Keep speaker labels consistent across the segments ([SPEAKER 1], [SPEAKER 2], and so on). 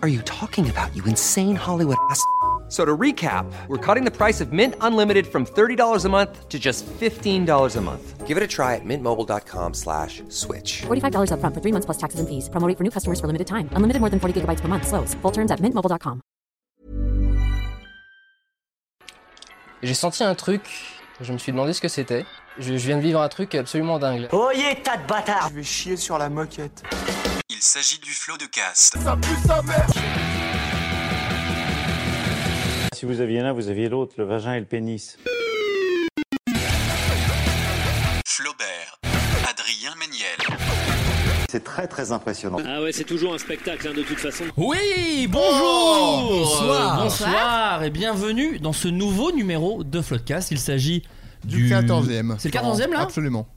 [SPEAKER 1] are you talking about, you insane Hollywood ass? f- So to recap, we're cutting the price of Mint Unlimited from $30 a month to just $15 a month. Give it a try at mintmobile.com slash switch.
[SPEAKER 2] $45 upfront for three months plus taxes and fees. Promo rate for new customers for limited time. Unlimited more than 40 gigabytes per month. Slows. Full terms at mintmobile.com.
[SPEAKER 3] J'ai senti un truc, je me suis demandé ce que c'était. Je, je viens de vivre un truc absolument dingue.
[SPEAKER 4] Oh yeah, tas de bâtards
[SPEAKER 5] Je vais chier sur la moquette.
[SPEAKER 6] Il s'agit du flot de cast.
[SPEAKER 7] Si vous aviez l'un, vous aviez l'autre, le vagin et le pénis.
[SPEAKER 6] Flaubert. Adrien Méniel.
[SPEAKER 7] C'est très très impressionnant.
[SPEAKER 8] Ah ouais, c'est toujours un spectacle hein, de toute façon.
[SPEAKER 3] Oui, bonjour
[SPEAKER 9] bonsoir.
[SPEAKER 3] Euh, bonsoir et bienvenue dans ce nouveau numéro de Floodcast. Il s'agit
[SPEAKER 9] Du 14e.
[SPEAKER 3] C'est le 14e, là
[SPEAKER 9] Absolument.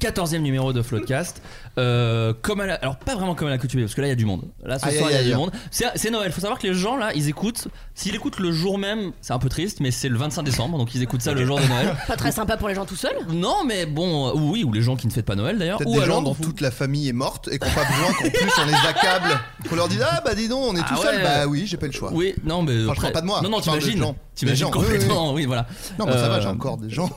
[SPEAKER 3] 14e numéro de Floodcast. Euh, comme à la- Alors, pas vraiment comme à l'accoutumée, parce que là, il y a du monde. Là, ce
[SPEAKER 9] Aïe,
[SPEAKER 3] soir, il y a
[SPEAKER 9] aïe,
[SPEAKER 3] du
[SPEAKER 9] aïe.
[SPEAKER 3] monde. C'est c'est Noël. Faut savoir que les gens, là, ils écoutent. S'ils écoutent le jour même, c'est un peu triste, mais c'est le 25 décembre, donc ils écoutent ça le jour de Noël.
[SPEAKER 10] Pas très sympa pour les gens tout seuls.
[SPEAKER 3] Non, mais bon, euh, oui, ou les gens qui ne fêtent pas Noël d'ailleurs.
[SPEAKER 9] Peut-être
[SPEAKER 3] Ou
[SPEAKER 9] des
[SPEAKER 3] alors
[SPEAKER 9] gens dont
[SPEAKER 3] vous-
[SPEAKER 9] toute la famille est morte et qu'on pas besoin qu'en plus on les accable. Qu'on leur dise Ah bah dis donc, on est
[SPEAKER 3] Ah
[SPEAKER 9] tout
[SPEAKER 3] ouais.
[SPEAKER 9] seul. Bah oui, j'ai pas eu le choix.
[SPEAKER 3] Oui, non, mais.
[SPEAKER 9] Enfin, je parle pas de moi,
[SPEAKER 3] Non, non,
[SPEAKER 9] je parle de
[SPEAKER 3] t'imagines.
[SPEAKER 9] gens. Des
[SPEAKER 3] T'imagines
[SPEAKER 9] gens, oui, oui,
[SPEAKER 3] complètement, oui, voilà.
[SPEAKER 9] Non, mais ça va,
[SPEAKER 3] Euh,
[SPEAKER 9] j'ai encore des gens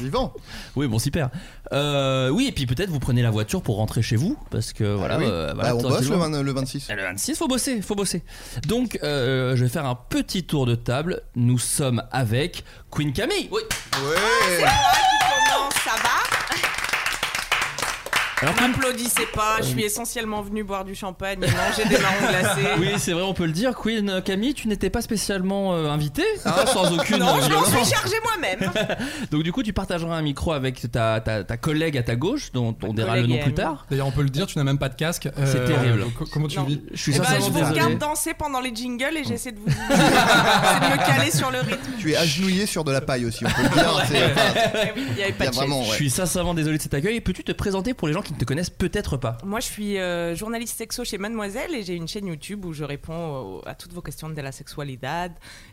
[SPEAKER 9] vivants.
[SPEAKER 3] Oui, bon, super. Euh, oui, et puis peut-être vous prenez la voiture pour rentrer chez vous, parce que voilà.
[SPEAKER 9] Ah oui.
[SPEAKER 3] euh, voilà,
[SPEAKER 9] Bah, on bosse le,
[SPEAKER 3] tranquillement.
[SPEAKER 9] 20 le 26.
[SPEAKER 3] Et Eh, le 26, faut bosser, faut bosser. Donc, euh, je vais faire un petit tour de table. Nous sommes avec Queen Camille. Oui.
[SPEAKER 4] Ah,
[SPEAKER 3] Ah, Euh.
[SPEAKER 9] Ouais.
[SPEAKER 4] Comment ça va
[SPEAKER 3] Alors, Queen-
[SPEAKER 4] M'applaudissez pas, je suis essentiellement venu boire du champagne et manger des marrons glacés.
[SPEAKER 3] Oui, c'est vrai, on peut le dire. Queen euh, Camille, tu n'étais pas spécialement euh, invitée, hein, sans aucune
[SPEAKER 4] Ah. Non, je m'en
[SPEAKER 3] violence.
[SPEAKER 4] suis chargé moi-même.
[SPEAKER 3] Donc du coup, tu partageras un micro avec ta, ta, ta collègue à ta gauche, dont on dira le
[SPEAKER 4] collègue
[SPEAKER 3] nom
[SPEAKER 4] et
[SPEAKER 3] plus
[SPEAKER 4] elle.
[SPEAKER 3] tard.
[SPEAKER 8] D'ailleurs, on peut le dire, tu n'as même pas de casque. Euh,
[SPEAKER 3] C'est terrible.
[SPEAKER 8] co- Comment tu
[SPEAKER 4] Non.
[SPEAKER 8] vis
[SPEAKER 3] Je suis
[SPEAKER 4] Eh ben,
[SPEAKER 3] sincèrement
[SPEAKER 4] je vous
[SPEAKER 3] désolé.
[SPEAKER 4] regarde danser pendant les jingles et j'essaie de vous. c'est de me caler sur le rythme.
[SPEAKER 9] Tu es agenouillé sur de la paille aussi, on peut le dire. c'est- enfin,
[SPEAKER 4] Eh oui, Il y avait
[SPEAKER 9] Il y
[SPEAKER 4] pas
[SPEAKER 9] a
[SPEAKER 4] de chaise.
[SPEAKER 9] vraiment,
[SPEAKER 3] Je
[SPEAKER 9] ouais.
[SPEAKER 3] suis sincèrement désolé de cet accueil. Peux-tu te présenter pour les gens qui ne te connaissent peut-être pas
[SPEAKER 4] Moi, je suis euh, journaliste sexo chez Mademoiselle et j'ai une chaîne YouTube où je réponds euh, à toutes vos questions de la sexualité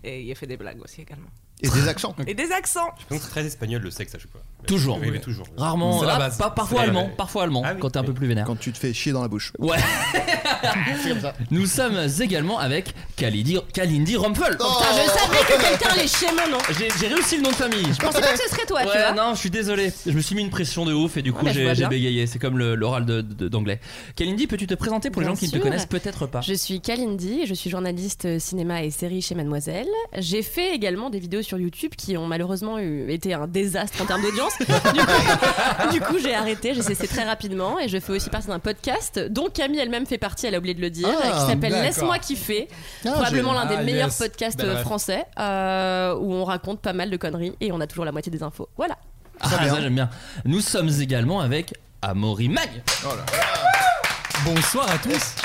[SPEAKER 4] et il fait des blagues aussi également.
[SPEAKER 9] Et des accents.
[SPEAKER 4] Et des accents
[SPEAKER 8] Donc très espagnol le sexe à chaque fois.
[SPEAKER 3] Toujours.
[SPEAKER 8] Oui, oui, toujours.
[SPEAKER 3] Rarement.
[SPEAKER 8] C'est la
[SPEAKER 10] euh,
[SPEAKER 3] ah,
[SPEAKER 8] base.
[SPEAKER 3] pas- parfois
[SPEAKER 8] C'est la
[SPEAKER 3] allemand.
[SPEAKER 8] base.
[SPEAKER 3] Parfois allemand.
[SPEAKER 8] Ah oui.
[SPEAKER 3] Quand t'es un peu plus vénère.
[SPEAKER 9] Quand tu te fais chier dans la bouche.
[SPEAKER 3] Ouais. Nous sommes également avec Kalindi, Kalindi Rumpel.
[SPEAKER 9] Oh.
[SPEAKER 10] Putain, je savais que quelqu'un allait chez mon nom.
[SPEAKER 3] J'ai j'ai réussi le nom de famille.
[SPEAKER 10] Je pensais pas que ce serait toi, tu
[SPEAKER 3] Ouais,
[SPEAKER 10] vois.
[SPEAKER 3] non, je suis désolé. Je me suis mis une pression de ouf et du coup
[SPEAKER 10] bah, je
[SPEAKER 3] j'ai
[SPEAKER 10] vois
[SPEAKER 3] j'ai
[SPEAKER 10] bien.
[SPEAKER 3] bégayé. C'est comme le- l'oral de- de- d'anglais. Kalindi, peux-tu te présenter pour les
[SPEAKER 10] Bien
[SPEAKER 3] gens qui ne te
[SPEAKER 10] sûr.
[SPEAKER 3] connaissent peut-être pas
[SPEAKER 10] Je suis Kalindi, je suis journaliste euh, cinéma et série chez Mademoiselle. J'ai fait également des vidéos sur YouTube qui ont malheureusement eu- été un désastre en termes d'audience. du coup, du coup, j'ai arrêté, j'ai cessé très rapidement et je fais aussi partie d'un podcast dont Camille elle-même fait partie, elle a oublié de le dire,
[SPEAKER 9] Ah,
[SPEAKER 10] qui s'appelle
[SPEAKER 9] d'accord.
[SPEAKER 10] Laisse-moi kiffer.
[SPEAKER 9] Ah,
[SPEAKER 10] probablement l'un des
[SPEAKER 8] Ah,
[SPEAKER 10] meilleurs
[SPEAKER 8] yes.
[SPEAKER 10] podcasts
[SPEAKER 8] Belle
[SPEAKER 3] Ben
[SPEAKER 10] euh,
[SPEAKER 8] ref.
[SPEAKER 10] français euh, où on raconte pas mal de conneries et on a toujours la moitié des infos. Voilà.
[SPEAKER 3] Ah,
[SPEAKER 9] Très bien.
[SPEAKER 3] ça j'aime bien. Nous sommes également avec Amaury Mag.
[SPEAKER 9] Oh
[SPEAKER 8] Bonsoir à tous.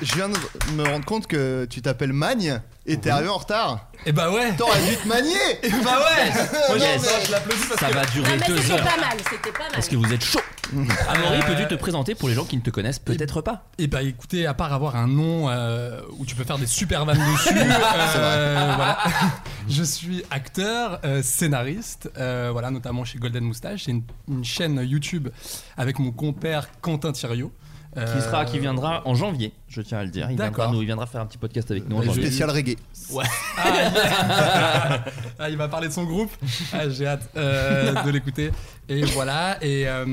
[SPEAKER 9] Je, je viens de me rendre compte que tu t'appelles Magne et t'es arrivé en retard.
[SPEAKER 3] Eh
[SPEAKER 8] Et bah ouais.
[SPEAKER 9] T'aurais dû te manier
[SPEAKER 8] Bah ouais. Moi,
[SPEAKER 9] Non,
[SPEAKER 8] j'applaudis,
[SPEAKER 9] mais-
[SPEAKER 8] je l'applaudis parce
[SPEAKER 3] Ça
[SPEAKER 8] que
[SPEAKER 3] va durer deux
[SPEAKER 10] Ah, c'était
[SPEAKER 3] heures.
[SPEAKER 10] pas mal, c'était pas mal.
[SPEAKER 3] Parce que vous êtes chaud. Amaury,
[SPEAKER 8] Euh,
[SPEAKER 3] peux-tu te présenter pour les gens qui ne te connaissent peut-être pas
[SPEAKER 8] Et bah écoutez, à part avoir un nom euh, où tu peux faire des super vannes dessus, euh, voilà. je suis acteur, euh, scénariste, euh, voilà, notamment chez Golden Moustache. J'ai une, une chaîne YouTube avec mon compère Quentin Thiriot. euh,
[SPEAKER 3] Qui sera, qui viendra en janvier. je tiens à le dire. Il viendra,
[SPEAKER 8] D'accord. Ah,
[SPEAKER 3] nous, il viendra faire un petit podcast avec nous
[SPEAKER 8] Le
[SPEAKER 3] aujourd'hui.
[SPEAKER 8] Bah, spécial reggae.
[SPEAKER 3] Ouais.
[SPEAKER 8] Ah, il- Ah, il va parler de son groupe. Ah, J'ai hâte euh, de l'écouter. Et voilà. Et euh,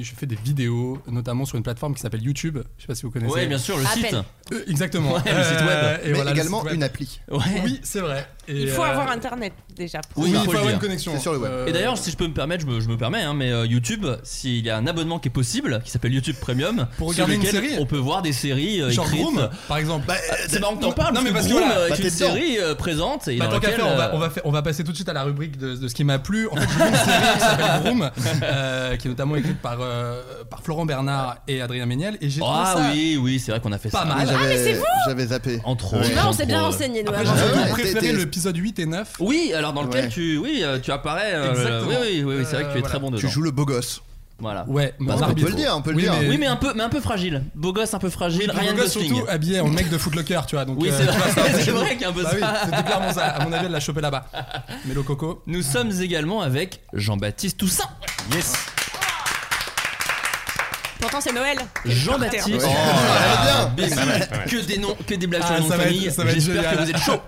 [SPEAKER 8] je fais des vidéos, notamment sur une plateforme qui s'appelle YouTube. Je sais pas si vous connaissez.
[SPEAKER 3] Ouais, bien sûr, le site. Appel.
[SPEAKER 8] Euh, exactement. Euh,
[SPEAKER 3] Ouais, le site web. Mais également une
[SPEAKER 8] appli.
[SPEAKER 3] Ouais.
[SPEAKER 8] Oui, c'est vrai. Et,
[SPEAKER 4] Il faut
[SPEAKER 8] euh,
[SPEAKER 4] avoir internet déjà. pour
[SPEAKER 3] Oui,
[SPEAKER 4] ça.
[SPEAKER 3] il faut avoir une
[SPEAKER 8] connexion. C'est sur le web.
[SPEAKER 3] Et d'ailleurs, si je peux me permettre, je me, je me permets, hein, mais euh, YouTube, s'il y a un abonnement qui est possible, qui s'appelle YouTube Premium,
[SPEAKER 8] Pour
[SPEAKER 3] sur
[SPEAKER 8] regarder une
[SPEAKER 3] lequel
[SPEAKER 8] série
[SPEAKER 3] on peut voir des séries euh,
[SPEAKER 8] Genre
[SPEAKER 3] écrites.
[SPEAKER 8] Groom, par exemple.
[SPEAKER 3] Ah, c'est marrant que t'en parles,
[SPEAKER 8] Non, mais parce que
[SPEAKER 3] Groom
[SPEAKER 8] voilà,
[SPEAKER 3] euh,
[SPEAKER 8] bah,
[SPEAKER 3] est une
[SPEAKER 8] t'es dedans.
[SPEAKER 3] série euh, présente et
[SPEAKER 8] Bah,
[SPEAKER 3] dans
[SPEAKER 8] tant qu'à
[SPEAKER 3] laquelle,
[SPEAKER 8] faire, on, va,
[SPEAKER 3] euh,
[SPEAKER 8] on va faire- on va passer tout de suite à la rubrique de, de ce qui m'a plu. En fait, j'ai vu une série qui s'appelle Groom, euh, qui est notamment écrite par, euh, par Florent Bernard et Adrien Méniel. Et j'ai trouvé
[SPEAKER 3] Ah
[SPEAKER 8] ça
[SPEAKER 3] oui, oui, c'est vrai qu'on a fait
[SPEAKER 8] pas
[SPEAKER 3] ça.
[SPEAKER 8] mal. Ah,
[SPEAKER 9] J'avais zappé.
[SPEAKER 3] Entre
[SPEAKER 8] Ouais.
[SPEAKER 3] autres.
[SPEAKER 10] Tu vois, on s'est
[SPEAKER 3] entre,
[SPEAKER 10] bien
[SPEAKER 3] euh,
[SPEAKER 10] renseigné, nous.
[SPEAKER 8] Après,
[SPEAKER 10] avant.
[SPEAKER 8] j'ai surtout
[SPEAKER 9] ouais,
[SPEAKER 8] préféré
[SPEAKER 9] t'es-
[SPEAKER 8] l'épisode 8 et 9.
[SPEAKER 3] Oui, alors dans lequel
[SPEAKER 9] Ouais.
[SPEAKER 3] tu, oui, euh, tu apparais. euh,
[SPEAKER 8] Exactement.
[SPEAKER 3] oui, oui, oui, oui, c'est vrai que tu es
[SPEAKER 8] Euh,
[SPEAKER 3] très bon dedans.
[SPEAKER 9] Tu joues le beau gosse. Bah,
[SPEAKER 3] Voilà.
[SPEAKER 8] Ouais, mais
[SPEAKER 3] Parce
[SPEAKER 8] en
[SPEAKER 3] que-
[SPEAKER 9] On peut le dire, on peut le
[SPEAKER 8] Oui,
[SPEAKER 9] dire.
[SPEAKER 8] mais-
[SPEAKER 3] Oui, mais un peu, mais un peu fragile. Beau gosse, un peu fragile.
[SPEAKER 8] Le
[SPEAKER 3] Ryan
[SPEAKER 8] gars
[SPEAKER 3] Gosling.
[SPEAKER 8] surtout habillé en mec de Footlocker, tu vois. Donc,
[SPEAKER 3] Oui,
[SPEAKER 8] euh,
[SPEAKER 3] c'est
[SPEAKER 8] tu vois, un
[SPEAKER 3] vrai.
[SPEAKER 8] peu
[SPEAKER 3] C'est
[SPEAKER 8] chelou.
[SPEAKER 3] vrai qu'il y a un peu
[SPEAKER 8] Bah
[SPEAKER 3] ça.
[SPEAKER 8] oui, c'était clairement ça. À mon avis, elle l'a chopé là-bas. Mais le coco.
[SPEAKER 3] Nous sommes également avec Jean-Baptiste Toussaint. Yes.
[SPEAKER 10] Pourtant, c'est Noël.
[SPEAKER 3] Jean-Baptiste.
[SPEAKER 10] Ouais.
[SPEAKER 3] Oh,
[SPEAKER 9] Ah,
[SPEAKER 3] bim. Que des noms, que des blagues sur
[SPEAKER 8] Ah,
[SPEAKER 3] le nom de
[SPEAKER 8] ça va être-
[SPEAKER 3] famille.
[SPEAKER 8] ça va être
[SPEAKER 3] J'espère
[SPEAKER 8] génial.
[SPEAKER 3] que vous êtes chaud.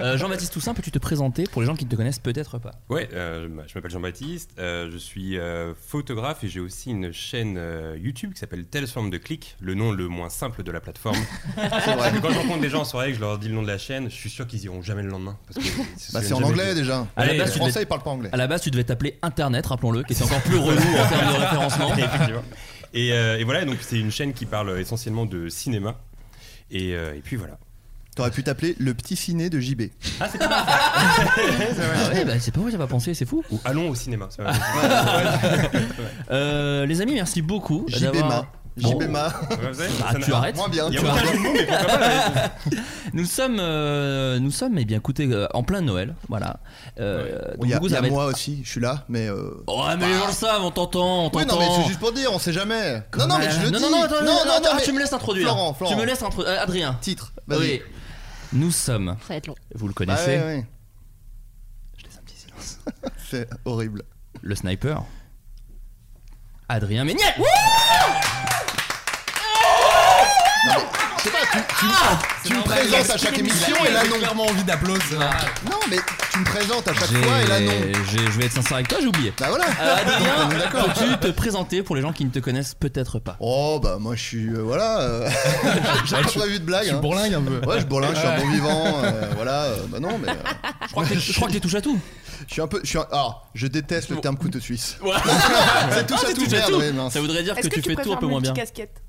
[SPEAKER 3] Euh, Jean-Baptiste Toussaint, peux-tu te présenter pour les gens qui ne te connaissent peut-être pas
[SPEAKER 5] Ouais, euh, je m'appelle Jean-Baptiste, euh, je suis euh, photographe et j'ai aussi une chaîne euh, YouTube qui s'appelle Tales from the Click, le nom le moins simple de la plateforme. Parce que quand je rencontre des gens en soirée et que je leur dis le nom de la chaîne, je suis sûr qu'ils iront jamais le lendemain. Parce que c'est
[SPEAKER 9] Bah, c'est en anglais déjà.
[SPEAKER 3] À la
[SPEAKER 9] Les
[SPEAKER 5] euh,
[SPEAKER 3] base, tu devais-
[SPEAKER 9] Français, ils parlent pas anglais.
[SPEAKER 3] À la base, tu devais t'appeler Internet, rappelons-le, qui était encore plus relou en termes de référencement.
[SPEAKER 5] Effectivement. Et, euh, et voilà, donc c'est une chaîne qui parle essentiellement de cinéma. Et, euh, et puis voilà.
[SPEAKER 9] T'aurais pu t'appeler le petit ciné de JB.
[SPEAKER 5] Ah, c'est pas mal.
[SPEAKER 3] Ah ouais, bah, c'est pas vrai, j'avais pas pensé, c'est fou.
[SPEAKER 5] Ou allons au cinéma. ça va.
[SPEAKER 3] Euh, les amis, merci beaucoup. d'avoir-
[SPEAKER 9] JBMA. JBMA.
[SPEAKER 5] Ouais, vous savez,
[SPEAKER 3] Ah,
[SPEAKER 5] ça
[SPEAKER 3] tu
[SPEAKER 5] n'a-
[SPEAKER 3] arrêtes
[SPEAKER 9] Moins bien.
[SPEAKER 5] Il y a
[SPEAKER 9] tu vois.
[SPEAKER 5] aucun jeu de mots, mais pourquoi pas
[SPEAKER 3] Nous sommes, euh, nous sommes, eh bien, écoutez, euh, en plein Noël, voilà. Euh, donc,
[SPEAKER 9] Il y a,
[SPEAKER 3] du coup,
[SPEAKER 9] il y
[SPEAKER 3] ça
[SPEAKER 9] a
[SPEAKER 3] va être-
[SPEAKER 9] moi Ah, aussi, je suis là, mais. Euh...
[SPEAKER 3] Ouais, mais les gens le savent, on t'entend, on
[SPEAKER 9] Oui, non,
[SPEAKER 3] t'entend.
[SPEAKER 9] mais c'est juste pour dire, on sait jamais. Non, non, mais je le
[SPEAKER 3] non,
[SPEAKER 9] dis.
[SPEAKER 3] non, non, attends,
[SPEAKER 9] non, non,
[SPEAKER 3] attends,
[SPEAKER 9] mais-
[SPEAKER 3] tu me laisses introduire.
[SPEAKER 9] Florent, Florent.
[SPEAKER 3] Tu me laisses introduire. Euh, Adrien.
[SPEAKER 9] Titre.
[SPEAKER 3] Oui.
[SPEAKER 9] Vas-y.
[SPEAKER 3] Nous sommes,
[SPEAKER 10] Ça va être long.
[SPEAKER 3] vous le
[SPEAKER 9] Bah,
[SPEAKER 3] connaissez,
[SPEAKER 9] ouais, ouais.
[SPEAKER 3] je laisse un petit silence.
[SPEAKER 9] C'est horrible.
[SPEAKER 3] Le sniper. Adrien Méniel.
[SPEAKER 9] Je sais pas, tu, tu-
[SPEAKER 3] Ah
[SPEAKER 9] tu me
[SPEAKER 8] normal,
[SPEAKER 9] présentes
[SPEAKER 8] il a-
[SPEAKER 9] à chaque
[SPEAKER 8] il a-
[SPEAKER 9] émission
[SPEAKER 8] il a
[SPEAKER 9] et là non.
[SPEAKER 8] clairement envie d'applaudir.
[SPEAKER 3] Ah.
[SPEAKER 9] Non, mais tu me présentes à chaque
[SPEAKER 3] J'ai-
[SPEAKER 9] fois et là non.
[SPEAKER 3] j'ai- Je vais être sincère avec toi, j'ai oublié.
[SPEAKER 9] Bah voilà.
[SPEAKER 3] Euh,
[SPEAKER 9] Donc,
[SPEAKER 3] Adrien,
[SPEAKER 9] on est d'accord.
[SPEAKER 3] peux-tu te présenter pour les gens qui ne te connaissent peut-être pas
[SPEAKER 9] Oh bah moi je suis euh, voilà euh, j'ai pas prévu de blague
[SPEAKER 8] Je
[SPEAKER 9] hein.
[SPEAKER 8] suis bourlingue un peu.
[SPEAKER 9] Ouais je suis bourlingue, je suis un bon vivant euh, voilà euh, bah non mais euh,
[SPEAKER 3] Je crois que t'es- je crois que t'es touche à tout.
[SPEAKER 9] je suis un peu je suis un- alors je déteste le terme couteau suisse.
[SPEAKER 3] Ouais.
[SPEAKER 9] C'est touche à tout
[SPEAKER 3] Ah, Touche à
[SPEAKER 9] merde
[SPEAKER 3] tout.
[SPEAKER 9] ouais, mince.
[SPEAKER 3] Ça voudrait dire que,
[SPEAKER 4] Est-ce que,
[SPEAKER 3] tu fais tout un
[SPEAKER 4] préfères
[SPEAKER 3] peu moins bien.
[SPEAKER 4] multicasquette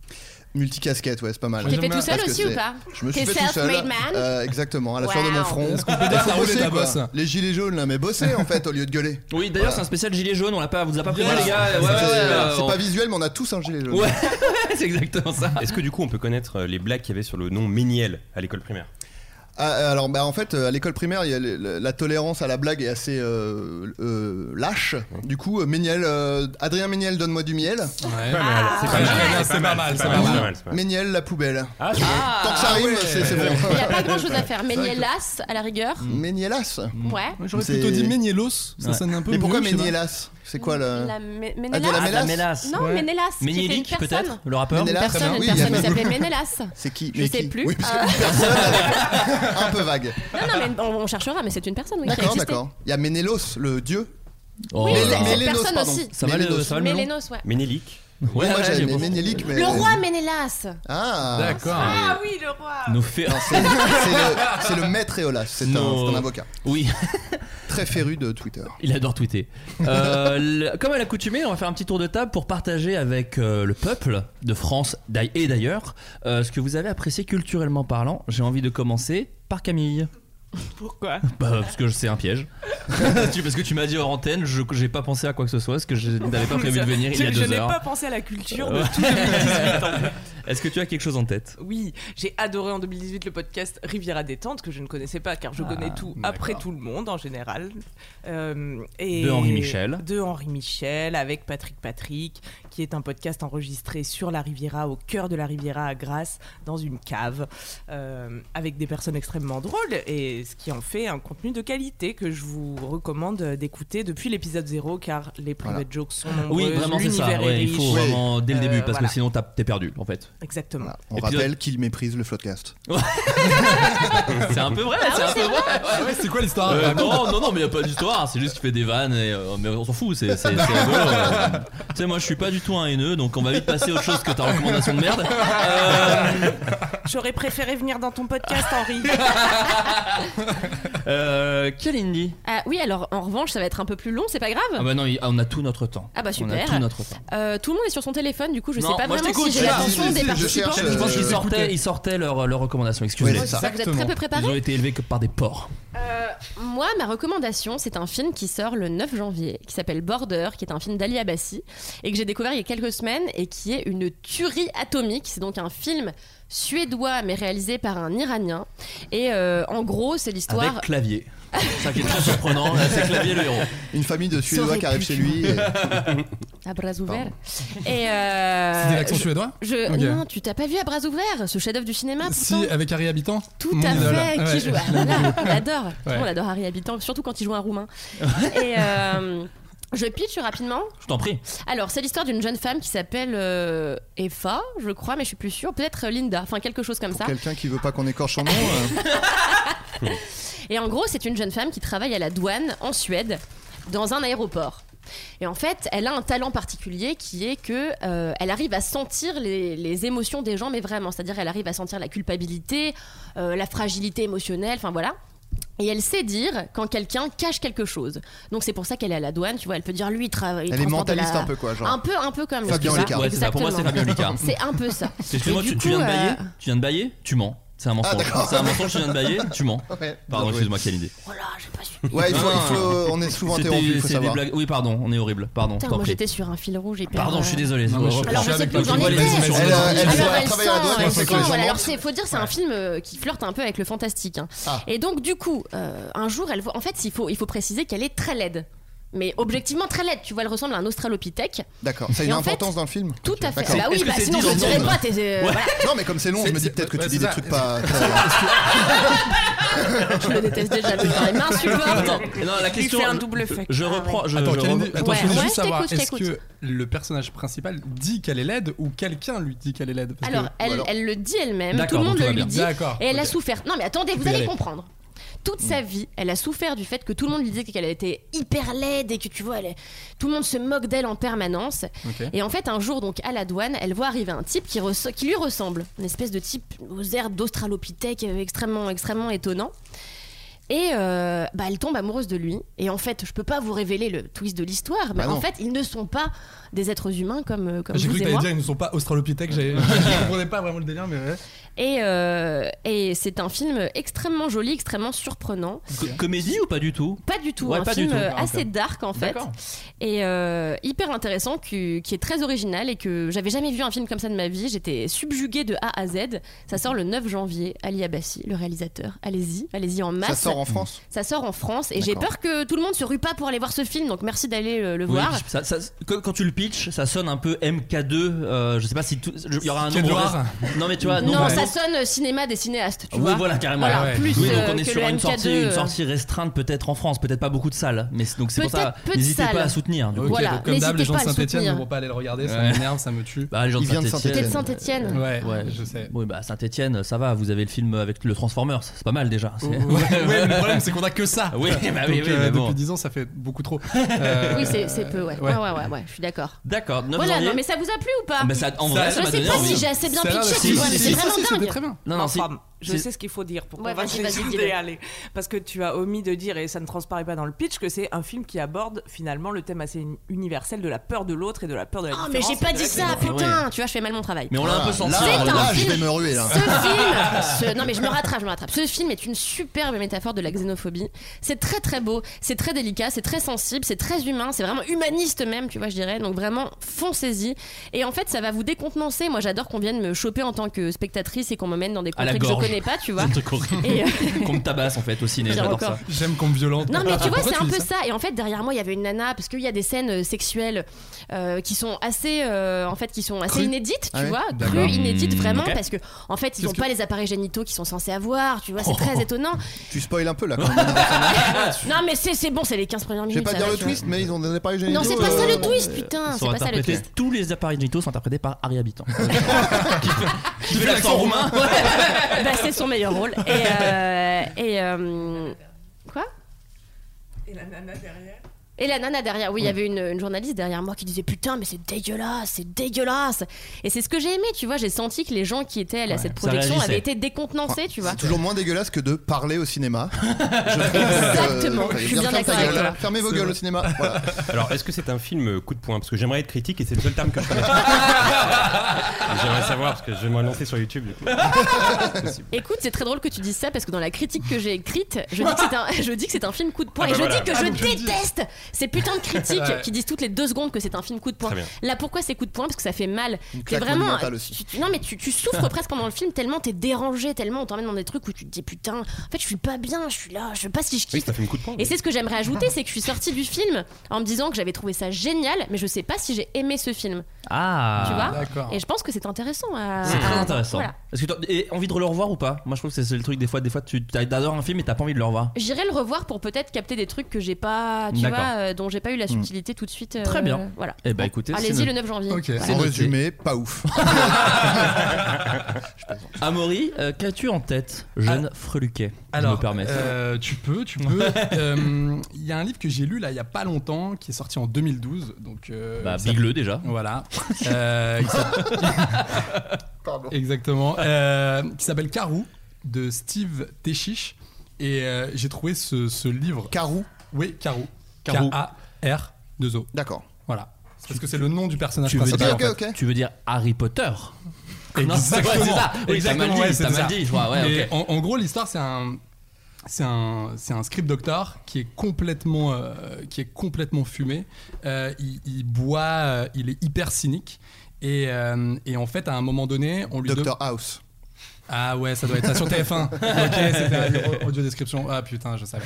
[SPEAKER 9] Multicasquette ouais c'est pas mal.
[SPEAKER 10] T'es fait tout seul
[SPEAKER 9] Parce que
[SPEAKER 10] aussi ou
[SPEAKER 9] c'est-
[SPEAKER 10] pas
[SPEAKER 9] Je me suis
[SPEAKER 10] T'es
[SPEAKER 9] fait tout seul.
[SPEAKER 10] self-made man
[SPEAKER 9] Euh, exactement, à la sueur de mon
[SPEAKER 10] Wow.
[SPEAKER 9] front.
[SPEAKER 10] Est-ce
[SPEAKER 8] qu'on peut dire
[SPEAKER 9] Faut
[SPEAKER 8] ta roulette
[SPEAKER 9] bosser,
[SPEAKER 8] à
[SPEAKER 9] quoi.
[SPEAKER 8] bosse
[SPEAKER 9] Les gilets jaunes là, mais bosser en fait au lieu de gueuler.
[SPEAKER 3] Oui, d'ailleurs,
[SPEAKER 9] Voilà.
[SPEAKER 3] c'est un spécial gilet jaune, on l'a pas, vous a pas prévenu,
[SPEAKER 8] Yes.
[SPEAKER 3] les gars. Ouais,
[SPEAKER 9] C'est
[SPEAKER 3] ouais, ouais,
[SPEAKER 9] c'est
[SPEAKER 3] on-
[SPEAKER 9] pas visuel, mais on a tous un gilet jaune.
[SPEAKER 3] Ouais, c'est exactement ça.
[SPEAKER 5] Est-ce que du coup on peut connaître euh, les blagues qu'il y avait sur le nom Méniel à l'école primaire
[SPEAKER 9] Ah, alors, bah, en fait, euh, à l'école primaire, il y a le- le- la tolérance à la blague est assez euh, euh, lâche. Du coup, euh, Méniel, euh, Adrien Méniel, donne-moi du miel.
[SPEAKER 8] Ouais.
[SPEAKER 5] C'est
[SPEAKER 8] pas mal, Ah. c'est pas mal, c'est pas mal.
[SPEAKER 5] c'est pas mal.
[SPEAKER 9] Méniel, la poubelle.
[SPEAKER 5] Ah, c'est bon.
[SPEAKER 9] Tant que ça rime, c'est c'est bon.
[SPEAKER 10] Il n'y a pas grand chose à faire. Ménielas, à la rigueur.
[SPEAKER 9] Mm. Ménielas.
[SPEAKER 10] Ouais.
[SPEAKER 8] Moi, J'aurais
[SPEAKER 9] C'est-
[SPEAKER 8] plutôt dit Ménielos, ça
[SPEAKER 3] Ouais.
[SPEAKER 8] sonne un peu
[SPEAKER 9] Mais pourquoi
[SPEAKER 8] mieux, je sais pas.
[SPEAKER 9] Ménielas C'est quoi le.
[SPEAKER 10] La mé-
[SPEAKER 9] Ah, de la
[SPEAKER 10] Ménélas.
[SPEAKER 9] Mélasse
[SPEAKER 10] Non,
[SPEAKER 8] Ouais.
[SPEAKER 10] Ménélas. qui était une
[SPEAKER 3] Ménélique,
[SPEAKER 10] personne.
[SPEAKER 3] peut-être, le rappeur.
[SPEAKER 9] Ménélique. Très bien.
[SPEAKER 10] Personne, une
[SPEAKER 9] Oui, il y a
[SPEAKER 10] personne
[SPEAKER 9] même-
[SPEAKER 10] qui s'appelait Ménélas.
[SPEAKER 9] C'est qui
[SPEAKER 10] Je
[SPEAKER 9] Mais
[SPEAKER 10] sais
[SPEAKER 9] qui
[SPEAKER 10] plus.
[SPEAKER 9] Oui, parce que
[SPEAKER 10] Euh.
[SPEAKER 9] personne. Un peu vague.
[SPEAKER 10] Non, non, mais on, on cherchera, mais c'est une personne, oui. qui a
[SPEAKER 9] D'accord,
[SPEAKER 10] existé.
[SPEAKER 9] d'accord. Il y a Ménélos, le dieu.
[SPEAKER 3] Oh,
[SPEAKER 10] Oui,
[SPEAKER 3] là
[SPEAKER 9] Mélé-
[SPEAKER 10] c'est
[SPEAKER 3] là.
[SPEAKER 10] cette
[SPEAKER 9] Mélénos,
[SPEAKER 10] personne
[SPEAKER 9] pardon.
[SPEAKER 10] aussi.
[SPEAKER 3] Ça va, le-
[SPEAKER 9] Mélénos.
[SPEAKER 3] ça va le nom
[SPEAKER 10] Mélénos, ouais.
[SPEAKER 5] Ménélique.
[SPEAKER 9] Oui, moi,
[SPEAKER 3] ouais,
[SPEAKER 9] j'avais
[SPEAKER 3] j'ai-
[SPEAKER 9] Ménélique, mais.
[SPEAKER 10] Le roi Ménélas.
[SPEAKER 9] Ah
[SPEAKER 8] D'accord.
[SPEAKER 4] Ah oui, le roi
[SPEAKER 3] Nos fé-
[SPEAKER 10] Ah.
[SPEAKER 9] Non, c'est c'est le, c'est le maître Eolas, c'est un,
[SPEAKER 3] Nos-
[SPEAKER 9] c'est un avocat.
[SPEAKER 3] Oui,
[SPEAKER 9] Très féru de Twitter.
[SPEAKER 3] il adore tweeter. Euh, le- comme à l'accoutumée, on va faire un petit tour de table pour partager avec euh, le peuple de France d'ail- et d'ailleurs euh, ce que vous avez apprécié culturellement parlant. J'ai envie de commencer par Camille.
[SPEAKER 4] Pourquoi
[SPEAKER 3] Bah, parce que c'est un piège. Tu- parce que tu m'as dit hors antenne, je j'ai pas pensé à quoi que ce soit, parce que je n'avais pas prévu de venir il y a
[SPEAKER 4] Je- Je
[SPEAKER 3] deux
[SPEAKER 4] n'ai
[SPEAKER 3] heures.
[SPEAKER 4] pas pensé à la culture de
[SPEAKER 3] Ouais.
[SPEAKER 4] tout 2018 en fait.
[SPEAKER 3] Est-ce que tu as quelque chose en tête
[SPEAKER 4] Oui, j'ai adoré en 2018 le podcast Riviera détente que je ne connaissais pas car je
[SPEAKER 3] Ah,
[SPEAKER 4] connais tout
[SPEAKER 3] d'accord.
[SPEAKER 4] après tout le monde en général. Euh, et
[SPEAKER 3] De Henri Michel.
[SPEAKER 4] De Henri Michel avec Patrick Patrick qui est un podcast enregistré sur la Riviera, au cœur de la Riviera à Grasse, dans une cave, euh, avec des personnes extrêmement drôles et et ce qui en fait un contenu de qualité que je vous recommande d'écouter depuis l'épisode 0 car les private
[SPEAKER 3] Voilà.
[SPEAKER 4] jokes sont
[SPEAKER 3] Oui,
[SPEAKER 4] nombreuses.
[SPEAKER 3] vraiment, c'est ça.
[SPEAKER 4] l'univers est
[SPEAKER 3] Ouais, il faut
[SPEAKER 4] riche.
[SPEAKER 3] vraiment dès le
[SPEAKER 4] Euh,
[SPEAKER 3] début parce
[SPEAKER 4] voilà.
[SPEAKER 3] que sinon t'as- t'es perdu en fait.
[SPEAKER 4] Exactement.
[SPEAKER 9] On
[SPEAKER 3] Épisode-
[SPEAKER 9] rappelle qu'il méprise le floodcast.
[SPEAKER 3] C'est un peu vrai,
[SPEAKER 4] Ah
[SPEAKER 3] c'est
[SPEAKER 4] ouais,
[SPEAKER 3] un peu
[SPEAKER 4] c'est
[SPEAKER 3] vrai.
[SPEAKER 4] vrai.
[SPEAKER 8] Ouais, c'est quoi l'histoire
[SPEAKER 3] Euh,
[SPEAKER 8] Raconte.
[SPEAKER 3] Non, non, non, mais y a pas d'histoire. C'est juste qu'il fait des vannes et euh, mais on s'en fout. C'est c'est- c'est rigolo. euh. Tu sais, moi, je suis pas du tout un haineux, donc on va vite passer à autre chose que ta recommandation de merde.
[SPEAKER 4] J'aurais préféré venir dans ton podcast, Henri.
[SPEAKER 3] Euh, quel indie
[SPEAKER 10] Ah oui, alors en revanche, ça va être un peu plus long, c'est pas grave.
[SPEAKER 3] Ah bah non, il- ah, on a tout notre temps.
[SPEAKER 10] Ah bah super.
[SPEAKER 3] On a tout notre temps.
[SPEAKER 10] Euh, tout le monde est sur son téléphone, du coup, je
[SPEAKER 3] Non,
[SPEAKER 10] sais pas
[SPEAKER 3] moi, je
[SPEAKER 10] vraiment
[SPEAKER 3] t'écoute,
[SPEAKER 10] si j'ai
[SPEAKER 3] je-
[SPEAKER 10] l'attention
[SPEAKER 3] je-
[SPEAKER 10] des
[SPEAKER 3] je-
[SPEAKER 10] participants.
[SPEAKER 3] Je pense qu'ils sortaient, ils sortaient leurs leurs recommandations.
[SPEAKER 10] euh, Ouais,
[SPEAKER 3] Excusez-moi.
[SPEAKER 10] c'est ça. Vous êtes très peu Exactement. préparés
[SPEAKER 3] Ils ont été élevés que par des porcs.
[SPEAKER 10] Euh, Moi, ma recommandation, c'est un film qui sort le 9 janvier, qui s'appelle Border, qui est un film d'Ali Abassi, et que j'ai découvert il y a quelques semaines, et qui est une tuerie atomique. C'est donc un film suédois, mais réalisé par un Iranien. Et euh, en gros, c'est l'histoire...
[SPEAKER 3] Avec clavier. Ça qui est très surprenant. là, C'est clavier le héros.
[SPEAKER 9] Une famille de Suédois
[SPEAKER 10] aurait
[SPEAKER 9] qui arrive
[SPEAKER 10] pu,
[SPEAKER 9] chez
[SPEAKER 10] tu
[SPEAKER 9] lui.
[SPEAKER 10] vois.
[SPEAKER 9] et-
[SPEAKER 10] À bras ouverts. Et euh,
[SPEAKER 8] C'était l'accent
[SPEAKER 10] je-
[SPEAKER 8] suédois
[SPEAKER 10] je-
[SPEAKER 8] Ok.
[SPEAKER 10] Non, tu t'as pas vu à bras ouverts, ce chef-d'œuvre du cinéma pourtant
[SPEAKER 8] Si, avec Harry Habitant
[SPEAKER 10] Tout
[SPEAKER 8] Mon
[SPEAKER 10] à
[SPEAKER 8] idole.
[SPEAKER 10] fait, qui
[SPEAKER 8] Ouais.
[SPEAKER 10] joue. Ah, voilà, on adore. Tout le
[SPEAKER 8] Ouais.
[SPEAKER 10] monde adore Harry Habitant, surtout quand il joue un roumain. Et euh, je pitch rapidement.
[SPEAKER 3] Je t'en prie.
[SPEAKER 10] Alors, c'est l'histoire d'une jeune femme qui s'appelle euh, Effa, je crois, mais je suis plus sûre. Peut-être euh, Linda, enfin quelque chose comme ça.
[SPEAKER 9] Quelqu'un qui veut pas qu'on écorche son nom. euh,
[SPEAKER 10] Et en gros, c'est une jeune femme qui travaille à la douane en Suède, dans un aéroport. Et en fait, elle a un talent particulier qui est que euh, elle arrive à sentir les, les émotions des gens, mais vraiment, c'est-à-dire elle arrive à sentir la culpabilité, euh, la fragilité émotionnelle, enfin voilà. Et elle sait dire quand quelqu'un cache quelque chose. Donc c'est pour ça qu'elle est à la douane, tu vois. Elle peut dire lui, il travaille.
[SPEAKER 9] Elle est mentaliste un peu, quoi, genre.
[SPEAKER 10] Un peu, un peu comme.
[SPEAKER 9] Fabien
[SPEAKER 10] tu vois,
[SPEAKER 9] Olicard.
[SPEAKER 3] Ouais, c'est ça, pour moi, c'est
[SPEAKER 10] exactement.
[SPEAKER 3] Fabien Olicard.
[SPEAKER 10] C'est un peu ça.
[SPEAKER 3] Excuse-moi,
[SPEAKER 10] Et du
[SPEAKER 3] tu, tu
[SPEAKER 10] coup,
[SPEAKER 3] viens de
[SPEAKER 10] euh,
[SPEAKER 3] bailler Tu viens de bailler Tu mens. C'est un mensonge.
[SPEAKER 9] Ah, d'accord.
[SPEAKER 3] c'est un mensonge, tu viens de bailler Tu mens.
[SPEAKER 9] Ouais,
[SPEAKER 3] Pardon,
[SPEAKER 9] bien joué.
[SPEAKER 3] excuse-moi, quelle idée.
[SPEAKER 10] Oh
[SPEAKER 9] Ouais, il faut, il faut- on est souvent
[SPEAKER 3] C'était-
[SPEAKER 9] interrompu, il faut
[SPEAKER 3] c'est des
[SPEAKER 9] savoir.
[SPEAKER 3] blagues. Oui, pardon, on est horrible. Pardon, je
[SPEAKER 10] Putain,
[SPEAKER 3] t'en
[SPEAKER 10] moi
[SPEAKER 3] prie.
[SPEAKER 10] j'étais sur un fil rouge et puis,
[SPEAKER 3] Pardon,
[SPEAKER 10] euh,
[SPEAKER 3] je suis désolé.
[SPEAKER 8] Non, mais je
[SPEAKER 3] reprends.
[SPEAKER 8] Alors, je sais plus où j'en
[SPEAKER 3] Tu vois
[SPEAKER 8] étais.
[SPEAKER 3] les émissions,
[SPEAKER 8] Elle, euh, elle-
[SPEAKER 3] je reprends.
[SPEAKER 10] Alors,
[SPEAKER 8] Elle
[SPEAKER 10] elle
[SPEAKER 8] travaille à la douane,
[SPEAKER 10] sent,
[SPEAKER 8] elle
[SPEAKER 10] elle
[SPEAKER 8] sent
[SPEAKER 10] sent,
[SPEAKER 8] que les gens
[SPEAKER 10] voilà.
[SPEAKER 8] mentent.
[SPEAKER 10] Alors c'est, faut dire, c'est un film euh, qui flirte un peu avec le fantastique. hein.
[SPEAKER 8] Ah.
[SPEAKER 10] Et donc du coup, euh, un jour, elle voit. En fait, il faut, il faut préciser qu'elle est très laide. Mais objectivement très laide. Tu vois, elle ressemble à un australopithèque.
[SPEAKER 9] D'accord, ça a
[SPEAKER 10] Et
[SPEAKER 9] une
[SPEAKER 10] en fait,
[SPEAKER 9] importance dans le film
[SPEAKER 10] Tout à fait.
[SPEAKER 9] D'accord.
[SPEAKER 10] Bah oui, bah, sinon je ne dirais pas. T'es, euh, voilà.
[SPEAKER 9] Non, mais comme c'est long, je me dis peut-être que tu dis des trucs pas.
[SPEAKER 10] Je me déteste déjà. le gars, Il m'insupporte.
[SPEAKER 3] Non, la question.
[SPEAKER 10] Il fait un double fuck.
[SPEAKER 3] Je reprends. Je,
[SPEAKER 8] Attends,
[SPEAKER 3] je
[SPEAKER 8] Kalindi,
[SPEAKER 3] reprends-
[SPEAKER 8] attends, je
[SPEAKER 10] Ouais,
[SPEAKER 8] voulais
[SPEAKER 10] ouais,
[SPEAKER 8] juste
[SPEAKER 10] je t'écoute,
[SPEAKER 8] savoir,
[SPEAKER 10] je
[SPEAKER 8] est-ce
[SPEAKER 10] t'écoute.
[SPEAKER 8] que le personnage principal dit qu'elle est laide ou quelqu'un lui dit qu'elle est laide Parce que-
[SPEAKER 10] Alors, elle,
[SPEAKER 8] Ou alors-
[SPEAKER 10] elle le dit elle-même, tout
[SPEAKER 8] D'accord,
[SPEAKER 10] le
[SPEAKER 8] donc
[SPEAKER 10] monde
[SPEAKER 8] tout
[SPEAKER 10] le
[SPEAKER 8] va
[SPEAKER 10] lui
[SPEAKER 8] bien.
[SPEAKER 10] dit,
[SPEAKER 8] D'accord,
[SPEAKER 10] et elle a
[SPEAKER 8] ok. Mm.
[SPEAKER 10] souffert. Non, mais attendez,
[SPEAKER 8] Tu
[SPEAKER 10] vous
[SPEAKER 8] peux y
[SPEAKER 10] allez
[SPEAKER 8] aller.
[SPEAKER 10] comprendre. Toute sa vie, elle a souffert du fait que tout le monde lui disait qu'elle était hyper laide et que tu vois, elle est- tout le monde se moque d'elle en permanence.
[SPEAKER 11] Ok.
[SPEAKER 10] Et en fait, un jour, donc à la douane, elle voit arriver un type qui, res- qui lui ressemble, une espèce de type aux airs d'Australopithèque euh, extrêmement, extrêmement étonnant. Et euh, bah, elle tombe amoureuse de lui. Et en fait, je peux pas vous révéler le twist de l'histoire, mais
[SPEAKER 8] Bah non. Ah,
[SPEAKER 10] en fait, ils ne sont pas des êtres humains comme, euh, comme
[SPEAKER 8] J'ai
[SPEAKER 10] vous
[SPEAKER 8] cru que
[SPEAKER 10] et
[SPEAKER 8] t'allais
[SPEAKER 10] moi.
[SPEAKER 8] dire ils ne sont pas australopithèques, j'ai- je comprenais pas vraiment le délire, mais ouais.
[SPEAKER 10] Et, euh, et c'est un film extrêmement joli, extrêmement surprenant.
[SPEAKER 3] Co- Comédie ou pas du tout
[SPEAKER 10] Pas du tout,
[SPEAKER 3] Ouais,
[SPEAKER 10] un
[SPEAKER 3] pas du
[SPEAKER 10] film
[SPEAKER 3] tout.
[SPEAKER 10] euh,
[SPEAKER 3] Ah, ok.
[SPEAKER 10] assez dark en fait.
[SPEAKER 3] D'accord.
[SPEAKER 10] Et euh, hyper intéressant, qui, qui est très original et que j'avais jamais vu un film comme ça de ma vie. J'étais subjuguée de A à Z. Ça sort le 9 janvier. Ali Abassi, le réalisateur. Allez-y, allez-y en masse.
[SPEAKER 9] Ça sort en France
[SPEAKER 10] Ça sort en France. Et j'ai
[SPEAKER 9] D'accord.
[SPEAKER 10] peur que tout le monde se rue pas pour aller voir ce film, donc merci d'aller euh, le,
[SPEAKER 3] Oui,
[SPEAKER 10] voir.
[SPEAKER 3] ça- ça- quand quand tu le pitches, ça sonne un peu MK2. euh, je sais pas si tout- je- il y aura un
[SPEAKER 8] Quai
[SPEAKER 3] nombre.
[SPEAKER 8] Noir.
[SPEAKER 3] reste- Non mais tu vois.
[SPEAKER 10] non,
[SPEAKER 3] nombre-
[SPEAKER 10] ça sonne euh, cinéma des cinéastes, tu
[SPEAKER 3] oui,
[SPEAKER 10] vois.
[SPEAKER 3] voilà, carrément.
[SPEAKER 10] Voilà, plus
[SPEAKER 3] oui, donc
[SPEAKER 10] euh,
[SPEAKER 3] on est
[SPEAKER 10] que
[SPEAKER 3] sur
[SPEAKER 10] le
[SPEAKER 3] une
[SPEAKER 10] MK2,
[SPEAKER 3] sortie, une
[SPEAKER 10] euh,
[SPEAKER 3] sortie restreinte, peut-être en France, peut-être pas beaucoup de salles. Mais donc c'est pour ça.
[SPEAKER 10] Peut-être peu de
[SPEAKER 3] N'hésitez
[SPEAKER 10] salles.
[SPEAKER 3] pas à soutenir. Du coup.
[SPEAKER 8] Ok,
[SPEAKER 10] Voilà,
[SPEAKER 8] donc comme d'hab, les
[SPEAKER 10] n'hésitez
[SPEAKER 8] gens
[SPEAKER 10] pas
[SPEAKER 8] de
[SPEAKER 10] à le
[SPEAKER 8] Saint-Etienne ne
[SPEAKER 10] soutenir.
[SPEAKER 8] vont pas aller le regarder, ça
[SPEAKER 3] Ouais.
[SPEAKER 8] m'énerve, ça me tue.
[SPEAKER 3] Bah, les gens
[SPEAKER 8] Il vient de
[SPEAKER 10] T'es de Saint-Etienne.
[SPEAKER 8] Ouais, je sais.
[SPEAKER 3] Oui, bah Saint-Etienne, ça va. Vous avez le film avec le Transformers, c'est pas mal déjà. C'est-
[SPEAKER 8] Ouais, ouais, le problème c'est qu'on a que ça.
[SPEAKER 3] Ah. Oui, bah oui,
[SPEAKER 8] Donc,
[SPEAKER 3] oui,
[SPEAKER 8] euh,
[SPEAKER 3] mais bon.
[SPEAKER 8] depuis 10 ans, ça fait beaucoup trop. Euh,
[SPEAKER 10] Oui, c'est c'est peu, ouais. Ouais,
[SPEAKER 8] ouais.
[SPEAKER 10] ouais, ouais, ouais, je suis d'accord.
[SPEAKER 3] D'accord. neuf
[SPEAKER 10] Voilà,
[SPEAKER 3] janvier.
[SPEAKER 10] non, mais ça vous a plu ou pas
[SPEAKER 3] Ah, mais ça- en vrai, ça
[SPEAKER 10] Je
[SPEAKER 3] m'a
[SPEAKER 10] sais
[SPEAKER 3] donné
[SPEAKER 10] pas
[SPEAKER 3] envie.
[SPEAKER 10] si j'ai assez bien
[SPEAKER 3] Ça a l'air
[SPEAKER 10] pitché,
[SPEAKER 3] de-
[SPEAKER 10] tu
[SPEAKER 3] si,
[SPEAKER 10] vois,
[SPEAKER 3] si,
[SPEAKER 10] mais
[SPEAKER 3] si,
[SPEAKER 10] c'est
[SPEAKER 3] si,
[SPEAKER 10] vraiment
[SPEAKER 3] si, c'était
[SPEAKER 10] dingue.
[SPEAKER 3] très bien. Non, non, c'est-
[SPEAKER 4] Enfin, je
[SPEAKER 3] c'est-
[SPEAKER 4] sais ce qu'il faut dire pour
[SPEAKER 10] Ouais,
[SPEAKER 4] convaincre
[SPEAKER 10] vas-y,
[SPEAKER 4] les
[SPEAKER 10] vas-y,
[SPEAKER 4] gens
[SPEAKER 10] dis-le.
[SPEAKER 4] d'y aller. Parce que tu as omis de dire, et ça ne transparaît pas dans le pitch, que c'est un film qui aborde finalement le thème assez uni- universel de la peur de l'autre et de la peur de la
[SPEAKER 10] Oh, mais
[SPEAKER 4] différence.
[SPEAKER 10] j'ai pas dit ça, putain Tu vois, je fais mal mon travail.
[SPEAKER 3] Mais on l'a un peu senti. hein.
[SPEAKER 10] C'est un
[SPEAKER 9] Ah, là, je
[SPEAKER 10] film.
[SPEAKER 9] vais me ruer là.
[SPEAKER 10] Ce film, ce- non mais je me rattrape, je me rattrape. Ce film est une superbe métaphore de la xénophobie. C'est très très beau, c'est très délicat, c'est très sensible, c'est très humain, c'est vraiment humaniste même, tu vois, je dirais. Donc vraiment, foncez-y. Et en fait, ça va vous décontenancer. Moi, j'adore qu'on vienne me choper en tant que spectatrice défi, c'est qu'on me mène dans des
[SPEAKER 3] À la
[SPEAKER 10] contrées que je
[SPEAKER 3] gorge.
[SPEAKER 10] connais pas, tu vois.
[SPEAKER 3] C'est un truc horrible.
[SPEAKER 10] Et, euh,
[SPEAKER 3] Qu'on me tabasse en fait au ciné,
[SPEAKER 10] Pire
[SPEAKER 3] j'adore
[SPEAKER 10] encore.
[SPEAKER 3] ça. Ah,
[SPEAKER 8] J'aime qu'on me violente.
[SPEAKER 10] Non mais tu vois
[SPEAKER 3] Pourquoi
[SPEAKER 10] c'est un
[SPEAKER 3] dis
[SPEAKER 10] peu ça et en fait derrière moi il y avait une nana parce qu'il y a des scènes euh, sexuelles euh, qui sont assez euh, en fait qui sont assez
[SPEAKER 11] Crues.
[SPEAKER 10] inédites tu
[SPEAKER 11] Ah ouais,
[SPEAKER 10] vois
[SPEAKER 11] d'accord.
[SPEAKER 10] crues inédites
[SPEAKER 11] Hmm,
[SPEAKER 10] vraiment
[SPEAKER 11] ok.
[SPEAKER 10] parce que en fait ils
[SPEAKER 9] Qu'est-ce
[SPEAKER 10] n'ont
[SPEAKER 9] que-
[SPEAKER 10] pas les appareils génitaux qu'ils sont censés avoir tu vois c'est
[SPEAKER 9] Oh.
[SPEAKER 10] très étonnant
[SPEAKER 9] Tu spoil un peu là.
[SPEAKER 10] non mais c'est c'est bon c'est les 15 premières
[SPEAKER 9] Je vais
[SPEAKER 10] minutes
[SPEAKER 9] pas
[SPEAKER 10] ça
[SPEAKER 9] dire
[SPEAKER 10] va,
[SPEAKER 9] le
[SPEAKER 10] tu vois.
[SPEAKER 9] twist, mais ils ont des appareils
[SPEAKER 10] non
[SPEAKER 9] génitaux.
[SPEAKER 10] c'est pas ça
[SPEAKER 9] euh,
[SPEAKER 10] le twist putain c'est
[SPEAKER 3] Sont
[SPEAKER 10] pas ça le
[SPEAKER 3] interprétés-
[SPEAKER 10] twist
[SPEAKER 3] Tous les appareils génitaux sont interprétés par Harry Habitant. Qui fait
[SPEAKER 10] l'accent
[SPEAKER 3] l'accent roumain
[SPEAKER 10] bah c'est son meilleur rôle et euh, et euh, quoi
[SPEAKER 4] Et la nana derrière
[SPEAKER 10] Et la nana derrière, oui, il y avait une, une journaliste derrière moi qui disait putain, mais c'est dégueulasse, c'est dégueulasse. Et c'est ce que j'ai aimé, tu vois. J'ai senti que les gens qui étaient allés à cette
[SPEAKER 9] ça
[SPEAKER 10] projection
[SPEAKER 9] réagissait.
[SPEAKER 10] avaient été décontenancés,
[SPEAKER 9] Enfin,
[SPEAKER 10] tu vois.
[SPEAKER 9] C'est toujours moins dégueulasse que de parler au cinéma.
[SPEAKER 10] Exactement,
[SPEAKER 9] Euh,
[SPEAKER 10] je suis
[SPEAKER 9] bien
[SPEAKER 10] bien
[SPEAKER 9] ferme ta
[SPEAKER 10] d'accord avec
[SPEAKER 9] gueule.
[SPEAKER 10] toi.
[SPEAKER 9] Fermez vos gueules au cinéma. Voilà.
[SPEAKER 5] Alors, est-ce que c'est un film euh, coup de poing Parce que j'aimerais être critique et c'est le seul terme que je connais. j'aimerais savoir parce que je vais me relancer sur YouTube. du coup.
[SPEAKER 10] Écoute, c'est très drôle que tu dises ça parce que dans la critique que j'ai écrite, je dis que c'est un, je dis que c'est un film coup de poing
[SPEAKER 11] Ah
[SPEAKER 10] et
[SPEAKER 11] bah
[SPEAKER 10] je
[SPEAKER 11] voilà.
[SPEAKER 10] dis que
[SPEAKER 11] Ah,
[SPEAKER 10] je
[SPEAKER 11] donc tu le dis.
[SPEAKER 10] déteste ces putains de critiques
[SPEAKER 11] Ouais.
[SPEAKER 10] qui disent toutes les deux secondes que c'est un film coup de poing.
[SPEAKER 11] Très bien.
[SPEAKER 10] Là, pourquoi c'est coup de poing Parce que ça fait mal.
[SPEAKER 11] Une
[SPEAKER 10] T'es
[SPEAKER 11] claque
[SPEAKER 10] vraiment.
[SPEAKER 11] monumentale aussi.
[SPEAKER 10] tu- tu- non, mais tu, tu souffres presque pendant le film tellement t'es dérangé, tellement on t'emmène dans des trucs où tu te dis putain, en fait, je suis pas bien, je suis là, je sais pas si je
[SPEAKER 5] Oui,
[SPEAKER 10] kiffe.
[SPEAKER 5] ça fait un coup de poing.
[SPEAKER 10] Et c'est ce que j'aimerais ajouter,
[SPEAKER 9] Ah.
[SPEAKER 10] c'est que je suis sortie du film en me disant que j'avais trouvé ça génial, mais je sais pas si j'ai aimé ce film.
[SPEAKER 3] Ah,
[SPEAKER 10] tu vois
[SPEAKER 3] d'accord.
[SPEAKER 10] Et je pense que c'est intéressant. À...
[SPEAKER 3] C'est très
[SPEAKER 10] à-
[SPEAKER 3] intéressant.
[SPEAKER 10] voilà.
[SPEAKER 3] Est-ce que t'as et envie de le revoir ou pas Moi je trouve que c'est- c'est le truc des fois, des fois tu adores un film et t'as pas envie de le revoir.
[SPEAKER 10] J'irai le revoir pour peut-être capter des trucs que j'ai pas, tu
[SPEAKER 3] D'accord. Mm.
[SPEAKER 10] vois, euh, dont j'ai pas eu la subtilité tout de suite. euh,
[SPEAKER 3] Très bien.
[SPEAKER 10] Voilà.
[SPEAKER 3] Eh ben, écoutez, c'est
[SPEAKER 10] allez-y
[SPEAKER 3] no-
[SPEAKER 10] le 9 janvier.
[SPEAKER 3] Ok.
[SPEAKER 10] Voilà.
[SPEAKER 3] C'est
[SPEAKER 9] En
[SPEAKER 3] noté.
[SPEAKER 9] résumé, pas ouf.
[SPEAKER 3] Amaury, euh, qu'as-tu en tête, jeune freluquet
[SPEAKER 8] Ah. Alors,
[SPEAKER 3] je me permets.
[SPEAKER 8] euh, tu peux, tu peux. Euh, Il y a un livre que j'ai lu là il y a pas longtemps qui est sorti en 2012, donc. euh,
[SPEAKER 3] Bah,
[SPEAKER 8] il s'appelle-
[SPEAKER 3] big-le déjà.
[SPEAKER 8] Voilà. Euh, il s'appelle- Exactement. Euh, qui s'appelle Carou de Steve Techiche et euh, j'ai trouvé ce, ce livre.
[SPEAKER 9] Carou.
[SPEAKER 8] Oui, Carou. K
[SPEAKER 3] Carou.
[SPEAKER 8] A R 2 O.
[SPEAKER 9] D'accord.
[SPEAKER 8] Voilà. Parce que c'est le nom du personnage
[SPEAKER 3] tu veux,
[SPEAKER 8] principal.
[SPEAKER 3] dire,
[SPEAKER 8] en fait.
[SPEAKER 3] tu veux dire Harry Potter Non, c'est- ouais,
[SPEAKER 8] Exactement.
[SPEAKER 3] c'est ça. Oui,
[SPEAKER 8] Exactement,
[SPEAKER 3] t'as mal dit,
[SPEAKER 8] ouais, c'est
[SPEAKER 3] t'as mal
[SPEAKER 8] ça.
[SPEAKER 3] dit, je crois, ouais,
[SPEAKER 8] Mais
[SPEAKER 3] ok.
[SPEAKER 8] en, en gros, l'histoire, c'est un. C'est un, c'est un script doctor qui est complètement, euh, qui est complètement fumé. Euh, il, il boit, euh, il est hyper cynique. Et, euh, et en fait, à un moment donné, on lui
[SPEAKER 9] Dr House.
[SPEAKER 8] Ah ouais, ça doit être ça sur TF1. ok, c'était au- audio description. Ah putain, je savais.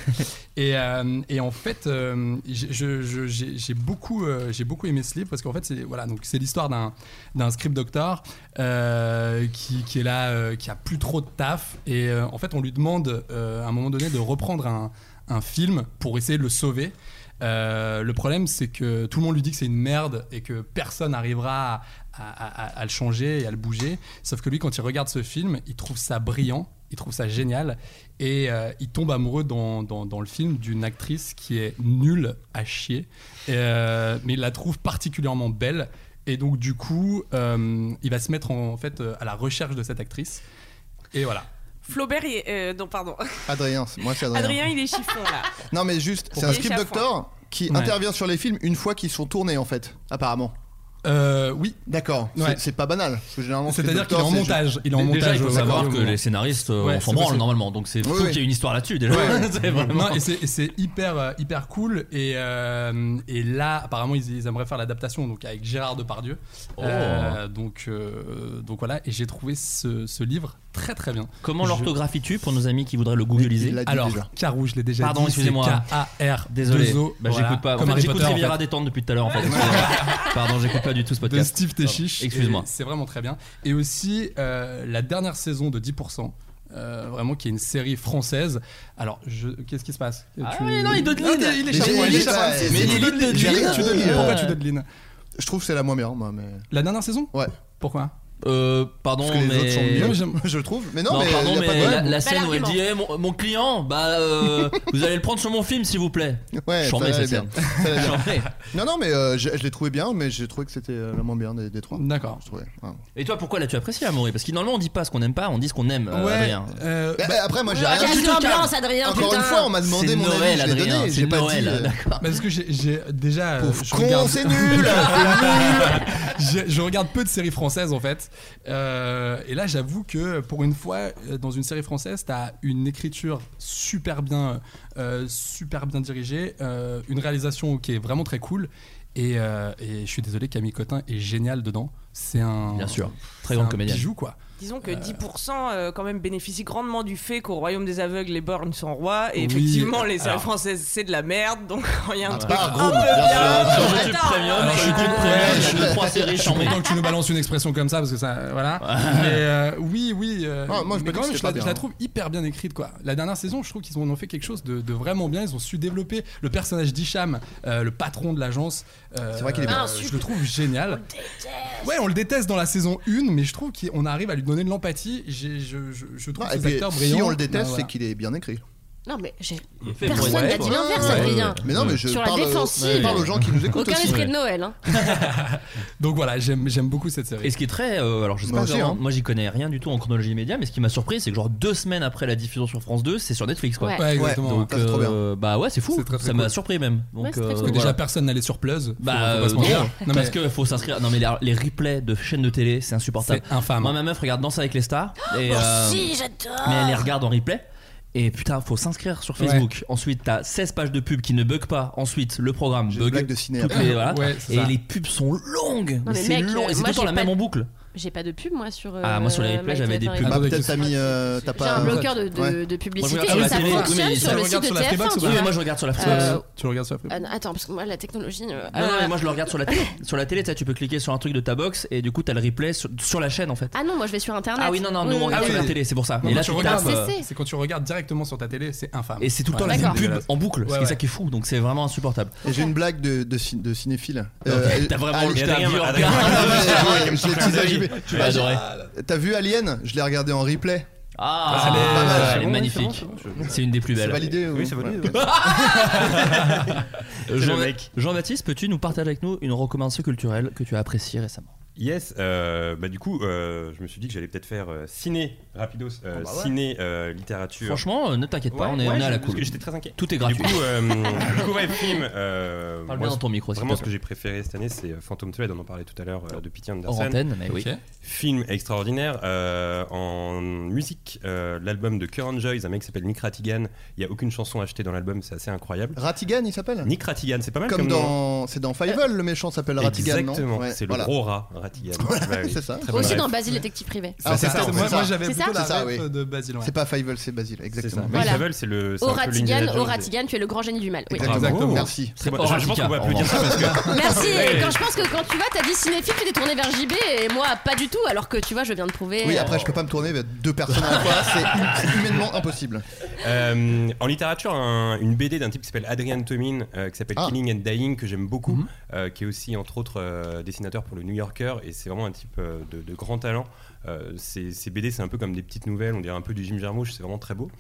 [SPEAKER 8] Et, euh, et en fait, euh, j'ai- je- je- j'ai j'ai beaucoup, euh, j'ai beaucoup aimé ce livre parce qu'en fait, c'est voilà, donc c'est l'histoire d'un d'un script doctor euh, qui, qui est là, euh, qui a plus trop de taf. Et euh, en fait, on lui demande euh, à un moment donné de reprendre un, un film pour essayer de le sauver. Euh, le problème, c'est que tout le monde lui dit que c'est une merde et que personne n'arrivera à, à- à- à le changer et à le bouger. Sauf que lui, quand il regarde ce film, il trouve ça brillant, il trouve ça génial et euh, il tombe amoureux dans, dans- dans le film d'une actrice qui est nulle à chier, Euh, mais il la trouve particulièrement belle. Et donc, du coup, euh, il va se mettre en, en fait euh, à la recherche de cette actrice. Et voilà.
[SPEAKER 4] Flaubert, il est- euh, non, pardon.
[SPEAKER 9] Adrien, c'est- moi c'est Adrien.
[SPEAKER 4] Adrien, il est chiffon là.
[SPEAKER 9] Non mais juste, c'est
[SPEAKER 4] Il
[SPEAKER 9] un
[SPEAKER 4] est
[SPEAKER 9] script
[SPEAKER 4] chafouin.
[SPEAKER 9] doctor qui
[SPEAKER 8] Ouais.
[SPEAKER 9] intervient sur les films une fois qu'ils sont tournés en fait, apparemment.
[SPEAKER 8] Euh, oui.
[SPEAKER 9] D'accord. C'est-
[SPEAKER 8] Ouais.
[SPEAKER 9] C'est pas banal. parce que généralement, script
[SPEAKER 8] C'est-à-dire qu'il est en
[SPEAKER 9] doctor, c'est
[SPEAKER 8] montage.
[SPEAKER 9] juste-
[SPEAKER 8] Il est en
[SPEAKER 3] Déjà,
[SPEAKER 8] montage.
[SPEAKER 3] il faut
[SPEAKER 8] au-
[SPEAKER 3] savoir
[SPEAKER 8] au
[SPEAKER 3] que
[SPEAKER 8] moment.
[SPEAKER 3] les scénaristes, euh,
[SPEAKER 8] Ouais,
[SPEAKER 3] on s'en
[SPEAKER 8] c'est
[SPEAKER 3] branle
[SPEAKER 8] possible.
[SPEAKER 3] normalement, donc c'est
[SPEAKER 8] Oui,
[SPEAKER 3] fou
[SPEAKER 8] oui.
[SPEAKER 3] qu'il y ait une histoire là-dessus déjà.
[SPEAKER 8] Ouais.
[SPEAKER 3] C'est vraiment-
[SPEAKER 8] Non, et c'est et c'est hyper, euh, hyper cool. Et, euh, et là, apparemment, ils, ils aimeraient faire l'adaptation donc avec Gérard Depardieu.
[SPEAKER 3] Oh.
[SPEAKER 8] Euh, donc, euh, donc voilà, et j'ai trouvé ce, ce livre très très bien.
[SPEAKER 3] Comment
[SPEAKER 8] Je-
[SPEAKER 3] l'orthographies-tu pour nos amis qui voudraient le googliser
[SPEAKER 8] Il l'a dit Alors, déjà. Carou, je l'ai déjà
[SPEAKER 3] Pardon,
[SPEAKER 8] dit,
[SPEAKER 3] excusez-moi.
[SPEAKER 8] c'est K-A-R,
[SPEAKER 3] Désolé.
[SPEAKER 8] deux O,
[SPEAKER 3] Bah,
[SPEAKER 8] voilà.
[SPEAKER 3] j'écoute pas. En
[SPEAKER 8] Comme
[SPEAKER 3] fait,
[SPEAKER 8] Harry
[SPEAKER 3] j'écoute
[SPEAKER 8] Potter, en
[SPEAKER 3] Riviera
[SPEAKER 8] fait.
[SPEAKER 3] détente depuis tout à l'heure en fait. Pardon, j'écoute pas du tout ce
[SPEAKER 8] de
[SPEAKER 3] podcast.
[SPEAKER 8] Steve
[SPEAKER 3] Pardon.
[SPEAKER 8] Techiche.
[SPEAKER 3] Excuse-moi.
[SPEAKER 8] Et C'est vraiment très bien. Et aussi euh, la dernière saison de 10%. euh, vraiment qui est une série française alors je... qu'est-ce qui se passe Tu-
[SPEAKER 3] oui, non, il donne l'idée.
[SPEAKER 8] Ah, il est
[SPEAKER 3] Mais
[SPEAKER 8] chapeau,
[SPEAKER 3] j'ai-
[SPEAKER 8] il est
[SPEAKER 3] j'ai-
[SPEAKER 8] chapeau.
[SPEAKER 3] ouais,
[SPEAKER 8] Mais
[SPEAKER 3] c'est-
[SPEAKER 8] il
[SPEAKER 3] c'est-
[SPEAKER 8] donne l'idée.
[SPEAKER 3] j'ai-
[SPEAKER 8] Tu donnes l'idée.
[SPEAKER 3] euh,
[SPEAKER 8] pourquoi tu donnes l'idée
[SPEAKER 9] Je trouve que c'est la moins meilleure moi mais.
[SPEAKER 8] la dernière saison
[SPEAKER 9] Ouais.
[SPEAKER 8] pourquoi
[SPEAKER 3] Euh, pardon,
[SPEAKER 9] Parce que les
[SPEAKER 3] mais.
[SPEAKER 9] autres sont mieux, j'aime- je le trouve. Mais non, mais
[SPEAKER 3] pardon,
[SPEAKER 9] y a
[SPEAKER 3] mais
[SPEAKER 9] pas de
[SPEAKER 3] la,
[SPEAKER 9] problème.
[SPEAKER 3] la
[SPEAKER 9] Bel
[SPEAKER 3] scène où elle
[SPEAKER 9] argument.
[SPEAKER 3] dit Eh, mon, mon client, bah, euh, vous allez le prendre sur mon film, s'il vous plaît.
[SPEAKER 9] Ouais,
[SPEAKER 3] J'en mets
[SPEAKER 9] ça
[SPEAKER 3] cette
[SPEAKER 9] allait bien.
[SPEAKER 3] scène.
[SPEAKER 9] Ça allait bien.
[SPEAKER 3] J'en mets.
[SPEAKER 9] Non, non, mais euh, je, je l'ai trouvé bien, mais j'ai trouvé que c'était euh, la moins bien des, des trois.
[SPEAKER 8] D'accord.
[SPEAKER 3] Et toi, pourquoi l'as-tu apprécié, Amaury Parce que normalement, on dit pas ce qu'on aime pas, on dit ce qu'on aime, euh,
[SPEAKER 9] Ouais,
[SPEAKER 3] Adrien.
[SPEAKER 9] Bah, après, moi, j'ai
[SPEAKER 10] Ouais,
[SPEAKER 9] rien
[SPEAKER 10] quelle
[SPEAKER 9] dit. Tu te calmes.
[SPEAKER 10] ambiance, Adrien,
[SPEAKER 9] Encore
[SPEAKER 10] putain.
[SPEAKER 9] une fois, on m'a demandé
[SPEAKER 3] C'est
[SPEAKER 9] mon
[SPEAKER 3] Noël,
[SPEAKER 9] avis, je l'ai
[SPEAKER 3] Adrien,
[SPEAKER 9] donné.
[SPEAKER 3] c'est
[SPEAKER 9] J'ai pas
[SPEAKER 3] Noël,
[SPEAKER 9] dit. euh,
[SPEAKER 8] Parce que j'ai- j'ai déjà. euh, je
[SPEAKER 9] con,
[SPEAKER 8] regarde-
[SPEAKER 9] c'est nul,
[SPEAKER 8] je, je regarde peu de séries françaises en fait. Euh, et là, j'avoue que pour une fois, euh, dans une série française, t'as une écriture super bien, euh, super bien dirigée, euh, une réalisation qui est vraiment très cool. Et, euh, et je suis désolé, Camille Cotin est géniale dedans. c'est un.
[SPEAKER 3] Bien sûr. Très
[SPEAKER 8] c'est
[SPEAKER 3] grande
[SPEAKER 8] un
[SPEAKER 3] comédienne.
[SPEAKER 8] bijou, quoi.
[SPEAKER 4] Disons que 10% euh, quand même bénéficient grandement du fait qu'au royaume des aveugles, les bornes sont rois. Et
[SPEAKER 8] Oui,
[SPEAKER 4] effectivement, les salles
[SPEAKER 8] alors-
[SPEAKER 4] françaises, c'est de la merde. Donc quand il y a un
[SPEAKER 8] Ah,
[SPEAKER 4] truc
[SPEAKER 8] bah,
[SPEAKER 4] un peu
[SPEAKER 8] gros, bien
[SPEAKER 4] bien.
[SPEAKER 8] sûr.
[SPEAKER 4] Attends,
[SPEAKER 8] YouTube Premium,
[SPEAKER 4] attends,
[SPEAKER 8] sur YouTube
[SPEAKER 4] attends.
[SPEAKER 8] Premium, il y a
[SPEAKER 4] je-
[SPEAKER 8] deux, trois séries, Je suis
[SPEAKER 4] j'en mets.
[SPEAKER 8] content que tu nous balances une expression comme ça parce que ça, voilà. Mais euh, oui, oui. euh,
[SPEAKER 9] Ah, moi, je
[SPEAKER 8] mais
[SPEAKER 9] peux dire
[SPEAKER 8] quand
[SPEAKER 9] que
[SPEAKER 8] même,
[SPEAKER 9] c'était
[SPEAKER 8] je, la,
[SPEAKER 9] pas bien,
[SPEAKER 8] je la
[SPEAKER 9] hein.
[SPEAKER 8] trouve hyper bien écrite, quoi. La dernière saison, je trouve qu'ils en ont fait quelque chose de, de vraiment bien. Ils ont su développer le personnage d'Isham, euh, le patron de l'agence. euh,
[SPEAKER 9] C'est vrai qu'il est bien.
[SPEAKER 8] euh, Je le trouve génial. Ouais, on le déteste dans la saison 1, mais je trouve qu'on arrive à lui donner de l'empathie. J'ai- Je, je- je trouve
[SPEAKER 9] Ah, et
[SPEAKER 8] ces
[SPEAKER 9] puis,
[SPEAKER 8] acteurs brillants.
[SPEAKER 9] si on le déteste,
[SPEAKER 8] Bah, voilà.
[SPEAKER 9] c'est qu'il est bien écrit.
[SPEAKER 10] Non, mais j'ai-
[SPEAKER 8] Il est fait pour
[SPEAKER 10] personne
[SPEAKER 8] être
[SPEAKER 10] n'a
[SPEAKER 8] bon.
[SPEAKER 10] dit l'inverse, Adrien.
[SPEAKER 9] Mais non, mais je
[SPEAKER 10] Sur la
[SPEAKER 9] parle, euh,
[SPEAKER 10] défensive.
[SPEAKER 9] je parle aux gens qui nous écoutent
[SPEAKER 10] Aucun
[SPEAKER 9] aussi.
[SPEAKER 10] esprit de Noël. hein.
[SPEAKER 8] Donc voilà, j'aime j'aime beaucoup cette série.
[SPEAKER 3] Et ce qui est très. euh, alors, je sais
[SPEAKER 9] Moi
[SPEAKER 3] pas,
[SPEAKER 9] aussi,
[SPEAKER 3] vraiment,
[SPEAKER 9] hein.
[SPEAKER 3] moi j'y connais rien du tout en chronologie média, mais ce qui m'a surpris, c'est que genre deux semaines après la diffusion sur France 2, c'est sur Netflix quoi.
[SPEAKER 10] Ouais.
[SPEAKER 8] Ouais, exactement.
[SPEAKER 3] Donc,
[SPEAKER 9] Ça, c'est trop bien.
[SPEAKER 3] euh, bah ouais, c'est fou.
[SPEAKER 8] C'est très, très
[SPEAKER 3] ça m'a
[SPEAKER 8] cool.
[SPEAKER 3] surpris même. Donc,
[SPEAKER 10] Ouais, c'est très
[SPEAKER 3] euh,
[SPEAKER 10] cool.
[SPEAKER 8] Parce que déjà,
[SPEAKER 3] voilà.
[SPEAKER 8] personne n'allait sur Pleuse. Faut-
[SPEAKER 3] Bah,
[SPEAKER 8] faut pas se mentir.
[SPEAKER 3] euh, non,
[SPEAKER 8] Non, mais
[SPEAKER 3] parce que faut s'inscrire. Non, mais les, les replays de chaînes de télé, c'est insupportable.
[SPEAKER 8] C'est infâme.
[SPEAKER 3] Moi, ma meuf regarde Danse avec les stars. Et, euh,
[SPEAKER 10] Oh, Si, j'adore.
[SPEAKER 3] mais elle les regarde en replay. Et putain, faut s'inscrire sur Facebook. Ensuite, t'as 16 pages de pubs qui ne bug pas. Ensuite, le programme
[SPEAKER 9] J'ai une
[SPEAKER 3] bug.
[SPEAKER 9] blague de ciné
[SPEAKER 3] Toutes
[SPEAKER 9] après.
[SPEAKER 3] les- voilà.
[SPEAKER 8] Ouais, c'est
[SPEAKER 3] et
[SPEAKER 8] ça.
[SPEAKER 3] les pubs sont longues.
[SPEAKER 10] mais
[SPEAKER 3] c'est
[SPEAKER 10] mec,
[SPEAKER 3] long.
[SPEAKER 10] euh,
[SPEAKER 3] Et c'est
[SPEAKER 10] moi,
[SPEAKER 3] tout le temps
[SPEAKER 10] j'ai
[SPEAKER 3] la même
[SPEAKER 10] pas-
[SPEAKER 3] en boucle.
[SPEAKER 10] J'ai pas de pub, moi, sur.
[SPEAKER 3] Ah, moi, sur les
[SPEAKER 10] euh,
[SPEAKER 3] replays,
[SPEAKER 10] My
[SPEAKER 3] j'avais des
[SPEAKER 10] Theater
[SPEAKER 3] pubs.
[SPEAKER 9] Ah,
[SPEAKER 10] Info.
[SPEAKER 9] bah, peut-être t'as mis. euh, T'as
[SPEAKER 10] J'ai
[SPEAKER 9] pas.
[SPEAKER 10] un bloqueur de, de, de publicité
[SPEAKER 3] Moi, je
[SPEAKER 10] et
[SPEAKER 3] regarde
[SPEAKER 10] ça
[SPEAKER 3] sur la télé, oui,
[SPEAKER 10] fonctionne
[SPEAKER 3] mais
[SPEAKER 10] sur
[SPEAKER 3] ça
[SPEAKER 10] le
[SPEAKER 8] regarde
[SPEAKER 10] site de
[SPEAKER 8] sur la Freebox
[SPEAKER 10] TF1.
[SPEAKER 8] ou
[SPEAKER 10] tu
[SPEAKER 8] pas
[SPEAKER 10] vois.
[SPEAKER 3] Oui, moi, je regarde sur la
[SPEAKER 10] Euh,
[SPEAKER 3] Freebox.
[SPEAKER 8] Tu le regardes sur la
[SPEAKER 10] Euh, attends, parce que moi, la technologie. euh,
[SPEAKER 3] Non, non,
[SPEAKER 10] euh,
[SPEAKER 3] mais moi je le regarde sur la télé. sur la télé, tu sais, tu peux cliquer sur un truc de ta box et du coup t'as le replay sur, sur la chaîne en fait.
[SPEAKER 10] Ah non, moi, je vais sur Internet.
[SPEAKER 3] Ah oui, non, non, nous on
[SPEAKER 10] oui,
[SPEAKER 3] regarde
[SPEAKER 10] oui.
[SPEAKER 3] sur la télé, c'est pour ça.
[SPEAKER 8] Non,
[SPEAKER 3] et
[SPEAKER 8] quand
[SPEAKER 3] là
[SPEAKER 8] tu
[SPEAKER 3] tu
[SPEAKER 8] regardes,
[SPEAKER 3] tapes, euh,
[SPEAKER 10] c'est-
[SPEAKER 8] C'est quand tu regardes directement sur ta télé, c'est infâme.
[SPEAKER 3] Et c'est tout le temps
[SPEAKER 8] Ouais.
[SPEAKER 3] la même
[SPEAKER 10] D'accord.
[SPEAKER 3] pub en boucle,
[SPEAKER 8] Ouais,
[SPEAKER 3] c'est
[SPEAKER 8] ouais.
[SPEAKER 3] ça qui est fou, donc c'est vraiment insupportable.
[SPEAKER 9] Et J'ai une blague de, de, cin- de cinéphile.
[SPEAKER 3] T'as vraiment
[SPEAKER 9] Alien-
[SPEAKER 3] le
[SPEAKER 9] Ah,
[SPEAKER 3] dernier
[SPEAKER 9] mais
[SPEAKER 3] regard.
[SPEAKER 9] je- je l'ai teasé à JB.
[SPEAKER 3] Tu vas adorer.
[SPEAKER 9] T'as vu Alien Je l'ai regardé en replay.
[SPEAKER 3] Ah,
[SPEAKER 9] c'est pas mal,
[SPEAKER 3] elle est magnifique. C'est une des plus
[SPEAKER 9] C'est
[SPEAKER 3] belles.
[SPEAKER 9] validé ou-
[SPEAKER 5] Oui, c'est validé.
[SPEAKER 9] ouais.
[SPEAKER 5] ouais.
[SPEAKER 3] Euh,
[SPEAKER 5] C'est
[SPEAKER 3] Jean-
[SPEAKER 5] le mec.
[SPEAKER 3] Jean-Baptiste, peux-tu nous partager avec nous une recommandation culturelle que tu as appréciée récemment
[SPEAKER 5] Yes, euh, bah du coup, euh, je me suis dit que j'allais peut-être faire euh, ciné, rapidos, euh,
[SPEAKER 9] Oh, bah ouais.
[SPEAKER 5] ciné, euh, littérature.
[SPEAKER 3] Franchement, euh, ne t'inquiète pas,
[SPEAKER 5] Ouais,
[SPEAKER 3] on est
[SPEAKER 5] ouais,
[SPEAKER 3] on est à la
[SPEAKER 5] parce
[SPEAKER 3] cool.
[SPEAKER 5] que J'étais très inquiet.
[SPEAKER 3] Tout est
[SPEAKER 5] Et
[SPEAKER 3] gratuit.
[SPEAKER 5] Du coup, euh, du coup, ouais, film. euh,
[SPEAKER 3] Parle
[SPEAKER 5] moi,
[SPEAKER 3] bien dans ton micro, s'il
[SPEAKER 5] Vraiment,
[SPEAKER 3] te
[SPEAKER 5] ce que j'ai préféré cette année, c'est euh, Phantom Thread. On en parlait tout à l'heure euh, de Pity
[SPEAKER 3] plaît.
[SPEAKER 5] Anderson.
[SPEAKER 3] Hors antenne, mais oui.
[SPEAKER 8] Ok.
[SPEAKER 5] Film extraordinaire euh, en musique. euh, L'album de Current Joys, un mec qui s'appelle Nick Ratigan. Il n'y a aucune chanson achetée dans l'album, c'est assez incroyable.
[SPEAKER 9] Ratigan, il s'appelle
[SPEAKER 5] Nick Ratigan, c'est pas mal comme,
[SPEAKER 9] Comme
[SPEAKER 5] nom.
[SPEAKER 9] dans. C'est dans Fievel, le méchant s'appelle Ratigan, non
[SPEAKER 5] Exactement,
[SPEAKER 9] Ouais,
[SPEAKER 5] c'est le
[SPEAKER 9] voilà.
[SPEAKER 5] gros rat, Ratigan. Ouais, oui.
[SPEAKER 9] C'est ça.
[SPEAKER 5] Très bonne
[SPEAKER 10] Aussi
[SPEAKER 5] ref.
[SPEAKER 10] dans Basile Détective Privé.
[SPEAKER 9] Ah, c'est ça,
[SPEAKER 8] moi-
[SPEAKER 9] c'est
[SPEAKER 8] moi,
[SPEAKER 9] ça.
[SPEAKER 8] j'avais
[SPEAKER 10] C'est
[SPEAKER 8] plutôt
[SPEAKER 10] ça
[SPEAKER 8] la
[SPEAKER 9] C'est ça,
[SPEAKER 8] ref
[SPEAKER 9] oui.
[SPEAKER 8] de Basile. ouais.
[SPEAKER 9] C'est pas Fievel, c'est Basile,
[SPEAKER 5] C'est ça.
[SPEAKER 9] exactement.
[SPEAKER 10] Voilà.
[SPEAKER 5] Nick Cavell, c'est le. c'est
[SPEAKER 10] Au
[SPEAKER 5] un peu l'Indiana
[SPEAKER 10] Ratigan,
[SPEAKER 5] Jones
[SPEAKER 10] au
[SPEAKER 5] de-
[SPEAKER 10] Ratigan, tu es le grand génie du mal. Oui.
[SPEAKER 9] Exactement.
[SPEAKER 5] Bravo.
[SPEAKER 9] Merci.
[SPEAKER 5] Très bon,
[SPEAKER 3] Hors
[SPEAKER 5] je- je pense
[SPEAKER 3] radical,
[SPEAKER 5] qu'on peut
[SPEAKER 3] en
[SPEAKER 5] applaudir ça parce que.
[SPEAKER 10] Merci.
[SPEAKER 5] Ouais.
[SPEAKER 10] Et quand je pense que quand tu vas, t'as dit cinéphile, tu t'es tourné vers JB et moi pas du tout, alors que tu vois, je viens de prouver.
[SPEAKER 9] Oui,
[SPEAKER 10] euh,
[SPEAKER 9] après, je peux pas me tourner vers deux personnes à la fois. C'est c'est humainement impossible.
[SPEAKER 5] Euh, en littérature, un- une BD d'un type qui s'appelle Adrian Tomin, euh, qui s'appelle
[SPEAKER 9] Ah.
[SPEAKER 5] Killing and Dying, que j'aime beaucoup, euh, qui est aussi entre autres euh, dessinateur pour le New Yorker, et c'est vraiment un type euh, de, de grand talent. Euh, ces ces BD, c'est un peu comme des petites nouvelles, on dirait un peu du Jim Jarmusch, c'est vraiment très beau.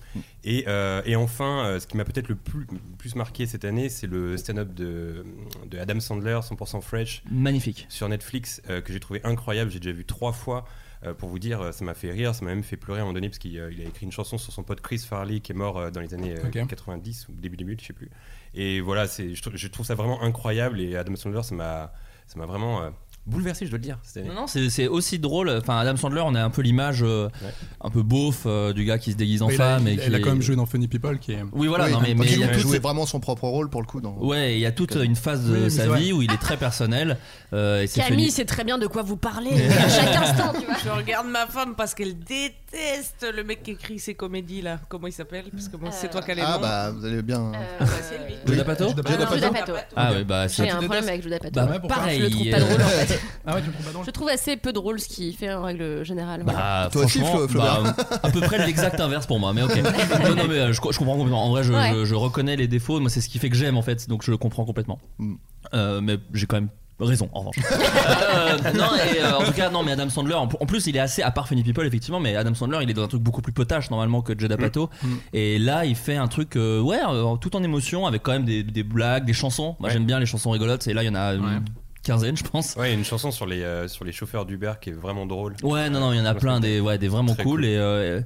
[SPEAKER 5] Et, euh, et enfin, euh, ce qui m'a peut-être le plus, plus marqué cette année, c'est le stand-up de, de Adam Sandler, 100% Fresh,
[SPEAKER 3] Magnifique.
[SPEAKER 5] sur Netflix euh, que j'ai trouvé incroyable. J'ai déjà vu trois fois. euh, pour vous dire, euh, ça m'a fait rire, ça m'a même fait pleurer à un moment donné parce qu'il euh, il a écrit une chanson sur son pote Chris Farley qui est mort euh, dans les années euh,
[SPEAKER 8] Ok.
[SPEAKER 5] 90 ou début 2000, je sais plus. Et voilà, c'est, je, trou- je trouve ça vraiment incroyable et Adam Sandler, ça m'a, ça m'a vraiment euh, bouleversé, je dois le dire. Cette année.
[SPEAKER 3] Non, non, c'est c'est aussi drôle. Enfin, Adam Sandler, on a un peu l'image euh,
[SPEAKER 5] Ouais.
[SPEAKER 3] un peu beauf euh, du gars qui se déguise en
[SPEAKER 8] Il a-
[SPEAKER 3] femme. et
[SPEAKER 8] il-
[SPEAKER 3] qui
[SPEAKER 8] Elle a
[SPEAKER 3] est-
[SPEAKER 8] quand même joué dans Funny People qui est.
[SPEAKER 3] Oui, voilà,
[SPEAKER 9] Oui,
[SPEAKER 3] non, mais
[SPEAKER 9] parce
[SPEAKER 3] mais il y
[SPEAKER 9] qu'il
[SPEAKER 3] a toute
[SPEAKER 9] jouait vraiment son propre rôle pour le coup. Dans...
[SPEAKER 3] Ouais, il y a toute une phase de
[SPEAKER 8] Oui, mais
[SPEAKER 3] sa
[SPEAKER 8] c'est vrai.
[SPEAKER 3] vie où il est très personnel. euh, et c'est
[SPEAKER 10] Camille
[SPEAKER 3] Funny-
[SPEAKER 10] sait très bien de quoi vous parlez à chaque instant, tu vois.
[SPEAKER 4] Je regarde ma femme parce qu'elle déteste le mec qui écrit ses comédies là. Comment il s'appelle Parce que moi, c'est toi qui as les
[SPEAKER 9] Ah
[SPEAKER 4] noms.
[SPEAKER 9] bah vous allez bien.
[SPEAKER 10] Euh,
[SPEAKER 4] C'est lui.
[SPEAKER 3] Judd Apatow
[SPEAKER 9] Judd
[SPEAKER 10] non,
[SPEAKER 9] Apatow.
[SPEAKER 10] Judd Apatow.
[SPEAKER 3] Ah ouais, bah c'est.
[SPEAKER 10] J'ai un problème avec Judd Apatow.
[SPEAKER 3] Bah,
[SPEAKER 8] pourquoi
[SPEAKER 10] Pareil, je le trouve
[SPEAKER 3] euh,
[SPEAKER 10] pas drôle en fait.
[SPEAKER 8] Ah ouais, tu le trouves pas drôle
[SPEAKER 10] Je trouve assez peu drôle ce qu'il fait en règle générale. ouais.
[SPEAKER 3] Bah,
[SPEAKER 9] Toi aussi,
[SPEAKER 3] franchement,
[SPEAKER 9] Flo- Flaubert.
[SPEAKER 3] bah, à peu près l'exact inverse pour moi, mais ok. Non, non, mais euh, je, co- je comprends complètement. En vrai, je,
[SPEAKER 10] Ouais.
[SPEAKER 3] je- je reconnais les défauts, moi c'est ce qui fait que j'aime en fait, donc je le comprends complètement.
[SPEAKER 9] Mm.
[SPEAKER 3] Euh, mais j'ai quand même raison en revanche. Euh, non, et, euh, en tout cas, non, mais Adam Sandler, en, en plus, il est assez, à part Funny People effectivement, mais Adam Sandler, il est dans un truc beaucoup plus potache normalement que Judd Apatow.
[SPEAKER 9] Mm.
[SPEAKER 3] Et là, il fait un truc, euh, ouais, euh, tout en émotion, avec quand même des, des blagues, des chansons. Moi
[SPEAKER 5] Ouais.
[SPEAKER 3] j'aime bien les chansons rigolotes, et là, il y en a une
[SPEAKER 8] Ouais.
[SPEAKER 3] quinzaine, je pense.
[SPEAKER 5] Ouais, il y a une chanson sur les, euh, sur les chauffeurs d'Uber qui est vraiment drôle.
[SPEAKER 3] Ouais, non, non, il y en a
[SPEAKER 5] Parce
[SPEAKER 3] plein
[SPEAKER 5] que-
[SPEAKER 3] des, ouais, des vraiment
[SPEAKER 5] Très
[SPEAKER 3] cool,
[SPEAKER 5] cool.
[SPEAKER 3] et, euh,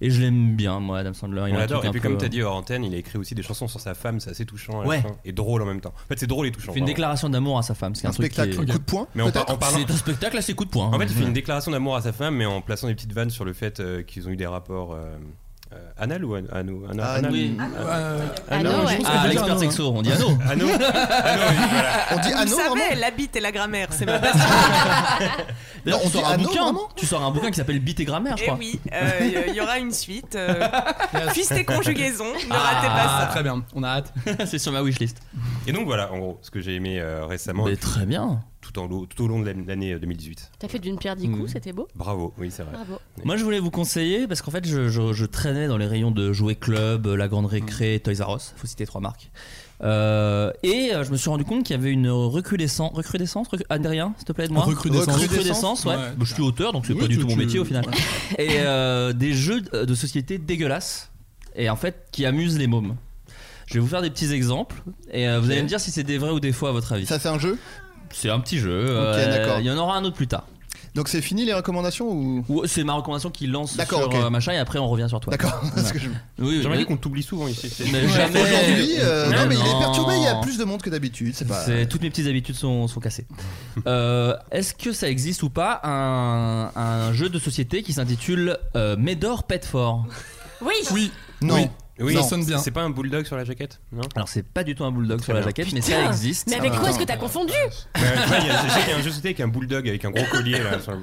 [SPEAKER 3] et je l'aime bien, moi, Adam Sandler. Il
[SPEAKER 5] On
[SPEAKER 3] a un
[SPEAKER 5] l'adore.
[SPEAKER 3] truc
[SPEAKER 5] Et
[SPEAKER 3] un
[SPEAKER 5] puis,
[SPEAKER 3] peu- euh,
[SPEAKER 5] comme tu as dit hors antenne, il a écrit aussi des chansons sur sa femme, c'est assez touchant à la
[SPEAKER 3] Ouais.
[SPEAKER 5] fin, et drôle en même temps. En fait, c'est drôle et touchant.
[SPEAKER 3] Il fait une
[SPEAKER 5] vraiment.
[SPEAKER 3] déclaration d'amour à sa femme, c'est
[SPEAKER 9] Un
[SPEAKER 3] un truc qui est...
[SPEAKER 9] spectacle, coup de poing.
[SPEAKER 5] Mais on, par-
[SPEAKER 9] peut-être
[SPEAKER 5] en parlant,
[SPEAKER 3] C'est un spectacle assez coup
[SPEAKER 5] hein.
[SPEAKER 3] de poing.
[SPEAKER 5] En fait, il fait une déclaration d'amour à sa femme, mais en plaçant des petites vannes sur le fait euh, qu'ils ont eu des rapports euh, euh, euh, anal ou an- anneau anneau-
[SPEAKER 9] Ah,
[SPEAKER 5] anal-
[SPEAKER 9] oui.
[SPEAKER 5] anal-
[SPEAKER 9] Euh,
[SPEAKER 5] anal-
[SPEAKER 9] anneau,
[SPEAKER 5] anal-
[SPEAKER 9] ouais.
[SPEAKER 5] je pense
[SPEAKER 9] Ah,
[SPEAKER 5] que
[SPEAKER 9] l'expert
[SPEAKER 5] déjà anneau,
[SPEAKER 9] sexo,
[SPEAKER 5] hein.
[SPEAKER 9] on dit anneau.
[SPEAKER 5] Anneau Anneau, oui, voilà.
[SPEAKER 4] Ah, Vous savez, la bite et la grammaire, c'est ma passion. Non,
[SPEAKER 3] D'ailleurs, on
[SPEAKER 4] on
[SPEAKER 3] sort
[SPEAKER 4] dit
[SPEAKER 3] un
[SPEAKER 4] anneau,
[SPEAKER 3] bouquin.
[SPEAKER 4] vraiment
[SPEAKER 3] Tu sors un bouquin qui s'appelle Bite et grammaire, je
[SPEAKER 4] Et
[SPEAKER 3] crois.
[SPEAKER 4] oui, euh, il y aura une suite. euh, Fist et conjugaison, ne
[SPEAKER 9] Ah,
[SPEAKER 4] ratez pas ça.
[SPEAKER 5] Ah, très
[SPEAKER 8] bien, on a hâte.
[SPEAKER 3] c'est sur ma wishlist.
[SPEAKER 5] Et donc voilà, en gros, ce que j'ai aimé euh, récemment.
[SPEAKER 3] très bien.
[SPEAKER 5] Tout, en, lo- tout au long de l'an- l'année euh, 2018.
[SPEAKER 10] T'as fait d'une pierre dix coups, c'était beau.
[SPEAKER 5] Bravo, oui, c'est vrai.
[SPEAKER 10] Bravo.
[SPEAKER 3] Moi, je voulais vous conseiller parce qu'en fait, je, je- je traînais dans les rayons de jouets club, euh, la grande récré, Toys R Us. Faut citer trois marques. Euh, et euh, je me suis rendu compte qu'il y avait une recrudescence, recrudescence, recu- Adrien, s'il te plaît, de moi.
[SPEAKER 8] Recrudescence.
[SPEAKER 3] Recrudescence, ouais.
[SPEAKER 8] Ouais.
[SPEAKER 3] Bah, je suis auteur, donc c'est
[SPEAKER 8] Oui,
[SPEAKER 3] pas du
[SPEAKER 8] tu-
[SPEAKER 3] tout mon
[SPEAKER 8] tu-
[SPEAKER 3] métier au final. Et euh, des jeux de de société dégueulasses et en fait qui amusent les mômes. Je vais vous faire des petits exemples et euh, vous allez me dire si c'est des vrais ou des faux à votre avis. Ça
[SPEAKER 9] c'est un jeu
[SPEAKER 3] C'est un petit jeu. euh,
[SPEAKER 9] d'accord.
[SPEAKER 3] Il y en aura un autre plus tard.
[SPEAKER 9] Donc c'est fini les recommandations ou
[SPEAKER 3] C'est ma recommandation qui lance sur
[SPEAKER 9] D'accord, ok.
[SPEAKER 3] euh, machin et après on revient sur toi.
[SPEAKER 9] D'accord.
[SPEAKER 3] Voilà. Oui, oui,
[SPEAKER 5] J'aimerais
[SPEAKER 3] mais-
[SPEAKER 5] qu'on t'oublie souvent ici. c'est-
[SPEAKER 3] Mais jamais.
[SPEAKER 9] Aujourd'hui, euh, non,
[SPEAKER 3] Mais
[SPEAKER 9] mais il
[SPEAKER 3] non.
[SPEAKER 9] est perturbé, il y a plus de monde que d'habitude, c'est pas.
[SPEAKER 3] C'est- toutes mes petites habitudes sont, sont cassées. Euh, Est-ce que ça existe ou pas un, un jeu de société qui s'intitule euh, Médor Pète Fort
[SPEAKER 10] Oui.
[SPEAKER 8] Oui.
[SPEAKER 9] Non.
[SPEAKER 5] Oui.
[SPEAKER 3] Oui,
[SPEAKER 5] Non.
[SPEAKER 3] ça sonne bien.
[SPEAKER 5] C'est pas un bulldog sur la jaquette Non.
[SPEAKER 3] Alors c'est pas du tout un bulldog sur
[SPEAKER 5] Très
[SPEAKER 3] la
[SPEAKER 5] bien.
[SPEAKER 3] jaquette, mais
[SPEAKER 5] Putain.
[SPEAKER 3] ça existe. Ah,
[SPEAKER 10] Mais avec quoi est-ce que t'as confondu
[SPEAKER 5] Ouais, Euh, tu vois, il y a- Je sais qu'il y a un jeu de société avec un bulldog avec un gros collier là. sur le-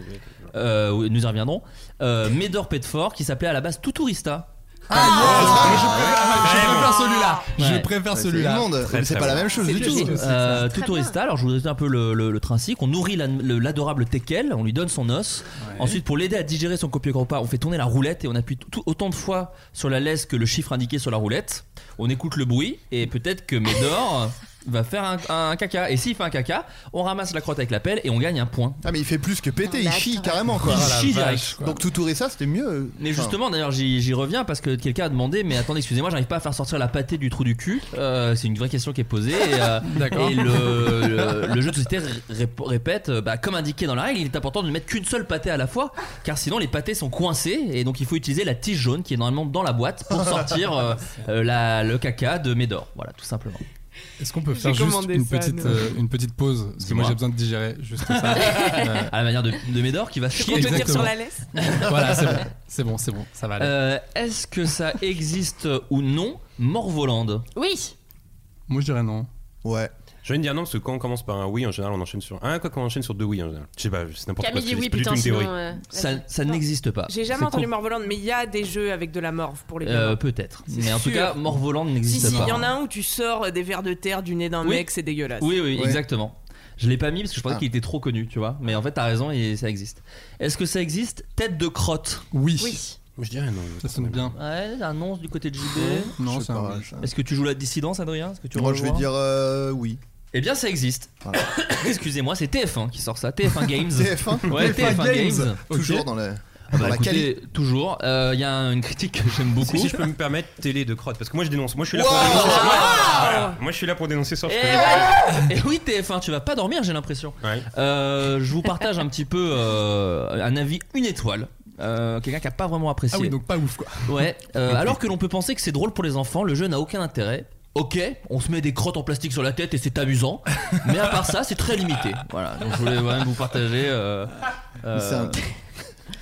[SPEAKER 3] Euh, oui, nous y reviendrons. Euh, Médor Petfort qui s'appelait à la base Tuturista.
[SPEAKER 5] Ah,
[SPEAKER 3] Ah,
[SPEAKER 8] Ah,
[SPEAKER 12] Ah,
[SPEAKER 8] je préfère celui-là. Je
[SPEAKER 3] Ouais.
[SPEAKER 8] préfère
[SPEAKER 3] Ouais,
[SPEAKER 8] celui-là.
[SPEAKER 3] c'est immonde. Très, Mais c'est très pas la bon. même chose
[SPEAKER 9] du tout.
[SPEAKER 3] Euh, Tuturista, alors je vous donne un peu le, le- le principe. On nourrit la- le- l'adorable teckel, on lui donne son os. Ensuite, pour l'aider à digérer son copieux repas, on fait tourner la roulette et on appuie tout- tout- autant de fois sur la laisse que le chiffre indiqué sur la roulette. On écoute le bruit et peut-être que Médor va faire un, un caca. Et s'il fait un caca, on ramasse la crotte avec la pelle et on gagne un point.
[SPEAKER 9] Ah mais il fait plus que péter, il chie carrément quoi.
[SPEAKER 3] Il
[SPEAKER 9] Ah, la
[SPEAKER 3] chie
[SPEAKER 9] vache,
[SPEAKER 3] direct.
[SPEAKER 9] quoi. Donc tout ça c'était mieux. euh,
[SPEAKER 3] Mais
[SPEAKER 9] Enfin,
[SPEAKER 3] justement, d'ailleurs, j'y j'y reviens parce que quelqu'un a demandé, mais attendez, excusez-moi, j'arrive pas à faire sortir la pâtée du trou du cul. Euh, c'est une vraie question qui est posée. Et, euh,
[SPEAKER 8] D'accord.
[SPEAKER 3] et le, le- le jeu de société ré- répète, euh, bah, comme indiqué dans la règle, il est important de ne mettre qu'une seule pâtée à la fois, car sinon les pâtés sont coincés et donc il faut utiliser la tige jaune qui est normalement dans la boîte pour sortir euh, euh, la- le caca de Médor. Voilà, tout simplement.
[SPEAKER 8] Est-ce qu'on peut
[SPEAKER 3] J'ai
[SPEAKER 8] faire juste
[SPEAKER 3] commandé
[SPEAKER 8] une
[SPEAKER 3] ça,
[SPEAKER 8] petite,
[SPEAKER 3] nous.
[SPEAKER 8] euh, une petite pause Parce que moi
[SPEAKER 3] Dis-moi.
[SPEAKER 8] j'ai besoin de digérer juste ça. Euh,
[SPEAKER 3] À la manière de, de Médor qui va chier.
[SPEAKER 8] Exactement. Voilà, c'est bon, c'est bon, c'est bon, ça va aller.
[SPEAKER 3] Euh, Est-ce que ça existe ou non
[SPEAKER 4] Ah.
[SPEAKER 3] Morvolande
[SPEAKER 10] Oui.
[SPEAKER 8] Moi je dirais non.
[SPEAKER 9] Ouais.
[SPEAKER 5] J'ai envie de dire non parce que quand on commence par un oui en général on enchaîne sur un quoi qu'on enchaîne sur deux oui en général. Je sais pas, c'est n'importe quoi.
[SPEAKER 10] Camille dit
[SPEAKER 5] c'est
[SPEAKER 10] oui,
[SPEAKER 5] pas du
[SPEAKER 10] putain,
[SPEAKER 5] tout une
[SPEAKER 10] sinon,
[SPEAKER 5] théorie.
[SPEAKER 10] euh,
[SPEAKER 3] Ça, ça n'existe pas.
[SPEAKER 4] J'ai jamais
[SPEAKER 3] C'est
[SPEAKER 4] entendu
[SPEAKER 3] con-
[SPEAKER 4] Morvolande, mais il y a des jeux avec de la morve pour les
[SPEAKER 3] Euh,
[SPEAKER 4] gamins.
[SPEAKER 3] Peut-être.
[SPEAKER 4] C'est
[SPEAKER 3] Mais en tout
[SPEAKER 4] sûr.
[SPEAKER 3] cas, Morvolande
[SPEAKER 4] Si,
[SPEAKER 3] n'existe
[SPEAKER 4] si,
[SPEAKER 3] pas.
[SPEAKER 4] il y en a un où tu sors des vers de terre du nez d'un
[SPEAKER 3] Oui.
[SPEAKER 4] mec, c'est dégueulasse.
[SPEAKER 3] Oui, oui, exactement. Je l'ai pas mis parce que je pensais
[SPEAKER 4] Ah.
[SPEAKER 3] qu'il était trop connu, tu vois. Mais en fait, t'as raison et ça existe. Est-ce que ça existe Tête de crotte
[SPEAKER 8] Oui.
[SPEAKER 3] Oui.
[SPEAKER 5] Moi je dirais non.
[SPEAKER 8] Ça sonne bien.
[SPEAKER 3] Ouais, un non du côté de JB.
[SPEAKER 8] Non,
[SPEAKER 9] je sais
[SPEAKER 8] c'est un
[SPEAKER 9] pas,
[SPEAKER 8] oui.
[SPEAKER 9] ça-
[SPEAKER 3] Est-ce que tu joues la dissidence, Adrien Est-ce que tu
[SPEAKER 9] Moi je vais
[SPEAKER 3] revois
[SPEAKER 9] dire euh, oui.
[SPEAKER 3] Eh bien, ça existe. Excusez-moi, c'est TF1 qui sort ça. TF1 Games.
[SPEAKER 9] TF1
[SPEAKER 3] Ouais, TF1, Games.
[SPEAKER 9] Toujours
[SPEAKER 3] Ok.
[SPEAKER 9] dans la.
[SPEAKER 3] Ah bah,
[SPEAKER 9] dans la
[SPEAKER 3] écoutez,
[SPEAKER 9] qualité.
[SPEAKER 3] Toujours. Il y a une critique que j'aime beaucoup.
[SPEAKER 5] Si, si je peux me permettre télé de crotte parce que moi je dénonce. Moi je suis là
[SPEAKER 3] Wow. Ah
[SPEAKER 5] pour dénoncer. Moi,
[SPEAKER 3] Wow.
[SPEAKER 5] voilà. Moi, je suis là pour dénoncer sur.
[SPEAKER 3] Eh ouais. Eh oui TF1, tu vas pas dormir j'ai l'impression. Euh, je vous partage un petit peu euh, un avis une étoile. Euh, Quelqu'un qui a pas vraiment apprécié.
[SPEAKER 8] Ah oui, donc pas ouf quoi.
[SPEAKER 3] Ouais. euh, alors que l'on peut penser que c'est drôle pour les enfants, le jeu n'a aucun intérêt. Ok, on se met des crottes en plastique sur la tête et c'est amusant. mais à part ça, c'est très limité. Voilà. Donc je voulais vraiment vous partager. euh, euh,
[SPEAKER 8] C'est un-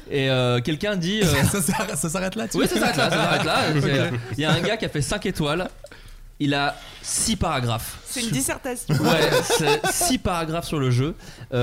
[SPEAKER 3] Et euh, quelqu'un dit. euh,
[SPEAKER 8] ça s'arrête- ça s'arrête là. tu
[SPEAKER 3] oui,
[SPEAKER 8] vois.
[SPEAKER 3] ça s'arrête là, ça s'arrête là. euh, C'est-
[SPEAKER 8] Ok.
[SPEAKER 3] Il y a un gars qui a fait 5 étoiles. Il a 6 paragraphes.
[SPEAKER 4] C'est une dissertation.
[SPEAKER 3] Ouais, c'est 6 paragraphes sur le jeu.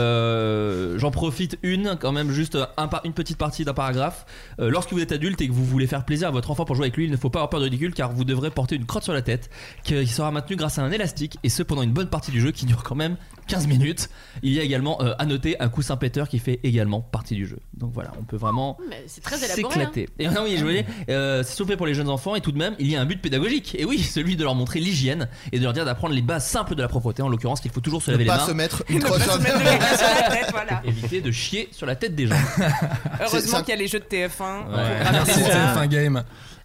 [SPEAKER 3] Euh, J'en profite une, quand même, juste un par- une petite partie d'un paragraphe. Euh, lorsque vous êtes adulte et que vous voulez faire plaisir à votre enfant pour jouer avec lui, il ne faut pas avoir peur de ridicule car vous devrez porter une crotte sur la tête que- qui sera maintenue grâce à un élastique et ce pendant une bonne partie du jeu qui dure quand même 15 minutes. Il y a également euh, à noter un coussin péteur qui fait également partie du jeu. Donc voilà, on peut vraiment
[SPEAKER 10] Mais c'est très élaboré,
[SPEAKER 3] s'éclater.
[SPEAKER 10] hein.
[SPEAKER 3] Et non, oui, je voulais. euh, c'est surtout fait pour les jeunes enfants et tout de même, il y a un but pédagogique. Et oui, celui de leur montrer l'hygiène et de leur dire d'apprendre les bases simples de la propreté, en l'occurrence qu'il faut toujours se
[SPEAKER 9] Ne
[SPEAKER 3] laver les
[SPEAKER 9] pas
[SPEAKER 3] mains.
[SPEAKER 9] se mettre une Ne crotte pas sur se la mettre
[SPEAKER 4] tête. de caca sur la tête, voilà.
[SPEAKER 3] Éviter de chier sur la tête des gens.
[SPEAKER 4] Heureusement qu'il y a les jeux de TF1.
[SPEAKER 3] Ouais.
[SPEAKER 4] Ah,
[SPEAKER 8] Merci TF1 Game.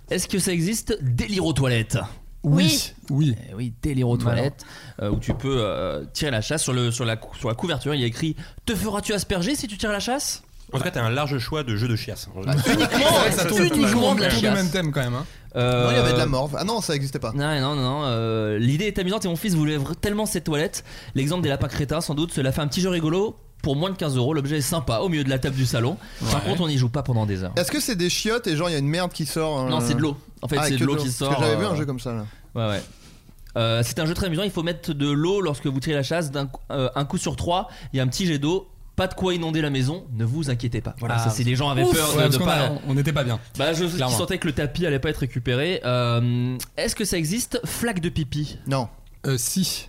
[SPEAKER 3] Est-ce que ça existe Délire aux toilettes
[SPEAKER 8] Oui. Oui.
[SPEAKER 3] Eh oui, délire aux toilettes, euh, où tu peux euh, tirer la chasse. Sur, le, sur, la, cou- sur la couverture, il y a écrit Te feras-tu asperger si tu tires la chasse Ah,
[SPEAKER 5] En tout cas, t'as un large choix de jeux de chiasse.
[SPEAKER 3] Uniquement, uniquement de la
[SPEAKER 8] Toujours le
[SPEAKER 3] chasse.
[SPEAKER 8] même thème quand même. hein.
[SPEAKER 3] Euh,
[SPEAKER 9] Non, il y avait de la morve. Ah non, ça existait pas.
[SPEAKER 3] Non, non, non. non, euh, L'idée est amusante et mon fils voulait vra- tellement cette toilette. L'exemple des lapins crétins, sans doute, cela fait un petit jeu rigolo Pour moins de 15 euros, l'objet est sympa au milieu de la table du salon. Par
[SPEAKER 9] Ouais.
[SPEAKER 3] contre, on n'y joue pas pendant des heures.
[SPEAKER 9] Est-ce que c'est des chiottes et genre il y a une merde qui sort euh,
[SPEAKER 3] Non, c'est de l'eau. En fait,
[SPEAKER 9] Ah,
[SPEAKER 3] c'est
[SPEAKER 9] que
[SPEAKER 3] de l'eau qui sort.
[SPEAKER 9] Parce que j'avais vu
[SPEAKER 3] euh,
[SPEAKER 9] un jeu comme ça là.
[SPEAKER 3] Ouais, ouais. Euh, c'est un jeu très amusant. Il faut mettre de l'eau lorsque vous tirez la chasse. D'un coup- euh, un coup sur trois, il y a un petit jet d'eau. Pas de quoi inonder la maison. Ne vous inquiétez pas. Voilà,
[SPEAKER 8] Ah.
[SPEAKER 3] ça c'est les gens avaient
[SPEAKER 8] Ouf.
[SPEAKER 3] peur de-
[SPEAKER 8] Ouais,
[SPEAKER 3] de,
[SPEAKER 8] parce qu'on
[SPEAKER 3] pas.
[SPEAKER 8] a- on n'était pas bien.
[SPEAKER 3] Bah, je
[SPEAKER 8] Clairement.
[SPEAKER 3] je sentais que le tapis allait pas être récupéré. Euh, Est-ce que ça existe Flaque de pipi
[SPEAKER 9] Non.
[SPEAKER 8] Euh, si.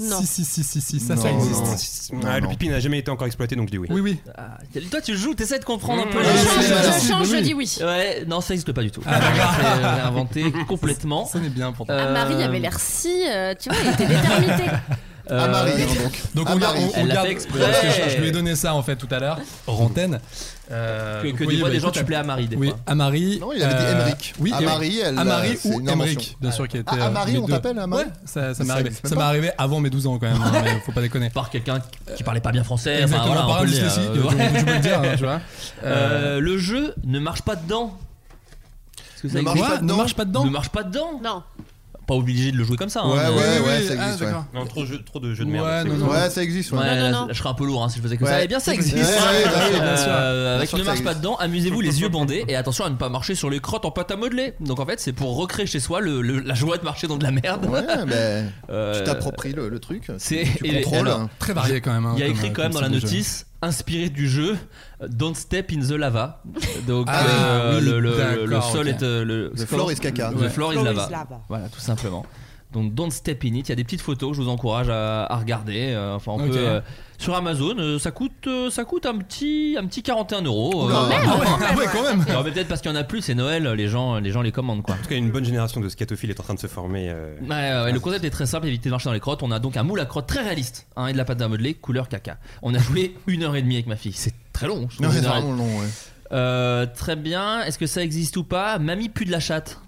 [SPEAKER 3] Non.
[SPEAKER 8] Si, si, si, si, si, ça,
[SPEAKER 5] Non,
[SPEAKER 8] ça
[SPEAKER 5] non,
[SPEAKER 8] existe.
[SPEAKER 5] non, si- ah, le pipi n'a jamais été encore exploité, donc je dis oui.
[SPEAKER 8] Oui, oui.
[SPEAKER 3] Ah, toi, tu joues, t'essaies de comprendre un peu.
[SPEAKER 5] Mmh.
[SPEAKER 8] Ah,
[SPEAKER 3] les
[SPEAKER 5] Je
[SPEAKER 3] choses.
[SPEAKER 5] change, je
[SPEAKER 3] Ouais.
[SPEAKER 5] change, je dis
[SPEAKER 10] oui.
[SPEAKER 3] Ouais, non, ça existe pas du tout. C'est euh, inventé complètement. Ça
[SPEAKER 8] n'est bien pour
[SPEAKER 10] Ah,
[SPEAKER 3] euh,
[SPEAKER 10] Marie avait l'air si. euh, tu vois, elle était déterminée.
[SPEAKER 9] Ah, Marie,
[SPEAKER 8] Euh,
[SPEAKER 9] dis donc.
[SPEAKER 8] Donc
[SPEAKER 9] Ah,
[SPEAKER 8] on garde,
[SPEAKER 9] Marie.
[SPEAKER 8] on, on
[SPEAKER 9] Elle l'a
[SPEAKER 8] garde-
[SPEAKER 9] fait exprès.
[SPEAKER 8] parce que je, je lui ai donné ça en fait tout à l'heure, hors antenne. Euh,
[SPEAKER 3] Que- que
[SPEAKER 8] donc,
[SPEAKER 3] des
[SPEAKER 8] oui,
[SPEAKER 3] fois, des gens
[SPEAKER 8] écoute,
[SPEAKER 3] t'appelaient Amari, des
[SPEAKER 8] Oui,
[SPEAKER 3] fois.
[SPEAKER 8] Amari.
[SPEAKER 9] Non, il avait dit
[SPEAKER 8] euh,
[SPEAKER 9] Emeric.
[SPEAKER 8] Oui,
[SPEAKER 9] Amari, elle, euh,
[SPEAKER 8] Amari
[SPEAKER 9] c'est
[SPEAKER 8] ou
[SPEAKER 9] une invention.
[SPEAKER 8] Emeric, bien sûr, qui était.
[SPEAKER 9] Ah,
[SPEAKER 8] euh,
[SPEAKER 9] Amari,
[SPEAKER 8] les
[SPEAKER 9] on
[SPEAKER 8] deux.
[SPEAKER 9] t'appelle Amari
[SPEAKER 8] Ouais, ça, ça
[SPEAKER 9] Mais
[SPEAKER 8] m'est
[SPEAKER 9] ça
[SPEAKER 8] arrivé.
[SPEAKER 9] existe même
[SPEAKER 8] Ça m'est
[SPEAKER 9] pas.
[SPEAKER 8] arrivé avant mes 12 ans quand même, hein, mais faut pas déconner.
[SPEAKER 3] Par quelqu'un qui parlait pas bien français. enfin,
[SPEAKER 8] Exactement,
[SPEAKER 3] voilà,
[SPEAKER 8] par
[SPEAKER 3] on peut
[SPEAKER 8] un
[SPEAKER 3] le dire,
[SPEAKER 8] dyslexique,
[SPEAKER 3] euh,
[SPEAKER 8] donc,
[SPEAKER 3] ouais.
[SPEAKER 8] je peux le dire, hein, tu vois.
[SPEAKER 3] Euh, le jeu ne marche pas dedans. Est-ce que ça
[SPEAKER 8] Ne
[SPEAKER 3] existe
[SPEAKER 8] marche pas Quoi dedans Ne marche pas dedans
[SPEAKER 3] Ne marche pas dedans
[SPEAKER 10] Non.
[SPEAKER 3] Pas obligé de le jouer comme ça. hein,
[SPEAKER 9] Ouais,
[SPEAKER 3] mais-
[SPEAKER 9] ouais, ouais, ça existe. ouais.
[SPEAKER 5] Non, trop, jeu- trop de jeux de
[SPEAKER 3] Ouais,
[SPEAKER 5] merde.
[SPEAKER 3] non,
[SPEAKER 5] c'est-
[SPEAKER 3] non.
[SPEAKER 9] Ouais, ça existe. ouais.
[SPEAKER 3] Ah, Ouais, là, Je serais un peu lourd hein, si je faisais que
[SPEAKER 9] Ouais.
[SPEAKER 3] ça. Eh bien, ça
[SPEAKER 9] Ouais,
[SPEAKER 3] existe.
[SPEAKER 9] ouais, ouais, bien sûr, bien sûr.
[SPEAKER 3] Euh,
[SPEAKER 9] Bien
[SPEAKER 3] Avec
[SPEAKER 9] sûr
[SPEAKER 3] ne
[SPEAKER 9] que
[SPEAKER 3] marche
[SPEAKER 9] ça
[SPEAKER 3] pas
[SPEAKER 9] existe.
[SPEAKER 3] dedans, amusez-vous les yeux bandés et attention à ne pas marcher sur les crottes en pâte à modeler. Donc en fait, c'est pour recréer chez soi le- le- la joie de marcher dans de la merde.
[SPEAKER 9] Ouais, ben,
[SPEAKER 3] Euh,
[SPEAKER 9] tu t'appropries le, le truc.
[SPEAKER 3] C'est
[SPEAKER 9] tu
[SPEAKER 3] et-
[SPEAKER 9] contrôles.
[SPEAKER 3] alors,
[SPEAKER 8] Très varié quand même. hein,
[SPEAKER 3] Il y a
[SPEAKER 8] comme,
[SPEAKER 3] écrit
[SPEAKER 8] euh,
[SPEAKER 3] quand même dans
[SPEAKER 8] comme
[SPEAKER 3] la
[SPEAKER 8] style de jeu.
[SPEAKER 3] notice, inspiré du jeu, euh, Don't step in the lava. Donc
[SPEAKER 8] Ah,
[SPEAKER 3] euh,
[SPEAKER 8] oui,
[SPEAKER 3] le, le- le- le
[SPEAKER 8] d'accord,
[SPEAKER 3] sol
[SPEAKER 8] ok.
[SPEAKER 3] est euh, le
[SPEAKER 9] The
[SPEAKER 3] c'est
[SPEAKER 9] floor
[SPEAKER 3] comment
[SPEAKER 9] is caca.
[SPEAKER 3] The
[SPEAKER 9] Ouais.
[SPEAKER 3] floor
[SPEAKER 4] Floor
[SPEAKER 3] is
[SPEAKER 4] is
[SPEAKER 3] lava.
[SPEAKER 4] lava.
[SPEAKER 3] Voilà, tout simplement. Donc Don't step in it. Il y a des petites photos. Je vous encourage à, à regarder. Euh, Enfin, on
[SPEAKER 8] Ok.
[SPEAKER 3] peut, euh, sur Amazon, euh, ça coûte euh, ça coûte un petit un petit 41 euros. euh.
[SPEAKER 9] Quand même.
[SPEAKER 8] Ah ouais, ah ouais, quand même.
[SPEAKER 3] Alors, mais Bah, peut-être parce qu'il y en a plus, c'est Noël, les gens les gens les commandent quoi.
[SPEAKER 5] En tout cas, une bonne génération de scatophiles est en train de se former. euh,
[SPEAKER 3] Ouais, ouais, ouais, le concept est très simple, éviter de marcher dans les crottes. On a donc un moule à crottes très réaliste hein, et de la pâte à modeler couleur caca. On a joué une heure et demie avec ma fille. C'est très long. je trouve,
[SPEAKER 9] Non, c'est
[SPEAKER 3] une heure et-
[SPEAKER 9] vraiment long, ouais.
[SPEAKER 3] Euh, très bien. Est-ce que ça existe ou pas Mamie pue de la chatte.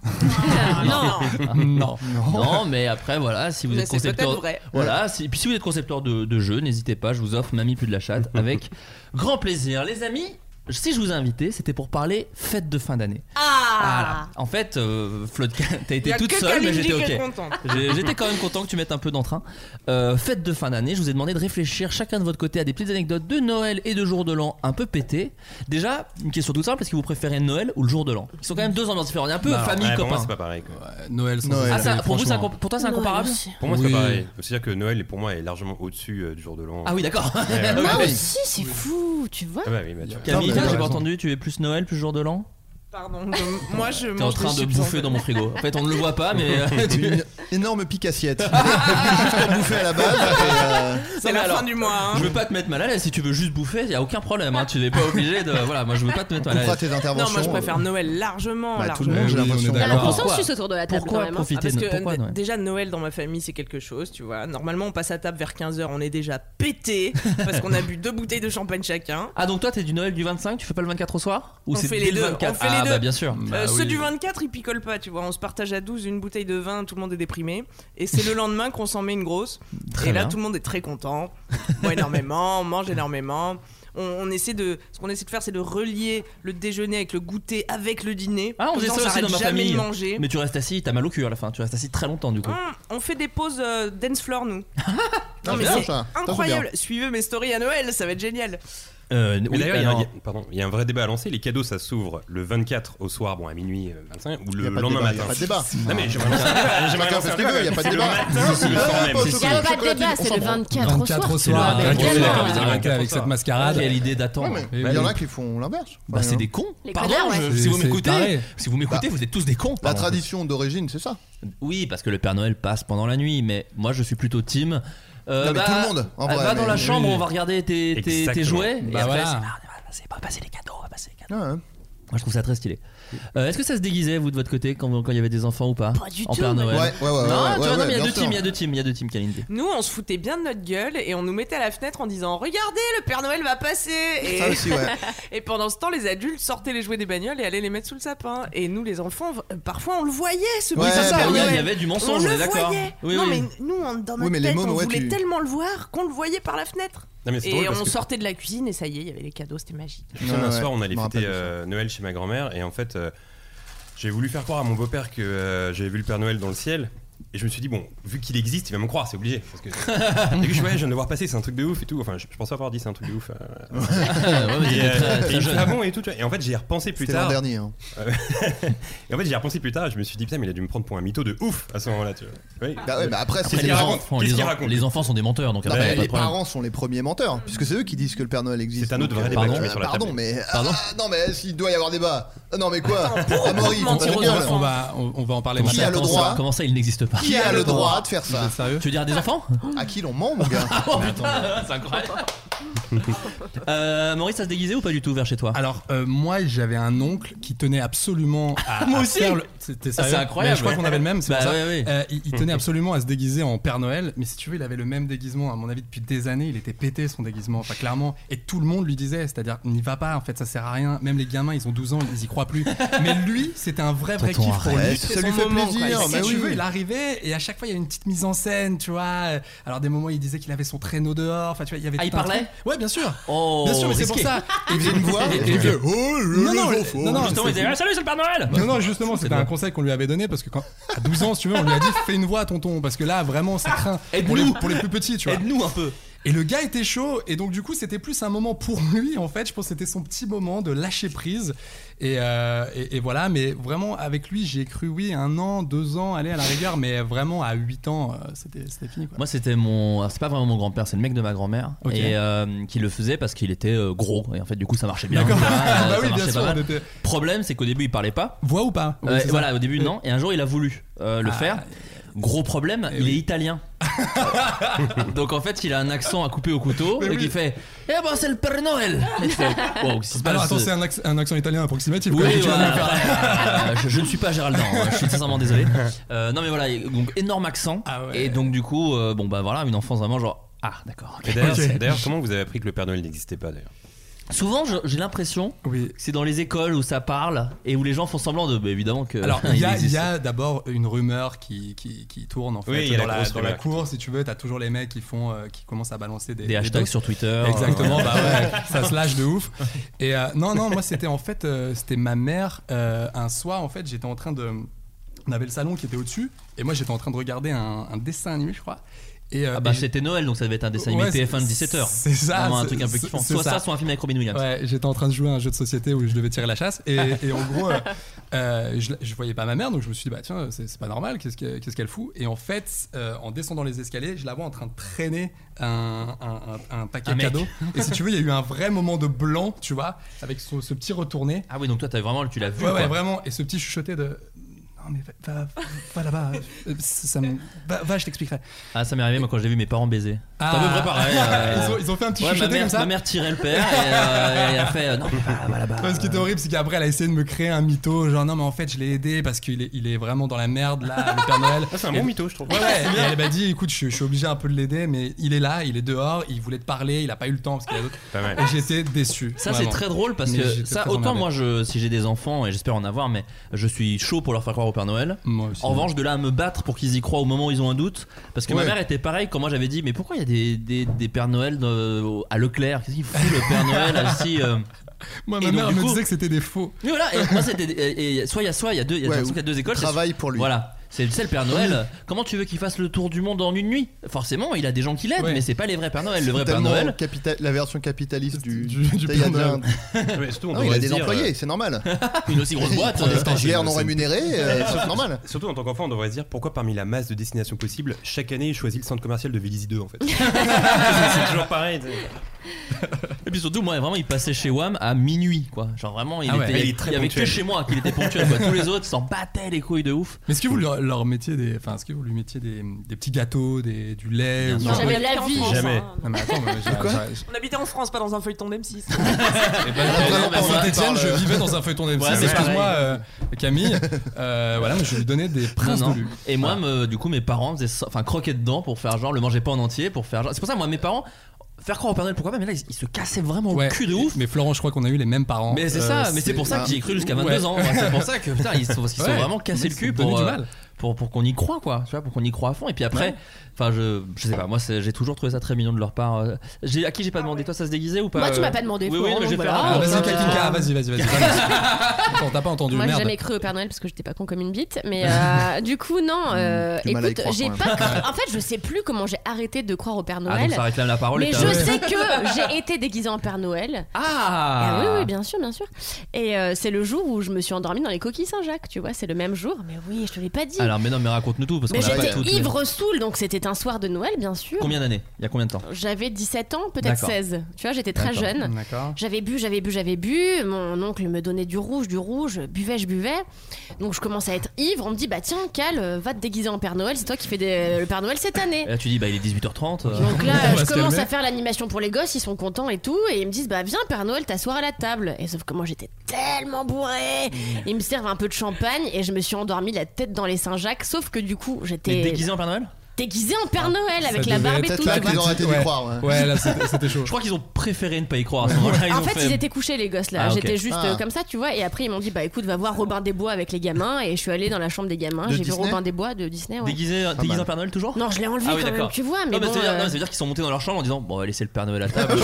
[SPEAKER 8] Non.
[SPEAKER 3] Non, mais après voilà, si vous
[SPEAKER 4] Mais
[SPEAKER 3] êtes
[SPEAKER 4] c'est peut-être
[SPEAKER 3] concepteur,
[SPEAKER 4] vrai.
[SPEAKER 3] voilà, si, puis si vous êtes concepteur de, de jeux, n'hésitez pas. Je vous offre Mamie pue de la chatte avec grand plaisir, les amis. Si je vous ai invité, c'était pour parler fête de fin d'année.
[SPEAKER 10] Ah
[SPEAKER 3] En fait, euh, Flood, t'as
[SPEAKER 4] Il y
[SPEAKER 3] été
[SPEAKER 4] a
[SPEAKER 3] toute
[SPEAKER 4] que
[SPEAKER 3] seule, mais
[SPEAKER 4] Kalindi
[SPEAKER 3] j'étais
[SPEAKER 4] qui est
[SPEAKER 3] ok.
[SPEAKER 4] contente.
[SPEAKER 3] J'ai- J'étais quand même content que tu mettes un peu d'entrain. Euh, fête de fin d'année, je vous ai demandé de réfléchir chacun de votre côté à des petites anecdotes de Noël et de jour de l'an un peu pétées. Déjà, une question toute simple est-ce que vous préférez Noël ou le jour de l'an Ils sont quand même deux ambiants différents. On est un peu
[SPEAKER 8] Bah,
[SPEAKER 3] famille,
[SPEAKER 5] ouais, pour moi,
[SPEAKER 3] copain.
[SPEAKER 5] c'est pas pareil. quoi.
[SPEAKER 8] Euh, Noël, sans
[SPEAKER 9] Noël.
[SPEAKER 3] Ah, ça,
[SPEAKER 8] hésiter,
[SPEAKER 3] pour, vous, c'est
[SPEAKER 8] franchement.
[SPEAKER 3] incom- pour toi, c'est
[SPEAKER 10] Noël
[SPEAKER 3] incomparable
[SPEAKER 10] aussi.
[SPEAKER 5] Pour moi, c'est
[SPEAKER 8] Oui.
[SPEAKER 5] pas pareil. C'est-à-dire que Noël, pour moi, est largement au-dessus euh, du jour de l'an.
[SPEAKER 3] Ah oui, d'accord.
[SPEAKER 5] Ouais, ouais.
[SPEAKER 10] Moi
[SPEAKER 9] oui.
[SPEAKER 10] aussi, c'est fou, tu vois.
[SPEAKER 5] Ah bah oui, bah, tu vois.
[SPEAKER 3] Camille,
[SPEAKER 9] Non, mais
[SPEAKER 3] j'ai
[SPEAKER 9] t'as
[SPEAKER 3] pas
[SPEAKER 9] raison.
[SPEAKER 3] entendu, tu es plus Noël, plus jour de l'an
[SPEAKER 4] Pardon, je- moi je
[SPEAKER 3] T'es en
[SPEAKER 4] mange
[SPEAKER 3] train
[SPEAKER 4] des
[SPEAKER 3] de
[SPEAKER 4] chips, en
[SPEAKER 3] bouffer
[SPEAKER 4] fait.
[SPEAKER 3] dans mon frigo. En fait, on ne le voit pas, mais. euh, tu-
[SPEAKER 9] Une énorme pique assiette. Juste pour bouffer à la base. et, euh,
[SPEAKER 3] Non,
[SPEAKER 4] C'est
[SPEAKER 3] mais
[SPEAKER 4] la
[SPEAKER 3] alors,
[SPEAKER 4] fin du mois. hein.
[SPEAKER 3] Je veux pas te mettre mal à l'aise. Si tu veux juste bouffer, y a aucun problème. hein. Tu n'es pas obligé de. Voilà, moi je veux pas te mettre
[SPEAKER 9] on
[SPEAKER 3] mal à
[SPEAKER 9] fera
[SPEAKER 3] l'aise.
[SPEAKER 9] tes interventions.
[SPEAKER 4] Non, moi je préfère Noël largement.
[SPEAKER 9] Bah, tout le
[SPEAKER 4] largement.
[SPEAKER 9] monde, j'ai
[SPEAKER 8] Oui, on
[SPEAKER 10] Il
[SPEAKER 9] l'impression.
[SPEAKER 8] est d'accord.
[SPEAKER 10] y a un
[SPEAKER 3] Alors,
[SPEAKER 10] consensus autour de la table
[SPEAKER 3] Pourquoi
[SPEAKER 10] quand même. hein.
[SPEAKER 4] Ah,
[SPEAKER 3] profiter
[SPEAKER 4] parce
[SPEAKER 3] de-
[SPEAKER 4] que
[SPEAKER 3] pourquoi,
[SPEAKER 4] euh,
[SPEAKER 3] Noël
[SPEAKER 4] déjà Noël dans ma famille c'est quelque chose, tu vois. Normalement on passe à table vers 15h, on est déjà pété parce qu'on a bu deux bouteilles de champagne chacun.
[SPEAKER 3] Ah donc toi t'es du Noël du 25, tu fais pas le 24 au soir Ou
[SPEAKER 4] On
[SPEAKER 3] c'est
[SPEAKER 4] fait
[SPEAKER 3] dès
[SPEAKER 4] les
[SPEAKER 3] le
[SPEAKER 4] deux,
[SPEAKER 3] 24
[SPEAKER 4] on fait
[SPEAKER 3] Ah
[SPEAKER 4] les
[SPEAKER 3] bah
[SPEAKER 4] deux.
[SPEAKER 3] bien sûr.
[SPEAKER 8] Bah
[SPEAKER 4] Euh, Ceux
[SPEAKER 8] oui.
[SPEAKER 4] du 24 ils picolent pas, tu vois. On se partage à 12 une bouteille de vin, tout le monde est déprimé. Et c'est le lendemain qu'on s'en met une grosse.
[SPEAKER 3] Très
[SPEAKER 4] et là
[SPEAKER 3] bien.
[SPEAKER 4] tout le monde est très content. On boit énormément, on mange énormément. On, on essaie de, ce qu'on essaie de faire c'est de relier le déjeuner avec le goûter, avec le dîner.
[SPEAKER 3] Ah on
[SPEAKER 4] Comme
[SPEAKER 3] faisait
[SPEAKER 4] ça,
[SPEAKER 3] ça aussi
[SPEAKER 4] s'arrête
[SPEAKER 3] dans ma
[SPEAKER 4] jamais
[SPEAKER 3] famille.
[SPEAKER 4] de manger.
[SPEAKER 3] Mais tu restes assis, t'as mal au cul à la fin, tu restes assis très longtemps du coup.
[SPEAKER 4] Hum, on fait des pauses euh, dance floor nous.
[SPEAKER 3] Ah,
[SPEAKER 9] Non, mais
[SPEAKER 4] c'est
[SPEAKER 9] c'est ça.
[SPEAKER 4] Incroyable. Suivez mes stories à Noël, ça va être génial.
[SPEAKER 3] Euh,
[SPEAKER 5] Mais
[SPEAKER 3] oui,
[SPEAKER 5] d'ailleurs, il y a
[SPEAKER 3] alors-
[SPEAKER 5] un- il y a- pardon, il y, a un vrai débat à lancer. Les cadeaux, ça s'ouvre le 24 au soir, bon, à minuit euh, 25, ou
[SPEAKER 9] Il y
[SPEAKER 5] le
[SPEAKER 9] a pas de
[SPEAKER 5] lendemain
[SPEAKER 9] débat, il y a
[SPEAKER 5] matin.
[SPEAKER 9] pas de débat.
[SPEAKER 5] Non, mais j'aimerais lancer un débat, j'aimerais lancer
[SPEAKER 9] Chacun fait
[SPEAKER 5] un
[SPEAKER 9] ce qu'il
[SPEAKER 5] débat.
[SPEAKER 9] veut, il y a pas de
[SPEAKER 5] C'est
[SPEAKER 9] débat.
[SPEAKER 5] le matin, c'est le soir même.
[SPEAKER 9] Si,
[SPEAKER 10] Il
[SPEAKER 9] si,
[SPEAKER 10] n'y a
[SPEAKER 9] si,
[SPEAKER 10] pas de
[SPEAKER 9] chocolatine,
[SPEAKER 10] débat,
[SPEAKER 9] on
[SPEAKER 10] c'est
[SPEAKER 9] s'en
[SPEAKER 10] le
[SPEAKER 9] branle.
[SPEAKER 10] 24 au soir.
[SPEAKER 8] au
[SPEAKER 10] Ah, bah,
[SPEAKER 8] soir. Ah,
[SPEAKER 5] d'accord,
[SPEAKER 10] évidemment.
[SPEAKER 5] d'accord,
[SPEAKER 8] Arrêtez
[SPEAKER 5] Ouais.
[SPEAKER 8] avec cette mascarade.
[SPEAKER 3] Quelle idée d'attendre. Eh
[SPEAKER 9] Ouais, mais bah,
[SPEAKER 8] Mais
[SPEAKER 9] Il y en
[SPEAKER 8] oui.
[SPEAKER 9] a qui font l'inverse. hein.
[SPEAKER 3] Bah c'est des cons.
[SPEAKER 10] Les
[SPEAKER 3] Pardon,
[SPEAKER 10] connards, ouais.
[SPEAKER 3] je- si vous
[SPEAKER 8] C'est
[SPEAKER 3] m'écoutez,
[SPEAKER 8] taré.
[SPEAKER 3] si vous m'écoutez, vous êtes tous des cons.
[SPEAKER 9] Bah, La
[SPEAKER 3] Pardon.
[SPEAKER 9] tradition d'origine, c'est ça.
[SPEAKER 3] Oui, parce que le Père Noël passe pendant la nuit, mais moi je suis plutôt team. Euh,
[SPEAKER 9] Non, mais tout le monde, en
[SPEAKER 3] euh,
[SPEAKER 9] vrai,
[SPEAKER 3] va dans
[SPEAKER 9] mais-
[SPEAKER 3] la chambre,
[SPEAKER 8] Oui.
[SPEAKER 3] on va regarder tes, tes- tes
[SPEAKER 5] Exactement.
[SPEAKER 3] jouets.
[SPEAKER 8] Bah
[SPEAKER 3] et après,
[SPEAKER 8] voilà.
[SPEAKER 3] c'est ah, c'est pas passer les cadeaux, on va passer les cadeaux.
[SPEAKER 9] Ouais,
[SPEAKER 8] Ah,
[SPEAKER 9] ouais.
[SPEAKER 8] hein.
[SPEAKER 3] Moi je trouve ça très stylé. Euh, Est-ce que ça se déguisait vous de votre côté quand quand il y avait des enfants ou pas
[SPEAKER 10] Pas du
[SPEAKER 3] En
[SPEAKER 10] tout,
[SPEAKER 3] Père
[SPEAKER 10] mais-
[SPEAKER 3] Noël.
[SPEAKER 9] Ouais, ouais, ouais. ouais,
[SPEAKER 3] non,
[SPEAKER 9] ouais,
[SPEAKER 3] tu vois, non,
[SPEAKER 9] ouais,
[SPEAKER 3] mais il y a
[SPEAKER 9] bien
[SPEAKER 3] deux
[SPEAKER 9] sûr.
[SPEAKER 3] teams, il y a deux teams, il y a deux teams, Kalindi.
[SPEAKER 4] Nous, on se foutait bien de notre gueule et on nous mettait à la fenêtre en disant Regardez, le Père Noël va passer
[SPEAKER 9] Ça
[SPEAKER 4] et,
[SPEAKER 9] aussi, ouais.
[SPEAKER 4] et pendant ce temps, les adultes sortaient les jouets des bagnoles et allaient les mettre sous le sapin. Et nous, les enfants, v- euh, parfois on le voyait, ce
[SPEAKER 9] Ouais,
[SPEAKER 4] petit
[SPEAKER 9] bah
[SPEAKER 4] Père
[SPEAKER 9] oui,
[SPEAKER 4] Noël.
[SPEAKER 3] il y avait du mensonge,
[SPEAKER 4] on
[SPEAKER 3] on est
[SPEAKER 4] le
[SPEAKER 3] d'accord.
[SPEAKER 4] voyait.
[SPEAKER 3] Oui,
[SPEAKER 4] non,
[SPEAKER 3] oui.
[SPEAKER 4] mais nous, on, dans notre
[SPEAKER 9] Oui, mais les
[SPEAKER 4] tête,
[SPEAKER 9] mômes,
[SPEAKER 4] on
[SPEAKER 9] ouais,
[SPEAKER 4] voulait
[SPEAKER 9] tu-
[SPEAKER 4] tellement le voir qu'on le voyait par la fenêtre.
[SPEAKER 5] Non, mais c'est drôle
[SPEAKER 4] Et
[SPEAKER 5] parce
[SPEAKER 4] on
[SPEAKER 5] que-
[SPEAKER 4] sortait de la cuisine et ça y est, il y avait les cadeaux, c'était magique.
[SPEAKER 5] Je me souviens
[SPEAKER 9] Ouais,
[SPEAKER 5] d'un soir,
[SPEAKER 9] ouais,
[SPEAKER 5] on
[SPEAKER 9] je
[SPEAKER 5] allait
[SPEAKER 9] me
[SPEAKER 5] fêter
[SPEAKER 9] rappelle de ça.
[SPEAKER 5] euh, Noël chez ma grand-mère et en fait, euh, j'ai voulu faire croire à mon beau-père que euh, j'avais vu le Père Noël dans le ciel. Et je me suis dit, bon, vu qu'il existe, il va me croire, c'est obligé. Parce que... et puis, je, ouais, je viens de le voir passer, c'est un truc de ouf et tout. Enfin, je, je pense avoir dit, c'est un truc de ouf. euh,
[SPEAKER 9] Ouais, mais
[SPEAKER 5] et,
[SPEAKER 9] t'étais très-
[SPEAKER 5] et
[SPEAKER 9] très
[SPEAKER 5] je fais,
[SPEAKER 9] jeune.
[SPEAKER 5] ah bon et tout, tu vois. Et en fait, j'y ai repensé plus
[SPEAKER 9] C'était l'an
[SPEAKER 5] tard.
[SPEAKER 9] dernier, hein.
[SPEAKER 5] et en fait, j'y ai repensé plus tard et je me suis dit, putain, mais il a dû me prendre pour un mytho de ouf à ce moment-là, tu vois. Oui.
[SPEAKER 9] Bah ouais, mais après, c'est
[SPEAKER 5] qu'est-ce qu'il
[SPEAKER 9] les gens-
[SPEAKER 5] raconte
[SPEAKER 9] Franchement,
[SPEAKER 5] Qu'est-ce
[SPEAKER 9] les
[SPEAKER 5] qu'il
[SPEAKER 9] en-
[SPEAKER 5] raconte
[SPEAKER 3] Les Ah, enfants sont des menteurs, donc
[SPEAKER 9] Non,
[SPEAKER 3] après,
[SPEAKER 9] mais
[SPEAKER 3] y a pas de
[SPEAKER 9] les
[SPEAKER 3] problème.
[SPEAKER 9] parents sont les premiers menteurs, puisque c'est eux qui disent que le Père Noël existe.
[SPEAKER 5] C'est un autre
[SPEAKER 9] Donc,
[SPEAKER 5] vrai
[SPEAKER 9] euh,
[SPEAKER 5] débat que
[SPEAKER 9] pardon,
[SPEAKER 5] tu mets sur la
[SPEAKER 9] pardon,
[SPEAKER 5] table.
[SPEAKER 9] mais
[SPEAKER 5] Pardon
[SPEAKER 9] ah, non mais s'il doit y avoir débat. Ah, Non mais quoi Ah, Maurice,
[SPEAKER 8] on,
[SPEAKER 9] tu
[SPEAKER 8] on-
[SPEAKER 9] rigoles.
[SPEAKER 8] on va, Bah, on, on va en parler
[SPEAKER 9] Qui
[SPEAKER 8] maintenant.
[SPEAKER 9] a le Comment ça- droit
[SPEAKER 3] comment ça, il n'existe pas
[SPEAKER 9] Qui a le droit de faire ça Ah.
[SPEAKER 8] Sérieux
[SPEAKER 3] Tu veux dire à des enfants
[SPEAKER 9] À qui l'on ment, mon gars
[SPEAKER 8] Oh,
[SPEAKER 3] C'est incroyable. Euh, Maurice, ça se déguisait ou pas du tout vers chez toi
[SPEAKER 8] Alors, euh, moi, j'avais un oncle qui tenait absolument à.
[SPEAKER 3] Moi
[SPEAKER 8] à
[SPEAKER 3] aussi
[SPEAKER 8] faire le- C'était
[SPEAKER 3] Ah,
[SPEAKER 8] sérieux
[SPEAKER 3] c'est incroyable.
[SPEAKER 8] Mais Je crois qu'on avait le même, c'est
[SPEAKER 3] Bah
[SPEAKER 8] pour ça.
[SPEAKER 3] ouais, ouais.
[SPEAKER 8] Euh, il, il tenait absolument à se déguiser en Père Noël, mais si tu veux, il avait le même déguisement, à mon avis, depuis des années. Il était pété, son déguisement, enfin, clairement. Et tout le monde lui disait, c'est-à-dire, n'y va pas, en fait, ça sert à rien. Même les gamins, ils ont 12 ans, ils y croient plus. mais lui, c'était un vrai, vrai
[SPEAKER 9] Tonton,
[SPEAKER 8] kiff pour
[SPEAKER 9] arrête,
[SPEAKER 8] lui.
[SPEAKER 9] ça lui fait plaisir,
[SPEAKER 8] Et si
[SPEAKER 3] Bah
[SPEAKER 9] mais
[SPEAKER 8] tu
[SPEAKER 9] oui.
[SPEAKER 8] veux, il arrivait, et à chaque fois, il y avait une petite mise en scène, tu vois. Alors, des moments, il disait qu'il avait son traîneau dehors, enfin, tu vois, il y avait
[SPEAKER 3] Ah, il
[SPEAKER 8] tout un
[SPEAKER 3] parlait
[SPEAKER 8] truc. Ouais, bien sûr.
[SPEAKER 3] Oh,
[SPEAKER 8] Bien sûr, mais c'est pour
[SPEAKER 3] risqué.
[SPEAKER 8] ça.
[SPEAKER 9] Il faisait une voix,
[SPEAKER 8] Et-
[SPEAKER 9] il
[SPEAKER 8] et-
[SPEAKER 9] faisait,
[SPEAKER 8] et-
[SPEAKER 9] Oh, le-
[SPEAKER 8] non, non,
[SPEAKER 9] le-
[SPEAKER 8] le- non, non,
[SPEAKER 3] Justement, il
[SPEAKER 8] c'est-
[SPEAKER 3] disait Ah, Salut, c'est le Père Noël
[SPEAKER 8] non, non, justement, c'était
[SPEAKER 3] bon.
[SPEAKER 8] un conseil qu'on lui avait donné parce que quand, à 12 ans, si tu veux, on lui a dit fais une voix à tonton parce que là, vraiment, ça craint. pour, les,
[SPEAKER 3] Ah, aide-nous.
[SPEAKER 8] pour les plus petits, tu vois.
[SPEAKER 3] Aide-nous un peu.
[SPEAKER 8] Et le gars était chaud, et donc du coup, c'était plus un moment pour lui, en fait. Je pense que c'était son petit moment de lâcher prise. Et, euh, et- et voilà, mais vraiment, avec lui, j'ai cru, oui, un an, deux ans, aller à la rigueur, mais vraiment, à 8 ans, euh, c'était c'était fini, quoi.
[SPEAKER 3] Moi, c'était mon. alors, C'est pas vraiment mon grand-père, c'est le mec de ma grand-mère.
[SPEAKER 8] Ok.
[SPEAKER 3] Et euh, qui le faisait parce qu'il était euh, gros. Et en fait, du coup, ça marchait bien.
[SPEAKER 8] D'accord.
[SPEAKER 3] tu vois, euh,
[SPEAKER 8] Bah
[SPEAKER 3] ça
[SPEAKER 8] oui, bien
[SPEAKER 3] marchait
[SPEAKER 8] sûr,
[SPEAKER 3] pas mal.
[SPEAKER 8] on était-
[SPEAKER 3] Problème, c'est qu'au début, il parlait pas.
[SPEAKER 8] Voix ou pas Oui,
[SPEAKER 3] Euh,
[SPEAKER 8] c'est ça. Ah.
[SPEAKER 3] voilà, au début, non. Et un jour, il a voulu euh, le faire. Gros
[SPEAKER 8] Eh
[SPEAKER 3] problème, il est italien. Donc en fait, il a un accent à couper au couteau. Et qui fait Eh ben, c'est le Père Noël oh, Et tu fais, Wow, qu'est-ce qui se
[SPEAKER 8] Alors
[SPEAKER 3] passe
[SPEAKER 8] attends, c'est un, acc- un accent italien approximatif.
[SPEAKER 3] Bah, Oui,
[SPEAKER 8] quoi, tu vois.
[SPEAKER 3] voilà, voilà. Euh, je, je ne suis pas Géraldin, hein, je suis sincèrement désolé. Euh, non mais voilà, et donc énorme accent.
[SPEAKER 8] Ah
[SPEAKER 3] Et donc du coup, euh, bon bah voilà, une enfance vraiment genre... Ah d'accord.
[SPEAKER 5] Et d'ailleurs, d'ailleurs, comment vous avez appris que le Père Noël n'existait pas d'ailleurs
[SPEAKER 3] Souvent je- j'ai l'impression
[SPEAKER 8] Oui.
[SPEAKER 3] que c'est dans les écoles où ça parle et où les gens font semblant de... bah, évidemment que...
[SPEAKER 8] Alors, il y a,
[SPEAKER 3] existe.
[SPEAKER 8] il y a d'abord une rumeur qui, qui, qui tourne en fait
[SPEAKER 3] Oui, il y a
[SPEAKER 8] dans, la,
[SPEAKER 3] la grosse
[SPEAKER 8] dans la
[SPEAKER 3] rumeur.
[SPEAKER 8] cour, si tu veux. T'as toujours les mecs qui font, euh, qui commencent à balancer des,
[SPEAKER 3] Des hashtags sur Twitter.
[SPEAKER 8] Exactement,
[SPEAKER 3] Euh,
[SPEAKER 8] bah ouais, ça se lâche de ouf. Et euh, non, non, moi c'était en fait, euh, c'était ma mère. euh, un soir, en fait, j'étais en train de, on avait le salon qui était au-dessus, et moi j'étais en train de regarder un, un dessin animé, je crois. Et, euh,
[SPEAKER 3] Ah bah
[SPEAKER 8] et-
[SPEAKER 3] c'était Noël donc ça devait être un dessin animé
[SPEAKER 8] Ouais, c'est-
[SPEAKER 3] TF1 de 17h.
[SPEAKER 8] C'est ça.
[SPEAKER 3] Vraiment un
[SPEAKER 8] c'est-
[SPEAKER 3] truc un peu
[SPEAKER 8] c'est-
[SPEAKER 3] kiffant.
[SPEAKER 8] c'est
[SPEAKER 3] Soit ça, soit un film avec Robin Williams.
[SPEAKER 8] Ouais, j'étais en train de jouer à un jeu de société où je devais tirer la chasse. Et, et en gros, euh, euh, je, la- je voyais pas ma mère, donc je me suis dit, bah tiens, c'est c'est pas normal, qu'est-ce que- qu'est-ce qu'elle fout Et en fait, euh, en descendant les escaliers, je la vois en train de traîner un, un- un- un paquet
[SPEAKER 3] Un
[SPEAKER 8] de
[SPEAKER 3] mec.
[SPEAKER 8] cadeaux. Et si tu veux, il y a eu un vrai moment de blanc, tu vois, avec ce, ce petit retourné.
[SPEAKER 3] Ah oui donc toi t'as vraiment tu l'as vu.
[SPEAKER 8] Ouais,
[SPEAKER 3] quoi.
[SPEAKER 8] ouais, vraiment. Et ce petit chuchoté de. Non, mais va, va- va là-bas. euh, ça- ça me- va, va, je t'expliquerai.
[SPEAKER 3] Ah ça m'est arrivé moi quand j'ai vu mes parents baiser.
[SPEAKER 8] Ah.
[SPEAKER 3] C'est un peu vrai pareil. euh.
[SPEAKER 8] Ils ont- ils ont fait un petit
[SPEAKER 3] ouais, ma
[SPEAKER 8] chuchoté
[SPEAKER 3] mère,
[SPEAKER 8] comme ça
[SPEAKER 3] Ma mère tirait le père et, euh, et elle a fait euh, non bah, bah, là-bas.
[SPEAKER 8] Ouais, ce qui était horrible, c'est qu'après, elle a essayé de me créer un mytho. Genre, non, mais en fait, je l'ai aidé parce qu'il est, il est vraiment dans la merde, là, le Père Noël.
[SPEAKER 5] Ah, c'est un
[SPEAKER 8] Et-
[SPEAKER 5] bon mytho, je trouve.
[SPEAKER 8] Ouais, ouais. Et elle m'a dit, écoute, je, je suis obligé un peu de l'aider, mais il est là, il est dehors, il voulait te parler, il a pas eu le temps parce qu'il a d'autres.
[SPEAKER 5] Pas mal.
[SPEAKER 8] Et j'étais déçu.
[SPEAKER 3] Ça c'est
[SPEAKER 8] vraiment.
[SPEAKER 3] très drôle parce
[SPEAKER 8] Mais
[SPEAKER 3] que
[SPEAKER 8] j'étais
[SPEAKER 3] ça
[SPEAKER 8] très
[SPEAKER 3] autant
[SPEAKER 8] emmerdé.
[SPEAKER 3] moi je si j'ai des enfants et j'espère en avoir mais je suis chaud pour leur faire croire au Père Noël.
[SPEAKER 8] Moi aussi.
[SPEAKER 3] En revanche de là à me battre pour qu'ils y croient au moment où ils ont un doute parce que
[SPEAKER 8] Ouais.
[SPEAKER 3] ma mère était pareil quand moi j'avais dit mais pourquoi il y a des, des, des Pères Noël euh, à Leclerc qu'est-ce qu'il fout le Père Noël assis euh,
[SPEAKER 8] Moi, ma
[SPEAKER 3] Et donc,
[SPEAKER 8] mère
[SPEAKER 3] du
[SPEAKER 8] me
[SPEAKER 3] coup-
[SPEAKER 8] disait que c'était des faux.
[SPEAKER 3] Mais voilà, et moi c'était. et- et Soit il y a soit il y a deux, il y a
[SPEAKER 9] Ouais,
[SPEAKER 3] j'ai l'impression
[SPEAKER 9] ou
[SPEAKER 3] qu'il y a deux écoles. c'est-
[SPEAKER 9] travaille pour lui.
[SPEAKER 3] Voilà, c'est le seul Père Noël. Comment tu veux qu'il fasse le tour du monde en une nuit Forcément, il a des gens qui l'aident,
[SPEAKER 8] Ouais.
[SPEAKER 3] mais c'est pas les vrais Père Noël. Le vrai Père
[SPEAKER 9] Tellement
[SPEAKER 3] Noël.
[SPEAKER 9] capita- la version capitaliste du,
[SPEAKER 8] Du- du
[SPEAKER 9] Ça, il y a
[SPEAKER 8] Père
[SPEAKER 9] déjà un-
[SPEAKER 8] Noël.
[SPEAKER 5] Ouais, surtout, on
[SPEAKER 9] Non, Ah il
[SPEAKER 5] devrait
[SPEAKER 9] a
[SPEAKER 5] se
[SPEAKER 9] des
[SPEAKER 5] dire,
[SPEAKER 9] employés,
[SPEAKER 5] euh,
[SPEAKER 9] c'est normal.
[SPEAKER 3] Une aussi grosse
[SPEAKER 9] Il
[SPEAKER 3] boîte.
[SPEAKER 9] prend des
[SPEAKER 3] euh,
[SPEAKER 9] stagiaires
[SPEAKER 5] c'est-
[SPEAKER 9] non
[SPEAKER 5] c'est-
[SPEAKER 9] rémunérés, euh, c'est normal.
[SPEAKER 5] Surtout en tant qu'enfant, on devrait se dire pourquoi parmi la masse de destinations possibles, chaque année, il choisit le centre commercial de Vélizy 2 en fait. c'est toujours pareil.
[SPEAKER 3] Et puis surtout, moi vraiment, il passait chez Wam à minuit, quoi. Genre vraiment, il
[SPEAKER 8] Ah ouais.
[SPEAKER 3] était.
[SPEAKER 8] Ouais,
[SPEAKER 5] il est très
[SPEAKER 3] y avait que
[SPEAKER 5] ponctuel.
[SPEAKER 3] chez moi qu'il était ponctuel. quoi. Tous les autres s'en battaient les couilles de ouf.
[SPEAKER 8] Mais est-ce que vous leur, leur mettiez des, enfin, est-ce que vous lui mettiez des, des petits gâteaux, des, du lait
[SPEAKER 3] Bien
[SPEAKER 8] ou-
[SPEAKER 3] sûr.
[SPEAKER 8] Non,
[SPEAKER 10] J'avais
[SPEAKER 4] on habitait
[SPEAKER 10] la
[SPEAKER 4] en
[SPEAKER 10] vie.
[SPEAKER 4] France,
[SPEAKER 5] Jamais.
[SPEAKER 4] hein.
[SPEAKER 8] mais attends, mais j'ai- j'ai-
[SPEAKER 4] On habitait en France, pas dans un feuilleton d'M6.
[SPEAKER 8] Vraiment,
[SPEAKER 3] bah,
[SPEAKER 8] en
[SPEAKER 3] ça,
[SPEAKER 8] Saint-Étienne,
[SPEAKER 3] parle-
[SPEAKER 8] je vivais dans un feuilleton d'MC.
[SPEAKER 3] Ouais, c'est
[SPEAKER 8] Excuse-moi,
[SPEAKER 3] pareil.
[SPEAKER 8] euh, Camille. Euh, voilà, mais je lui donnais des princes
[SPEAKER 3] Non, non.
[SPEAKER 8] de luxe.
[SPEAKER 3] Et moi, me- du coup, mes parents faisaient so- enfin, croquaient dedans pour faire genre, le mangeaient pas en entier, pour faire genre. C'est pour ça, moi, mes parents, faire croire au Père Noël, pourquoi pas, mais là, ils, ils se cassaient vraiment
[SPEAKER 8] Ouais.
[SPEAKER 3] le cul de ouf.
[SPEAKER 8] Mais Florent, je crois qu'on a eu les mêmes parents.
[SPEAKER 3] Mais c'est
[SPEAKER 8] Euh,
[SPEAKER 3] ça, mais c'est pour ça que j'y ai cru jusqu'à 22
[SPEAKER 8] Ouais.
[SPEAKER 3] ans. Enfin, C'est pour ça que putain, ils sont, parce qu'ils sont
[SPEAKER 8] Ouais.
[SPEAKER 3] vraiment cassés le
[SPEAKER 8] Ils se
[SPEAKER 3] cul
[SPEAKER 8] sont donné
[SPEAKER 3] pour,
[SPEAKER 8] du
[SPEAKER 3] euh,
[SPEAKER 8] mal.
[SPEAKER 3] pour, pour qu'on y croit, quoi. Tu vois, pour qu'on y croit à fond. Et puis après, enfin, je, je sais pas, moi, c'est- j'ai toujours trouvé ça très mignon de leur part. euh. J'ai- À qui j'ai pas demandé Toi, ça se déguisait ou pas
[SPEAKER 10] Moi, tu
[SPEAKER 3] euh
[SPEAKER 10] m'as pas demandé,
[SPEAKER 3] Oui, oui,
[SPEAKER 10] Florent,
[SPEAKER 3] mais
[SPEAKER 10] donc
[SPEAKER 3] j'ai fait
[SPEAKER 10] voilà.
[SPEAKER 3] un-
[SPEAKER 10] Ah, vas-y,
[SPEAKER 3] un-
[SPEAKER 8] Kaka,
[SPEAKER 3] un-
[SPEAKER 8] vas-y, vas-y, vas-y. Attends, t'as pas entendu,
[SPEAKER 10] Moi, j'ai
[SPEAKER 8] merde.
[SPEAKER 10] jamais cru au Père Noël parce que j'étais pas con comme une bite. Mais euh, du coup, non. euh,
[SPEAKER 8] du mal à y
[SPEAKER 10] écoute,
[SPEAKER 8] croire,
[SPEAKER 10] j'ai
[SPEAKER 8] quand
[SPEAKER 10] pas.
[SPEAKER 8] même.
[SPEAKER 10] cru- En fait, je sais plus comment j'ai arrêté de croire au Père
[SPEAKER 3] Ah,
[SPEAKER 10] Noël.
[SPEAKER 3] donc ça réclame la parole. et
[SPEAKER 10] mais
[SPEAKER 3] t'as-
[SPEAKER 10] je
[SPEAKER 3] Ouais.
[SPEAKER 10] sais que j'ai été déguisée en Père Noël. Eh
[SPEAKER 3] Ah
[SPEAKER 10] oui, oui, bien sûr, bien sûr. Et euh, c'est le jour où je me suis endormie dans les coquilles Saint-Jacques, tu vois, c'est le même jour. Mais oui, je te l'ai pas dit.
[SPEAKER 3] Alors, mais Ah, non, mais raconte-nous tout, parce qu'on
[SPEAKER 10] mais
[SPEAKER 3] a pas
[SPEAKER 10] j'étais
[SPEAKER 3] tout. mais-
[SPEAKER 10] ivre saoul, donc c'était un soir de Noël, bien sûr.
[SPEAKER 3] Combien d'années Il y a combien de temps
[SPEAKER 10] J'avais 17 ans, peut-être
[SPEAKER 3] D'accord.
[SPEAKER 10] 16. Tu vois, j'étais très
[SPEAKER 3] D'accord.
[SPEAKER 10] jeune.
[SPEAKER 3] D'accord.
[SPEAKER 10] J'avais bu, j'avais bu, j'avais bu. Mon oncle me donnait du rouge, du rouge. Je buvais, je buvais. Donc je commence à être ivre. On me dit, bah tiens, Cal, euh, va te déguiser en Père Noël. C'est toi qui fais des- euh, le Père Noël cette année.
[SPEAKER 3] Et là, tu dis, bah, il est 18h30.
[SPEAKER 10] Donc là, je commence à faire l'animation pour les gosses, ils sont contents et tout, et ils me disent bah viens Père Noël t'asseoir à la table. Et sauf que moi j'étais tellement bourrée, ils me servent un peu de champagne et je me suis endormie la tête dans les Saint-Jacques. Sauf que du coup j'étais
[SPEAKER 3] Mais déguisé en Père Noël Ah,
[SPEAKER 10] déguisée en Père Noël avec
[SPEAKER 3] Ça
[SPEAKER 10] la
[SPEAKER 3] devait
[SPEAKER 10] barbe et
[SPEAKER 3] être
[SPEAKER 10] tout.
[SPEAKER 3] là
[SPEAKER 10] tu
[SPEAKER 3] qu'ils
[SPEAKER 10] vois.
[SPEAKER 3] ont arrêté d'y croire, ouais. Ouais, là, c'était-
[SPEAKER 8] c'était chaud.
[SPEAKER 3] Je crois qu'ils ont préféré ne pas y croire à ce moment-là. ils
[SPEAKER 10] en
[SPEAKER 3] ont
[SPEAKER 10] fait, ils étaient couchés les gosses là.
[SPEAKER 3] Ah, ok.
[SPEAKER 10] J'étais juste
[SPEAKER 3] Ah.
[SPEAKER 10] euh, comme ça, tu vois. Et après ils m'ont dit bah écoute va voir Robin des Bois avec les gamins et je suis allée dans la chambre des gamins.
[SPEAKER 3] De
[SPEAKER 10] J'ai vu
[SPEAKER 3] Disney
[SPEAKER 10] Robin des Bois de Disney. ouais.
[SPEAKER 3] Déguisé,
[SPEAKER 10] Pas
[SPEAKER 3] déguisé
[SPEAKER 10] mal.
[SPEAKER 3] en Père Noël toujours
[SPEAKER 10] Non, je l'ai enlevé
[SPEAKER 3] ah oui,
[SPEAKER 10] quand même,
[SPEAKER 3] d'accord.
[SPEAKER 10] tu vois, mais
[SPEAKER 3] non, mais
[SPEAKER 10] bon,
[SPEAKER 3] ça veut dire,
[SPEAKER 10] euh,
[SPEAKER 3] non, mais ça veut dire qu'ils sont montés dans leur chambre en disant Bon, on va laisser le Père Noël à table.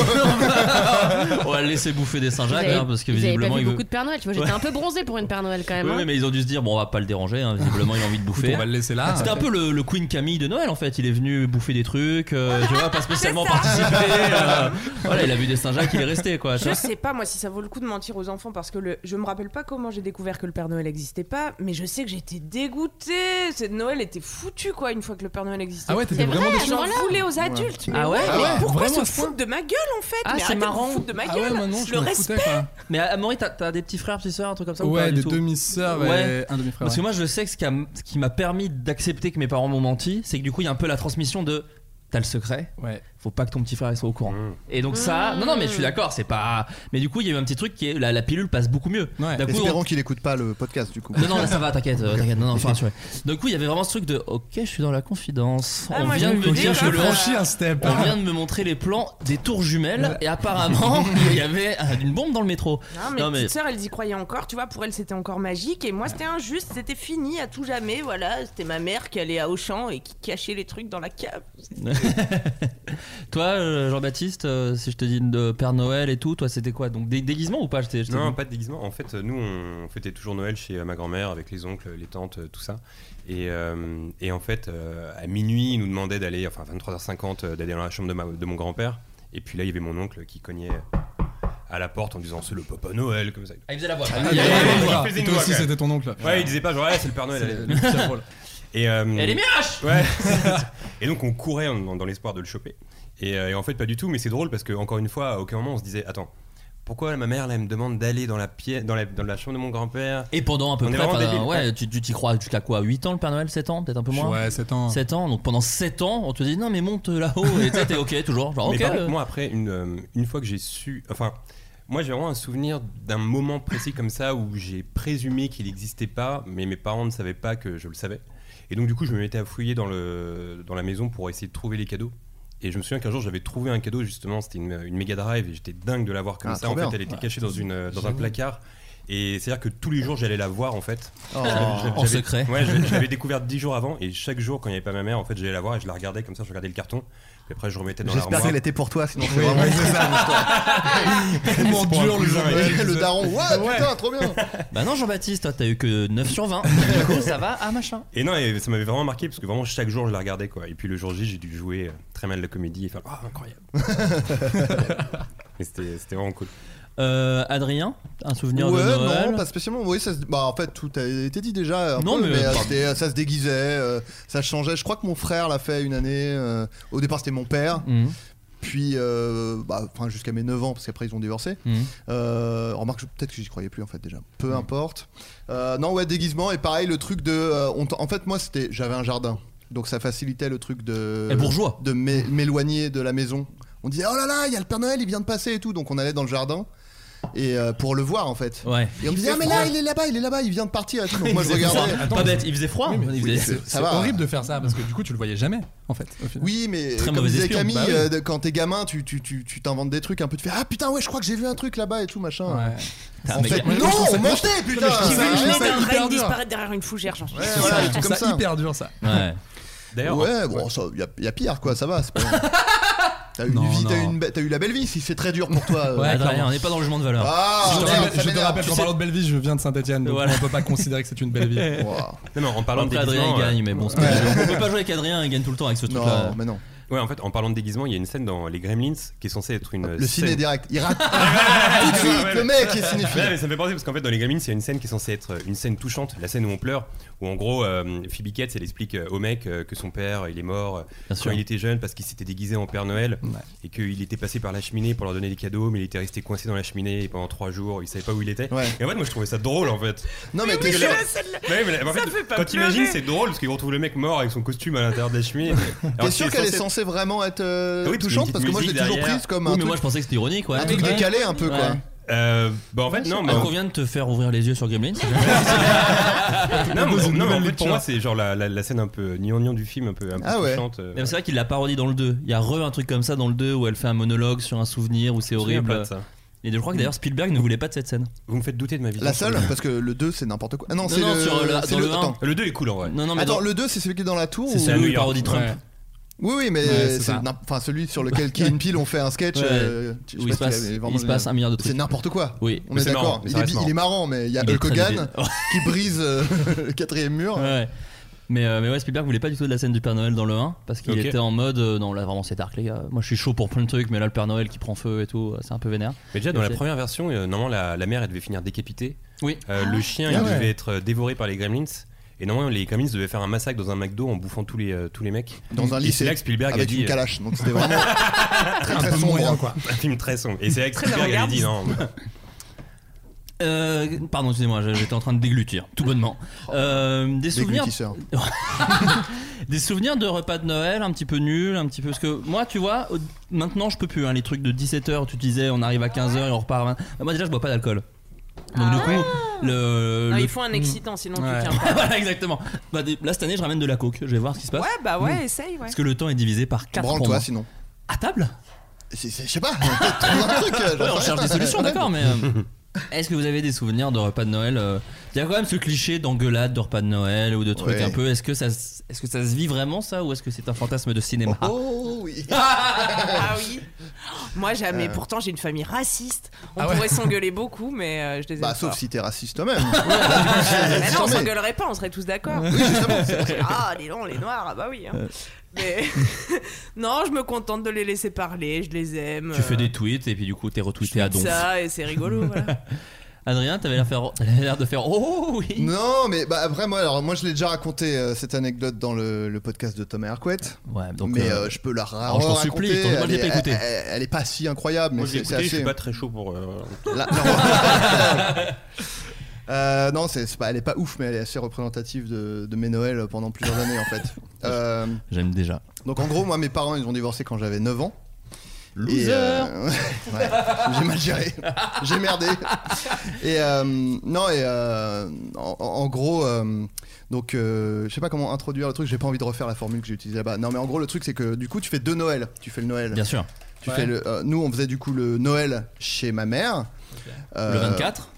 [SPEAKER 3] on va le laisser bouffer des
[SPEAKER 10] Vous
[SPEAKER 3] Saint-Jacques,
[SPEAKER 10] avez-
[SPEAKER 3] hein, parce que
[SPEAKER 10] vous avez
[SPEAKER 3] visiblement
[SPEAKER 10] pas vu
[SPEAKER 3] il veut.
[SPEAKER 10] beaucoup de Père Noël, tu vois. J'étais
[SPEAKER 3] Ouais.
[SPEAKER 10] un peu bronzée pour une Père Noël quand même.
[SPEAKER 3] Oui,
[SPEAKER 10] hein.
[SPEAKER 3] oui, mais ils ont dû se dire bon, on va pas le déranger. hein, Visiblement, il a envie de bouffer.
[SPEAKER 8] On va le laisser là.
[SPEAKER 3] C'était un peu le, le Queen Camille de Noël en fait. Il est venu bouffer des trucs, euh, tu vois, pas spécialement participer. euh, voilà, il a vu des Saint-Jacques, il est resté quoi. tu
[SPEAKER 4] Je
[SPEAKER 3] vois.
[SPEAKER 4] sais pas moi si ça vaut le coup de mentir aux enfants parce que le, je me rappelle pas comment j'ai découvert que le Père Noël n'existait pas, mais je sais que j'étais dégoûtée. C'est- Noël était foutu quoi une fois que le Père Noël existait.
[SPEAKER 8] Ah ouais, t'étais C'est vraiment vrai, déçue.
[SPEAKER 4] J'en
[SPEAKER 8] voilà.
[SPEAKER 4] voulais aux adultes.
[SPEAKER 8] Ouais.
[SPEAKER 4] mais
[SPEAKER 8] Ah ouais
[SPEAKER 4] mais
[SPEAKER 8] Ah ouais,
[SPEAKER 4] Pourquoi
[SPEAKER 8] vraiment,
[SPEAKER 4] se
[SPEAKER 8] à ce point
[SPEAKER 4] foutre de ma gueule en fait
[SPEAKER 3] Ah,
[SPEAKER 4] Mais
[SPEAKER 3] c'est
[SPEAKER 4] arrêtez de vous
[SPEAKER 3] marrant.
[SPEAKER 4] foutre de ma
[SPEAKER 3] Ah
[SPEAKER 4] gueule.
[SPEAKER 3] ouais, moi non, je
[SPEAKER 4] le
[SPEAKER 3] me
[SPEAKER 4] respect.
[SPEAKER 3] foutais, Mais euh, Amaury, t'as- t'as des petits frères, petites sœurs, un truc comme ça ou
[SPEAKER 8] Ouais,
[SPEAKER 3] pas du
[SPEAKER 8] des
[SPEAKER 3] tout
[SPEAKER 8] demi-sœurs et un demi-frère,
[SPEAKER 3] Parce que
[SPEAKER 8] ouais.
[SPEAKER 3] moi, je sais que ce qui a- ce qui m'a permis d'accepter que mes parents m'ont menti, c'est que du coup, il y a un peu la transmission de t'as le secret.
[SPEAKER 8] Ouais.
[SPEAKER 3] Faut pas que ton petit frère il soit au courant.
[SPEAKER 9] Mm.
[SPEAKER 3] Et donc ça, non non mais je suis d'accord, c'est pas. Mais du coup il y a eu un petit truc qui est la, la pilule passe beaucoup mieux. D'un coup, on-
[SPEAKER 9] Espérons qu'il écoute pas le podcast du coup.
[SPEAKER 3] Non, non, là ça va, t'inquiète, euh, t'inquiète, non, non, enfin, rassuré. D'un coup, il y avait vraiment ce truc de ok, je suis dans la confidence.
[SPEAKER 8] Ah,
[SPEAKER 3] on
[SPEAKER 8] moi,
[SPEAKER 3] vient
[SPEAKER 8] je
[SPEAKER 3] de
[SPEAKER 8] me
[SPEAKER 3] me dire
[SPEAKER 8] dis,
[SPEAKER 3] que
[SPEAKER 8] je
[SPEAKER 3] le-
[SPEAKER 8] franchis un step.
[SPEAKER 3] On vient de me montrer les plans des tours jumelles et apparemment il y avait euh, une bombe dans le métro.
[SPEAKER 4] Non, mais, petite sœur, elles y croyaient encore, tu vois, pour elle c'était encore magique, et moi c'était injuste, c'était fini à tout jamais, voilà, c'était ma mère qui allait à Auchan et qui cachait les trucs dans la cave.
[SPEAKER 3] Toi, euh, Jean-Baptiste, euh, si je te dis de Père Noël et tout, toi c'était quoi Donc des déguisements ou pas Je t'ai- je t'ai
[SPEAKER 5] Non,
[SPEAKER 3] dit-
[SPEAKER 5] pas de déguisement. En fait, nous, on fêtait toujours Noël chez euh, ma grand-mère avec les oncles, les tantes, euh, tout ça. Et, euh, et en fait, euh, à minuit, ils nous demandaient d'aller, enfin 23h50, euh, d'aller dans la chambre de, ma- de mon grand-père. Et puis là, il y avait mon oncle qui cognait euh, à la porte en disant c'est le Papa Noël, comme ça.
[SPEAKER 3] Ah, il faisait la voix.
[SPEAKER 5] Ah,
[SPEAKER 3] Ah,
[SPEAKER 5] il
[SPEAKER 3] il
[SPEAKER 5] faisait
[SPEAKER 3] faisait
[SPEAKER 5] une
[SPEAKER 3] la
[SPEAKER 5] voix.
[SPEAKER 3] voix.
[SPEAKER 5] Il faisait une
[SPEAKER 3] Toi
[SPEAKER 5] voix,
[SPEAKER 3] aussi,
[SPEAKER 5] quand même.
[SPEAKER 3] c'était ton oncle.
[SPEAKER 5] Ouais, il disait pas genre, ouais, c'est le Père Noël.
[SPEAKER 3] C'est
[SPEAKER 5] elle-
[SPEAKER 3] le-
[SPEAKER 5] elle-
[SPEAKER 3] le pire rôle.
[SPEAKER 5] Et, euh,
[SPEAKER 3] Elle est mioche
[SPEAKER 5] Ouais. et donc on courait en- dans, dans l'espoir de le choper. Et, euh, et en fait, pas du tout, mais c'est drôle parce que, encore une fois, à aucun moment on se disait Attends, pourquoi ma mère, là, elle me demande d'aller dans la, pièce, dans, la, dans la chambre de mon grand-père
[SPEAKER 3] Et pendant à peu
[SPEAKER 5] On est
[SPEAKER 3] près,
[SPEAKER 5] vraiment
[SPEAKER 3] enfin,
[SPEAKER 5] débiles.
[SPEAKER 3] ouais, tu tu t'y crois jusqu'à quoi 8 ans le Père Noël 7 ans Peut-être un peu moins
[SPEAKER 8] Ouais, 7 ans.
[SPEAKER 3] 7 ans, donc pendant 7 ans, on te dit non mais monte là-haut Oh, et tu sais, t'es ok toujours. Genre,
[SPEAKER 5] Mais
[SPEAKER 3] ok.
[SPEAKER 5] par contre,
[SPEAKER 3] euh.
[SPEAKER 5] moi, après, une, euh, une fois que j'ai su. Enfin, moi, j'ai vraiment un souvenir d'un moment précis comme ça où j'ai présumé qu'il n'existait pas, mais mes parents ne savaient pas que je le savais. Et donc, du coup, je me mettais à fouiller dans, le, dans la maison pour essayer de trouver les cadeaux. Et je me souviens qu'un jour, j'avais trouvé un cadeau, justement, c'était une, une Mega Drive, et j'étais dingue de l'avoir comme
[SPEAKER 9] Ah,
[SPEAKER 5] ça.
[SPEAKER 9] trop
[SPEAKER 5] En
[SPEAKER 9] bien.
[SPEAKER 5] fait, elle était
[SPEAKER 9] Ouais.
[SPEAKER 5] cachée dans, une, euh, dans un
[SPEAKER 9] J'avoue.
[SPEAKER 5] placard. Et c'est-à-dire que tous les jours, j'allais la voir, en fait.
[SPEAKER 9] Oh.
[SPEAKER 5] J'avais- j'avais-
[SPEAKER 3] En secret.
[SPEAKER 5] Ouais, je, je l'avais découverte dix jours avant, et chaque jour, quand il n'y avait pas ma mère, en fait, j'allais la voir et je la regardais comme ça, je regardais le carton. Puis après, je remettais dans l'armoire.
[SPEAKER 9] J'espère qu'elle était pour toi, sinon c'est
[SPEAKER 5] Oui,
[SPEAKER 9] vraiment
[SPEAKER 5] oui,
[SPEAKER 9] c'est ça
[SPEAKER 5] Tellement
[SPEAKER 9] l'histoire.
[SPEAKER 5] dur, le
[SPEAKER 9] Ouais,
[SPEAKER 5] jour de Noël.
[SPEAKER 9] Le daron, ouais,
[SPEAKER 5] Ouais.
[SPEAKER 9] putain, trop
[SPEAKER 10] Ah,
[SPEAKER 9] bien.
[SPEAKER 3] Bah non Jean-Baptiste, toi t'as eu que 9 sur 20. du coup ça va, ah machin.
[SPEAKER 5] Et non, et ça m'avait vraiment marqué parce que vraiment chaque jour je la regardais quoi. Et puis le jour J, j'ai dû jouer euh, très mal la comédie et faire oh incroyable. Mais c'était c'était vraiment cool.
[SPEAKER 3] Euh, Adrien, un souvenir
[SPEAKER 9] ouais,
[SPEAKER 3] de Noël
[SPEAKER 9] non, pas spécialement. Oui, ça se- bah, en fait, tout a été dit déjà. un
[SPEAKER 3] Non,
[SPEAKER 9] peu,
[SPEAKER 3] mais-
[SPEAKER 9] euh,
[SPEAKER 3] pardon.
[SPEAKER 9] c'était- ça se déguisait, euh, ça changeait. Je crois que mon frère l'a fait une année. euh, au départ, c'était mon père.
[SPEAKER 3] Mhm.
[SPEAKER 9] Puis, euh, bah, enfin, jusqu'à mes 9 ans, parce qu'après ils ont divorcé.
[SPEAKER 3] Mhm.
[SPEAKER 9] Euh, remarque, je- peut-être que j'y croyais plus en fait déjà. Peu importe. Euh, non, ouais, déguisement et pareil, le truc de. euh, on t- en fait, moi, c'était, j'avais un jardin, donc ça facilitait le truc de.
[SPEAKER 3] Et bourgeois.
[SPEAKER 9] De m'é- m'éloigner de la maison. On disait oh là là, il y a le Père Noël, il vient de passer et tout, donc on allait dans le jardin. et euh, pour le voir en fait. Et on me disait, ah, mais là, il est là-bas, il est là-bas, il vient de partir. et tout. Donc moi, je
[SPEAKER 8] Il faisait
[SPEAKER 9] regardais.
[SPEAKER 8] froid. Attends,
[SPEAKER 9] Pas
[SPEAKER 8] mais-
[SPEAKER 9] bête, il faisait froid.
[SPEAKER 8] Oui, mais
[SPEAKER 9] Il
[SPEAKER 8] oui,
[SPEAKER 9] faisait-
[SPEAKER 8] c'est-
[SPEAKER 9] ça
[SPEAKER 8] c'est
[SPEAKER 9] va.
[SPEAKER 8] horrible de faire ça parce que du coup, tu le voyais jamais en fait. au final.
[SPEAKER 9] Oui, mais
[SPEAKER 8] Très
[SPEAKER 9] comme
[SPEAKER 8] mauvais
[SPEAKER 9] disait
[SPEAKER 8] espion.
[SPEAKER 9] Camille,
[SPEAKER 8] Bah oui.
[SPEAKER 9] euh, de- quand t'es gamin, tu tu- tu- tu t'inventes des trucs un peu. Tu fais ah putain ouais, je crois que j'ai vu un truc là-bas et tout machin.
[SPEAKER 8] T'as
[SPEAKER 9] En
[SPEAKER 8] un
[SPEAKER 9] fait,
[SPEAKER 8] mec-
[SPEAKER 9] non,
[SPEAKER 8] Moi, je trouve ça-
[SPEAKER 9] mentez
[SPEAKER 8] moi,
[SPEAKER 9] putain.
[SPEAKER 8] je- J'ai vu le
[SPEAKER 9] Ça,
[SPEAKER 8] mec
[SPEAKER 9] ça,
[SPEAKER 8] d'un
[SPEAKER 9] hyper
[SPEAKER 8] règne
[SPEAKER 9] dur.
[SPEAKER 4] disparaître derrière une fougère, j'en suis
[SPEAKER 9] Ouais,
[SPEAKER 4] sûre.
[SPEAKER 9] voilà,
[SPEAKER 8] je
[SPEAKER 9] des trucs
[SPEAKER 8] trouve
[SPEAKER 9] comme
[SPEAKER 8] ça
[SPEAKER 9] ça.
[SPEAKER 8] hyper dur ça.
[SPEAKER 3] Ouais.
[SPEAKER 5] D'ailleurs,
[SPEAKER 9] ouais, bon, ça, y a, y a pire quoi, ça va. c'est Pas... T'as une
[SPEAKER 8] Non,
[SPEAKER 9] vie, t'as
[SPEAKER 8] non.
[SPEAKER 9] une, be- t'as eu la belle vie. Si c'est très dur pour toi. euh,
[SPEAKER 8] Ouais,
[SPEAKER 9] clairement.
[SPEAKER 8] clairement.
[SPEAKER 3] on n'est pas dans le jugement de valeur.
[SPEAKER 9] Ah,
[SPEAKER 8] je te
[SPEAKER 9] merde,
[SPEAKER 8] rappelle,
[SPEAKER 9] ça
[SPEAKER 8] je te
[SPEAKER 9] m'énerve.
[SPEAKER 8] rappelle
[SPEAKER 9] Tu
[SPEAKER 8] qu'en
[SPEAKER 9] sais-
[SPEAKER 8] parlant de Belleville, je viens de Saint-Etienne, donc
[SPEAKER 3] Voilà.
[SPEAKER 8] on peut pas considérer que c'est une belle ville.
[SPEAKER 9] Wow.
[SPEAKER 5] Non, mais en parlant
[SPEAKER 3] Après,
[SPEAKER 5] de déguisement.
[SPEAKER 3] Adrien il
[SPEAKER 5] euh,
[SPEAKER 3] gagne, mais bon, c'est pas le jeu. on peut pas jouer avec Adrien, il gagne tout le temps avec ce truc-là.
[SPEAKER 9] Non, mais non.
[SPEAKER 5] Ouais, en fait, en parlant de déguisement, il y a une scène dans Les Gremlins qui est censée être une.
[SPEAKER 9] Le ciné
[SPEAKER 5] scène-
[SPEAKER 9] direct. Il rate.
[SPEAKER 5] Tout
[SPEAKER 9] de suite, le mec est cinéphile.
[SPEAKER 5] mais ça me fait penser parce qu'en fait, dans les Gremlins, il y a une scène qui est censée être euh, une scène touchante, la scène où on pleure, où en gros, euh, Phoebe Cates, elle explique euh, au mec euh, que son père, il est mort euh, quand
[SPEAKER 3] sûr.
[SPEAKER 5] il était jeune parce qu'il s'était déguisé en Père Noël et qu'il était passé par la cheminée pour leur donner des cadeaux, mais il était resté coincé dans la cheminée et pendant trois jours, il savait pas où il était.
[SPEAKER 9] Ouais.
[SPEAKER 5] Et en fait, moi, je trouvais ça drôle en fait.
[SPEAKER 9] Non, mais
[SPEAKER 5] Parce
[SPEAKER 9] t'es
[SPEAKER 5] que
[SPEAKER 9] sûr.
[SPEAKER 5] là- Ouais, mais là, en
[SPEAKER 4] Ça
[SPEAKER 5] fait,
[SPEAKER 4] fait pas
[SPEAKER 5] quand t'imagines,
[SPEAKER 4] pleurer.
[SPEAKER 5] c'est drôle parce qu'ils retrouvent le mec mort avec son costume à l'intérieur de la cheminée.
[SPEAKER 9] T'es
[SPEAKER 5] Alors,
[SPEAKER 9] sûr
[SPEAKER 5] c'est
[SPEAKER 9] qu'elle est censée vraiment être euh,
[SPEAKER 5] Ah Oui, parce
[SPEAKER 9] touchante
[SPEAKER 5] qu'il y a une
[SPEAKER 9] Parce que moi, je l'ai
[SPEAKER 5] petite
[SPEAKER 9] toujours
[SPEAKER 5] musique
[SPEAKER 9] prise comme
[SPEAKER 3] Oui,
[SPEAKER 9] un
[SPEAKER 3] mais moi
[SPEAKER 9] truc,
[SPEAKER 3] je pensais que c'était ironique, ouais.
[SPEAKER 9] un truc
[SPEAKER 3] Ouais.
[SPEAKER 9] décalé un peu quoi.
[SPEAKER 3] Ouais.
[SPEAKER 5] Euh, bah en fait, non, mais.
[SPEAKER 3] Alors qu'on vient de te faire ouvrir les yeux sur Gremlins.
[SPEAKER 5] Non, mais,
[SPEAKER 8] Dans une
[SPEAKER 5] non, mais en
[SPEAKER 8] nouvelle
[SPEAKER 5] fait, pour
[SPEAKER 8] lecture.
[SPEAKER 5] moi, c'est genre la, la, la scène un peu gnangnan du film, un peu, un peu
[SPEAKER 9] Ah ouais.
[SPEAKER 5] touchante. euh,
[SPEAKER 3] Mais c'est vrai qu'il l'a parodie dans le 2. Il y a re un truc comme ça dans le 2 où elle fait un monologue sur un souvenir où c'est
[SPEAKER 5] je me souviens pas de
[SPEAKER 3] horrible.
[SPEAKER 5] ça.
[SPEAKER 3] Et je crois que d'ailleurs Spielberg ne voulait pas de cette scène.
[SPEAKER 5] Vous me faites douter de ma vie.
[SPEAKER 9] La seule Parce que le 2, c'est n'importe quoi. Ah non,
[SPEAKER 3] Non,
[SPEAKER 9] c'est
[SPEAKER 3] non, sur le-
[SPEAKER 9] c'est
[SPEAKER 3] dans le un.
[SPEAKER 9] attends.
[SPEAKER 5] Le 2 est cool en vrai.
[SPEAKER 3] Non, non, mais
[SPEAKER 9] Attends,
[SPEAKER 3] dans-
[SPEAKER 9] le 2, c'est celui qui est dans la tour
[SPEAKER 3] c'est
[SPEAKER 9] ou-
[SPEAKER 3] celui où
[SPEAKER 5] New
[SPEAKER 3] il
[SPEAKER 5] York.
[SPEAKER 3] parodie Trump.
[SPEAKER 8] Ouais.
[SPEAKER 9] Oui, oui, mais
[SPEAKER 8] Ouais,
[SPEAKER 9] euh,
[SPEAKER 8] c'est
[SPEAKER 9] c'est
[SPEAKER 8] ça.
[SPEAKER 9] n'im- enfin celui sur lequel Key and Peele ont fait un sketch.
[SPEAKER 3] Ouais.
[SPEAKER 9] euh, je sais
[SPEAKER 3] Où il
[SPEAKER 9] pas
[SPEAKER 3] se
[SPEAKER 9] si l'avais
[SPEAKER 3] passe-
[SPEAKER 9] vraiment
[SPEAKER 3] il se passe
[SPEAKER 9] aimé.
[SPEAKER 3] un milliard de trucs.
[SPEAKER 9] C'est n'importe quoi.
[SPEAKER 3] Oui.
[SPEAKER 9] On
[SPEAKER 5] Mais
[SPEAKER 9] est
[SPEAKER 5] c'est marrant,
[SPEAKER 9] d'accord.
[SPEAKER 5] mais ça
[SPEAKER 9] Il, est
[SPEAKER 5] reste
[SPEAKER 9] bi- il est marrant, mais il y a
[SPEAKER 3] Il est
[SPEAKER 9] Hulk
[SPEAKER 3] très
[SPEAKER 9] Hogan
[SPEAKER 3] débile.
[SPEAKER 9] qui brise euh, le quatrième mur.
[SPEAKER 3] Ouais. Mais, euh, mais ouais, Spielberg voulait pas du tout de la scène du Père Noël dans le 1 parce qu'il
[SPEAKER 5] Ok.
[SPEAKER 3] était en mode euh, non, là vraiment c'est dark les gars. Moi je suis chaud pour plein de trucs, mais là le Père Noël qui prend feu et tout, euh, c'est un peu vénère.
[SPEAKER 5] Mais déjà, dans la
[SPEAKER 3] Ok.
[SPEAKER 5] première version, euh, normalement, la, la mère, elle devait finir décapitée.
[SPEAKER 3] Oui.
[SPEAKER 5] Euh, le chien,
[SPEAKER 9] Ah
[SPEAKER 5] il
[SPEAKER 9] ouais.
[SPEAKER 5] devait être euh, dévoré par les gremlins. Et normalement, les gremlins devaient faire un massacre dans un McDo en bouffant tous les, euh, tous les mecs.
[SPEAKER 9] Dans un
[SPEAKER 5] Et
[SPEAKER 9] lycée
[SPEAKER 5] c'est là que Spielberg a
[SPEAKER 9] avec
[SPEAKER 5] dit.
[SPEAKER 9] une calache. Donc c'était vraiment très
[SPEAKER 8] Un
[SPEAKER 9] très
[SPEAKER 8] peu moyen
[SPEAKER 9] sombre.
[SPEAKER 8] quoi.
[SPEAKER 5] euh, un film très sombre. Et c'est là que Spielberg a
[SPEAKER 4] avant-gardiste.
[SPEAKER 5] dit non.
[SPEAKER 3] Euh, pardon, excusez-moi, je- j'étais en train de déglutir, tout bonnement.
[SPEAKER 9] Oh.
[SPEAKER 3] Euh, des souvenirs.
[SPEAKER 9] glutisseurs.
[SPEAKER 3] des souvenirs de repas de Noël un petit peu nuls, un petit peu. Parce que moi, tu vois, au- maintenant je peux plus. hein, les trucs de 17h, tu disais on arrive à 15h et on repart à 20. Bah, Moi déjà, je bois pas d'alcool. Donc du coup, le.
[SPEAKER 4] Ah. Non,
[SPEAKER 3] le-
[SPEAKER 4] il faut un excitant, sinon
[SPEAKER 8] Ouais.
[SPEAKER 4] tu tiens pas.
[SPEAKER 3] voilà, exactement. Bah, des- là, cette année, je ramène de la coke. Je vais voir ce qui se passe. Mm.
[SPEAKER 4] Ouais, bah ouais, essaye, ouais.
[SPEAKER 3] Parce que le temps est divisé par 4 pour
[SPEAKER 9] Branle-toi
[SPEAKER 3] moi.
[SPEAKER 9] sinon.
[SPEAKER 3] À table
[SPEAKER 9] C'est- c'est- Je sais pas, peut-être trouver un truc. euh, j'en
[SPEAKER 3] Ouais, on
[SPEAKER 9] sais
[SPEAKER 3] cherche
[SPEAKER 9] rien.
[SPEAKER 3] des solutions, d'accord, mais. euh, Est-ce que vous avez des souvenirs de repas de Noël euh, Il y a quand même ce cliché d'engueulade de repas de Noël ou de trucs
[SPEAKER 9] Ouais.
[SPEAKER 3] un peu. Est-ce que, ça, se- est-ce que ça se vit vraiment ça ou est-ce que c'est un fantasme de cinéma
[SPEAKER 9] Oh oui. Euh.
[SPEAKER 4] Ah oui. Moi jamais. Pourtant j'ai une famille raciste. On
[SPEAKER 8] Ah ouais.
[SPEAKER 4] pourrait s'engueuler beaucoup, mais euh, je les aime
[SPEAKER 9] Bah
[SPEAKER 4] pas.
[SPEAKER 9] sauf si t'es raciste toi-même.
[SPEAKER 4] Mais non, on
[SPEAKER 9] Fermé.
[SPEAKER 4] s'engueulerait pas, on serait tous d'accord. ah, les longs, les noirs, ah bah oui. hein.
[SPEAKER 9] Euh.
[SPEAKER 4] Mais non, je me contente de les laisser parler, je les
[SPEAKER 9] oh.
[SPEAKER 4] aime.
[SPEAKER 3] Tu fais des tweets et puis du coup t'es retweeté à
[SPEAKER 4] tweets
[SPEAKER 3] donf.
[SPEAKER 4] ça et c'est rigolo. voilà.
[SPEAKER 3] Adrien, t'avais l'air, faire- t'avais l'air de faire Oh oui
[SPEAKER 9] Non mais bah après moi alors moi je l'ai déjà raconté euh, cette anecdote dans le, le podcast de Thomas Harquette.
[SPEAKER 3] Ouais, donc.
[SPEAKER 9] mais
[SPEAKER 3] euh,
[SPEAKER 9] euh, je peux la ra-
[SPEAKER 3] alors, je t'en
[SPEAKER 9] raconter,
[SPEAKER 3] supplie, attends, moi, je l'ai
[SPEAKER 9] elle
[SPEAKER 3] pas
[SPEAKER 9] est-
[SPEAKER 3] écouté.
[SPEAKER 9] Elle, elle- elle est pas si incroyable, mais
[SPEAKER 5] Moi, j'ai
[SPEAKER 9] c'est c'est
[SPEAKER 5] écouté, je
[SPEAKER 9] assez.
[SPEAKER 5] suis pas très chaud pour. euh,
[SPEAKER 9] Là- non, Euh, non, c'est c'est pas, elle est pas ouf, mais elle est assez représentative de, de mes Noëls pendant plusieurs années en fait. Euh,
[SPEAKER 3] J'aime déjà.
[SPEAKER 9] donc en gros, moi, mes parents, ils ont divorcé quand j'avais 9 ans. Et, euh, ouais, j'ai mal géré, j'ai merdé. Et euh, non, et euh, en, en gros, euh, donc euh, je sais pas comment introduire le truc, j'ai pas envie de refaire la formule que j'ai utilisée là-bas. Non, mais en gros, le truc c'est que du coup, tu fais deux Noëls. Tu fais le Noël.
[SPEAKER 3] Bien sûr.
[SPEAKER 9] Tu fais le, euh, nous, on faisait du coup le Noël chez ma mère.
[SPEAKER 3] le
[SPEAKER 9] Euh,
[SPEAKER 3] 24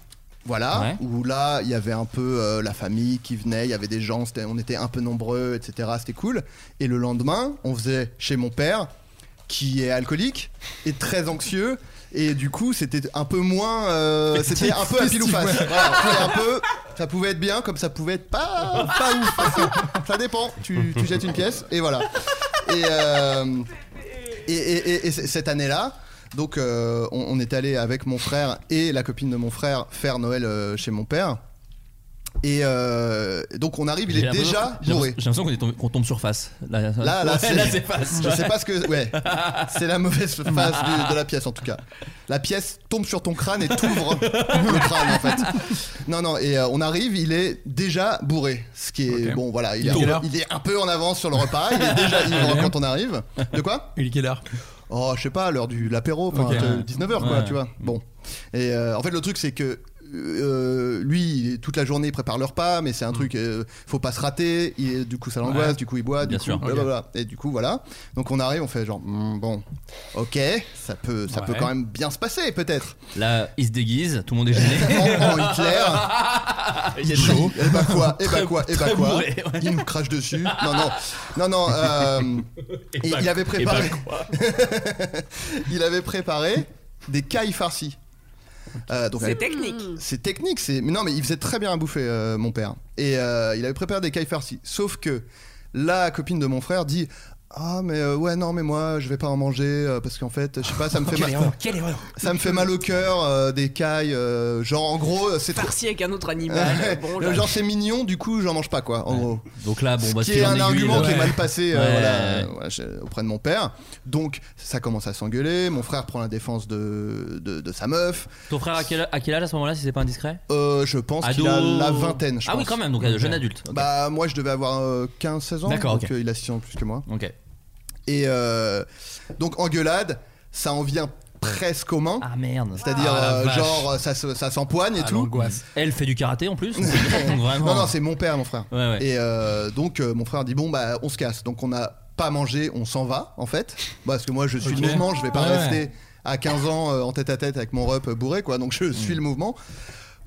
[SPEAKER 9] Voilà,
[SPEAKER 3] Ouais.
[SPEAKER 9] où là, il y avait un peu euh, la famille qui venait, il y avait des gens, c'était- on était un peu nombreux, etc. C'était cool. Et le lendemain, on faisait chez mon père, qui est alcoolique et très anxieux. Et du coup, c'était un peu moins. euh, c'était un peu à pile ou face. Voilà, c'était un peu. Ça pouvait être bien, comme ça pouvait être pas, pas ouf. Ça- Ça dépend. Tu, tu jettes une pièce, et voilà. Et. euh, et, et- et- et c- cette année-là, donc euh, on, on est allé avec mon frère et la copine de mon frère faire Noël euh, chez mon père. Et euh, donc on arrive, il est déjà bourré.
[SPEAKER 3] J'ai l'impression qu'on est tombé- qu'on tombe sur face. Là,
[SPEAKER 9] Là, là,
[SPEAKER 3] hein. Ouais,
[SPEAKER 9] c'est,
[SPEAKER 3] c'est face.
[SPEAKER 9] Je sais pas ce que. Ouais. C'est la mauvaise phase du- de la pièce en tout cas. La pièce tombe sur ton crâne et t'ouvre le crâne en fait. Non, non, et euh, on arrive, il est déjà bourré. Ce qui est. Bon, voilà, il,
[SPEAKER 8] Il est
[SPEAKER 9] est,
[SPEAKER 8] quelle heure
[SPEAKER 9] il est un peu en avance sur le repas, il est déjà ivre quand on arrive. De quoi
[SPEAKER 8] Il est quelle heure
[SPEAKER 9] Oh, je sais pas, à l'heure de l'apéro,
[SPEAKER 8] Ok.
[SPEAKER 9] 19h quoi,
[SPEAKER 8] Ouais.
[SPEAKER 9] tu vois. Bon. Et euh, en fait, le truc c'est que. euh, lui, il- toute la journée, il prépare le repas, mais c'est un truc, euh, faut pas se rater. il- du coup, ça l'angoisse,
[SPEAKER 8] Mm. Ouais.
[SPEAKER 9] du coup, il boit, du
[SPEAKER 8] Bien
[SPEAKER 9] coup,
[SPEAKER 8] sûr.
[SPEAKER 9] blablabla. Et du coup, voilà. Donc, on arrive, on fait genre, hmm, bon, ok, ça peut, ça peut
[SPEAKER 3] Ouais.
[SPEAKER 9] quand même bien se passer, peut-être.
[SPEAKER 3] Là, il se déguise, tout le monde est gêné.
[SPEAKER 9] Oh, Hitler,
[SPEAKER 3] Il est
[SPEAKER 9] chaud. Et bah quoi, et bah
[SPEAKER 3] Très-
[SPEAKER 9] quoi, et bah
[SPEAKER 3] très
[SPEAKER 9] quoi.
[SPEAKER 3] bourré, ouais.
[SPEAKER 9] Il me crache dessus. Non, non, non, non. euh,
[SPEAKER 3] Et
[SPEAKER 9] il,
[SPEAKER 3] bah-
[SPEAKER 9] il avait
[SPEAKER 3] et bah
[SPEAKER 9] préparé.
[SPEAKER 3] quoi
[SPEAKER 9] il avait préparé des cailles farcies. Euh, donc,
[SPEAKER 4] C'est
[SPEAKER 9] elle-
[SPEAKER 4] technique.
[SPEAKER 9] c'est technique, c'est. Mais non, mais il faisait très bien à bouffer, euh, mon père. Et euh, il avait préparé des cailles farcies. Sauf que la copine de mon frère dit. Ah mais euh, ouais non mais moi je vais pas en manger euh, parce qu'en fait je sais pas ça me fait mal
[SPEAKER 3] Oh, quelle erreur
[SPEAKER 9] ça me fait mal au cœur euh, des cailles euh, genre en gros c'est trop- Euh,
[SPEAKER 4] Farci avec un autre animal. bon, là,
[SPEAKER 9] genre c'est mignon du coup j'en mange pas quoi en gros
[SPEAKER 3] Donc là, bon, bah,
[SPEAKER 9] qui
[SPEAKER 3] de fil
[SPEAKER 9] est
[SPEAKER 3] en
[SPEAKER 9] un
[SPEAKER 3] aiguille,
[SPEAKER 9] argument
[SPEAKER 3] là.
[SPEAKER 9] qui est mal passé euh,
[SPEAKER 3] Ouais.
[SPEAKER 9] voilà, euh, voilà, je- auprès de mon père. Donc ça commence à s'engueuler. Mon frère prend la défense de, de, de sa meuf.
[SPEAKER 3] Ton frère, à quel, à quel âge à ce moment-là, si c'est pas indiscret
[SPEAKER 9] Euh, je pense qu'il
[SPEAKER 3] Ado-
[SPEAKER 9] a la vingtaine. je
[SPEAKER 3] Ah oui,
[SPEAKER 9] pense.
[SPEAKER 3] quand même, donc, euh, jeune adulte. Ok.
[SPEAKER 9] Bah moi je devais avoir 15-16 ans.
[SPEAKER 3] D'accord,
[SPEAKER 9] Donc
[SPEAKER 3] ok.
[SPEAKER 9] euh, il a 6 ans de plus que moi.
[SPEAKER 3] Ok.
[SPEAKER 9] Et euh, donc engueulade, ça en vient presque aux mains.
[SPEAKER 3] Ah merde.
[SPEAKER 9] C'est-à-dire
[SPEAKER 3] Ah, la
[SPEAKER 9] euh,
[SPEAKER 3] vache.
[SPEAKER 9] genre ça, se- ça s'empoigne et
[SPEAKER 8] Ah,
[SPEAKER 9] tout.
[SPEAKER 8] l'angoisse.
[SPEAKER 3] Elle fait du karaté en plus Donc vraiment.
[SPEAKER 9] Non, non, c'est mon père, mon frère.
[SPEAKER 3] Ouais, ouais.
[SPEAKER 9] Et euh, donc, euh, mon frère dit Bon, bah, on se casse. Donc, on n'a pas mangé, on s'en va, en fait. Bah, Parce que moi, je suis
[SPEAKER 8] Ok.
[SPEAKER 9] le mouvement, je vais pas
[SPEAKER 8] Ouais,
[SPEAKER 9] rester
[SPEAKER 8] ouais.
[SPEAKER 9] à 15 ans euh, en tête à tête avec mon rep bourré, quoi. Donc,
[SPEAKER 3] Mm.
[SPEAKER 9] je suis le mouvement.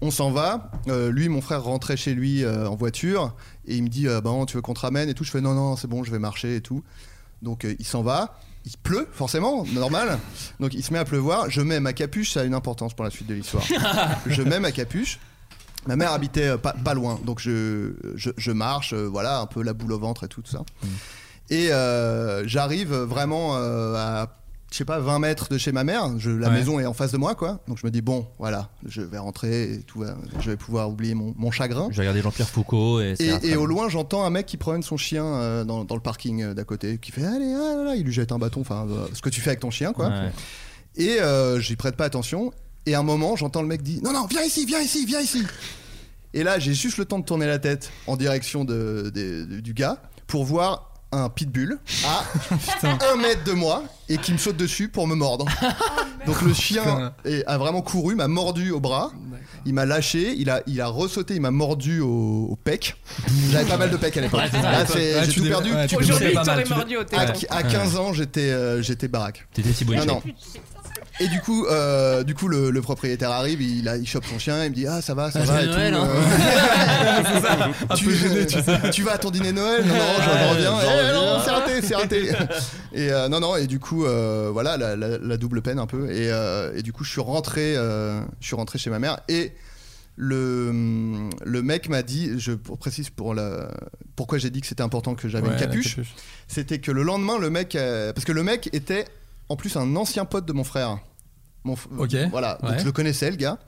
[SPEAKER 9] On s'en va. Euh, lui, mon frère rentrait chez lui euh, en voiture et il me dit euh, Bon, tu veux qu'on te ramène et tout. Je fais Non, non, c'est bon, je vais marcher et tout. Donc, euh, il s'en va. Il pleut, forcément, normal. Donc, il se met à pleuvoir. Je mets ma capuche, ça a une importance pour la suite de l'histoire. je mets ma capuche. Ma mère habitait euh, pas, pas loin, donc je, je, je marche, euh, voilà, un peu la boule au ventre et tout, tout ça. Et euh, j'arrive vraiment euh, à, je sais pas, 20 mètres de chez ma mère. Je- la
[SPEAKER 8] Ouais.
[SPEAKER 9] maison est en face de moi, quoi. Donc je me dis, bon, voilà, je vais rentrer, et tout va- je vais pouvoir oublier mon, mon chagrin.
[SPEAKER 3] J'ai regardé Jean-Pierre Foucault et c'est
[SPEAKER 9] Et,
[SPEAKER 3] un très
[SPEAKER 9] et au
[SPEAKER 3] bon-
[SPEAKER 9] loin, j'entends un mec qui promène son chien euh, dans, dans le parking euh, d'à côté, qui fait allez, ah là là, il lui jette un bâton, enfin, euh, ce que tu fais avec ton chien, quoi.
[SPEAKER 3] Ouais.
[SPEAKER 9] Et euh, j'y prête pas attention. Et à un moment, j'entends le mec dire Non, non, viens ici, viens ici, viens ici. Et là, j'ai juste le temps de tourner la tête en direction de- de- de- du gars pour voir un pitbull à un mètre de moi et qui me saute dessus pour me mordre. Donc le chien est- a vraiment couru, m'a mordu au bras, il m'a lâché, il a, il a ressauté, il m'a mordu au, au pec. J'avais pas mal de pec à l'époque.
[SPEAKER 3] Ouais, c'est ça, à
[SPEAKER 9] Là,
[SPEAKER 3] l'époque.
[SPEAKER 9] c'est-
[SPEAKER 8] Ouais,
[SPEAKER 9] j'ai
[SPEAKER 8] tu
[SPEAKER 9] tout
[SPEAKER 8] dé-
[SPEAKER 9] perdu.
[SPEAKER 8] ouais, tu
[SPEAKER 9] Aujourd'hui,
[SPEAKER 8] développais pas
[SPEAKER 4] t'aurais
[SPEAKER 8] mal, tu-
[SPEAKER 4] mordu au
[SPEAKER 9] à,
[SPEAKER 4] téton.
[SPEAKER 9] à 15 ans, j'étais euh, j'étais baraque.
[SPEAKER 3] T'étais si bon
[SPEAKER 9] Non, non. Et du coup, euh, du coup le, le propriétaire arrive, il, a- il chope son chien, il me dit Ah, ça va, ça
[SPEAKER 3] Ah,
[SPEAKER 9] va.
[SPEAKER 3] c'est
[SPEAKER 9] et tout, euh.
[SPEAKER 3] Noël, hein.
[SPEAKER 8] Un
[SPEAKER 9] tu,
[SPEAKER 8] peu gêné, tu sais.
[SPEAKER 9] tu vas à ton dîner Noël Non, non, je, je
[SPEAKER 3] Ouais,
[SPEAKER 9] reviens.
[SPEAKER 3] je
[SPEAKER 9] Eh, non,
[SPEAKER 10] Euh,
[SPEAKER 3] reviens.
[SPEAKER 9] c'est raté, c'est raté. et euh, non, non, et du coup, euh, voilà, la, la- la double peine un peu. Et, euh, et du coup, je suis rentré, euh, je suis rentré chez ma mère et. Le, le mec m'a dit, je précise pour la, pourquoi j'ai dit que c'était important que j'avais
[SPEAKER 8] Ouais,
[SPEAKER 9] une
[SPEAKER 8] la
[SPEAKER 9] capuche, c'était que le lendemain, le mec. euh, parce que le mec était en plus un ancien pote de mon frère. Mon f-
[SPEAKER 8] Ok,
[SPEAKER 9] Voilà, donc
[SPEAKER 8] ouais.
[SPEAKER 9] je le connaissais, le gars.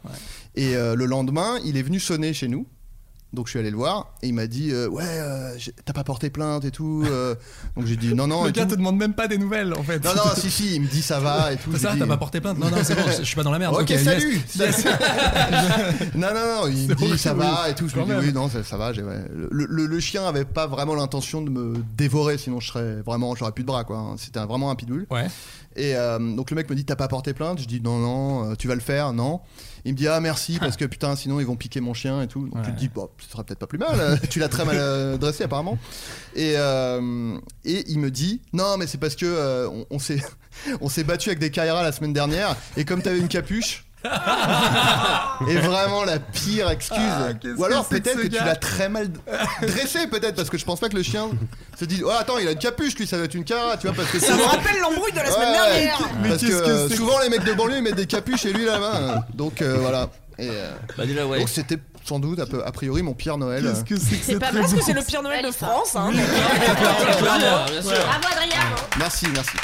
[SPEAKER 9] Et euh, le lendemain, il est venu sonner chez nous. Donc je suis allé le voir et il m'a dit euh, Ouais, euh, j'ai- t'as pas porté plainte et tout. euh. donc j'ai dit Non, non.
[SPEAKER 8] Le
[SPEAKER 9] et
[SPEAKER 8] gars
[SPEAKER 9] tout.
[SPEAKER 8] te demande même pas des nouvelles en fait.
[SPEAKER 9] Non, non, si, si, il me dit ça va et tout.
[SPEAKER 8] Ça,
[SPEAKER 9] J'ai dit,
[SPEAKER 8] t'as pas porté plainte Non, non, c'est bon, je je suis pas dans la merde.
[SPEAKER 9] Ok,
[SPEAKER 8] yes.
[SPEAKER 9] salut
[SPEAKER 8] Yes.
[SPEAKER 9] Non, non, non, il
[SPEAKER 8] C'est
[SPEAKER 9] me dit
[SPEAKER 8] horrible,
[SPEAKER 9] ça va et tout. Je lui
[SPEAKER 8] quand
[SPEAKER 9] dis
[SPEAKER 8] même.
[SPEAKER 9] oui, non, ça, ça va. j'ai- ouais. Le, le- le chien avait pas vraiment l'intention de me dévorer, sinon je serais vraiment, j'aurais plus de bras quoi. hein. C'était un- vraiment un pitbull.
[SPEAKER 8] Ouais.
[SPEAKER 9] Et euh, donc le mec me dit t'as pas porté plainte Je dis non non euh, tu vas le faire non Il me dit ah merci parce que putain sinon ils vont piquer mon chien et tout Donc tu
[SPEAKER 8] Ouais.
[SPEAKER 9] te dis bah ce sera peut-être pas plus mal euh, Tu l'as très mal euh, dressé apparemment et, euh, et il me dit non mais c'est parce que euh, on, on s'est on s'est battu avec des Kaira la semaine dernière et comme t'avais une capuche et vraiment la pire excuse
[SPEAKER 8] Ah, qu'est-ce
[SPEAKER 9] ou alors
[SPEAKER 8] que c'est que
[SPEAKER 9] peut-être
[SPEAKER 8] ce
[SPEAKER 9] que, tu
[SPEAKER 8] gars
[SPEAKER 9] l'as très mal dressé peut-être parce que je pense pas que le chien se dise oh attends il a une capuche lui ça doit être une Kaira tu vois parce que
[SPEAKER 4] Ça me
[SPEAKER 9] souvent-
[SPEAKER 4] rappelle l'embrouille de la semaine
[SPEAKER 9] Ouais, ouais.
[SPEAKER 4] dernière.
[SPEAKER 8] Mais
[SPEAKER 9] parce que,
[SPEAKER 8] qu'est-ce que
[SPEAKER 9] euh,
[SPEAKER 8] c'est
[SPEAKER 9] souvent les mecs de banlieue ils mettent des capuches et lui là-bas. euh, Donc euh, voilà. Et, euh,
[SPEAKER 3] Bah déjà ouais.
[SPEAKER 9] Donc c'était sans doute a, peu- a priori mon pire Noël.
[SPEAKER 8] Qu'est-ce que c'est que
[SPEAKER 10] C'est
[SPEAKER 8] cette
[SPEAKER 10] pas
[SPEAKER 4] Parce que c'est le pire Noël de
[SPEAKER 10] Allez, ça.
[SPEAKER 4] France. Hein.
[SPEAKER 3] Ah, bien sûr.
[SPEAKER 10] Bravo Adrien
[SPEAKER 9] Merci, merci.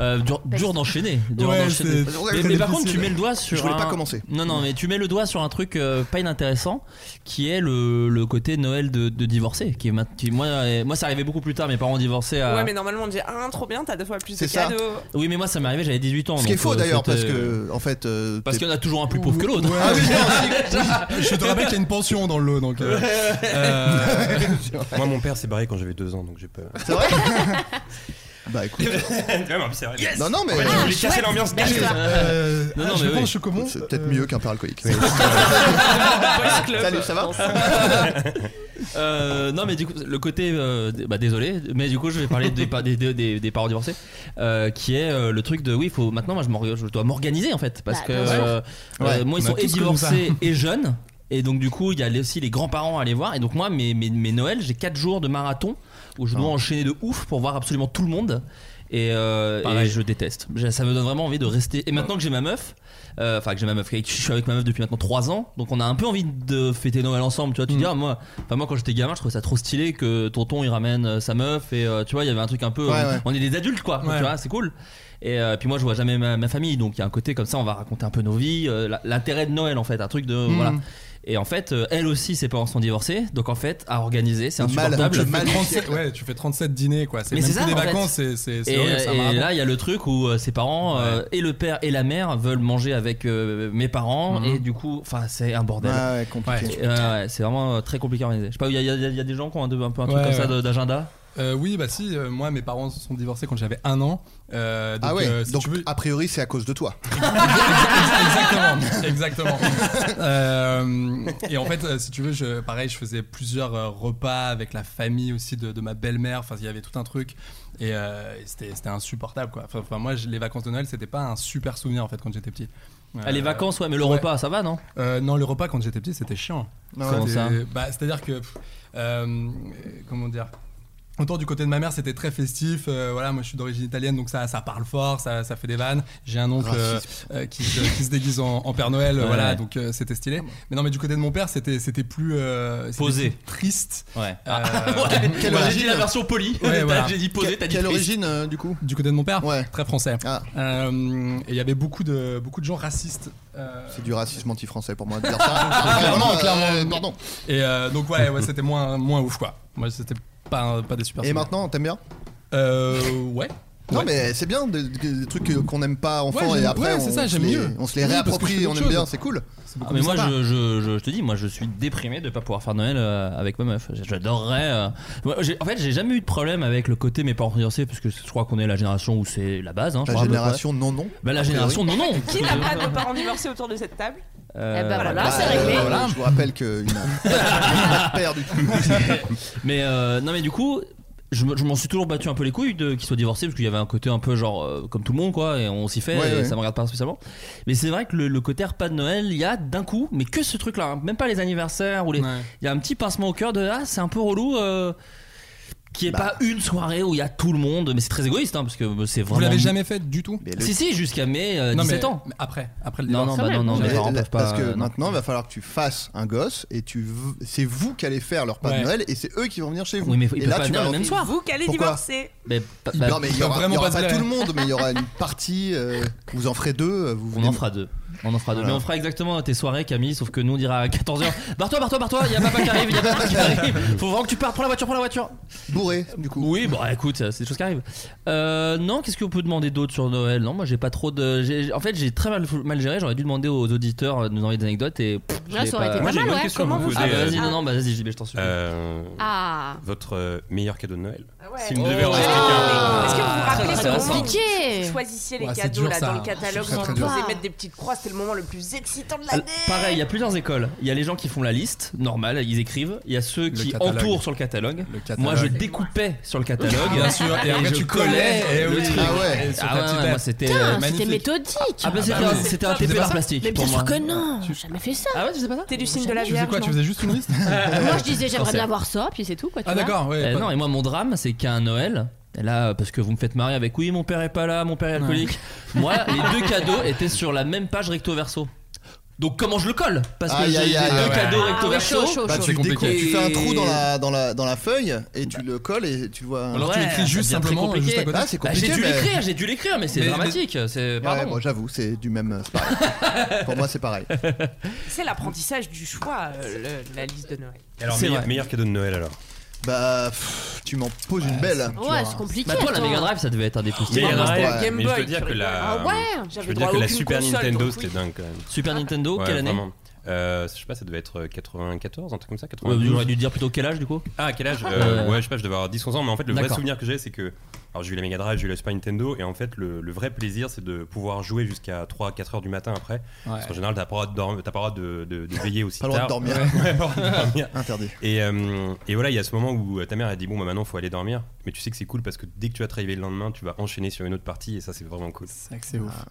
[SPEAKER 3] Euh, dur dur d'enchaîner. dur
[SPEAKER 8] Ouais,
[SPEAKER 3] d'enchaîner.
[SPEAKER 8] c'est-
[SPEAKER 3] Mais, mais par contre, tu mets le doigt sur.
[SPEAKER 9] Je voulais pas
[SPEAKER 3] un-
[SPEAKER 9] commencer.
[SPEAKER 3] Non, non, mais tu mets le doigt sur un truc euh, pas inintéressant qui est le, le côté Noël de, de divorcé. Qui est, ma- qui- moi, euh, moi, ça arrivait beaucoup plus tard. Mes parents ont divorcé à.
[SPEAKER 8] Euh.
[SPEAKER 4] Ouais, mais normalement on dit Ah, trop bien, t'as deux fois plus de cadeaux.
[SPEAKER 3] Oui, mais moi, ça m'est arrivé, j'avais 18 ans.
[SPEAKER 9] Ce qui est
[SPEAKER 3] donc,
[SPEAKER 9] faux
[SPEAKER 3] euh,
[SPEAKER 9] d'ailleurs, parce
[SPEAKER 3] c'était-
[SPEAKER 9] que en fait. euh,
[SPEAKER 3] Parce
[SPEAKER 9] t'es-
[SPEAKER 3] qu'il y en a toujours un plus pauvre que l'autre. Ah
[SPEAKER 9] Ouais, oui,
[SPEAKER 8] Je te rappelle qu'il y a une pension dans le lot, donc. euh,
[SPEAKER 5] Euh, Moi, mon père s'est barré quand j'avais deux ans, donc j'ai peur.
[SPEAKER 9] C'est vrai Bah écoute. Ah Non, non, mais.
[SPEAKER 5] Ouais, je voulais casser l'ambiance
[SPEAKER 9] Mais,
[SPEAKER 5] derrière.
[SPEAKER 9] euh,
[SPEAKER 5] Non, non,
[SPEAKER 9] je
[SPEAKER 5] mais
[SPEAKER 9] pense
[SPEAKER 5] oui.
[SPEAKER 9] que comment C'est peut-être
[SPEAKER 8] euh.
[SPEAKER 9] mieux qu'un père alcoolique. Salut, ça va
[SPEAKER 3] Euh, non mais du coup le côté euh, d- bah désolé mais du coup je vais parler des, pa- des, des, des- des parents divorcés euh, qui est euh, le truc de oui faut maintenant moi je, m'or- je dois m'organiser en fait parce
[SPEAKER 8] Bah,
[SPEAKER 3] que
[SPEAKER 8] bien sûr.
[SPEAKER 3] euh,
[SPEAKER 8] Ouais.
[SPEAKER 3] euh, moi
[SPEAKER 8] On
[SPEAKER 3] ils
[SPEAKER 8] a
[SPEAKER 3] sont
[SPEAKER 8] tous
[SPEAKER 3] et
[SPEAKER 8] connu ça.
[SPEAKER 3] divorcés et jeunes et donc du coup il y a les- aussi les grands-parents à aller voir et donc moi mes, mes, mes Noëls j'ai 4 jours de marathon où je dois
[SPEAKER 9] Ah.
[SPEAKER 3] enchaîner de ouf pour voir absolument tout le monde et, euh, et je déteste J'ai- ça me donne vraiment envie de rester et maintenant que j'ai ma meuf euh, enfin que j'ai ma meuf que je suis avec ma meuf depuis maintenant 3 ans donc on a un peu envie de fêter Noël ensemble tu vois tu
[SPEAKER 9] Mm.
[SPEAKER 3] dis ah, moi enfin moi quand j'étais gamin je trouvais ça trop stylé que tonton il ramène euh, sa meuf et euh, tu vois il y avait un truc un peu
[SPEAKER 9] Ouais,
[SPEAKER 3] euh,
[SPEAKER 9] ouais.
[SPEAKER 3] on est des adultes quoi
[SPEAKER 9] Ouais.
[SPEAKER 3] tu vois Ah, c'est cool et euh, puis moi je vois jamais ma, ma famille donc il y a un côté comme ça on va raconter un peu nos vies euh, la- l'intérêt de Noël en fait un truc de
[SPEAKER 8] Hmm.
[SPEAKER 9] Mm.
[SPEAKER 3] voilà et en fait euh, elle aussi ses parents sont divorcés donc en fait à organiser c'est
[SPEAKER 8] le mal-
[SPEAKER 3] insupportable
[SPEAKER 8] tu fais 37 ouais, tu fais 37 dîners quoi. C'est
[SPEAKER 3] mais
[SPEAKER 8] même
[SPEAKER 3] c'est
[SPEAKER 8] plus
[SPEAKER 3] ça
[SPEAKER 8] des
[SPEAKER 3] en fait.
[SPEAKER 8] vacances, c'est- c'est c'est
[SPEAKER 3] et,
[SPEAKER 8] horrible, ça
[SPEAKER 3] et
[SPEAKER 8] m'a-
[SPEAKER 3] là il y a le truc où euh, ses parents euh, et le père et la mère veulent manger avec euh, mes parents
[SPEAKER 8] Hmm.
[SPEAKER 9] Mhm.
[SPEAKER 3] et du coup enfin c'est un bordel
[SPEAKER 9] Ouais, ouais, compliqué.
[SPEAKER 3] Et, euh, ouais, c'est vraiment euh, très compliqué à organiser je sais pas il y, a- il y a- il y a des gens qui ont un, peu un truc
[SPEAKER 8] Ouais,
[SPEAKER 3] comme ça
[SPEAKER 8] ouais.
[SPEAKER 3] de- d'agenda
[SPEAKER 8] Euh, oui, bah si, euh, moi mes parents se sont divorcés quand j'avais un an. Euh, donc,
[SPEAKER 9] Ah ouais,
[SPEAKER 8] euh, si
[SPEAKER 9] donc
[SPEAKER 8] tu veux-
[SPEAKER 9] a priori c'est à cause de toi.
[SPEAKER 8] Exactement, exactement. Euh, et en fait, euh, si tu veux, je, pareil, je faisais plusieurs euh, repas avec la famille aussi de, de ma belle-mère. Enfin, il y avait tout un truc. Et, euh, et c'était c'était insupportable, quoi. Enfin, enfin, moi, je- les vacances de Noël, c'était pas un super souvenir, en fait, quand j'étais petit.
[SPEAKER 3] Ah, les vacances, ouais, mais le repas, ça va, non
[SPEAKER 8] Euh, Non, le repas, quand j'étais petit, c'était chiant.
[SPEAKER 9] Ah
[SPEAKER 3] Non, Comment
[SPEAKER 8] C'était-
[SPEAKER 3] ça
[SPEAKER 8] bah, C'est-à-dire que. pff, euh, euh, comment dire Autant du côté de ma mère, c'était très festif. euh, voilà, moi je suis d'origine italienne, donc ça, ça parle fort, ça, ça fait des vannes. J'ai un oncle euh,
[SPEAKER 9] Racisme.
[SPEAKER 8] euh, qui, se, qui se déguise en, en Père Noël, euh,
[SPEAKER 3] Ouais,
[SPEAKER 8] voilà,
[SPEAKER 3] ouais.
[SPEAKER 8] donc euh, c'était stylé. Mais non, mais du côté de mon père, c'était c'était plus euh, c'était
[SPEAKER 3] Posé.
[SPEAKER 8] plus Triste.
[SPEAKER 3] Ouais. Ah.
[SPEAKER 8] Euh,
[SPEAKER 3] Ouais.
[SPEAKER 8] Quelle
[SPEAKER 3] Moi, j'ai
[SPEAKER 8] origine
[SPEAKER 3] dit la version polie.
[SPEAKER 8] Ouais,
[SPEAKER 3] T'as-
[SPEAKER 8] voilà.
[SPEAKER 3] J'ai dit posé, t'as dit
[SPEAKER 9] Quelle
[SPEAKER 3] triste.
[SPEAKER 9] origine euh, du coup Ah.
[SPEAKER 8] Du côté de mon père, très français. Euh, et il y avait beaucoup de beaucoup de gens racistes. euh,
[SPEAKER 9] C'est du racisme anti-français pour moi de dire ça.
[SPEAKER 8] clairement,
[SPEAKER 9] euh,
[SPEAKER 8] clairement.
[SPEAKER 9] pardon.
[SPEAKER 8] Et euh, donc ouais, ouais, c'était moins moins ouf quoi. Moi, c'était pas pas des super.
[SPEAKER 9] Et
[SPEAKER 8] souvenirs.
[SPEAKER 9] maintenant, t'aimes bien
[SPEAKER 8] Euh, ouais.
[SPEAKER 9] Non
[SPEAKER 8] Ouais.
[SPEAKER 9] mais c'est bien des, des- des trucs que- qu'on aime pas enfant
[SPEAKER 8] Ouais,
[SPEAKER 9] et
[SPEAKER 8] j'aime-
[SPEAKER 9] après
[SPEAKER 8] ouais, c'est
[SPEAKER 9] on,
[SPEAKER 8] ça,
[SPEAKER 9] se
[SPEAKER 8] j'aime
[SPEAKER 9] les-
[SPEAKER 8] mieux.
[SPEAKER 9] on se les
[SPEAKER 8] Oui, parce que je fais
[SPEAKER 9] réapproprie, on
[SPEAKER 8] autre
[SPEAKER 9] aime bien,
[SPEAKER 8] chose.
[SPEAKER 9] c'est cool.
[SPEAKER 8] C'est
[SPEAKER 3] Ah, mais moi, je, je- je- je te dis, moi, je suis déprimé de pas pouvoir faire Noël euh, avec ma meuf. J- J'adorerais. euh, moi, j'ai- en fait, j'ai jamais eu de problème avec le côté mes parents divorcés, parce que je crois qu'on est la génération où c'est la base. Hein, je
[SPEAKER 9] La
[SPEAKER 3] crois, à peu près.
[SPEAKER 9] génération non non.
[SPEAKER 3] Bah, la
[SPEAKER 9] a priori.
[SPEAKER 3] génération non non.
[SPEAKER 4] Qui n'a pas de parents divorcés autour de cette table
[SPEAKER 3] Euh,
[SPEAKER 4] Eh ben Eh voilà,
[SPEAKER 9] Bah,
[SPEAKER 4] c'est
[SPEAKER 9] euh,
[SPEAKER 4] réglé.
[SPEAKER 9] voilà, Je vous rappelle que une- une paire du coup.
[SPEAKER 3] mais euh, non mais du coup je me- je m'en suis toujours battu un peu les couilles de qu'il soit divorcé parce qu'il y avait un côté un peu genre euh, comme tout le monde quoi et on s'y fait
[SPEAKER 9] Ouais,
[SPEAKER 3] et
[SPEAKER 9] ouais.
[SPEAKER 3] ça me regarde pas spécialement mais c'est vrai que le, le côté repas de Noël il y a d'un coup mais que ce truc là même pas les anniversaires ou les il
[SPEAKER 8] Ouais.
[SPEAKER 3] y a un petit pincement au cœur de ah c'est un peu relou euh, qu'il n'y ait pas une soirée où il y a tout le monde mais c'est très égoïste hein, parce que euh, c'est
[SPEAKER 8] Bah.
[SPEAKER 3] vraiment
[SPEAKER 8] Vous l'avez jamais fait du tout
[SPEAKER 3] si si jusqu'à mes euh,
[SPEAKER 8] Non,
[SPEAKER 3] 17
[SPEAKER 8] mais-
[SPEAKER 3] ans
[SPEAKER 8] mais après, après le
[SPEAKER 3] Non,
[SPEAKER 8] divorce.
[SPEAKER 3] non, bah, non, non, mes
[SPEAKER 9] Mais
[SPEAKER 3] parents
[SPEAKER 9] la-
[SPEAKER 3] peuvent pas,
[SPEAKER 9] parce que
[SPEAKER 3] euh, non.
[SPEAKER 9] maintenant, il va falloir que tu fasses un gosse et tu, v- c'est vous qui allez faire leur pas
[SPEAKER 3] Ouais.
[SPEAKER 9] de Noël et c'est eux qui vont venir chez vous.
[SPEAKER 3] Oui, mais ils
[SPEAKER 9] et
[SPEAKER 3] peuvent pas venir
[SPEAKER 9] vas
[SPEAKER 3] le même
[SPEAKER 9] leur-
[SPEAKER 3] soir.
[SPEAKER 4] Vous qui allez
[SPEAKER 9] Pourquoi
[SPEAKER 4] divorcer
[SPEAKER 3] mais, bah,
[SPEAKER 9] non mais il y
[SPEAKER 8] peuvent
[SPEAKER 9] aura, il
[SPEAKER 8] vraiment
[SPEAKER 9] y aura
[SPEAKER 8] pas se
[SPEAKER 9] pas, tout
[SPEAKER 8] garer.
[SPEAKER 9] le monde, mais il y aura une partie. euh, vous en ferez deux. euh, Vous
[SPEAKER 3] On en fera deux. On en fera deux.
[SPEAKER 9] Voilà.
[SPEAKER 3] Mais Ah, on fera exactement tes soirées, Camille, sauf que nous on dira à 14h Barre-toi, barre-toi, barre-toi, il y a papa qui arrive, il y a papa qui arrive. Faut vraiment que tu partes, prends la voiture, prends la voiture.
[SPEAKER 9] bourré du coup.
[SPEAKER 3] Oui, bon, écoute, c'est des choses qui arrivent. Euh, non, qu'est-ce qu'on peut demander d'autre sur Noël Non, moi j'ai pas trop de. j'ai- En fait, j'ai très mal, mal géré, j'aurais dû demander aux auditeurs euh, de nous envoyer des anecdotes et. pff, je
[SPEAKER 10] Ouais,
[SPEAKER 3] l'ai
[SPEAKER 10] ça aurait été
[SPEAKER 5] Moi,
[SPEAKER 10] pas
[SPEAKER 5] j'ai une
[SPEAKER 10] mal,
[SPEAKER 5] bonne
[SPEAKER 10] ouais.
[SPEAKER 5] question à
[SPEAKER 10] Comment
[SPEAKER 5] vous
[SPEAKER 10] vous
[SPEAKER 5] poser.
[SPEAKER 3] Ah,
[SPEAKER 5] euh,
[SPEAKER 3] vas-y, non, non, bah vas-y, JB, je t'en supplie.
[SPEAKER 5] Euh,
[SPEAKER 10] Ah.
[SPEAKER 5] Votre euh, meilleur cadeau de Noël
[SPEAKER 4] Ah Ouais.
[SPEAKER 5] Si vous devez en
[SPEAKER 3] Oh.
[SPEAKER 5] rester qu'un.
[SPEAKER 4] Est-ce que vous vous rappelez
[SPEAKER 3] Très
[SPEAKER 4] ce moment où
[SPEAKER 3] intéressant.
[SPEAKER 4] vous choisissiez les
[SPEAKER 8] Ouais, c'est
[SPEAKER 4] cadeaux
[SPEAKER 8] dur,
[SPEAKER 4] là,
[SPEAKER 8] ça,
[SPEAKER 4] dans
[SPEAKER 8] hein.
[SPEAKER 4] le catalogue
[SPEAKER 8] C'est très,
[SPEAKER 4] sans
[SPEAKER 8] très
[SPEAKER 4] vous
[SPEAKER 8] dur. Euh,
[SPEAKER 4] oser mettre des petites croix C'était le moment le plus excitant de
[SPEAKER 3] Alors,
[SPEAKER 4] l'année.
[SPEAKER 3] Pareil, il y a plusieurs écoles. Il y a les gens qui font la liste, normal, ils écrivent. Il y a ceux qui
[SPEAKER 8] catalogue.
[SPEAKER 3] entourent sur le catalogue.
[SPEAKER 8] Le catalogue.
[SPEAKER 3] Moi, je découpais sur le catalogue.
[SPEAKER 8] Bien sûr, et après,
[SPEAKER 3] je
[SPEAKER 8] tu collais, et
[SPEAKER 3] le
[SPEAKER 8] oui.
[SPEAKER 3] truc.
[SPEAKER 9] Ah ouais.
[SPEAKER 8] Et sur
[SPEAKER 3] Ah
[SPEAKER 8] ta
[SPEAKER 3] ouais,
[SPEAKER 8] petite
[SPEAKER 3] ouais,
[SPEAKER 8] tête.
[SPEAKER 3] moi, c'était
[SPEAKER 8] Putain,
[SPEAKER 3] euh,
[SPEAKER 8] c'est
[SPEAKER 10] C'était
[SPEAKER 8] magnifique.
[SPEAKER 10] méthodique.
[SPEAKER 3] Ah bah, c'était
[SPEAKER 8] bah
[SPEAKER 3] un-
[SPEAKER 8] oui.
[SPEAKER 3] c'était un
[SPEAKER 8] Tu faisais
[SPEAKER 3] TP
[SPEAKER 8] pas
[SPEAKER 3] en
[SPEAKER 8] ça
[SPEAKER 3] plastique
[SPEAKER 10] Mais bien
[SPEAKER 3] pour moi.
[SPEAKER 10] sûr que non, j'ai jamais fait ça.
[SPEAKER 3] Ah ouais, tu sais pas ça
[SPEAKER 4] T'es du signe de la
[SPEAKER 8] Tu faisais
[SPEAKER 4] Vierge.
[SPEAKER 8] quoi Tu
[SPEAKER 4] non
[SPEAKER 8] faisais juste une liste
[SPEAKER 10] Moi je disais j'aimerais
[SPEAKER 3] Pensez.
[SPEAKER 10] bien avoir ça, puis c'est tout quoi. tu
[SPEAKER 8] Ah
[SPEAKER 10] vois.
[SPEAKER 8] d'accord, ouais.
[SPEAKER 3] Eh
[SPEAKER 8] pas-
[SPEAKER 3] non, et moi mon drame c'est qu'à un Noël, et là parce que vous me faites marrer avec oui mon père est pas là, mon père est alcoolique, moi les deux cadeaux étaient sur la même page recto verso. Donc comment je le colle Parce que
[SPEAKER 9] Aïe,
[SPEAKER 3] j'ai
[SPEAKER 9] aïe,
[SPEAKER 3] des
[SPEAKER 9] aïe,
[SPEAKER 3] deux
[SPEAKER 9] aïe.
[SPEAKER 3] cadeaux
[SPEAKER 10] Ah
[SPEAKER 3] recto verso.
[SPEAKER 9] Bah, tu, découpes- tu fais un trou dans la, dans la, dans la feuille et tu le colles et tu le vois.
[SPEAKER 3] Alors, tu Bah. Ouais, écris juste ça devient très simplement, compliqué. juste à côté.
[SPEAKER 9] Ah, c'est
[SPEAKER 3] Bah,
[SPEAKER 9] compliqué.
[SPEAKER 3] j'ai dû
[SPEAKER 9] mais-
[SPEAKER 3] l'écrire, j'ai dû l'écrire, Ah, mais c'est dramatique, c'est-
[SPEAKER 9] Ouais,
[SPEAKER 3] pardon.
[SPEAKER 9] bon, j'avoue, c'est du même. euh, c'est pareil. Pour moi, c'est pareil.
[SPEAKER 4] C'est l'apprentissage du choix, euh, le- la liste de Noël.
[SPEAKER 5] Alors,
[SPEAKER 9] C'est
[SPEAKER 5] meilleur,
[SPEAKER 9] vrai.
[SPEAKER 5] meilleur cadeau de Noël alors
[SPEAKER 9] Bah, pff, tu m'en poses une belle.
[SPEAKER 4] c'est- Ouais, c'est compliqué,
[SPEAKER 3] Bah, toi, la
[SPEAKER 4] attends.
[SPEAKER 3] Mega Drive, ça devait être un des plus stylés.
[SPEAKER 5] Mais il y en a
[SPEAKER 3] Ouais.
[SPEAKER 5] un, mais je peux dire que la,
[SPEAKER 4] Ah ouais,
[SPEAKER 5] je
[SPEAKER 4] j'avais
[SPEAKER 5] peux dire
[SPEAKER 4] droit
[SPEAKER 5] que
[SPEAKER 4] à
[SPEAKER 5] la
[SPEAKER 4] aucune
[SPEAKER 5] Super
[SPEAKER 4] console,
[SPEAKER 5] Nintendo
[SPEAKER 4] donc
[SPEAKER 5] c'était
[SPEAKER 4] oui. Ah.
[SPEAKER 5] dingue quand même.
[SPEAKER 3] Super Nintendo,
[SPEAKER 5] Ouais,
[SPEAKER 3] quelle année
[SPEAKER 5] vraiment. euh, Je sais pas, ça devait être 94, un truc comme ça,
[SPEAKER 3] Ouais,
[SPEAKER 5] 92.
[SPEAKER 3] vous auriez dû dire plutôt quel âge du coup
[SPEAKER 5] Ah, quel âge
[SPEAKER 3] Euh,
[SPEAKER 5] Euh, Ouais, je sais pas, je devais avoir 10-11 ans, mais en fait, le vrai
[SPEAKER 3] D'accord.
[SPEAKER 5] souvenir que j'ai, c'est que. Alors, j'ai eu la Mega Drive, j'ai eu la Super Nintendo, et en fait, le, le vrai plaisir, c'est de pouvoir jouer jusqu'à 3-4 heures du matin après. Parce qu'en général, t'as pas le droit de, dormir- t'as pas le droit de, de- de veiller aussi
[SPEAKER 9] Pas le
[SPEAKER 5] tard.
[SPEAKER 9] droit de dormir.
[SPEAKER 5] Ouais, pas le droit de dormir.
[SPEAKER 9] Interdit.
[SPEAKER 5] Et, euh, et voilà, il y a ce moment où euh, ta mère, elle dit Bon, bah maintenant, faut aller dormir. Mais tu sais que c'est cool parce que dès que tu vas te réveiller le lendemain, tu vas enchaîner sur une autre partie, et ça, c'est vraiment cool.
[SPEAKER 8] C'est vrai que c'est ouf.
[SPEAKER 3] Ah.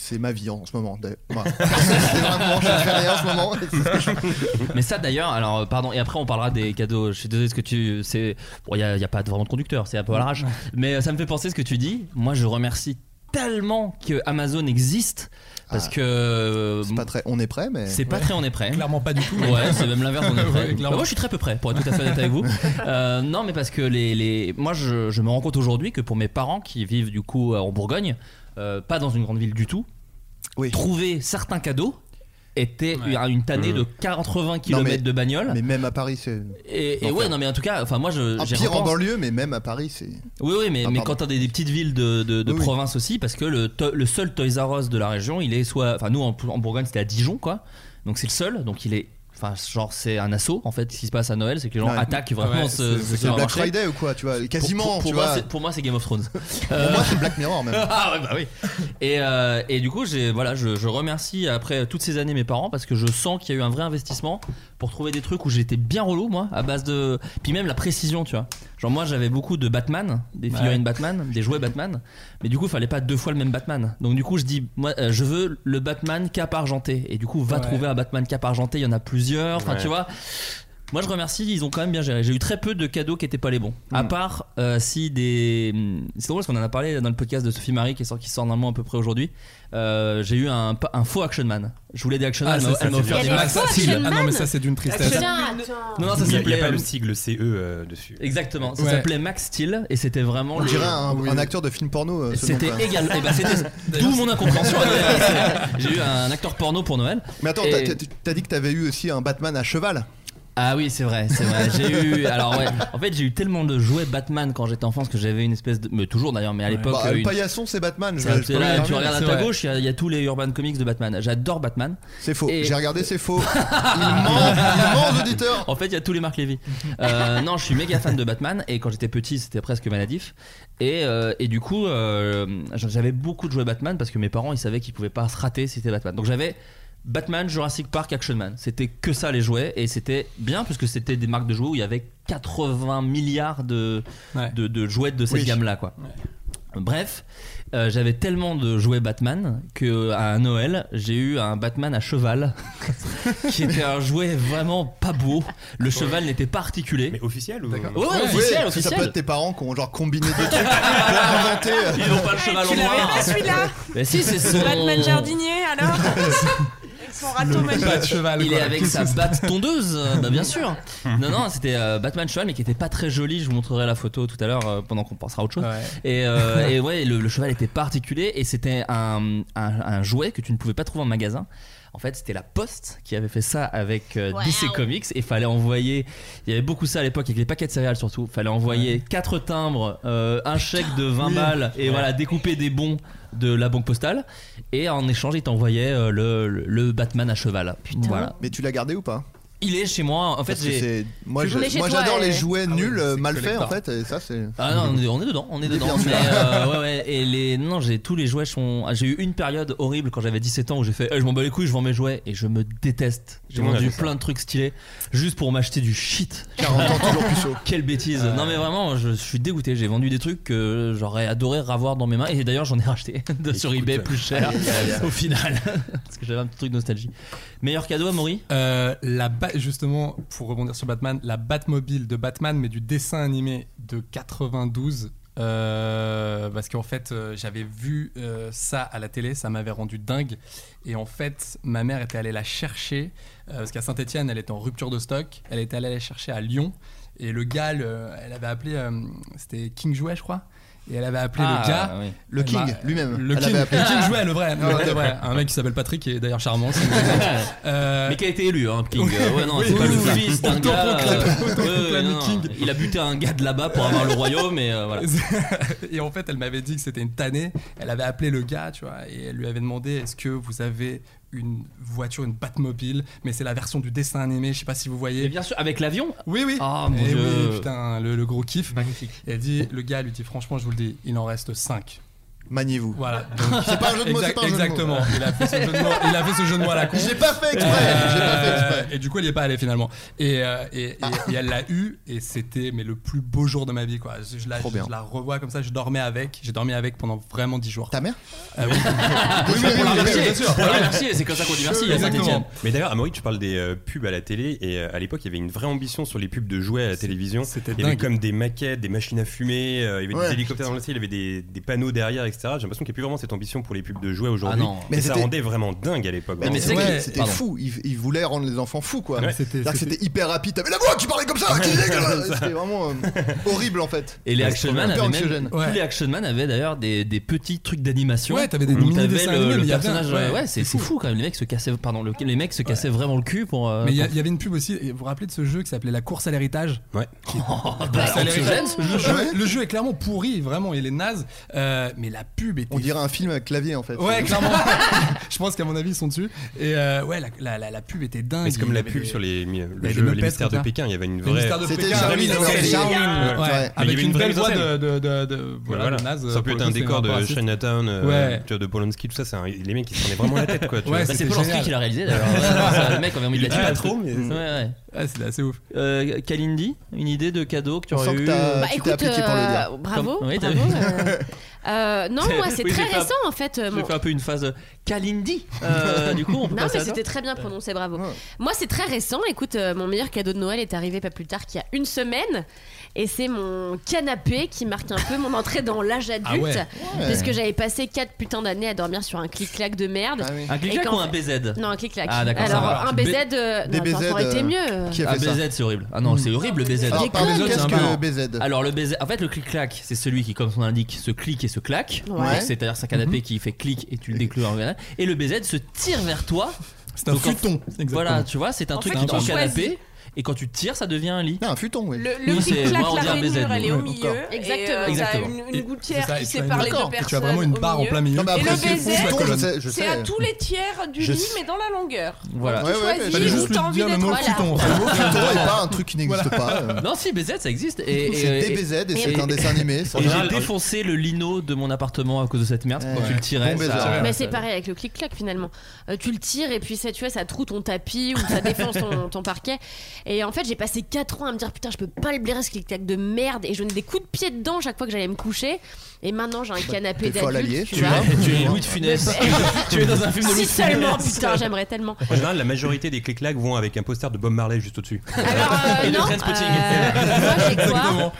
[SPEAKER 9] C'est ma vie en ce moment. d'ailleurs. Moi, c'est vraiment, je fais rien en ce moment. et c'est ce que je-
[SPEAKER 3] Mais ça d'ailleurs, alors euh, pardon, et après on parlera des cadeaux. Je suis désolé, ce que tu. c'est Bon, il n'y a, y a pas vraiment de conducteur, c'est un peu à l'arrache. Mais euh, ça me fait penser ce que tu dis. Moi je remercie tellement que Amazon existe. Parce que.
[SPEAKER 9] Ah.
[SPEAKER 3] euh,
[SPEAKER 9] C'est pas très. On est prêt, mais.
[SPEAKER 3] C'est pas
[SPEAKER 9] Ouais.
[SPEAKER 3] très on est prêt.
[SPEAKER 8] Clairement pas du tout.
[SPEAKER 3] Ouais, c'est même l'inverse. on est prêt.
[SPEAKER 8] Ouais, clairement.
[SPEAKER 3] Bah, moi, je suis très peu près, pour être tout à fait honnête avec vous. Euh, non, mais parce que les, les... moi, je, je me rends compte aujourd'hui que pour mes parents qui vivent du coup en Bourgogne, euh, pas dans une grande ville du tout, trouver certains cadeaux était une tannée de 80 km
[SPEAKER 9] Mmh. Non, mais-
[SPEAKER 3] de bagnole.
[SPEAKER 9] Mais même à Paris, c'est.
[SPEAKER 3] Et, et ouais, non, mais en tout cas, enfin, moi, je.
[SPEAKER 9] Ah,
[SPEAKER 3] j'y
[SPEAKER 9] pire en
[SPEAKER 3] repense.
[SPEAKER 9] banlieue, mais même à Paris, c'est.
[SPEAKER 3] Oui, oui, mais,
[SPEAKER 9] Ah,
[SPEAKER 3] mais
[SPEAKER 9] pardon.
[SPEAKER 3] quand t'as des, des petites villes de, de- de
[SPEAKER 9] Oui, oui.
[SPEAKER 3] province aussi, parce que le, to- le seul Toys R Us de la région, il est soit. Enfin, nous en, en Bourgogne, c'était à Dijon, quoi. Donc c'est le seul, donc il est. Enfin, genre, c'est un assaut en fait. Ce qui se passe à Noël, c'est que les gens
[SPEAKER 9] Ouais.
[SPEAKER 3] attaquent vraiment
[SPEAKER 9] Ouais, c'est- C'est
[SPEAKER 3] ce. ce
[SPEAKER 9] le Black
[SPEAKER 3] supermarché.
[SPEAKER 9] Friday ou quoi, tu vois
[SPEAKER 3] Pour-
[SPEAKER 9] Quasiment,
[SPEAKER 3] pour, pour
[SPEAKER 9] tu
[SPEAKER 3] moi,
[SPEAKER 9] vois.
[SPEAKER 3] c'est- pour moi, c'est Game of Thrones.
[SPEAKER 9] Pour moi, c'est Black Mirror même.
[SPEAKER 3] ah ouais, bah oui. Et, euh, et du coup, j'ai voilà, je, je remercie après toutes ces années mes parents parce que je sens qu'il y a eu un vrai investissement pour trouver des trucs où j'étais bien relou moi, à base de puis même la précision, tu vois. Genre moi, j'avais beaucoup de Batman, des figurines Batman, des jouets Batman, mais du coup, fallait pas deux fois le même Batman. Donc du coup, je dis moi, euh, je veux le Batman cap argenté et du coup, va
[SPEAKER 8] Ouais.
[SPEAKER 3] trouver un Batman cap argenté, il y en a plusieurs, enfin
[SPEAKER 8] Ouais.
[SPEAKER 3] tu vois. Moi je remercie, ils ont quand même bien géré. J'ai eu très peu de cadeaux qui étaient pas les bons. À
[SPEAKER 9] Hmm.
[SPEAKER 3] part euh, si des. C'est drôle parce qu'on en a parlé dans le podcast de Sophie Marie qui sort, qui sort normalement à peu près aujourd'hui. Euh, j'ai eu un, pa- un faux Action Man. Je voulais des Action
[SPEAKER 8] Ah,
[SPEAKER 3] Man,
[SPEAKER 8] ça,
[SPEAKER 3] elle m'a-
[SPEAKER 8] ça,
[SPEAKER 3] elle m'a
[SPEAKER 8] c'est
[SPEAKER 3] offert
[SPEAKER 8] bien. Il y
[SPEAKER 3] des
[SPEAKER 8] a des
[SPEAKER 3] Max
[SPEAKER 8] faux
[SPEAKER 3] Steel.
[SPEAKER 8] Action Ah non, mais ça, Man c'est d'une tristesse.
[SPEAKER 3] Action Man. Non, non, ça
[SPEAKER 5] Il y a- Il y a
[SPEAKER 3] s'appelait,
[SPEAKER 5] pas
[SPEAKER 3] euh,
[SPEAKER 5] le sigle CE euh, dessus.
[SPEAKER 3] Exactement, ça
[SPEAKER 5] Ouais.
[SPEAKER 3] s'appelait Max Steel et c'était vraiment.
[SPEAKER 9] On
[SPEAKER 3] le-
[SPEAKER 9] dirait un, un acteur de film porno. euh, ce nom,
[SPEAKER 3] C'était
[SPEAKER 9] quoi.
[SPEAKER 3] égal. Et bah, c'était d'où mon incompréhension. J'ai eu un acteur porno pour Noël.
[SPEAKER 9] Mais attends,
[SPEAKER 3] Et-
[SPEAKER 9] t'as- t'as- t'as dit que t'avais eu aussi un Batman à cheval.
[SPEAKER 3] Ah oui, c'est vrai, c'est vrai. J'ai eu, alors ouais, en fait, j'ai eu tellement de jouets Batman quand j'étais enfant parce que j'avais une espèce de, mais toujours d'ailleurs, mais à l'époque.
[SPEAKER 9] Bah,
[SPEAKER 3] euh,
[SPEAKER 9] le
[SPEAKER 3] une-
[SPEAKER 9] paillasson, c'est Batman. je-
[SPEAKER 3] C'est-
[SPEAKER 9] je peux
[SPEAKER 3] là,
[SPEAKER 9] le
[SPEAKER 3] tu
[SPEAKER 9] dire.
[SPEAKER 3] regardes à ta gauche, il y a- il y, a tous les Urban Comics de Batman. J'adore Batman.
[SPEAKER 9] C'est faux.
[SPEAKER 3] Et-
[SPEAKER 9] J'ai regardé, c'est faux.
[SPEAKER 3] En fait, il y a tous les Marc Lévy. Euh, non, je suis méga fan de Batman et quand j'étais petit, c'était presque maladif. Et, euh, et du coup, euh, j'avais beaucoup de jouets Batman parce que mes parents, ils savaient qu'ils pouvaient pas se rater si c'était Batman. Donc j'avais Batman, Jurassic Park, Action Man. C'était que ça les jouets et c'était bien parce que c'était des marques de jouets où il y avait 80 milliards de, de, de jouets de cette
[SPEAKER 8] Oui.
[SPEAKER 3] gamme-là, quoi. Bref, euh, j'avais tellement de jouets Batman que à un Noël, j'ai eu un Batman à cheval qui était un jouet vraiment pas beau. Le cheval n'était pas articulé. Mais
[SPEAKER 5] officiel ou
[SPEAKER 3] Ouais, ouais, officiel,
[SPEAKER 9] parce que Ça
[SPEAKER 3] officiel.
[SPEAKER 9] peut être tes parents qui ont genre combiné des trucs. euh, inventé.
[SPEAKER 3] Ils n'ont pas le cheval
[SPEAKER 4] Tu
[SPEAKER 3] en noir.
[SPEAKER 4] l'avais pas celui-là
[SPEAKER 3] Bah si, c'est son
[SPEAKER 4] Batman jardinier alors Avec son râteau magique.
[SPEAKER 3] Il est avec sa batte tondeuse, euh, bah bien sûr. Non, non, c'était euh, Batman cheval, mais qui était pas très joli. Je vous montrerai la photo tout à l'heure euh, pendant qu'on pensera à autre chose. Et, euh, et ouais, le, le cheval était particulier et c'était un, un, un jouet que tu ne pouvais pas trouver en magasin. En fait, c'était la Poste qui avait fait ça avec euh,
[SPEAKER 8] Wow.
[SPEAKER 3] DC Comics et fallait envoyer. Il y avait beaucoup ça à l'époque avec les paquets de céréales surtout. Fallait envoyer quatre timbres, euh, un chèque de 20
[SPEAKER 8] Oui.
[SPEAKER 3] balles et
[SPEAKER 8] Ouais.
[SPEAKER 3] voilà découper des bons de la banque postale et en échange ils t'envoyaient euh, le, le- le Batman à cheval. Voilà.
[SPEAKER 9] Mais tu l'as gardé ou pas
[SPEAKER 3] Il est chez moi. En fait,
[SPEAKER 9] Parce que
[SPEAKER 3] j'ai-
[SPEAKER 9] c'est- Moi,
[SPEAKER 3] Tu
[SPEAKER 9] je-
[SPEAKER 3] le mets chez
[SPEAKER 9] moi,
[SPEAKER 3] toi,
[SPEAKER 9] j'adore
[SPEAKER 3] et-
[SPEAKER 9] les jouets nuls, euh, mal faits
[SPEAKER 3] collector.
[SPEAKER 9] en fait. Et ça, c'est.
[SPEAKER 3] Ah non, on est, on est dedans, on est
[SPEAKER 9] Il est
[SPEAKER 3] dedans.
[SPEAKER 9] bien,
[SPEAKER 3] mais,
[SPEAKER 9] celui-là.
[SPEAKER 3] euh, ouais, ouais, et les, non, j'ai tous les jouets sont. ah, J'ai eu une période horrible quand j'avais 17 ans où j'ai fait, Eh, je m'en bats les couilles, je vends mes jouets et je me déteste. J'ai
[SPEAKER 5] Tout le monde
[SPEAKER 3] vendu
[SPEAKER 5] a fait ça.
[SPEAKER 3] plein de trucs stylés juste pour m'acheter du shit.
[SPEAKER 9] 40 ans, toujours plus
[SPEAKER 3] Quelle
[SPEAKER 8] Euh,
[SPEAKER 3] bêtise. Euh, Non mais vraiment, je, suis dégoûté. J'ai vendu des trucs que j'aurais adoré avoir dans mes mains et d'ailleurs j'en ai racheté de- sur
[SPEAKER 8] Écoute,
[SPEAKER 3] eBay plus cher
[SPEAKER 8] aïe, aïe, aïe.
[SPEAKER 3] au final parce que j'avais un petit truc nostalgie. Meilleur cadeau à Maury
[SPEAKER 8] Euh, la Ba- justement, pour rebondir sur Batman, la Batmobile de Batman, mais du dessin animé de 92. Euh, parce qu'en fait, euh, j'avais vu euh, ça à la télé, ça m'avait rendu dingue. Et en fait, ma mère était allée la chercher, euh, parce qu'à Saint-Etienne, elle était en rupture de stock. Elle était allée la chercher à Lyon. Et le gars, le- elle avait appelé, euh, c'était King Jouet, je crois. Et elle avait appelé
[SPEAKER 9] Ah,
[SPEAKER 8] le gars.
[SPEAKER 9] oui. Le
[SPEAKER 8] Elle
[SPEAKER 9] King,
[SPEAKER 8] m'a-
[SPEAKER 9] lui-même.
[SPEAKER 8] Le
[SPEAKER 9] Elle
[SPEAKER 8] King,
[SPEAKER 9] avait appelé.
[SPEAKER 8] le King Jouet, le vrai.
[SPEAKER 9] Ah,
[SPEAKER 8] le vrai,
[SPEAKER 9] ouais.
[SPEAKER 8] le vrai. Un mec qui s'appelle Patrick, qui est d'ailleurs charmant. si vous voulez. Euh,
[SPEAKER 3] Mais qui a été élu, hein, King. Euh, ouais, non,
[SPEAKER 8] Oui,
[SPEAKER 3] c'est pas
[SPEAKER 8] oui,
[SPEAKER 3] le
[SPEAKER 8] oui.
[SPEAKER 3] fils d'un
[SPEAKER 8] Autant
[SPEAKER 3] gars.
[SPEAKER 8] pour
[SPEAKER 3] euh,
[SPEAKER 8] Cla- autant pour
[SPEAKER 3] ouais, ouais,
[SPEAKER 8] Clammy
[SPEAKER 3] non, non.
[SPEAKER 8] King.
[SPEAKER 3] Il a buté un gars de là-bas pour avoir le royaume, et euh, voilà.
[SPEAKER 8] et en fait, elle m'avait dit que c'était une tannée. Elle avait appelé le gars, tu vois, et elle lui avait demandé est-ce que vous avez une voiture, une Batmobile Mais c'est la version du dessin animé, je sais pas si vous voyez.
[SPEAKER 3] bien sûr, avec l'avion
[SPEAKER 8] Oui, oui.
[SPEAKER 3] Ah, mon
[SPEAKER 8] Eh
[SPEAKER 3] Dieu.
[SPEAKER 8] oui, putain, le, le gros kiff. Magnifique. Elle dit le gars lui dit franchement, je vous le dis, il en reste 5.
[SPEAKER 9] Maniez-vous.
[SPEAKER 8] Voilà.
[SPEAKER 9] C'est pas un jeu de mots, c'est pas un jeu de mots.
[SPEAKER 8] Exactement. Il a fait ce jeu de mots, il a fait ce jeu de mots à la con. Euh,
[SPEAKER 9] J'ai pas fait exprès, j'ai pas fait exprès.
[SPEAKER 8] Et du coup, elle y est pas allée finalement. Et, euh, et, et- et elle l'a eu, et c'était mais le plus beau jour de ma vie quoi. Je, je la,
[SPEAKER 9] Trop
[SPEAKER 8] je-
[SPEAKER 9] bien.
[SPEAKER 8] je la revois comme ça, je dormais avec, j'ai dormi avec pendant vraiment 10 jours. Ah
[SPEAKER 9] Ta mère
[SPEAKER 8] Oui, oui,
[SPEAKER 3] Pour la
[SPEAKER 8] oui,
[SPEAKER 3] remercier,
[SPEAKER 8] bien sûr.
[SPEAKER 3] pour la remercier, c'est comme ça qu'on dit merci à
[SPEAKER 8] hein,
[SPEAKER 3] Saint-Etienne.
[SPEAKER 5] Mais d'ailleurs, Amaury, tu parles des euh, pubs à la télé et euh, à l'époque, il y avait une vraie ambition sur les pubs de jouets à la télévision.
[SPEAKER 8] c'était
[SPEAKER 5] Il y avait
[SPEAKER 8] dingue.
[SPEAKER 5] comme des maquettes, des machines à fumer, euh, il y avait
[SPEAKER 9] Ouais.
[SPEAKER 5] des hélicoptères dans le ciel, il y avait des, des panneaux derrière, etc. J'ai l'impression qu'il n'y a plus vraiment cette ambition pour les pubs de jouets aujourd'hui.
[SPEAKER 3] Ah non.
[SPEAKER 5] mais
[SPEAKER 9] Mais
[SPEAKER 5] ça
[SPEAKER 9] c'était-
[SPEAKER 5] rendait vraiment dingue à l'époque.
[SPEAKER 9] Mais
[SPEAKER 5] vraiment.
[SPEAKER 9] c'est vrai
[SPEAKER 8] Ouais,
[SPEAKER 9] que c'était
[SPEAKER 8] pardon.
[SPEAKER 9] fou, ils, ils voulaient rendre les enfants fous quoi.
[SPEAKER 5] Ouais,
[SPEAKER 8] c'était-
[SPEAKER 9] C'est-à-dire que c'était hyper rapide. T'avais la voix qui parlait comme ça, qui disait que- C'était vraiment euh, horrible en fait.
[SPEAKER 3] Et les Action Man
[SPEAKER 9] Un peu
[SPEAKER 3] avaient
[SPEAKER 9] anxiogène.
[SPEAKER 3] même, tous les Action Man avaient d'ailleurs des, des petits trucs d'animation.
[SPEAKER 8] Ouais, t'avais des
[SPEAKER 3] Où
[SPEAKER 8] mini dessins animés,
[SPEAKER 3] le,
[SPEAKER 8] mais
[SPEAKER 3] le
[SPEAKER 8] il y avait un-
[SPEAKER 3] personnage.
[SPEAKER 8] ouais,
[SPEAKER 3] Ouais, c'est c'est fou quand même. Les mecs se cassaient, pardon, le- les mecs se cassaient vraiment le cul pour. euh,
[SPEAKER 8] Mais il y, a-
[SPEAKER 3] pour-
[SPEAKER 8] il y avait une pub aussi, et vous vous rappelez de ce jeu qui s'appelait La course à l'héritage
[SPEAKER 5] Ouais.
[SPEAKER 3] Oh,
[SPEAKER 8] Ouais,
[SPEAKER 3] bah,
[SPEAKER 8] ça a l'air
[SPEAKER 3] anxiogène,
[SPEAKER 8] évident.
[SPEAKER 3] ce jeu.
[SPEAKER 8] Le jeu, le jeu est clairement pourri, vraiment, il est naze. Euh, mais la pub était.
[SPEAKER 9] On dirait un film avec clavier en fait.
[SPEAKER 8] Ouais, clairement. je pense qu'à mon avis, ils sont dessus. Et euh, ouais, la, la, la, la pub était dingue.
[SPEAKER 5] Mais c'est comme
[SPEAKER 8] Il y
[SPEAKER 5] la
[SPEAKER 8] avait
[SPEAKER 5] pub
[SPEAKER 8] des-
[SPEAKER 5] sur les, mi- le
[SPEAKER 8] il y avait
[SPEAKER 5] jeu
[SPEAKER 8] des
[SPEAKER 5] Les
[SPEAKER 8] Muppets,
[SPEAKER 5] Mystères de
[SPEAKER 8] tout ça.
[SPEAKER 5] Pékin, il y avait une
[SPEAKER 8] Les
[SPEAKER 5] vraie.
[SPEAKER 8] Mystères de
[SPEAKER 9] C'était
[SPEAKER 8] Pékin.
[SPEAKER 9] Charline,
[SPEAKER 8] Charline,
[SPEAKER 9] c'était
[SPEAKER 8] ouais.
[SPEAKER 9] Charline.
[SPEAKER 8] Ouais,
[SPEAKER 9] Ouais. Mais
[SPEAKER 5] il y
[SPEAKER 8] Avec
[SPEAKER 5] avait
[SPEAKER 8] une
[SPEAKER 5] une vraie
[SPEAKER 8] belle voix de,
[SPEAKER 5] mise
[SPEAKER 8] de, de, de-
[SPEAKER 5] Voilà,
[SPEAKER 8] voilà, de naze.
[SPEAKER 5] ça
[SPEAKER 8] pour
[SPEAKER 5] peut être
[SPEAKER 8] le
[SPEAKER 5] un
[SPEAKER 8] coup, c'est
[SPEAKER 5] décor de
[SPEAKER 8] raciste.
[SPEAKER 5] Chinatown, euh,
[SPEAKER 8] Ouais.
[SPEAKER 5] tu vois, de Polanski, tout ça. C'est un- les mecs, ils se prenaient vraiment la tête, quoi. tu vois.
[SPEAKER 8] Ouais,
[SPEAKER 3] Bah, c'est
[SPEAKER 8] c'était
[SPEAKER 3] Polanski
[SPEAKER 8] génial.
[SPEAKER 3] qui l'a réalisé d'ailleurs. Ouais, ça, le mec avait envie de
[SPEAKER 5] Il
[SPEAKER 3] la
[SPEAKER 5] le dit
[SPEAKER 3] tuer.
[SPEAKER 5] pas trop, mais-
[SPEAKER 3] Ouais, ouais.
[SPEAKER 8] Ouais, c'était Ah, assez ouf.
[SPEAKER 3] Euh, Kalindi, une idée de cadeau que tu
[SPEAKER 9] On
[SPEAKER 3] aurais
[SPEAKER 9] sent que
[SPEAKER 3] eu
[SPEAKER 9] t'as-
[SPEAKER 3] euh,
[SPEAKER 10] Bah
[SPEAKER 9] tu t'es
[SPEAKER 10] écoute,
[SPEAKER 9] appliqué pour le
[SPEAKER 10] euh,
[SPEAKER 9] dire.
[SPEAKER 10] bravo.
[SPEAKER 3] Comme- Oui, t'as
[SPEAKER 10] bravo,
[SPEAKER 3] vu.
[SPEAKER 10] euh, euh, non,
[SPEAKER 3] C'est-
[SPEAKER 10] moi c'est
[SPEAKER 3] oui,
[SPEAKER 10] très
[SPEAKER 3] j'ai fait un-
[SPEAKER 10] récent en fait. euh,
[SPEAKER 3] J'ai
[SPEAKER 10] mon-
[SPEAKER 3] fait un peu une phase euh, Kalindi. Euh, du coup, on
[SPEAKER 10] Non,
[SPEAKER 3] peut passer
[SPEAKER 10] mais
[SPEAKER 3] à toi
[SPEAKER 10] c'était très bien prononcé, bravo.
[SPEAKER 9] Ouais.
[SPEAKER 10] Moi, c'est très récent. Écoute, euh, mon meilleur cadeau de Noël est arrivé pas plus tard qu'il y a une semaine. Et c'est mon canapé qui marque un peu mon entrée dans l'âge adulte.
[SPEAKER 8] Ah ouais. Ouais.
[SPEAKER 10] Parce que j'avais passé 4 putains d'années à dormir sur un clic-clac de merde.
[SPEAKER 9] Ah oui.
[SPEAKER 3] Un clic-clac
[SPEAKER 10] Et
[SPEAKER 3] ou
[SPEAKER 10] quand-
[SPEAKER 3] un BZ
[SPEAKER 10] Non, un clic-clac.
[SPEAKER 3] Ah, d'accord, ça
[SPEAKER 10] Alors,
[SPEAKER 3] va.
[SPEAKER 10] un BZ. euh,
[SPEAKER 9] Des
[SPEAKER 10] non, attends, ça aurait
[SPEAKER 9] BZ,
[SPEAKER 10] été
[SPEAKER 9] euh,
[SPEAKER 10] mieux.
[SPEAKER 9] Qui a
[SPEAKER 3] Ah,
[SPEAKER 9] fait ça
[SPEAKER 3] BZ, c'est horrible. Ah non, c'est horrible le BZ.
[SPEAKER 9] Alors, pardon,
[SPEAKER 10] Déconne,
[SPEAKER 9] qu'est-ce
[SPEAKER 3] c'est un
[SPEAKER 9] que
[SPEAKER 3] marrant.
[SPEAKER 9] BZ
[SPEAKER 3] Alors le BZ, en fait le clic-clac, c'est celui qui, comme son indique, se clique et se claque.
[SPEAKER 10] Ouais.
[SPEAKER 3] Donc, C'est-à-dire c'est un
[SPEAKER 4] Mhm.
[SPEAKER 3] canapé qui fait clic et tu le déclus en regardant. Et le BZ se tire vers toi.
[SPEAKER 8] C'est un
[SPEAKER 3] Donc, en-
[SPEAKER 8] futon.
[SPEAKER 3] Voilà, tu vois, c'est un
[SPEAKER 4] En
[SPEAKER 3] truc
[SPEAKER 4] fait,
[SPEAKER 3] qui est
[SPEAKER 4] tu
[SPEAKER 3] dans le
[SPEAKER 4] choisis.
[SPEAKER 3] canapé. Et quand tu tires, ça devient un lit.
[SPEAKER 9] Non, un futon, oui.
[SPEAKER 4] Le, le
[SPEAKER 3] Nous,
[SPEAKER 4] petit
[SPEAKER 3] c'est-
[SPEAKER 4] claque,
[SPEAKER 3] moi, on dit
[SPEAKER 4] la
[SPEAKER 3] un baiser,
[SPEAKER 4] rainure, elle est
[SPEAKER 3] nous.
[SPEAKER 4] au
[SPEAKER 3] Ouais,
[SPEAKER 4] milieu.
[SPEAKER 9] d'accord.
[SPEAKER 4] et, euh,
[SPEAKER 10] Exactement.
[SPEAKER 4] t'as
[SPEAKER 3] Exactement.
[SPEAKER 4] une, une
[SPEAKER 3] Et-
[SPEAKER 8] C'est
[SPEAKER 4] gouttière
[SPEAKER 8] ça,
[SPEAKER 4] qui
[SPEAKER 8] et tu as
[SPEAKER 4] sépare
[SPEAKER 8] une-
[SPEAKER 4] les deux
[SPEAKER 8] d'accord,
[SPEAKER 4] personnes.
[SPEAKER 8] Tu as vraiment une
[SPEAKER 4] au
[SPEAKER 8] barre en
[SPEAKER 4] milieu.
[SPEAKER 8] plein milieu.
[SPEAKER 9] Non, mais
[SPEAKER 4] Et
[SPEAKER 9] après,
[SPEAKER 4] le
[SPEAKER 9] c'est
[SPEAKER 4] baiser,
[SPEAKER 9] fou, la
[SPEAKER 4] c'est-
[SPEAKER 9] colonne. Je sais, je
[SPEAKER 4] C'est
[SPEAKER 9] sais.
[SPEAKER 4] à tous les tiers du
[SPEAKER 9] Je
[SPEAKER 4] lit,
[SPEAKER 9] sais.
[SPEAKER 4] mais dans la longueur.
[SPEAKER 9] Ouais,
[SPEAKER 3] Voilà.
[SPEAKER 4] tu
[SPEAKER 9] ouais,
[SPEAKER 4] choisis
[SPEAKER 9] fallait
[SPEAKER 4] où
[SPEAKER 9] juste
[SPEAKER 4] t'as envie
[SPEAKER 8] dire le
[SPEAKER 4] d'être.
[SPEAKER 8] mot
[SPEAKER 4] Voilà.
[SPEAKER 8] futon.
[SPEAKER 9] Le futon est pas un truc qui n'existe pas. euh.
[SPEAKER 3] Non, si BZ, ça existe. Et,
[SPEAKER 9] C'est
[SPEAKER 3] et-
[SPEAKER 9] DBZ et
[SPEAKER 3] et-
[SPEAKER 9] c'est un dessin animé. sans
[SPEAKER 3] et
[SPEAKER 9] doute.
[SPEAKER 3] j'ai défoncé le lino de mon appartement à cause de cette merde. Quand
[SPEAKER 9] Ouais.
[SPEAKER 3] tu le tirais,
[SPEAKER 9] Bon
[SPEAKER 3] ça-
[SPEAKER 9] baiser.
[SPEAKER 10] Mais c'est pareil avec le clic-clac finalement. Euh, tu le tires et puis ça, tu vois, ça troue ton tapis ou ça défonce ton, ton parquet. Et en fait, j'ai passé 4 ans à me dire putain, je peux pas le blairer ce clic-clac de merde. Et je donnais des coups de pied dedans chaque fois que j'allais me coucher. Et maintenant, j'ai un canapé
[SPEAKER 9] Bah, des fois, l'allié,
[SPEAKER 10] d'adulte. Tu
[SPEAKER 9] tu
[SPEAKER 10] vois.
[SPEAKER 9] vois.
[SPEAKER 3] Tu es Louis de Funès. tu es dans un film de Louis
[SPEAKER 10] Si
[SPEAKER 3] de Funès.
[SPEAKER 10] seulement, putain, j'aimerais tellement.
[SPEAKER 5] En général, la majorité des clics-clacs vont avec un poster de Bob Marley juste au-dessus.
[SPEAKER 10] Alors, euh,
[SPEAKER 3] Et de
[SPEAKER 10] non,
[SPEAKER 3] Trainspotting.
[SPEAKER 10] euh, moi, j'ai quoi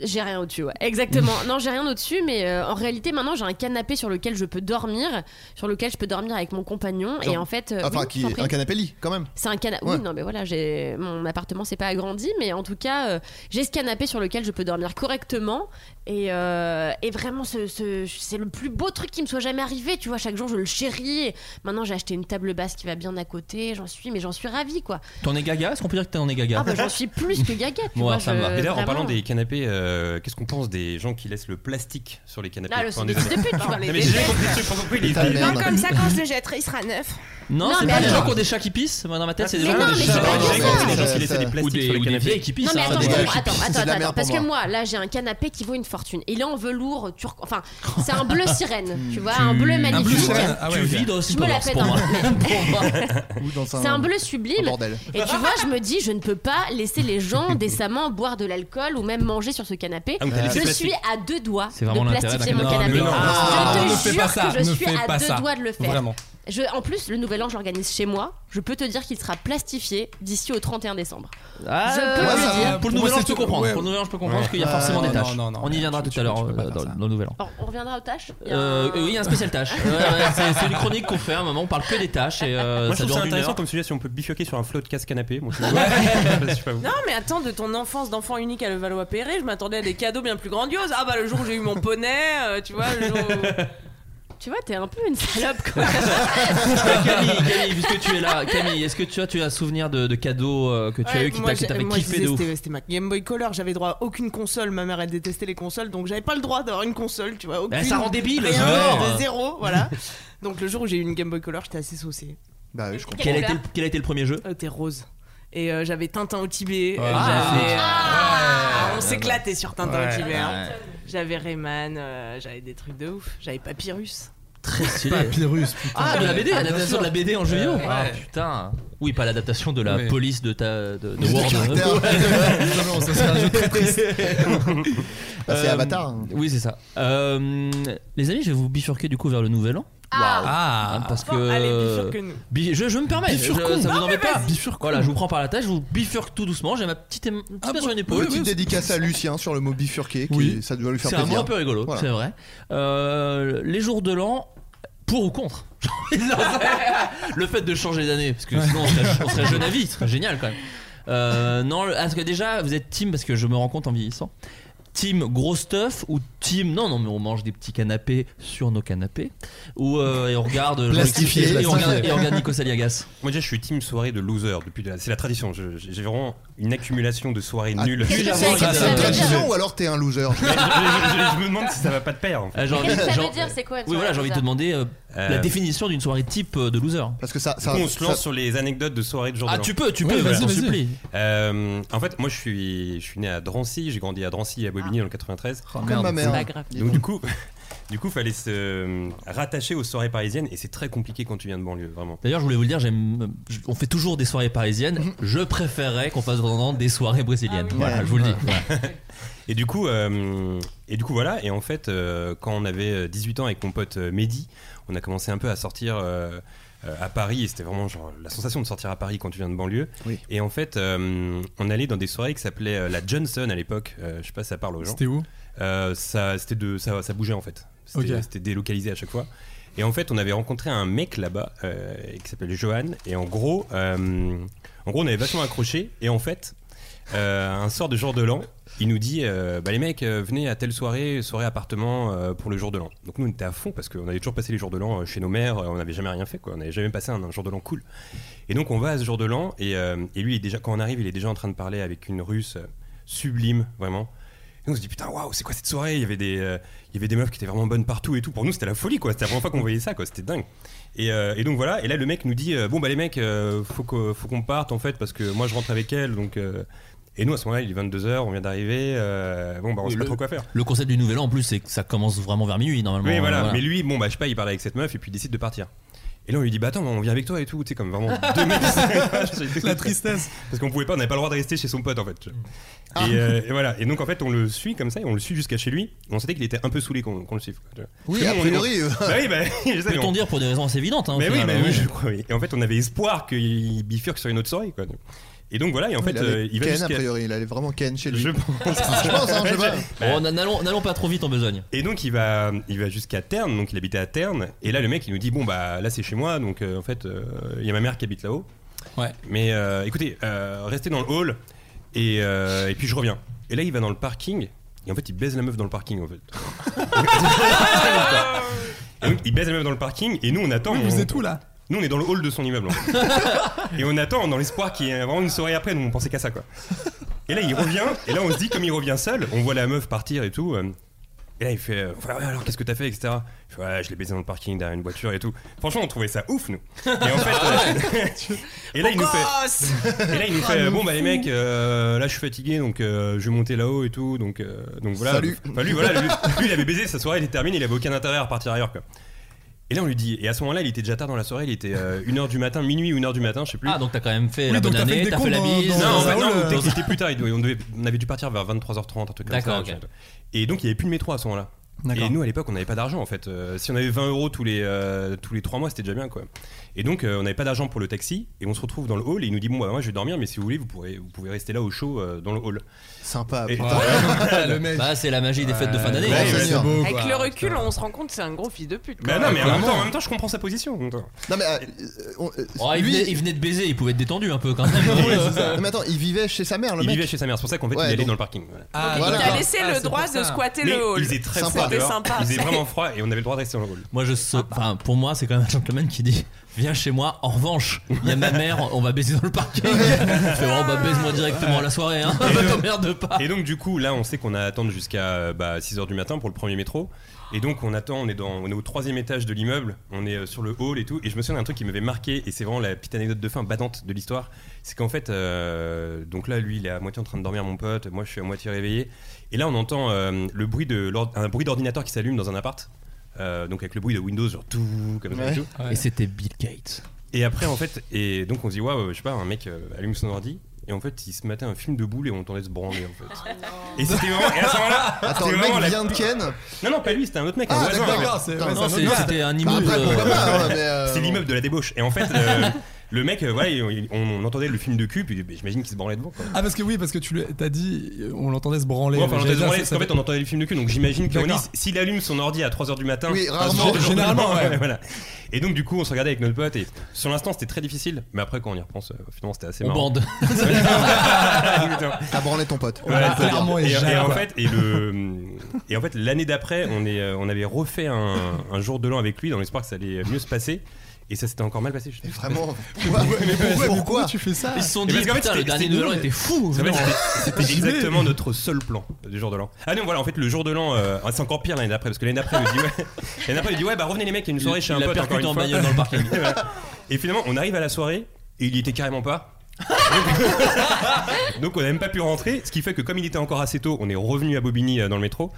[SPEAKER 10] J'ai rien au-dessus, ouais. Exactement. Non, j'ai rien au-dessus, mais euh, en réalité, maintenant, j'ai un canapé sur lequel je peux dormir, sur lequel je peux dormir avec mon compagnon. Et en fait, euh,
[SPEAKER 9] Enfin,
[SPEAKER 10] oui,
[SPEAKER 9] qui
[SPEAKER 10] je t'en
[SPEAKER 9] est
[SPEAKER 10] prie.
[SPEAKER 9] un canapé lit quand même.
[SPEAKER 10] C'est un canapé.
[SPEAKER 9] Ouais.
[SPEAKER 10] Oui, non, mais voilà, j'ai mon appartement s'est pas agrandi, mais en tout cas, euh, j'ai ce canapé sur lequel je peux dormir correctement. Et, euh, et vraiment, ce- ce- c'est le plus beau truc qui me soit jamais arrivé. Tu vois, chaque jour, je le chéris. Maintenant, j'ai acheté une table basse qui va bien à côté. J'en suis, mais j'en suis ravie, quoi.
[SPEAKER 3] T'en es gaga Est-ce qu'on peut dire que t'en es gaga
[SPEAKER 10] Ah, bah, j'en suis plus que gaga. Tu
[SPEAKER 3] Bon,
[SPEAKER 10] vois,
[SPEAKER 3] alors, ça
[SPEAKER 10] je-
[SPEAKER 3] me va.
[SPEAKER 5] Et d'ailleurs, en
[SPEAKER 10] vraiment.
[SPEAKER 5] parlant des canapés, euh, qu'est-ce qu'on pense des gens qui laissent le plastique sur les canapés
[SPEAKER 10] Ah, le
[SPEAKER 5] Enfin,
[SPEAKER 10] son de
[SPEAKER 5] des-
[SPEAKER 10] fils de pute, tu vois.
[SPEAKER 4] Non, mais
[SPEAKER 5] Non, mais j'ai jamais compris ce truc, j'ai pas compris les-
[SPEAKER 9] Ta
[SPEAKER 5] les-
[SPEAKER 9] merde.
[SPEAKER 4] Non, comme ça,
[SPEAKER 3] Euh,
[SPEAKER 4] quand je le jetterai, il sera neuf.
[SPEAKER 3] Non,
[SPEAKER 10] Non,
[SPEAKER 3] c'est
[SPEAKER 10] mais
[SPEAKER 3] pas des
[SPEAKER 10] alors-
[SPEAKER 3] gens qui ont des chats qui pissent. Moi, dans ma tête, c'est des
[SPEAKER 10] Mais
[SPEAKER 3] gens qui
[SPEAKER 10] non,
[SPEAKER 3] ont des
[SPEAKER 10] mais
[SPEAKER 3] chats
[SPEAKER 10] c'est pas
[SPEAKER 5] J'ai
[SPEAKER 10] ça.
[SPEAKER 5] compris les gens qui laissaient des
[SPEAKER 3] ou
[SPEAKER 5] plastiques
[SPEAKER 3] des,
[SPEAKER 5] sur les
[SPEAKER 3] ou des vieilles
[SPEAKER 5] canapés.
[SPEAKER 3] qui
[SPEAKER 10] Non
[SPEAKER 3] pissent.
[SPEAKER 10] mais
[SPEAKER 3] hein,
[SPEAKER 10] attends,
[SPEAKER 3] des
[SPEAKER 10] bon,
[SPEAKER 3] gars.
[SPEAKER 9] qui
[SPEAKER 10] attends,
[SPEAKER 9] pissent, c'est de
[SPEAKER 10] attends,
[SPEAKER 9] la
[SPEAKER 10] attends,
[SPEAKER 9] merde
[SPEAKER 10] parce
[SPEAKER 9] pour
[SPEAKER 10] que
[SPEAKER 9] moi.
[SPEAKER 10] moi là j'ai un canapé qui vaut une fortune. Il est en velours turc, enfin c'est un bleu sirène, tu vois,
[SPEAKER 3] Tu-
[SPEAKER 10] un bleu
[SPEAKER 3] un bleu
[SPEAKER 8] Un bleu
[SPEAKER 10] magnifique.
[SPEAKER 8] sirène. Ah
[SPEAKER 3] Tu
[SPEAKER 8] ouais, ok.
[SPEAKER 3] vis dans
[SPEAKER 10] Je me la
[SPEAKER 3] Superbox
[SPEAKER 10] pète
[SPEAKER 3] pour
[SPEAKER 10] un
[SPEAKER 3] moi.
[SPEAKER 9] Ou dans
[SPEAKER 10] C'est un bleu sublime.
[SPEAKER 9] bordel.
[SPEAKER 10] Et tu vois, je me dis, je ne peux pas laisser les gens décemment boire de l'alcool ou même manger sur ce canapé.
[SPEAKER 5] Ah, mais t'as laissé
[SPEAKER 10] je
[SPEAKER 5] le plastique.
[SPEAKER 10] suis à deux doigts
[SPEAKER 3] C'est
[SPEAKER 10] de
[SPEAKER 3] vraiment l'intérêt d'un
[SPEAKER 10] plastifier mon canapé.
[SPEAKER 3] canapé. Non, mais non.
[SPEAKER 10] je
[SPEAKER 8] Ah,
[SPEAKER 10] te
[SPEAKER 8] ne
[SPEAKER 10] jure
[SPEAKER 8] fais pas ça,
[SPEAKER 10] que
[SPEAKER 8] ne
[SPEAKER 10] je suis
[SPEAKER 8] fais
[SPEAKER 10] à
[SPEAKER 8] pas
[SPEAKER 10] deux
[SPEAKER 8] ça.
[SPEAKER 10] doigts de le faire.
[SPEAKER 8] Vraiment.
[SPEAKER 10] Je, en plus, le nouvel an, je l'organise chez moi. Je peux te dire qu'il sera plastifié d'ici au 31 décembre.
[SPEAKER 3] Ah,
[SPEAKER 10] je peux
[SPEAKER 3] ouais,
[SPEAKER 10] le
[SPEAKER 3] ça va.
[SPEAKER 10] dire.
[SPEAKER 3] Pour le nouvel an, je peux comprendre. Pour le nouvel an, je peux comprendre
[SPEAKER 8] Ouais.
[SPEAKER 3] qu'il y a forcément
[SPEAKER 8] Ouais,
[SPEAKER 3] des
[SPEAKER 8] non,
[SPEAKER 3] tâches.
[SPEAKER 8] non, non,
[SPEAKER 3] On y viendra tout à l'heure euh, dans, dans le nouvel an.
[SPEAKER 10] On reviendra aux tâches. Il y a un-
[SPEAKER 3] Euh, euh, oui, il y a un spécial tâche. Ouais, ouais, c'est c'est une chronique qu'on fait à un moment, on parle que des tâches et euh,
[SPEAKER 5] Moi, je
[SPEAKER 3] ça
[SPEAKER 5] trouve
[SPEAKER 3] dure
[SPEAKER 5] ça
[SPEAKER 3] une
[SPEAKER 5] intéressant
[SPEAKER 3] heure.
[SPEAKER 5] comme sujet si on peut bifurquer sur un flot de casse canapé. Moi, je suis- Je sais pas vous.
[SPEAKER 4] Non, mais attends, de ton enfance d'enfant unique à Levallois-Perret, je m'attendais à des cadeaux bien plus grandioses. Ah bah le jour où j'ai eu mon poney, euh, tu vois, le jour où-
[SPEAKER 10] Tu vois, t'es un peu une salope quoi.
[SPEAKER 3] Camille, Camille, puisque tu es là, Camille, est-ce que tu as, tu as un souvenir de, de cadeaux euh, que tu as
[SPEAKER 4] Ouais,
[SPEAKER 3] eu qui
[SPEAKER 4] moi,
[SPEAKER 3] t'a qui t'a
[SPEAKER 4] j'ai-
[SPEAKER 3] fait
[SPEAKER 4] moi, je
[SPEAKER 3] kiffer
[SPEAKER 4] disais,
[SPEAKER 3] de ouf
[SPEAKER 4] c'était- C'était ma Game Boy Color, j'avais droit à aucune console. Ma mère, elle détestait les consoles, donc j'avais pas le droit d'avoir une console, tu vois.
[SPEAKER 3] Ben,
[SPEAKER 4] aucune,
[SPEAKER 3] ça rend débile,
[SPEAKER 4] rien,
[SPEAKER 3] genre.
[SPEAKER 4] de zéro, voilà. donc le jour où j'ai eu une Game Boy Color, j'étais assez saucée.
[SPEAKER 9] Bah oui, je comprends.
[SPEAKER 3] Quel a, été le, quel a été le premier jeu
[SPEAKER 4] Elle était Euh, rose. Et euh, j'avais Tintin au Tibet. euh,
[SPEAKER 3] Ah.
[SPEAKER 4] j'avais, euh,
[SPEAKER 3] Ah.
[SPEAKER 4] ah, on s'éclatait sur Tintin
[SPEAKER 3] Ouais.
[SPEAKER 4] au Tibet. hein.
[SPEAKER 3] Ouais.
[SPEAKER 4] J'avais Rayman, euh, j'avais des trucs de ouf. J'avais Papyrus.
[SPEAKER 3] Très stylé.
[SPEAKER 8] Papyrus, putain.
[SPEAKER 3] Ah, de la BD,
[SPEAKER 8] Ah, bien
[SPEAKER 3] l'adaptation
[SPEAKER 8] sûr.
[SPEAKER 3] de la BD en jeu vidéo.
[SPEAKER 8] Ouais.
[SPEAKER 3] Ah, putain. Oui, pas l'adaptation de la
[SPEAKER 8] Oui.
[SPEAKER 3] police de ta de, de
[SPEAKER 8] De
[SPEAKER 3] Word.
[SPEAKER 8] caractère. Exactement, ça, c'est un jeu très triste.
[SPEAKER 9] Bah, c'est
[SPEAKER 3] Euh,
[SPEAKER 9] Avatar.
[SPEAKER 3] Oui, c'est ça. Euh, les amis, je vais vous bifurquer du coup vers le nouvel an.
[SPEAKER 4] Ah.
[SPEAKER 3] Ah, parce que.
[SPEAKER 4] Allez, bifurque-nous.
[SPEAKER 3] Bi- je, je me permets, je-
[SPEAKER 8] Bifurquons.
[SPEAKER 3] ça vous
[SPEAKER 8] Non,
[SPEAKER 3] embête pas Voilà, je vous prends par la tâche, je vous bifurque tout doucement, j'ai ma petite, éme- petite main sur une épaule.
[SPEAKER 9] Petite dédicace à Lucien sur le mot bifurqué, qui,
[SPEAKER 3] Oui.
[SPEAKER 9] ça doit lui faire
[SPEAKER 3] C'est un
[SPEAKER 9] plaisir.
[SPEAKER 3] mot un peu rigolo,
[SPEAKER 9] Voilà.
[SPEAKER 3] c'est vrai. Euh, les jours de l'an, pour ou contre J'ai envie de leur dire. Le fait de changer d'année, parce que sinon on serait, on serait jeune à vie, ce serait génial quand même. Euh, non, le- parce que déjà, vous êtes team, parce que je me rends compte en vieillissant. Team gros stuff ou team non non mais on mange des petits canapés sur nos canapés ou euh, et on regarde Jean-Luc
[SPEAKER 9] Plastifié,
[SPEAKER 3] Siffier, et on regarde,
[SPEAKER 9] plastifié.
[SPEAKER 3] et on regarde Nico Saliagas.
[SPEAKER 5] Moi déjà je suis team soirée de loser depuis de la- c'est la tradition. Je- J'ai vraiment une accumulation de soirées
[SPEAKER 9] Ah,
[SPEAKER 5] nulles.
[SPEAKER 9] tu-
[SPEAKER 3] Qu'est-ce que
[SPEAKER 9] ça,
[SPEAKER 3] c'est
[SPEAKER 9] c'est une
[SPEAKER 3] que ça
[SPEAKER 9] tradition ou alors t'es un loser
[SPEAKER 5] je, je- je- je me demande si ça va pas de pair. En fait.
[SPEAKER 3] Ah, j'ai envie-
[SPEAKER 10] Qu'est-ce que ça
[SPEAKER 3] j'ai-
[SPEAKER 10] veut dire, c'est quoi, une
[SPEAKER 3] Oui
[SPEAKER 10] soirée
[SPEAKER 3] voilà j'ai envie de te
[SPEAKER 10] loser
[SPEAKER 3] demander euh,
[SPEAKER 5] Euh,
[SPEAKER 3] la définition d'une soirée type euh, de loser.
[SPEAKER 9] Parce que ça.
[SPEAKER 5] Du
[SPEAKER 9] ça
[SPEAKER 5] coup, on se lance
[SPEAKER 9] ça-
[SPEAKER 5] sur les anecdotes de soirées de jour de
[SPEAKER 3] Ah
[SPEAKER 5] l'an.
[SPEAKER 3] tu peux tu
[SPEAKER 8] Ouais,
[SPEAKER 3] peux
[SPEAKER 8] vas-y,
[SPEAKER 3] je t'en
[SPEAKER 8] vas-y.
[SPEAKER 3] supplie.
[SPEAKER 5] Euh, en fait, moi je suis je suis né à Drancy, j'ai grandi à Drancy et à Bobigny dans le 93.
[SPEAKER 8] Oh,
[SPEAKER 9] Comme
[SPEAKER 8] merde.
[SPEAKER 9] ma
[SPEAKER 4] Pas
[SPEAKER 9] mère.
[SPEAKER 4] grave.
[SPEAKER 5] Donc du coup, du coup, fallait se euh, rattacher aux soirées parisiennes et c'est très compliqué quand tu viens de banlieue, vraiment.
[SPEAKER 3] D'ailleurs, je voulais vous le dire, j'aime, je- on fait toujours des soirées parisiennes. Je préférerais qu'on fasse vraiment des soirées brésiliennes.
[SPEAKER 4] Ah oui.
[SPEAKER 3] Voilà,
[SPEAKER 9] Ouais.
[SPEAKER 3] je vous le dis.
[SPEAKER 5] Et du coup, euh, et du coup voilà. Et en fait, euh, quand on avait euh, 18 ans avec mon pote euh, Mehdi, on a commencé un peu à sortir euh, euh, à Paris. Et c'était vraiment genre la sensation de sortir à Paris quand tu viens de banlieue.
[SPEAKER 9] Oui.
[SPEAKER 5] Et en fait, euh, on allait dans des soirées qui s'appelaient euh, la Johnson à l'époque. Euh, je sais pas si ça parle aux gens.
[SPEAKER 8] C'était où
[SPEAKER 5] Euh, ça, c'était de, ça, ça bougeait en fait. C'était
[SPEAKER 8] Ok.
[SPEAKER 5] c'était délocalisé à chaque fois. Et en fait, on avait rencontré un mec là-bas euh, qui s'appelle Johan. Et en gros, euh, en gros, on avait vachement accroché. Et en fait, euh, un soir de jour de l'an, il nous dit euh, bah, les mecs, euh, venez à telle soirée, soirée appartement euh, pour le jour de l'an. Donc nous, on était à fond parce qu'on avait toujours passé les jours de l'an euh, chez nos mères. euh, On n'avait jamais rien fait, quoi. On n'avait jamais passé un, un jour de l'an cool. Et donc, on va à ce jour de l'an. Et, euh, et lui, il est déjà, quand on arrive, il est déjà en train de parler avec une russe euh, sublime, vraiment. Et on se dit putain waouh c'est quoi cette soirée il y avait des euh, il y avait des meufs qui étaient vraiment bonnes partout et tout pour nous c'était la folie quoi c'était la première fois qu'on voyait ça quoi c'était dingue et, euh, et donc voilà et là le mec nous dit euh, bon bah les mecs euh, faut qu'on faut qu'on parte en fait parce que moi je rentre avec elle donc euh, et nous à ce moment-là il est 22h on vient d'arriver euh, bon bah on
[SPEAKER 3] Oui,
[SPEAKER 5] sait
[SPEAKER 3] le-
[SPEAKER 5] pas trop quoi faire
[SPEAKER 3] Le concept du nouvel an, en plus, c'est que ça commence vraiment vers minuit, normalement.
[SPEAKER 5] oui,
[SPEAKER 3] Euh,
[SPEAKER 5] voilà. Mais lui, bon, bah, je sais pas, il parle avec cette meuf et puis il décide de partir. Et là, on lui dit, bah attends, on vient avec toi et tout, tu sais, comme vraiment deux minutes. La tristesse. Parce qu'on pouvait pas, on n'avait pas le droit de rester chez son pote, en fait.
[SPEAKER 3] Mm.
[SPEAKER 5] tu vois.
[SPEAKER 3] Ah.
[SPEAKER 5] Et, euh, et voilà. Et donc, en fait, on le suit comme ça, et on le suit jusqu'à chez lui. On sentait qu'il était un peu saoulé qu'on qu'on le suive. quoi, tu vois.
[SPEAKER 9] Oui,
[SPEAKER 5] Parce
[SPEAKER 9] a
[SPEAKER 5] que nous, on-
[SPEAKER 9] priori. euh,
[SPEAKER 5] Bah oui, bah, je sais, mais
[SPEAKER 3] Peut-on
[SPEAKER 5] on-
[SPEAKER 3] dire pour des raisons assez évidentes. hein, au
[SPEAKER 5] mais oui,
[SPEAKER 3] final,
[SPEAKER 5] mais
[SPEAKER 3] hein.
[SPEAKER 5] oui, je crois, oui. Et en fait, on avait espoir qu'il bifurque sur une autre soirée, quoi. Et donc, voilà, et en fait,
[SPEAKER 9] il,
[SPEAKER 5] euh,
[SPEAKER 9] allait
[SPEAKER 5] il va
[SPEAKER 9] Ken, a
[SPEAKER 5] jusqu'à.
[SPEAKER 9] priori, il allait vraiment Ken chez lui.
[SPEAKER 5] Je pense.
[SPEAKER 9] Je pense, hein, je sais pas.
[SPEAKER 3] Bon, n- n'allons, n'allons pas trop vite en besogne.
[SPEAKER 5] Et donc il va, il va jusqu'à Terne, donc il habitait à Terne. Et là le mec il nous dit bon bah là c'est chez moi, donc euh, en fait euh, il y a ma mère qui habite là-haut.
[SPEAKER 8] Ouais.
[SPEAKER 5] Mais euh, écoutez, euh, restez dans le hall et, euh, et puis je reviens. Et là il va dans le parking et en fait il baise la meuf dans le parking en fait. et donc il baise la meuf dans le parking et nous on attend. on-
[SPEAKER 8] Vous êtes où là
[SPEAKER 5] nous on est dans le hall de son immeuble en fait. Et on attend dans l'espoir qu'il y ait vraiment une soirée après, donc on pensait qu'à ça quoi. Et là il revient, et là on se dit comme il revient seul, on voit la meuf partir et tout. euh, Et là il fait euh, Ouais, ouais, alors qu'est-ce que t'as fait etc. Je fais, ouais je l'ai baisé dans le parking derrière une voiture et tout. Franchement on trouvait ça ouf nous. Et en
[SPEAKER 8] Ah
[SPEAKER 5] fait euh, Et là il nous fait
[SPEAKER 4] Gosse
[SPEAKER 5] Et là il nous fait euh, bon bah les mecs euh, là je suis fatigué donc euh, je vais monter là-haut et tout donc euh, donc voilà.
[SPEAKER 9] Salut.
[SPEAKER 5] Enfin, lui voilà lui, lui, il avait baisé sa soirée elle est terminée il avait aucun intérêt à repartir ailleurs quoi. Et là on lui dit et à ce moment-là il était déjà tard dans la soirée il était 1h du matin minuit ou 1h du matin je sais plus.
[SPEAKER 3] Ah, donc t'as quand même fait
[SPEAKER 8] Oui,
[SPEAKER 3] la
[SPEAKER 8] donc
[SPEAKER 3] bonne
[SPEAKER 8] t'as fait
[SPEAKER 3] année,
[SPEAKER 8] des
[SPEAKER 3] t'as fait
[SPEAKER 8] comptes
[SPEAKER 3] la
[SPEAKER 8] dans-
[SPEAKER 3] bise.
[SPEAKER 8] dans-
[SPEAKER 5] Non, en
[SPEAKER 8] Ça
[SPEAKER 5] fait,
[SPEAKER 8] roule,
[SPEAKER 5] non,
[SPEAKER 8] euh.
[SPEAKER 5] techniquement, c'était plus tard. il devait- On, devait- on avait dû partir vers 23h30, un truc comme
[SPEAKER 3] D'accord,
[SPEAKER 5] ça.
[SPEAKER 3] ok.
[SPEAKER 5] Et donc, il n'y avait plus de métro à ce moment-là. Et nous, à l'époque, on n'avait pas d'argent en fait. Euh, si on avait 20 euros tous les, euh, tous les 3 mois, c'était déjà bien quoi. Et donc, euh, on n'avait pas d'argent pour le taxi et on se retrouve dans le hall et il nous dit Bon, bah, moi je vais dormir, mais si vous voulez, vous, pourrez, vous pouvez rester là au chaud euh, dans le hall.
[SPEAKER 9] Sympa,
[SPEAKER 5] Et-
[SPEAKER 9] putain.
[SPEAKER 5] Ouais.
[SPEAKER 9] Le mec.
[SPEAKER 3] Bah, c'est la magie des fêtes de fin d'année.
[SPEAKER 5] Ouais,
[SPEAKER 3] hein.
[SPEAKER 5] c'est beau,
[SPEAKER 4] Avec
[SPEAKER 5] quoi.
[SPEAKER 4] le recul, on se rend compte que c'est un gros fils de pute.
[SPEAKER 5] Bah
[SPEAKER 4] quoi.
[SPEAKER 5] non, mais en même, temps,
[SPEAKER 4] Clairement.
[SPEAKER 5] en même temps, je comprends sa position. en même temps.
[SPEAKER 9] Non, mais euh, on- euh,
[SPEAKER 3] Oh, il,
[SPEAKER 9] lui-
[SPEAKER 3] venait, il venait de baiser, il pouvait être détendu un peu quand même.
[SPEAKER 9] Non, mais attends, il vivait chez sa mère, le
[SPEAKER 5] Il
[SPEAKER 9] mec.
[SPEAKER 5] vivait chez sa mère, c'est pour ça qu'en fait,
[SPEAKER 9] Ouais,
[SPEAKER 5] il allait
[SPEAKER 9] donc-
[SPEAKER 5] dans le parking. voilà.
[SPEAKER 9] Ah,
[SPEAKER 4] Il
[SPEAKER 9] voilà.
[SPEAKER 4] t'a laissé le droit de squatter
[SPEAKER 5] Mais
[SPEAKER 4] le hall.
[SPEAKER 5] il faisait très
[SPEAKER 9] Sympa.
[SPEAKER 5] froid
[SPEAKER 4] C'était
[SPEAKER 5] dehors.
[SPEAKER 4] sympa.
[SPEAKER 5] Il faisait vraiment froid et on avait le droit de rester dans le hall.
[SPEAKER 10] Ah,
[SPEAKER 3] Moi, je saute.
[SPEAKER 10] bah.
[SPEAKER 3] Enfin, pour moi, c'est quand même un gentleman qui dit Viens chez moi, en revanche, il y a ma mère, on va baiser dans le parking. Il fait Oh, bah, baise-moi directement à la soirée, hein. Bah, t'emmerde pas.
[SPEAKER 5] Et donc du coup là on sait qu'on a à attendre jusqu'à 6h du matin pour le premier métro. Et donc on attend, on est, dans, on est au troisième étage de l'immeuble, on est euh, sur le hall et tout. Et je me souviens d'un truc qui m'avait marqué, et c'est vraiment la petite anecdote de fin battante de l'histoire, c'est qu'en fait, euh, donc là lui il est à moitié en train de dormir mon pote, moi je suis à moitié réveillé. Et là on entend euh, le bruit de l'ord- un bruit d'ordinateur qui s'allume dans un appart. Euh, donc avec le bruit de Windows genre tout comme ça et
[SPEAKER 9] Ouais.
[SPEAKER 5] tout.
[SPEAKER 3] Et c'était Bill Gates.
[SPEAKER 5] Et après, en fait, et donc on se dit, waouh, je sais pas, un mec euh, allume son ordi. Et en fait, il se mettait un film de boules et on entendait se branler en fait. et c'était vraiment. Et à ce moment-là,
[SPEAKER 9] Attends,
[SPEAKER 5] c'était
[SPEAKER 9] le
[SPEAKER 5] vraiment
[SPEAKER 9] mec
[SPEAKER 5] la-
[SPEAKER 9] vient de Ken.
[SPEAKER 5] Non, non, pas lui, c'était un autre mec.
[SPEAKER 9] Ah,
[SPEAKER 5] un voisin,
[SPEAKER 9] d'accord,
[SPEAKER 5] en fait.
[SPEAKER 9] c'est-
[SPEAKER 5] Non,
[SPEAKER 9] ouais,
[SPEAKER 5] non,
[SPEAKER 9] c'est un
[SPEAKER 5] c'est-
[SPEAKER 9] autre mec.
[SPEAKER 3] C'était un
[SPEAKER 9] Bah,
[SPEAKER 3] immeuble.
[SPEAKER 9] après, pourquoi pas, hein, mais, euh,
[SPEAKER 5] C'est l'immeuble de la débauche. Et en fait, euh, le mec, euh, ouais, il- on, on entendait le film de cul, puis bah, j'imagine qu'il se branlait devant. Quoi.
[SPEAKER 8] Ah, parce que oui, parce que tu as dit, on l'entendait se branler.
[SPEAKER 5] Ouais, enfin, on
[SPEAKER 8] J'allais
[SPEAKER 5] entendait se
[SPEAKER 8] dire,
[SPEAKER 5] branler,
[SPEAKER 8] ça-
[SPEAKER 5] parce
[SPEAKER 8] ça
[SPEAKER 5] qu'en fait,
[SPEAKER 8] fait-
[SPEAKER 5] on entendait le film de cul, donc j'imagine qu'on dit,
[SPEAKER 8] D'accord.
[SPEAKER 5] s'il allume son ordi à 3h du matin.
[SPEAKER 9] Oui,
[SPEAKER 5] un
[SPEAKER 9] rarement.
[SPEAKER 5] jour-
[SPEAKER 8] Généralement, ouais.
[SPEAKER 5] voilà. Et donc, du coup, on se regardait avec notre pote, et sur l'instant, c'était très difficile, mais après, quand on y repense, euh, finalement, c'était assez
[SPEAKER 3] On
[SPEAKER 5] marrant.
[SPEAKER 3] bande.
[SPEAKER 5] Exactement.
[SPEAKER 9] T'as branlé ton pote.
[SPEAKER 5] Ouais,
[SPEAKER 8] Voilà,
[SPEAKER 5] c'est bien.
[SPEAKER 8] clairement, et
[SPEAKER 5] et, euh,
[SPEAKER 8] jamais,
[SPEAKER 5] et en
[SPEAKER 8] quoi.
[SPEAKER 5] fait, et le et en fait l'année d'après, on est, euh, on avait refait un, un jour de l'an avec lui dans l'espoir que ça allait mieux se passer. Et ça s'était encore mal passé. Je sais pas.
[SPEAKER 9] Vraiment. Pourquoi, pourquoi, pourquoi
[SPEAKER 8] tu fais ça
[SPEAKER 3] Ils se sont
[SPEAKER 5] Et
[SPEAKER 3] dit
[SPEAKER 5] parce qu'en fait,
[SPEAKER 3] Putain,
[SPEAKER 5] c'était-
[SPEAKER 3] le dernier
[SPEAKER 5] c'était
[SPEAKER 3] nouvel an
[SPEAKER 5] nous,
[SPEAKER 3] était fou.
[SPEAKER 5] En fait,
[SPEAKER 3] vraiment.
[SPEAKER 5] C'était c'était exactement notre seul plan du jour de l'an. Ah non, voilà, en fait, le jour de l'an, euh, c'est encore pire l'année d'après parce que l'année d'après, il nous dit ouais, l'année d'après, il nous dit ouais, bah revenez les mecs, il y a une soirée
[SPEAKER 3] Il-
[SPEAKER 5] chez un
[SPEAKER 3] il a
[SPEAKER 5] pote encore
[SPEAKER 3] percuté
[SPEAKER 5] une
[SPEAKER 3] en
[SPEAKER 5] fois.
[SPEAKER 3] bagnole dans le parking.
[SPEAKER 5] et finalement, on arrive à la soirée et il y était carrément pas. Donc on n'a même pas pu rentrer, ce qui fait que comme il était encore assez tôt, on est revenu à Bobigny euh, dans le métro.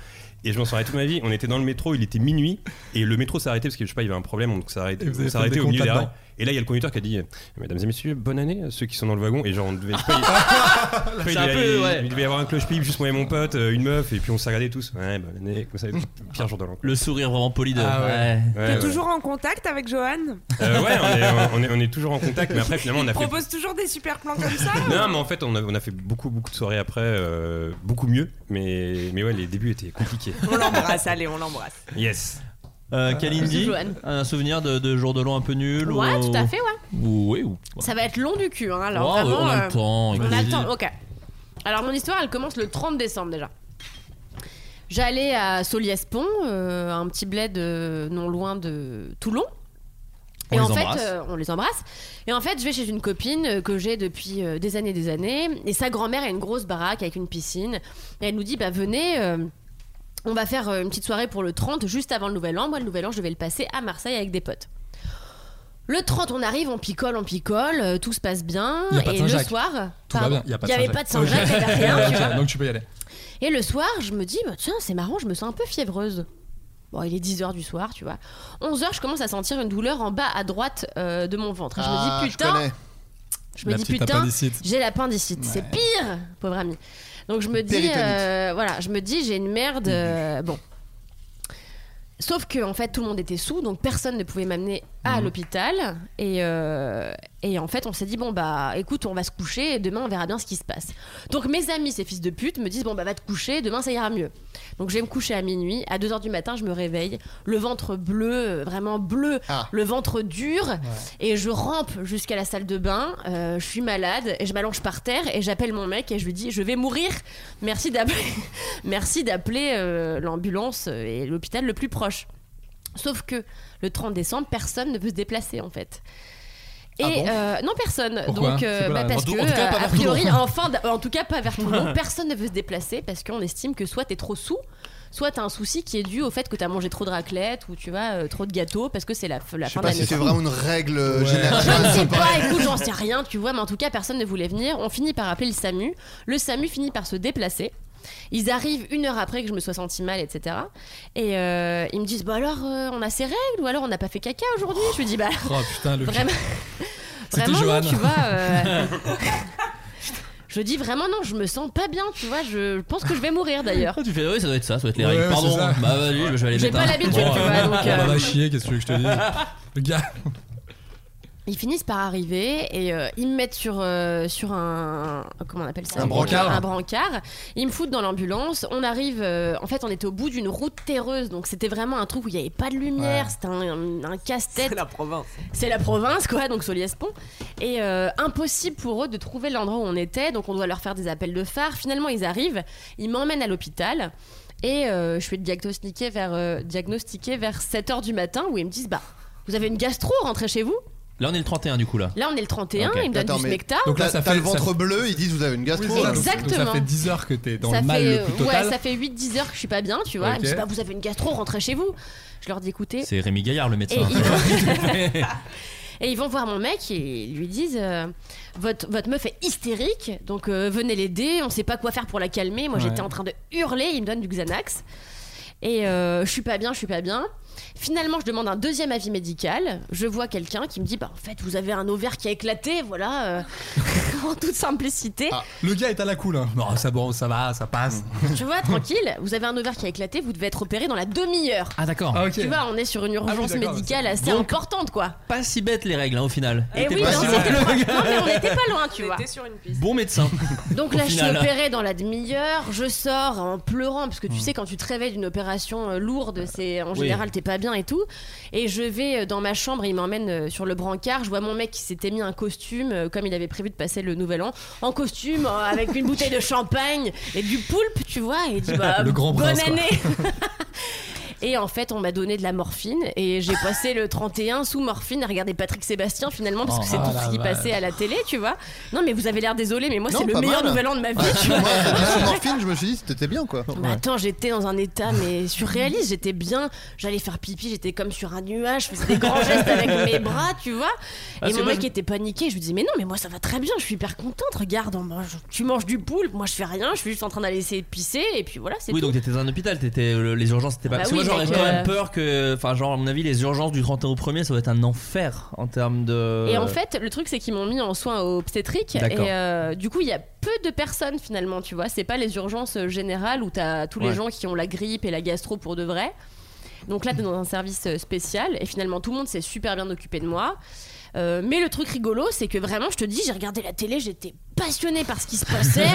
[SPEAKER 5] Et je m'en souviens toute ma vie, on était dans le métro, il était minuit, et le métro s'est arrêté parce que je sais pas, il y avait un problème, donc ça arrêté,
[SPEAKER 8] Et vous avez
[SPEAKER 5] s'est
[SPEAKER 8] fait
[SPEAKER 5] arrêté
[SPEAKER 8] des
[SPEAKER 5] au milieu
[SPEAKER 8] comptes
[SPEAKER 5] des
[SPEAKER 8] là-dedans.
[SPEAKER 5] rails. Et là, il y a le conducteur qui a dit euh, Mesdames et messieurs, bonne année à ceux qui sont dans le wagon. Et genre, on devait, je sais pas, il- je sais pas, il
[SPEAKER 3] C'est un
[SPEAKER 5] devait-
[SPEAKER 3] peu,
[SPEAKER 5] il-
[SPEAKER 3] ouais.
[SPEAKER 5] il devait y avoir un cloche-pipe, juste moi et mon pote, euh, une meuf, et puis on s'est regardés tous. Ouais, bonne année, comme ça, pire jour de l'an. quoi.
[SPEAKER 3] Le sourire vraiment poli de.
[SPEAKER 8] Ah ouais.
[SPEAKER 5] Ouais,
[SPEAKER 4] T'es
[SPEAKER 5] ouais.
[SPEAKER 4] toujours en contact avec Johan
[SPEAKER 5] Euh, ouais, on est, on, est, on est toujours en contact, mais après, finalement, on a fait
[SPEAKER 4] Propose toujours des super plans comme ça
[SPEAKER 5] Non, mais en fait, on a, on a fait beaucoup, beaucoup de soirées après, euh, beaucoup mieux, mais, mais ouais, les débuts étaient compliqués.
[SPEAKER 4] On l'embrasse, allez, on l'embrasse.
[SPEAKER 5] Yes.
[SPEAKER 3] Euh, Kalindi,
[SPEAKER 10] Bisous, Johan.
[SPEAKER 3] un souvenir de, de jour de l'an un peu nul
[SPEAKER 10] Ouais,
[SPEAKER 3] ou...
[SPEAKER 10] tout à fait, ouais.
[SPEAKER 3] Ou- oui, ou-
[SPEAKER 10] Ça va être long du cul, hein, alors
[SPEAKER 3] Ouais,
[SPEAKER 10] vraiment.
[SPEAKER 3] on a
[SPEAKER 10] euh,
[SPEAKER 3] le temps.
[SPEAKER 10] On
[SPEAKER 3] écoute.
[SPEAKER 10] attend, ok. Alors mon histoire, elle commence le 30 décembre déjà. J'allais à Soliespont, euh, un petit bled euh, non loin de Toulon. et
[SPEAKER 3] On les
[SPEAKER 10] en fait,
[SPEAKER 3] embrasse.
[SPEAKER 10] euh, on les embrasse. Et en fait, je vais chez une copine euh, que j'ai depuis euh, des années, des années. Et sa grand-mère a une grosse baraque avec une piscine. Et elle nous dit, bah venez. euh, on va faire euh, une petite soirée pour le 30, juste avant le Nouvel An. Moi, le Nouvel An, je vais le passer à Marseille avec des potes. Le 30, on arrive, on picole, on picole, euh, tout se passe bien.
[SPEAKER 8] Il y a pas de
[SPEAKER 10] et le
[SPEAKER 8] Saint-Jacques.
[SPEAKER 10] soir,
[SPEAKER 8] Tout va
[SPEAKER 10] pardon,
[SPEAKER 8] bien, il y a pas
[SPEAKER 10] il
[SPEAKER 8] de
[SPEAKER 10] n'y avait pas de Saint-Jacques, il y avait rien, tu vois.
[SPEAKER 8] Donc tu peux y aller.
[SPEAKER 10] Et le soir, je me dis, bah, tiens, c'est marrant, je me sens un peu fiévreuse. Bon, il est 10h du soir, tu vois. 11h, je commence à sentir une douleur en bas à droite euh, de mon ventre. Et je
[SPEAKER 9] Ah,
[SPEAKER 10] me dis, putain,
[SPEAKER 9] connais.
[SPEAKER 10] je me
[SPEAKER 8] La
[SPEAKER 10] dis
[SPEAKER 8] petite
[SPEAKER 10] putain,
[SPEAKER 8] appendicite.
[SPEAKER 10] j'ai l'appendicite, c'est pire, pauvre ami. Donc je me dis,
[SPEAKER 9] Péritonite.
[SPEAKER 10] euh, voilà, je me dis, j'ai une merde, euh, bon. Sauf que en fait, tout le monde était sous, donc personne ne pouvait m'amener
[SPEAKER 8] Mhm.
[SPEAKER 10] à l'hôpital. Et, euh, et en fait, on s'est dit bon bah, écoute, on va se coucher et demain on verra bien ce qui se passe. Donc mes amis, ces fils de pute, me disent bon bah va te coucher, demain ça ira mieux. Donc je vais me coucher à minuit, à 2h du matin, je me réveille, le ventre bleu, euh, vraiment bleu,
[SPEAKER 9] Ah.
[SPEAKER 10] le ventre dur, et je rampe jusqu'à la salle de bain, euh, je suis malade, et je m'allonge par terre, et j'appelle mon mec, et je lui dis, je vais mourir, merci d'appeler, merci d'appeler euh, l'ambulance et l'hôpital le plus proche. Sauf que le 30 décembre, personne ne peut se déplacer en fait. Et
[SPEAKER 9] Ah bon
[SPEAKER 10] euh, non personne.
[SPEAKER 8] Pourquoi
[SPEAKER 10] Donc euh,
[SPEAKER 8] C'est quoi la
[SPEAKER 10] bah,
[SPEAKER 8] raison
[SPEAKER 10] parce
[SPEAKER 8] En tout-
[SPEAKER 10] que
[SPEAKER 8] en tout cas, pas
[SPEAKER 10] euh,
[SPEAKER 8] vers
[SPEAKER 10] a priori
[SPEAKER 8] Toulon.
[SPEAKER 10] enfin d- en tout cas pas vers tout le monde. Personne ne veut se déplacer parce qu'on estime que soit t'es trop sous, soit t'as un souci qui est dû au fait que t'as mangé trop de raclette ou tu vois euh, trop de gâteaux parce que c'est la, f- la
[SPEAKER 9] Je sais
[SPEAKER 10] fin
[SPEAKER 9] pas
[SPEAKER 10] d'année.
[SPEAKER 9] si c'est vraiment une règle
[SPEAKER 8] Ouais.
[SPEAKER 9] générale.
[SPEAKER 10] Je ne sais pas, écoute, j'en sais rien, tu vois, mais en tout cas, personne ne voulait venir. On finit par appeler le SAMU. Le SAMU finit par se déplacer. Ils arrivent une heure après que je me sois sentie mal, etc. Et euh, ils me disent Bah alors, euh, on a ses règles Ou alors, on n'a pas fait caca aujourd'hui Je lui dis Bah,
[SPEAKER 8] Oh putain, le
[SPEAKER 10] vraiment.
[SPEAKER 8] C'était
[SPEAKER 10] Vraiment, non,
[SPEAKER 8] Johan.
[SPEAKER 10] tu vois. euh, Je dis vraiment non, je me sens pas bien, tu vois. Je pense que je vais mourir d'ailleurs.
[SPEAKER 3] Ah, Tu fais, oui, ça doit être ça, ça doit être les
[SPEAKER 8] Ouais,
[SPEAKER 3] règles.
[SPEAKER 8] ouais,
[SPEAKER 3] Pardon,
[SPEAKER 8] c'est ça.
[SPEAKER 3] bah vas-y, je vais aller
[SPEAKER 10] J'ai
[SPEAKER 3] mettre
[SPEAKER 10] pas
[SPEAKER 3] un-
[SPEAKER 10] l'habitude,
[SPEAKER 3] Bon,
[SPEAKER 10] tu
[SPEAKER 3] euh,
[SPEAKER 10] vois. Donc,
[SPEAKER 8] On
[SPEAKER 10] euh,
[SPEAKER 8] va chier, qu'est-ce que tu veux que je te dise Le gars.
[SPEAKER 10] Ils finissent par arriver et euh, ils me mettent sur, euh, sur un. Comment on appelle ça
[SPEAKER 8] Un brancard.
[SPEAKER 10] Un brancard. Ils me foutent dans l'ambulance. On arrive. euh, en fait, on était au bout d'une route terreuse. Donc, c'était vraiment un truc où il n'y avait pas de lumière.
[SPEAKER 4] Ouais.
[SPEAKER 10] C'était un, un casse-tête.
[SPEAKER 4] C'est la province.
[SPEAKER 10] C'est la province, quoi, donc Soliespont. Et euh, impossible pour eux de trouver l'endroit où on était, donc on doit leur faire des appels de phare. Finalement, ils arrivent, ils m'emmènent à l'hôpital. Et euh, je suis diagnostiquée vers, euh, diagnostiquée vers 7h du matin où ils me disent Bah, vous avez une gastro, rentrez chez vous.
[SPEAKER 3] Là, on est le 31 du coup là.
[SPEAKER 10] Là, on est le 31,
[SPEAKER 3] Ok.
[SPEAKER 10] ils me donnent
[SPEAKER 3] Attends,
[SPEAKER 10] du
[SPEAKER 3] mais-
[SPEAKER 10] Smecta.
[SPEAKER 3] donc là, ça
[SPEAKER 9] T'as
[SPEAKER 3] fait-
[SPEAKER 9] le ventre
[SPEAKER 3] ça-
[SPEAKER 9] bleu, ils disent vous avez une gastro.
[SPEAKER 10] Oui, c'est ça. Exactement.
[SPEAKER 8] Donc, ça fait 10 heures que t'es dans
[SPEAKER 10] ça
[SPEAKER 8] le mal
[SPEAKER 10] fait,
[SPEAKER 8] le plus
[SPEAKER 10] euh,
[SPEAKER 8] total.
[SPEAKER 10] Ouais, ça fait 8-10 heures que je suis pas bien, tu vois.
[SPEAKER 3] Ok.
[SPEAKER 10] Ils me disent Bah, vous avez une gastro, rentrez chez vous. Je leur dis Écoutez,
[SPEAKER 3] C'est Rémi Gaillard le médecin.
[SPEAKER 10] Et ils- Et ils vont voir mon mec et ils lui disent euh, votre, votre meuf est hystérique, donc euh, venez l'aider, on sait pas quoi faire pour la calmer. Moi
[SPEAKER 11] Ouais.
[SPEAKER 10] j'étais en train de hurler, il me donne du Xanax. Et euh, je suis pas bien, je suis pas bien. Finalement, je demande un deuxième avis médical. Je vois quelqu'un qui me dit bah, En fait, vous avez un ovaire qui a éclaté, voilà, euh, en toute simplicité.
[SPEAKER 8] Ah, Le gars est à la cool. hein. Non, ça bon, ça va, ça passe.
[SPEAKER 10] Tu vois, tranquille, vous avez un ovaire qui a éclaté, vous devez être opéré dans la demi-heure.
[SPEAKER 3] Ah d'accord.
[SPEAKER 10] Tu vois, on est sur une
[SPEAKER 3] Ah oui,
[SPEAKER 10] urgence
[SPEAKER 3] d'accord,
[SPEAKER 10] médicale
[SPEAKER 3] c'est-
[SPEAKER 10] assez
[SPEAKER 3] Donc-
[SPEAKER 10] importante, quoi.
[SPEAKER 3] Pas si bête les règles hein, au final.
[SPEAKER 10] Eh
[SPEAKER 3] T'es
[SPEAKER 10] oui,
[SPEAKER 3] pas
[SPEAKER 10] non,
[SPEAKER 3] si
[SPEAKER 10] c'était
[SPEAKER 3] bête.
[SPEAKER 10] pas- non, mais on était pas loin, tu vois.
[SPEAKER 3] Bon médecin.
[SPEAKER 10] Donc
[SPEAKER 3] Au
[SPEAKER 10] là, je
[SPEAKER 3] final.
[SPEAKER 10] suis opérée dans la demi-heure, je sors en pleurant, parce que tu sais, quand tu te réveilles d'une opération euh, lourde, c'est en
[SPEAKER 11] Hmm. Oui.
[SPEAKER 10] général, t'es pas bien et tout. Et je vais euh, dans ma chambre, il m'emmène euh, sur le brancard, je vois mon mec qui s'était mis un costume, euh, comme il avait prévu de passer le nouvel an, en costume, euh, avec une bouteille de champagne et du poulpe, tu vois, et il dit, bah,
[SPEAKER 11] Le grand
[SPEAKER 10] bonne
[SPEAKER 11] prince, quoi.
[SPEAKER 10] année Et en fait, on m'a donné de la morphine et j'ai passé le 31 sous morphine à regarder Patrick Sébastien finalement parce que
[SPEAKER 11] Oh,
[SPEAKER 10] c'est tout
[SPEAKER 11] ah
[SPEAKER 10] ce qui
[SPEAKER 11] la
[SPEAKER 10] passait
[SPEAKER 11] vache.
[SPEAKER 10] à la télé, tu vois. Non, mais vous avez l'air désolé, mais moi
[SPEAKER 9] Non,
[SPEAKER 10] c'est le
[SPEAKER 9] pas
[SPEAKER 10] meilleur
[SPEAKER 9] mal.
[SPEAKER 10] nouvel an de ma vie.
[SPEAKER 9] Ah,
[SPEAKER 10] tu
[SPEAKER 9] moi,
[SPEAKER 10] vois.
[SPEAKER 9] la morphine, je me suis dit, c'était bien quoi.
[SPEAKER 10] Mais Bah, attends, j'étais dans un état mais surréaliste, j'étais bien, j'allais faire pipi, j'étais comme sur un nuage, je faisais des grands gestes avec mes bras, tu vois.
[SPEAKER 11] Ah,
[SPEAKER 10] et
[SPEAKER 11] c'est
[SPEAKER 10] mon
[SPEAKER 11] moi,
[SPEAKER 10] mec
[SPEAKER 11] je-
[SPEAKER 10] était paniqué, je lui disais mais non, mais moi ça va très bien, je suis hyper contente, regarde, on mange- tu manges du poulpe, moi je fais rien, je suis juste en train d'aller essayer de pisser et puis voilà, c'est
[SPEAKER 3] Oui,
[SPEAKER 10] tout.
[SPEAKER 3] donc t'étais dans un hôpital, t'étais euh, le- les urgences, c'était pas.
[SPEAKER 10] Bah
[SPEAKER 3] Parce que
[SPEAKER 10] oui,
[SPEAKER 3] moi j'aurais
[SPEAKER 10] mec,
[SPEAKER 3] quand
[SPEAKER 10] euh,
[SPEAKER 3] même peur que, enfin genre à mon avis, les urgences du 31 au 1er, ça doit être un enfer en termes de.
[SPEAKER 10] Et en fait, le truc, c'est qu'ils m'ont mis en soins obstétriques. Et
[SPEAKER 3] Euh. D'accord.
[SPEAKER 10] euh, du coup, il y a peu de personnes finalement, tu vois. C'est pas les urgences euh, générales où t'as tous
[SPEAKER 11] Ouais.
[SPEAKER 10] les gens qui ont la grippe et la gastro pour de vrai. Donc là, t'es dans un service euh, spécial. Et finalement, tout le monde s'est super bien occupé de moi. Euh, mais le truc rigolo, c'est que vraiment, je te dis, j'ai regardé la télé, j'étais passionnée par ce qui se passait,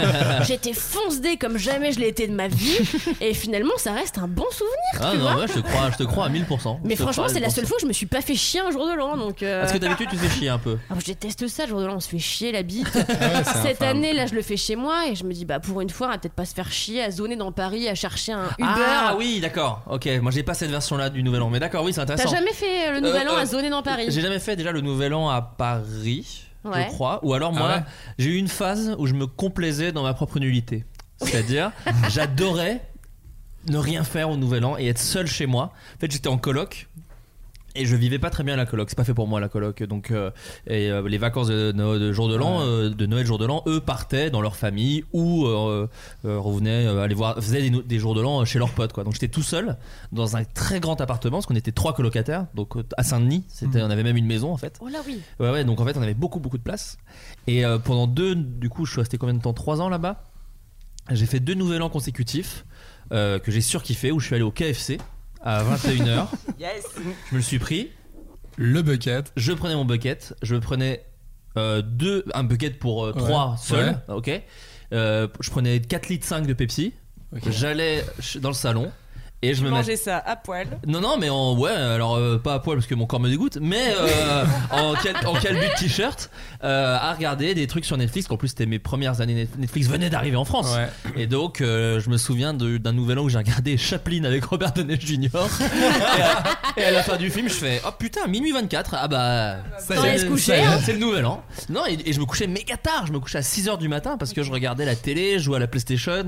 [SPEAKER 10] j'étais foncedée comme jamais je l'ai été de ma vie, et finalement, ça reste un bon souvenir,
[SPEAKER 3] Ah
[SPEAKER 10] tu
[SPEAKER 3] non,
[SPEAKER 10] vois.
[SPEAKER 3] ouais, je te crois, je te crois à 1000%.
[SPEAKER 10] Mais
[SPEAKER 3] Je te
[SPEAKER 10] franchement,
[SPEAKER 3] crois à
[SPEAKER 10] c'est la
[SPEAKER 3] 1000%.
[SPEAKER 10] seule fois où je me suis pas fait chier un jour de l'an. Donc, euh,
[SPEAKER 3] Parce que d'habitude, tu te fais chier un peu.
[SPEAKER 10] ah, je déteste ça, le jour de l'an, on se fait chier la bite.
[SPEAKER 3] Ah c'est
[SPEAKER 10] Cette
[SPEAKER 3] infâme.
[SPEAKER 10] année, là, je le fais chez moi et je me dis, bah, pour une fois, on va peut-être pas se faire chier à zoner dans Paris, à chercher un Uber.
[SPEAKER 3] Ah oui, d'accord. Ok, moi j'ai pas cette version là du Nouvel An, mais d'accord, oui, c'est
[SPEAKER 10] T'as
[SPEAKER 3] intéressant.
[SPEAKER 10] jamais fait euh, le nouvel
[SPEAKER 3] Euh,
[SPEAKER 10] an
[SPEAKER 3] euh,
[SPEAKER 10] à zoner dans Paris
[SPEAKER 3] J'ai jamais fait déjà le Nouvel An à Paris,
[SPEAKER 10] Ouais.
[SPEAKER 3] je crois. Ou alors
[SPEAKER 10] Ah
[SPEAKER 3] moi,
[SPEAKER 10] ouais.
[SPEAKER 3] j'ai eu une phase où je me complaisais dans ma propre nullité. C'est-à-dire, j'adorais ne rien faire au Nouvel An et être seul chez moi. En fait, j'étais en coloc. Et je vivais pas très bien la coloc, c'est pas fait pour moi la coloc. Donc euh, et, euh, les vacances de, Noël- de jour de l'an, euh, de Noël jour de l'an, eux partaient dans leur famille ou euh, euh, revenaient euh, aller voir, faisaient des, no- des jours de l'an euh, chez leurs potes quoi. Donc j'étais tout seul dans un très grand appartement parce qu'on était trois colocataires. Donc euh, à Saint-Denis, c'était, on avait même une maison en fait.
[SPEAKER 10] Oh là oui.
[SPEAKER 3] Ouais, ouais, donc en fait, on avait beaucoup, beaucoup de place. Et euh, pendant deux, du coup, je suis resté combien de temps Trois ans là-bas. J'ai fait deux nouvel an consécutifs euh, que j'ai surkiffé, où je suis allé au KFC à 21h.
[SPEAKER 4] Yes.
[SPEAKER 3] je me le suis pris. Le bucket. Je prenais mon bucket. Je prenais euh, deux, un bucket pour euh,
[SPEAKER 8] Ouais.
[SPEAKER 3] trois seuls.
[SPEAKER 8] Ouais.
[SPEAKER 3] Ok. Euh, je prenais 4 litres 5 de Pepsi.
[SPEAKER 8] Ok.
[SPEAKER 3] J'allais ch- dans le salon. Et je me mettais
[SPEAKER 4] Manger ça à poil.
[SPEAKER 3] non, non, mais en. Ouais, alors euh, pas à poil parce que mon corps me dégoûte, mais euh, en, cal en calbu de t-shirt, euh, à regarder des trucs sur Netflix, qu'en plus c'était mes premières années. Net- Netflix venait d'arriver en France. Et donc, euh, je me souviens de- d'un nouvel an où j'ai regardé Chaplin avec Robert Downey Jr. et, à, et à la fin du film, je fais Oh putain, minuit 24, ah bah.
[SPEAKER 8] Ça
[SPEAKER 3] c'est-
[SPEAKER 8] y est,
[SPEAKER 3] c'est-
[SPEAKER 8] coucher, hein.
[SPEAKER 3] C'est le nouvel an. Non, et, et je me couchais méga tard, je me couchais à 6h du matin parce que je regardais la télé, je jouais à la PlayStation.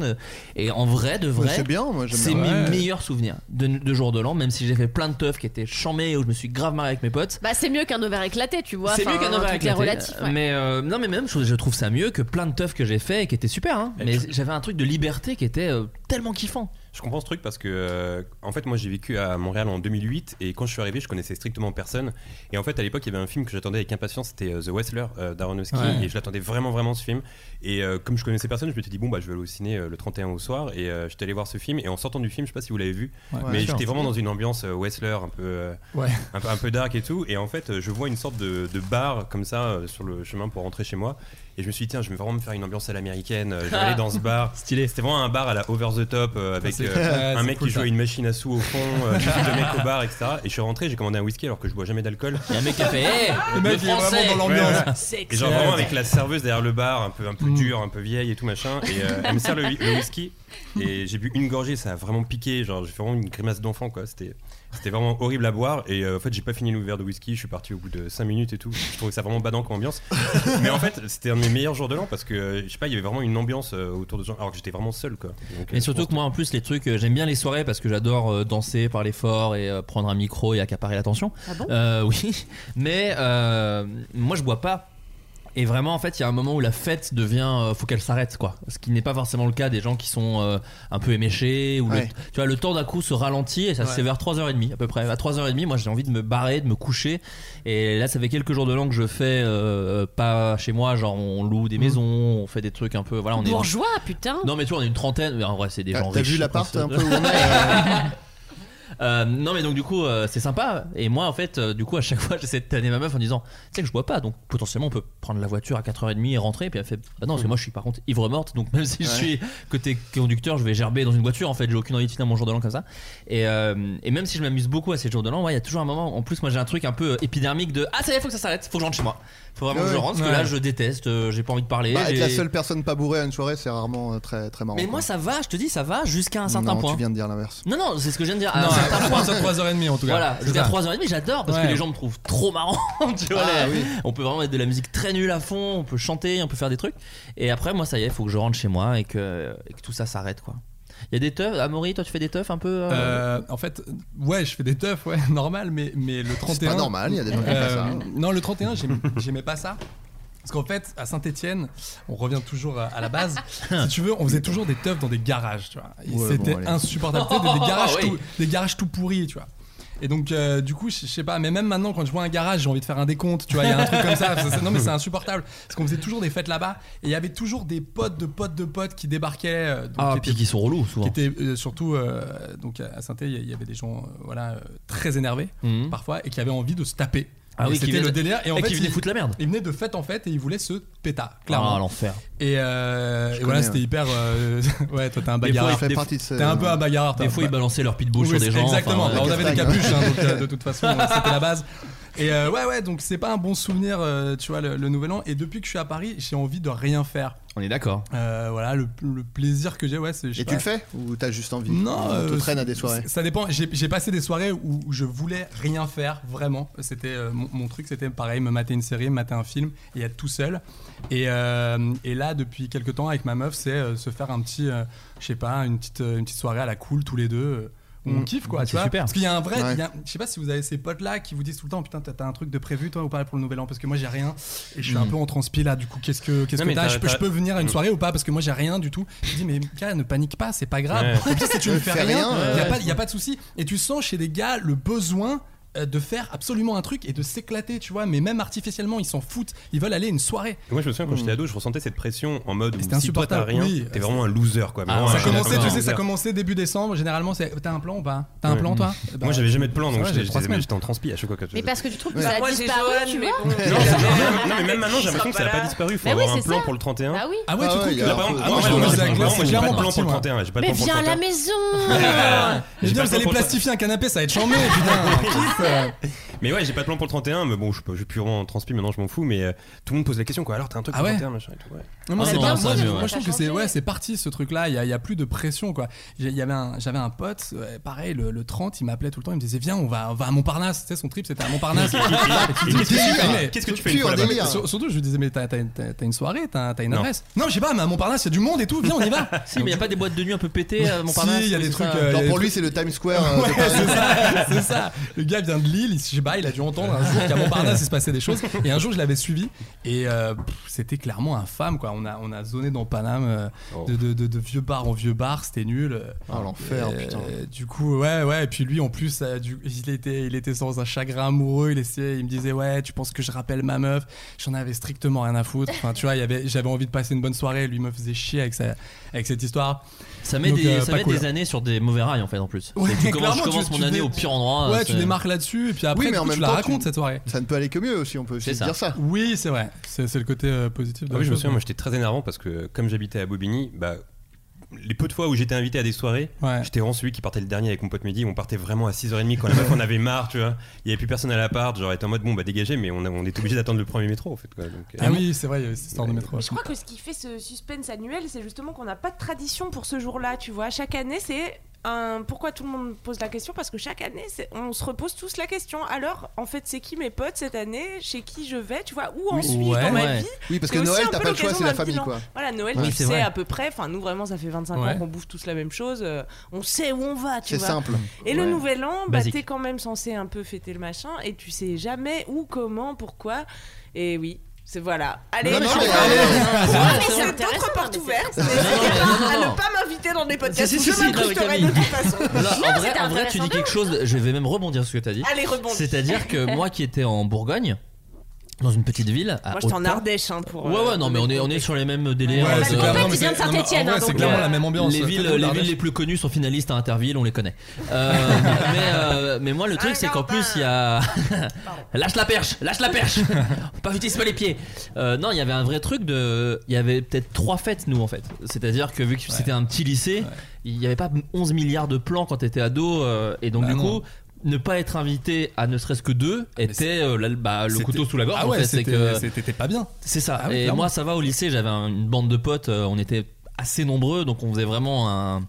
[SPEAKER 3] Et en vrai, de vrai,
[SPEAKER 9] Ouais, c'est bien, moi, j'aime
[SPEAKER 3] c'est
[SPEAKER 9] bien.
[SPEAKER 3] mes
[SPEAKER 9] Ouais.
[SPEAKER 3] meilleurs souvenirs de, de jour de l'an, même si j'ai fait plein de teufs qui étaient chamés où je me suis grave marré avec mes potes.
[SPEAKER 10] Bah, c'est mieux qu'un ovaire éclaté, tu vois.
[SPEAKER 3] C'est
[SPEAKER 10] Bah, Enfin,
[SPEAKER 3] mieux qu'un
[SPEAKER 10] un
[SPEAKER 3] ovaire
[SPEAKER 10] truc
[SPEAKER 3] éclaté.
[SPEAKER 10] relatif, hein. ouais.
[SPEAKER 3] Mais euh, non, mais même je, je trouve ça mieux que plein de teufs que j'ai fait et qui étaient super. hein. Mais j'avais un truc de liberté qui était euh, tellement kiffant.
[SPEAKER 5] Je Je comprends ce truc parce que, euh, en fait, moi j'ai vécu à Montréal en 2008 et quand je suis arrivé, je connaissais strictement personne. Et en fait, à l'époque, il y avait un film que j'attendais avec impatience, c'était euh, The Wrestler euh, d'Aronofsky
[SPEAKER 8] Ouais.
[SPEAKER 5] et je l'attendais vraiment, vraiment ce film. Et euh, comme je connaissais personne, je me suis dit, bon, bah je vais aller au ciné euh, le 31 au soir et euh, j'étais allé voir ce film. Et en sortant du film, je sais pas si vous l'avez vu,
[SPEAKER 8] Ouais, bien
[SPEAKER 5] mais
[SPEAKER 8] sûr.
[SPEAKER 5] j'étais vraiment dans une ambiance euh, Wrestler un peu, euh,
[SPEAKER 8] Ouais.
[SPEAKER 5] un, peu- un peu dark et tout. Et en fait, euh, je vois une sorte de, de bar comme ça euh, sur le chemin pour rentrer chez moi. Et je me suis dit, tiens, je vais vraiment me faire une ambiance à l'américaine. euh, Je vais aller dans ce bar. Stylé. C'était vraiment un bar à la over the top euh, avec
[SPEAKER 8] c'est-
[SPEAKER 5] euh,
[SPEAKER 8] ouais,
[SPEAKER 5] un
[SPEAKER 8] c'est
[SPEAKER 5] mec
[SPEAKER 8] cool,
[SPEAKER 5] qui jouait
[SPEAKER 8] ça.
[SPEAKER 5] une machine à sous au fond, euh, deux mecs au bar, etc. Et je suis rentré, j'ai commandé un whisky alors que je bois jamais d'alcool.
[SPEAKER 3] Il y a un mec qui a fait, Hey,
[SPEAKER 8] Le mec,
[SPEAKER 3] le
[SPEAKER 8] il est
[SPEAKER 3] français.
[SPEAKER 8] vraiment dans l'ambiance. Mm.
[SPEAKER 5] Et genre vraiment avec la serveuse derrière le bar, un peu, un peu dure, un peu vieille et tout machin. Et euh, elle me sert le, le whisky. Et j'ai bu une gorgée, ça a vraiment piqué. Genre j'ai fait vraiment une grimace d'enfant quoi. C'était, c'était vraiment horrible à boire. Et euh, en fait j'ai pas fini le verre de whisky. Je suis parti au bout de 5 minutes et tout. Je trouvais ça vraiment badant comme ambiance. Mais en fait c'était un de mes meilleurs jours de l'an parce que euh, je sais pas, il y avait vraiment une ambiance euh, autour de gens. Alors que j'étais vraiment seul quoi. Donc, euh,
[SPEAKER 3] Et surtout que moi en plus les trucs euh, j'aime bien les soirées parce que j'adore euh, danser, parler fort et euh, prendre un micro et accaparer l'attention.
[SPEAKER 4] Ah bon
[SPEAKER 3] Euh, oui, mais euh, moi je bois pas. Et vraiment en fait il y a un moment où la fête devient euh, faut qu'elle s'arrête quoi. Ce qui n'est pas forcément le cas des gens qui sont euh, un peu éméchés ou le-
[SPEAKER 9] Ouais.
[SPEAKER 3] tu vois le temps d'un coup se ralentit et ça
[SPEAKER 8] Ouais.
[SPEAKER 3] c'est vers 3h30 à peu près. À 3h30 moi j'ai envie de me barrer, de me coucher et là ça fait quelques jours de l'an que je fais euh, pas chez moi genre on loue des maisons, on fait des trucs un peu voilà on est dans-
[SPEAKER 10] Bourgeois, putain.
[SPEAKER 3] non mais toi on est une trentaine, mais en vrai c'est des
[SPEAKER 9] Ah,
[SPEAKER 3] gens
[SPEAKER 9] T'as
[SPEAKER 3] riches,
[SPEAKER 9] vu
[SPEAKER 3] je
[SPEAKER 9] l'appart
[SPEAKER 3] pense.
[SPEAKER 9] un peu où on est
[SPEAKER 3] Euh, non mais donc du coup euh, c'est sympa et moi en fait euh, du coup à chaque fois j'essaie de tanner ma meuf en disant tu sais que je bois pas donc potentiellement on peut prendre la voiture à 4h30 et rentrer et puis elle fait bah non parce que moi je suis par contre ivre morte donc même si je
[SPEAKER 9] Mm. Ouais.
[SPEAKER 3] suis côté conducteur je vais gerber dans une voiture en fait j'ai aucune envie de finir mon jour de l'an comme ça et, euh, et même si je m'amuse beaucoup à ces jours de l'an ouais, il y a toujours un moment en plus moi j'ai un truc un peu épidermique de ah ça y est faut que ça s'arrête faut que je rentre chez moi faut vraiment que je
[SPEAKER 9] Ouais,
[SPEAKER 3] rentre parce
[SPEAKER 8] ouais.
[SPEAKER 3] que là je déteste euh, j'ai pas envie de parler
[SPEAKER 9] Bah, Être la
[SPEAKER 3] j'ai-
[SPEAKER 9] seule personne pas bourrée à une soirée, c'est rarement euh, très, très marrant.
[SPEAKER 3] mais moi
[SPEAKER 9] quoi.
[SPEAKER 3] ça va je te dis ça va jusqu'à un certain
[SPEAKER 9] non,
[SPEAKER 3] point
[SPEAKER 9] tu viens de dire l'inverse.
[SPEAKER 3] non, non, c'est ce que je viens de dire. À
[SPEAKER 8] Non,
[SPEAKER 3] un certain
[SPEAKER 8] à
[SPEAKER 3] point.
[SPEAKER 8] 3h30 en tout cas.
[SPEAKER 3] Voilà,
[SPEAKER 8] C'est
[SPEAKER 3] jusqu'à
[SPEAKER 8] ça.
[SPEAKER 3] 3h30, j'adore parce
[SPEAKER 8] Ouais.
[SPEAKER 3] que les gens me trouvent trop marrant. tu vois,
[SPEAKER 9] Ah,
[SPEAKER 3] les-
[SPEAKER 9] oui.
[SPEAKER 3] On peut vraiment mettre de la musique très nulle à fond, on peut chanter, on peut faire des trucs. Et après, moi, ça y est, faut que je rentre chez moi et que, et que tout ça s'arrête, quoi. Il y a des teufs, Amaury, toi, tu fais des teufs un peu
[SPEAKER 10] Mm.
[SPEAKER 3] euh,
[SPEAKER 8] Euh, en fait, ouais, je fais des teufs, ouais, normal, mais, mais le 31.
[SPEAKER 9] C'est pas normal, il y a des gens qui font
[SPEAKER 8] Euh,
[SPEAKER 9] ça.
[SPEAKER 8] Non, le 31, j'aim- j'aimais pas ça. Parce qu'en fait, à Saint-Etienne, on revient toujours à, à la base. si tu veux, on faisait toujours des teufs dans des garages, tu vois. Et
[SPEAKER 9] Ouais,
[SPEAKER 8] C'était
[SPEAKER 9] bon, allez.
[SPEAKER 8] insupportable. Tu sais, des, des garages
[SPEAKER 3] Oui.
[SPEAKER 8] tout, des garages tout pourris, tu vois. Et donc, euh, du coup, je je sais pas, mais même maintenant, quand je vois un garage, j'ai envie de faire un décompte, tu vois, il y a un truc comme ça. Ça, c'est- non, mais c'est insupportable. Parce qu'on faisait toujours des fêtes là-bas, et il y avait toujours des potes de potes de potes qui débarquaient. euh, donc,
[SPEAKER 3] Ah,
[SPEAKER 8] qui
[SPEAKER 3] puis
[SPEAKER 8] étaient-
[SPEAKER 3] qui sont relous souvent.
[SPEAKER 8] qui était euh, surtout euh, donc à saint il y- il y avait des gens euh, voilà euh, très énervés
[SPEAKER 3] Mhm.
[SPEAKER 8] parfois et qui avaient envie de se taper.
[SPEAKER 3] Ah
[SPEAKER 8] Et
[SPEAKER 3] oui, qui
[SPEAKER 8] c'était
[SPEAKER 3] venaient-
[SPEAKER 8] le délire et en
[SPEAKER 3] et
[SPEAKER 8] fait
[SPEAKER 3] qui venaient
[SPEAKER 8] ils-
[SPEAKER 3] foutre la merde.
[SPEAKER 8] Ils venaient de fête en fête et ils voulaient se péta clairement.
[SPEAKER 3] Ah, l'enfer.
[SPEAKER 8] et, euh, et
[SPEAKER 9] connais, hein.
[SPEAKER 8] voilà c'était
[SPEAKER 9] ouais.
[SPEAKER 8] hyper euh, ouais toi t'es un
[SPEAKER 9] Il
[SPEAKER 8] bagarreur.
[SPEAKER 9] fait
[SPEAKER 3] des-
[SPEAKER 9] partie de ces.
[SPEAKER 8] T'es un peu un bagarreur.
[SPEAKER 3] Des
[SPEAKER 8] toi.
[SPEAKER 3] fois, ils
[SPEAKER 8] Bah,
[SPEAKER 3] balançaient leur pitbull sur
[SPEAKER 8] oui,
[SPEAKER 3] des
[SPEAKER 8] c'est-
[SPEAKER 3] gens. enfin,
[SPEAKER 8] Exactement.
[SPEAKER 3] ouais.
[SPEAKER 8] Bah, on avait des
[SPEAKER 9] castagne.
[SPEAKER 8] capuches, hein, donc euh, de toute façon, euh, c'était la base. Et euh, ouais, ouais, donc c'est pas un bon souvenir, euh, tu vois, le, le nouvel an. Et depuis que je suis à Paris, j'ai envie de rien faire.
[SPEAKER 3] On est d'accord.
[SPEAKER 8] Euh, voilà, le, le plaisir que j'ai, ouais, c'est. je sais
[SPEAKER 9] Et
[SPEAKER 8] pas.
[SPEAKER 9] tu le fais Ou t'as juste envie
[SPEAKER 8] Non,
[SPEAKER 9] On te
[SPEAKER 8] euh,
[SPEAKER 9] traîne à des
[SPEAKER 8] c-
[SPEAKER 9] soirées.
[SPEAKER 8] c- Ça dépend. J'ai j'ai passé des soirées où où je voulais rien faire vraiment. C'était euh, mon, mon truc, c'était pareil, me mater une série, me mater un film et être tout seul. Et, euh, et là, depuis quelques temps, avec ma meuf, c'est euh, se faire un petit, euh, je sais pas, une petite, euh, une petite soirée à la cool tous les deux. euh, Où on kiffe quoi,
[SPEAKER 3] Mm. Bah, c'est
[SPEAKER 8] tu vois.
[SPEAKER 3] super.
[SPEAKER 8] Parce qu'il y a un vrai.
[SPEAKER 9] Hmm. Ouais.
[SPEAKER 8] il y a- je sais pas si vous avez ces potes là qui vous disent tout le temps Putain, t'as t'as un truc de prévu toi ou pas pour le nouvel an Parce que moi j'ai rien et je suis un
[SPEAKER 9] Mm.
[SPEAKER 8] peu en transpi là. Du coup, qu'est-ce que qu'est-ce
[SPEAKER 5] Non,
[SPEAKER 8] que
[SPEAKER 5] mais
[SPEAKER 8] Hmm. t'as
[SPEAKER 5] t'as-
[SPEAKER 8] je, peux- je
[SPEAKER 5] t'as- Mm.
[SPEAKER 8] peux venir à une soirée ou pas Parce que moi j'ai rien du tout. Je dis Mais gars, ne panique pas, c'est pas grave.
[SPEAKER 5] Ouais.
[SPEAKER 8] Le pire, c'est que tu ne
[SPEAKER 9] Euh,
[SPEAKER 8] fais
[SPEAKER 9] fais rien,
[SPEAKER 8] rien, il n'y a,
[SPEAKER 9] ouais.
[SPEAKER 8] pas- y a pas de souci. Et tu sens chez des gars le besoin euh, de faire absolument un truc et de s'éclater, tu vois. Mais même artificiellement, ils s'en foutent. Ils veulent aller à une soirée.
[SPEAKER 5] Et Moi, je me souviens quand j'étais ado, je ressentais cette pression en mode où
[SPEAKER 8] C'était
[SPEAKER 5] si toi t'as
[SPEAKER 8] insupportable,
[SPEAKER 5] rien,
[SPEAKER 8] oui.
[SPEAKER 5] t'es vraiment un loser quoi. Mais
[SPEAKER 3] Ah,
[SPEAKER 5] vraiment
[SPEAKER 3] ça
[SPEAKER 5] un-
[SPEAKER 8] Ça commençait,
[SPEAKER 5] un
[SPEAKER 8] tu sais, ça
[SPEAKER 5] loser.
[SPEAKER 8] commençait début décembre. Généralement, c'est T'as un plan ou pas T'as un
[SPEAKER 5] Ouais.
[SPEAKER 8] plan, toi Bah,
[SPEAKER 5] Moi, j'avais jamais de plan,
[SPEAKER 8] ça
[SPEAKER 5] donc
[SPEAKER 8] va,
[SPEAKER 5] j'étais
[SPEAKER 8] j'ai trois semaines.
[SPEAKER 5] j'étais en transpi à chaque fois que
[SPEAKER 10] Mais parce que tu trouves que
[SPEAKER 3] Bah,
[SPEAKER 9] Ouais.
[SPEAKER 10] ça a
[SPEAKER 4] Moi, j'ai
[SPEAKER 10] disparu,
[SPEAKER 4] Johan,
[SPEAKER 10] tu
[SPEAKER 4] mais
[SPEAKER 10] vois
[SPEAKER 4] bon.
[SPEAKER 3] euh,
[SPEAKER 5] Non, c'est- non, mais même maintenant, j'ai l'impression que ça n'a
[SPEAKER 4] sera
[SPEAKER 5] pas
[SPEAKER 4] pas là.
[SPEAKER 5] disparu. Faut
[SPEAKER 10] Mais oui,
[SPEAKER 5] avoir un
[SPEAKER 10] c'est
[SPEAKER 5] plan
[SPEAKER 10] ça.
[SPEAKER 5] pour le 31.
[SPEAKER 10] Ah oui.
[SPEAKER 8] Ah ouais,
[SPEAKER 9] Ah
[SPEAKER 8] tu
[SPEAKER 9] ouais,
[SPEAKER 8] trouves
[SPEAKER 9] il y
[SPEAKER 8] que.
[SPEAKER 9] a-
[SPEAKER 5] Là,
[SPEAKER 9] Ah,
[SPEAKER 5] par exemple,
[SPEAKER 9] ouais,
[SPEAKER 5] moi,
[SPEAKER 9] ouais,
[SPEAKER 5] j'ai-
[SPEAKER 9] ouais,
[SPEAKER 5] moi,
[SPEAKER 9] ouais,
[SPEAKER 5] j'ai-
[SPEAKER 9] ouais,
[SPEAKER 5] moi,
[SPEAKER 8] ouais,
[SPEAKER 5] j'ai
[SPEAKER 8] ouais,
[SPEAKER 5] vraiment plan
[SPEAKER 8] ouais,
[SPEAKER 5] pour le
[SPEAKER 8] ouais.
[SPEAKER 5] 31. J'ai pas de
[SPEAKER 10] Mais
[SPEAKER 5] plan pour le
[SPEAKER 10] viens à la
[SPEAKER 5] 31.
[SPEAKER 10] maison
[SPEAKER 8] Mais viens, vous allez plastifier un canapé, ça va être chambé, putain. Kiffe.
[SPEAKER 5] Mais ouais, j'ai pas de plan pour le 31. Mais bon, je peux- je suis plus vraiment en transpi maintenant, je m'en fous. Mais euh, tout le monde pose la question quoi. Alors, t'as un truc
[SPEAKER 8] Ah
[SPEAKER 5] pour le
[SPEAKER 8] ouais
[SPEAKER 5] 31, machin et tout. ouais.
[SPEAKER 8] Non, moi,
[SPEAKER 3] Ah
[SPEAKER 8] c'est
[SPEAKER 3] non,
[SPEAKER 8] pas-
[SPEAKER 3] ça,
[SPEAKER 8] moi,
[SPEAKER 3] c'est-
[SPEAKER 8] je-
[SPEAKER 3] ouais.
[SPEAKER 8] moi, je trouve
[SPEAKER 10] Ça
[SPEAKER 8] que
[SPEAKER 10] a
[SPEAKER 8] c'est
[SPEAKER 10] changé.
[SPEAKER 8] ouais, c'est parti ce truc-là. Il y a, il y a plus de pression quoi. J'ai- il y avait un- j'avais un pote, euh, pareil le, le 30, il m'appelait tout le temps. Il me disait viens, on va, on va à Montparnasse. Tu sais, son trip c'était à Montparnasse.
[SPEAKER 5] Et qu'est-ce que tu fais-
[SPEAKER 8] Mais-
[SPEAKER 5] Qu'est-ce que tu fais une
[SPEAKER 9] Pur
[SPEAKER 5] fois là-bas
[SPEAKER 9] délire.
[SPEAKER 8] Sur- Surtout, je lui disais mais t'as t'as- t'as- t'as une soirée, t'as t'as une
[SPEAKER 5] Non.
[SPEAKER 8] adresse. Non, je sais pas, mais à Montparnasse il y a du monde et tout. Viens, on y va.
[SPEAKER 3] Si, mais y a pas des boîtes de nuit un peu pétées à Montparnasse
[SPEAKER 8] il y a
[SPEAKER 3] oui,
[SPEAKER 8] des
[SPEAKER 3] c'est
[SPEAKER 8] trucs,
[SPEAKER 3] ça.
[SPEAKER 8] euh,
[SPEAKER 9] Genre
[SPEAKER 8] y a
[SPEAKER 9] pour
[SPEAKER 8] des
[SPEAKER 9] lui, c'est le Times Square. euh, de
[SPEAKER 8] Ouais,
[SPEAKER 9] Paris.
[SPEAKER 8] c'est ça, c'est ça. Le gars vient de Lille, il- je sais bas, il a dû entendre un jour qu'à Montparnasse il se passait des choses. Et un jour je l'avais suivi et euh, pff, c'était clairement infâme quoi. On a, on a zoné dans Paname euh, de, de- de- de vieux bar en vieux bar, c'était nul.
[SPEAKER 9] Ah, l'enfer, putain.
[SPEAKER 8] Du coup ouais ouais et puis lui en plus euh, du- il était il était sans un chagrin amoureux. Il essayait, il me disait ouais tu penses que je rappelle ma meuf J'en avais strictement rien à foutre. Enfin tu vois il y avait j'avais envie de passer une bonne soirée. Lui me faisait chier avec sa, avec cette histoire.
[SPEAKER 3] Ça met,
[SPEAKER 8] Donc,
[SPEAKER 3] des,
[SPEAKER 8] euh,
[SPEAKER 3] ça
[SPEAKER 8] pas
[SPEAKER 3] met
[SPEAKER 8] cool.
[SPEAKER 3] des années sur des mauvais rails en fait en plus.
[SPEAKER 8] Ouais,
[SPEAKER 3] C'est tu commences,
[SPEAKER 8] clairement,
[SPEAKER 3] je
[SPEAKER 8] tu-
[SPEAKER 3] commences mon
[SPEAKER 8] tu
[SPEAKER 3] année
[SPEAKER 8] dé-
[SPEAKER 3] au pire endroit. euh,
[SPEAKER 8] Ouais, tu
[SPEAKER 3] c'est-
[SPEAKER 8] démarques là-dessus et puis après
[SPEAKER 9] Oui, mais en
[SPEAKER 8] tu
[SPEAKER 9] même
[SPEAKER 8] la
[SPEAKER 9] temps,
[SPEAKER 8] racontes
[SPEAKER 9] tu-
[SPEAKER 8] cette soirée.
[SPEAKER 9] Ça ne peut aller que mieux aussi, on peut aussi dire ça.
[SPEAKER 8] Oui, c'est vrai. C'est c'est le côté euh, positif. de
[SPEAKER 5] Ah
[SPEAKER 8] la
[SPEAKER 5] oui, je me
[SPEAKER 8] chose.
[SPEAKER 5] souviens, moi j'étais très énervant parce que comme j'habitais à Bobigny, bah, les peu de fois où j'étais invité à des soirées, j'étais vraiment celui qui partait le dernier avec mon pote midi. On partait vraiment à 6h30 quand la meuf en avait marre, tu vois. Il n'y avait plus personne à l'appart, j'aurais été en mode bon bah dégagez, mais on, a- on est obligé d'attendre le premier métro en fait. Quoi. Donc, euh.
[SPEAKER 8] Ah oui, c'est vrai, il y avait cette histoire de métro.
[SPEAKER 4] Je crois que ce qui fait ce suspense annuel, c'est justement qu'on n'a pas de tradition pour ce jour-là, tu vois. Chaque année, c'est un. Pourquoi tout le monde pose la question Parce que chaque année, c'est- on se repose tous la question. Alors, en fait, c'est qui mes potes cette année Chez qui je vais Tu vois Où en
[SPEAKER 9] Oui.
[SPEAKER 4] suis-je
[SPEAKER 9] Ouais.
[SPEAKER 4] dans ma
[SPEAKER 9] Ouais.
[SPEAKER 4] vie
[SPEAKER 9] Oui, parce
[SPEAKER 4] C'est
[SPEAKER 9] que
[SPEAKER 4] aussi
[SPEAKER 9] Noël,
[SPEAKER 4] un
[SPEAKER 9] t'as
[SPEAKER 4] peu
[SPEAKER 9] pas le choix,
[SPEAKER 4] l'occasion
[SPEAKER 9] c'est la
[SPEAKER 4] d'un
[SPEAKER 9] famille,
[SPEAKER 4] bilan.
[SPEAKER 9] quoi.
[SPEAKER 4] Voilà, Noël,
[SPEAKER 9] Ouais.
[SPEAKER 4] tu
[SPEAKER 9] Oui, c'est
[SPEAKER 4] sais
[SPEAKER 9] vrai.
[SPEAKER 4] à peu près. Enfin, nous vraiment, ça fait 25
[SPEAKER 9] Ouais.
[SPEAKER 4] ans qu'on bouffe tous la même chose. euh, on sait où on va, tu
[SPEAKER 9] C'est
[SPEAKER 4] vois.
[SPEAKER 9] simple.
[SPEAKER 4] Et
[SPEAKER 9] Ouais.
[SPEAKER 4] le nouvel an, bah,
[SPEAKER 9] Basique.
[SPEAKER 4] t'es quand même censé un peu fêter le machin et tu sais jamais où, comment, pourquoi. Et oui. C'est voilà. Allez,
[SPEAKER 9] Non,
[SPEAKER 4] je
[SPEAKER 9] non,
[SPEAKER 4] vais
[SPEAKER 9] mais-
[SPEAKER 4] parler.
[SPEAKER 9] allez.
[SPEAKER 4] Bon, allez,
[SPEAKER 9] C'est
[SPEAKER 4] c'est
[SPEAKER 9] intéressant,
[SPEAKER 4] d'autres portes ouvertes.
[SPEAKER 9] intéressant.
[SPEAKER 4] N'hésitez
[SPEAKER 3] Non,
[SPEAKER 4] pas
[SPEAKER 3] non,
[SPEAKER 4] à
[SPEAKER 3] non, non.
[SPEAKER 4] ne pas m'inviter dans des podcasts
[SPEAKER 3] Si,
[SPEAKER 4] où
[SPEAKER 3] si,
[SPEAKER 4] je
[SPEAKER 3] si,
[SPEAKER 4] m'incrusterai
[SPEAKER 3] non, mais
[SPEAKER 4] de toute façon.
[SPEAKER 3] Voilà,
[SPEAKER 4] Non,
[SPEAKER 3] en
[SPEAKER 4] c'est
[SPEAKER 3] vrai, en vrai, tu dis
[SPEAKER 4] intéressant.
[SPEAKER 3] quelque chose, je vais même rebondir sur ce que tu as dit.
[SPEAKER 4] Allez, rebondis.
[SPEAKER 3] C'est-à-dire que moi qui étais en Bourgogne, dans une petite ville. à
[SPEAKER 4] Moi, j'étais en
[SPEAKER 3] Autun-
[SPEAKER 4] Ardèche hein, pour.
[SPEAKER 3] Ouais, ouais, non, mais on est, on est sur les mêmes délires. Euh,
[SPEAKER 8] Ouais, c'est
[SPEAKER 3] de-
[SPEAKER 8] clairement- En fait, il vient de Saint-Étienne,
[SPEAKER 3] non, mais-
[SPEAKER 8] hein, donc,
[SPEAKER 3] clairement
[SPEAKER 8] euh,
[SPEAKER 3] Les
[SPEAKER 8] C'est
[SPEAKER 3] villes,
[SPEAKER 8] clairement
[SPEAKER 3] les
[SPEAKER 8] l'Ardèche.
[SPEAKER 3] villes les plus connues sont finalistes à Interville, on les connaît. Euh, mais, euh, mais moi, le truc, c'est qu'en plus, il y a. lâche la perche, lâche la perche Pas vite, pas les pieds Euh, Non, il y avait un vrai truc de. Il y avait peut-être trois fêtes, nous, en fait. C'est-à-dire que vu que c'était un petit lycée, il n'y avait pas 11 milliards de plans quand t'étais ado, euh, et donc
[SPEAKER 8] Bah
[SPEAKER 3] du
[SPEAKER 8] non.
[SPEAKER 3] coup. Ne pas être invité à ne serait-ce que deux était euh, la- bah, le
[SPEAKER 8] C'était-
[SPEAKER 3] couteau sous la gorge.
[SPEAKER 8] Ah
[SPEAKER 3] en
[SPEAKER 8] ouais,
[SPEAKER 3] fait. C'est
[SPEAKER 8] c'était-
[SPEAKER 3] que-
[SPEAKER 8] c'était- t'étais pas bien.
[SPEAKER 3] C'est ça.
[SPEAKER 8] Ah oui,
[SPEAKER 3] et
[SPEAKER 8] clairement.
[SPEAKER 3] moi, ça va au lycée, j'avais un- une bande de potes, euh, on était assez nombreux, donc on faisait vraiment un,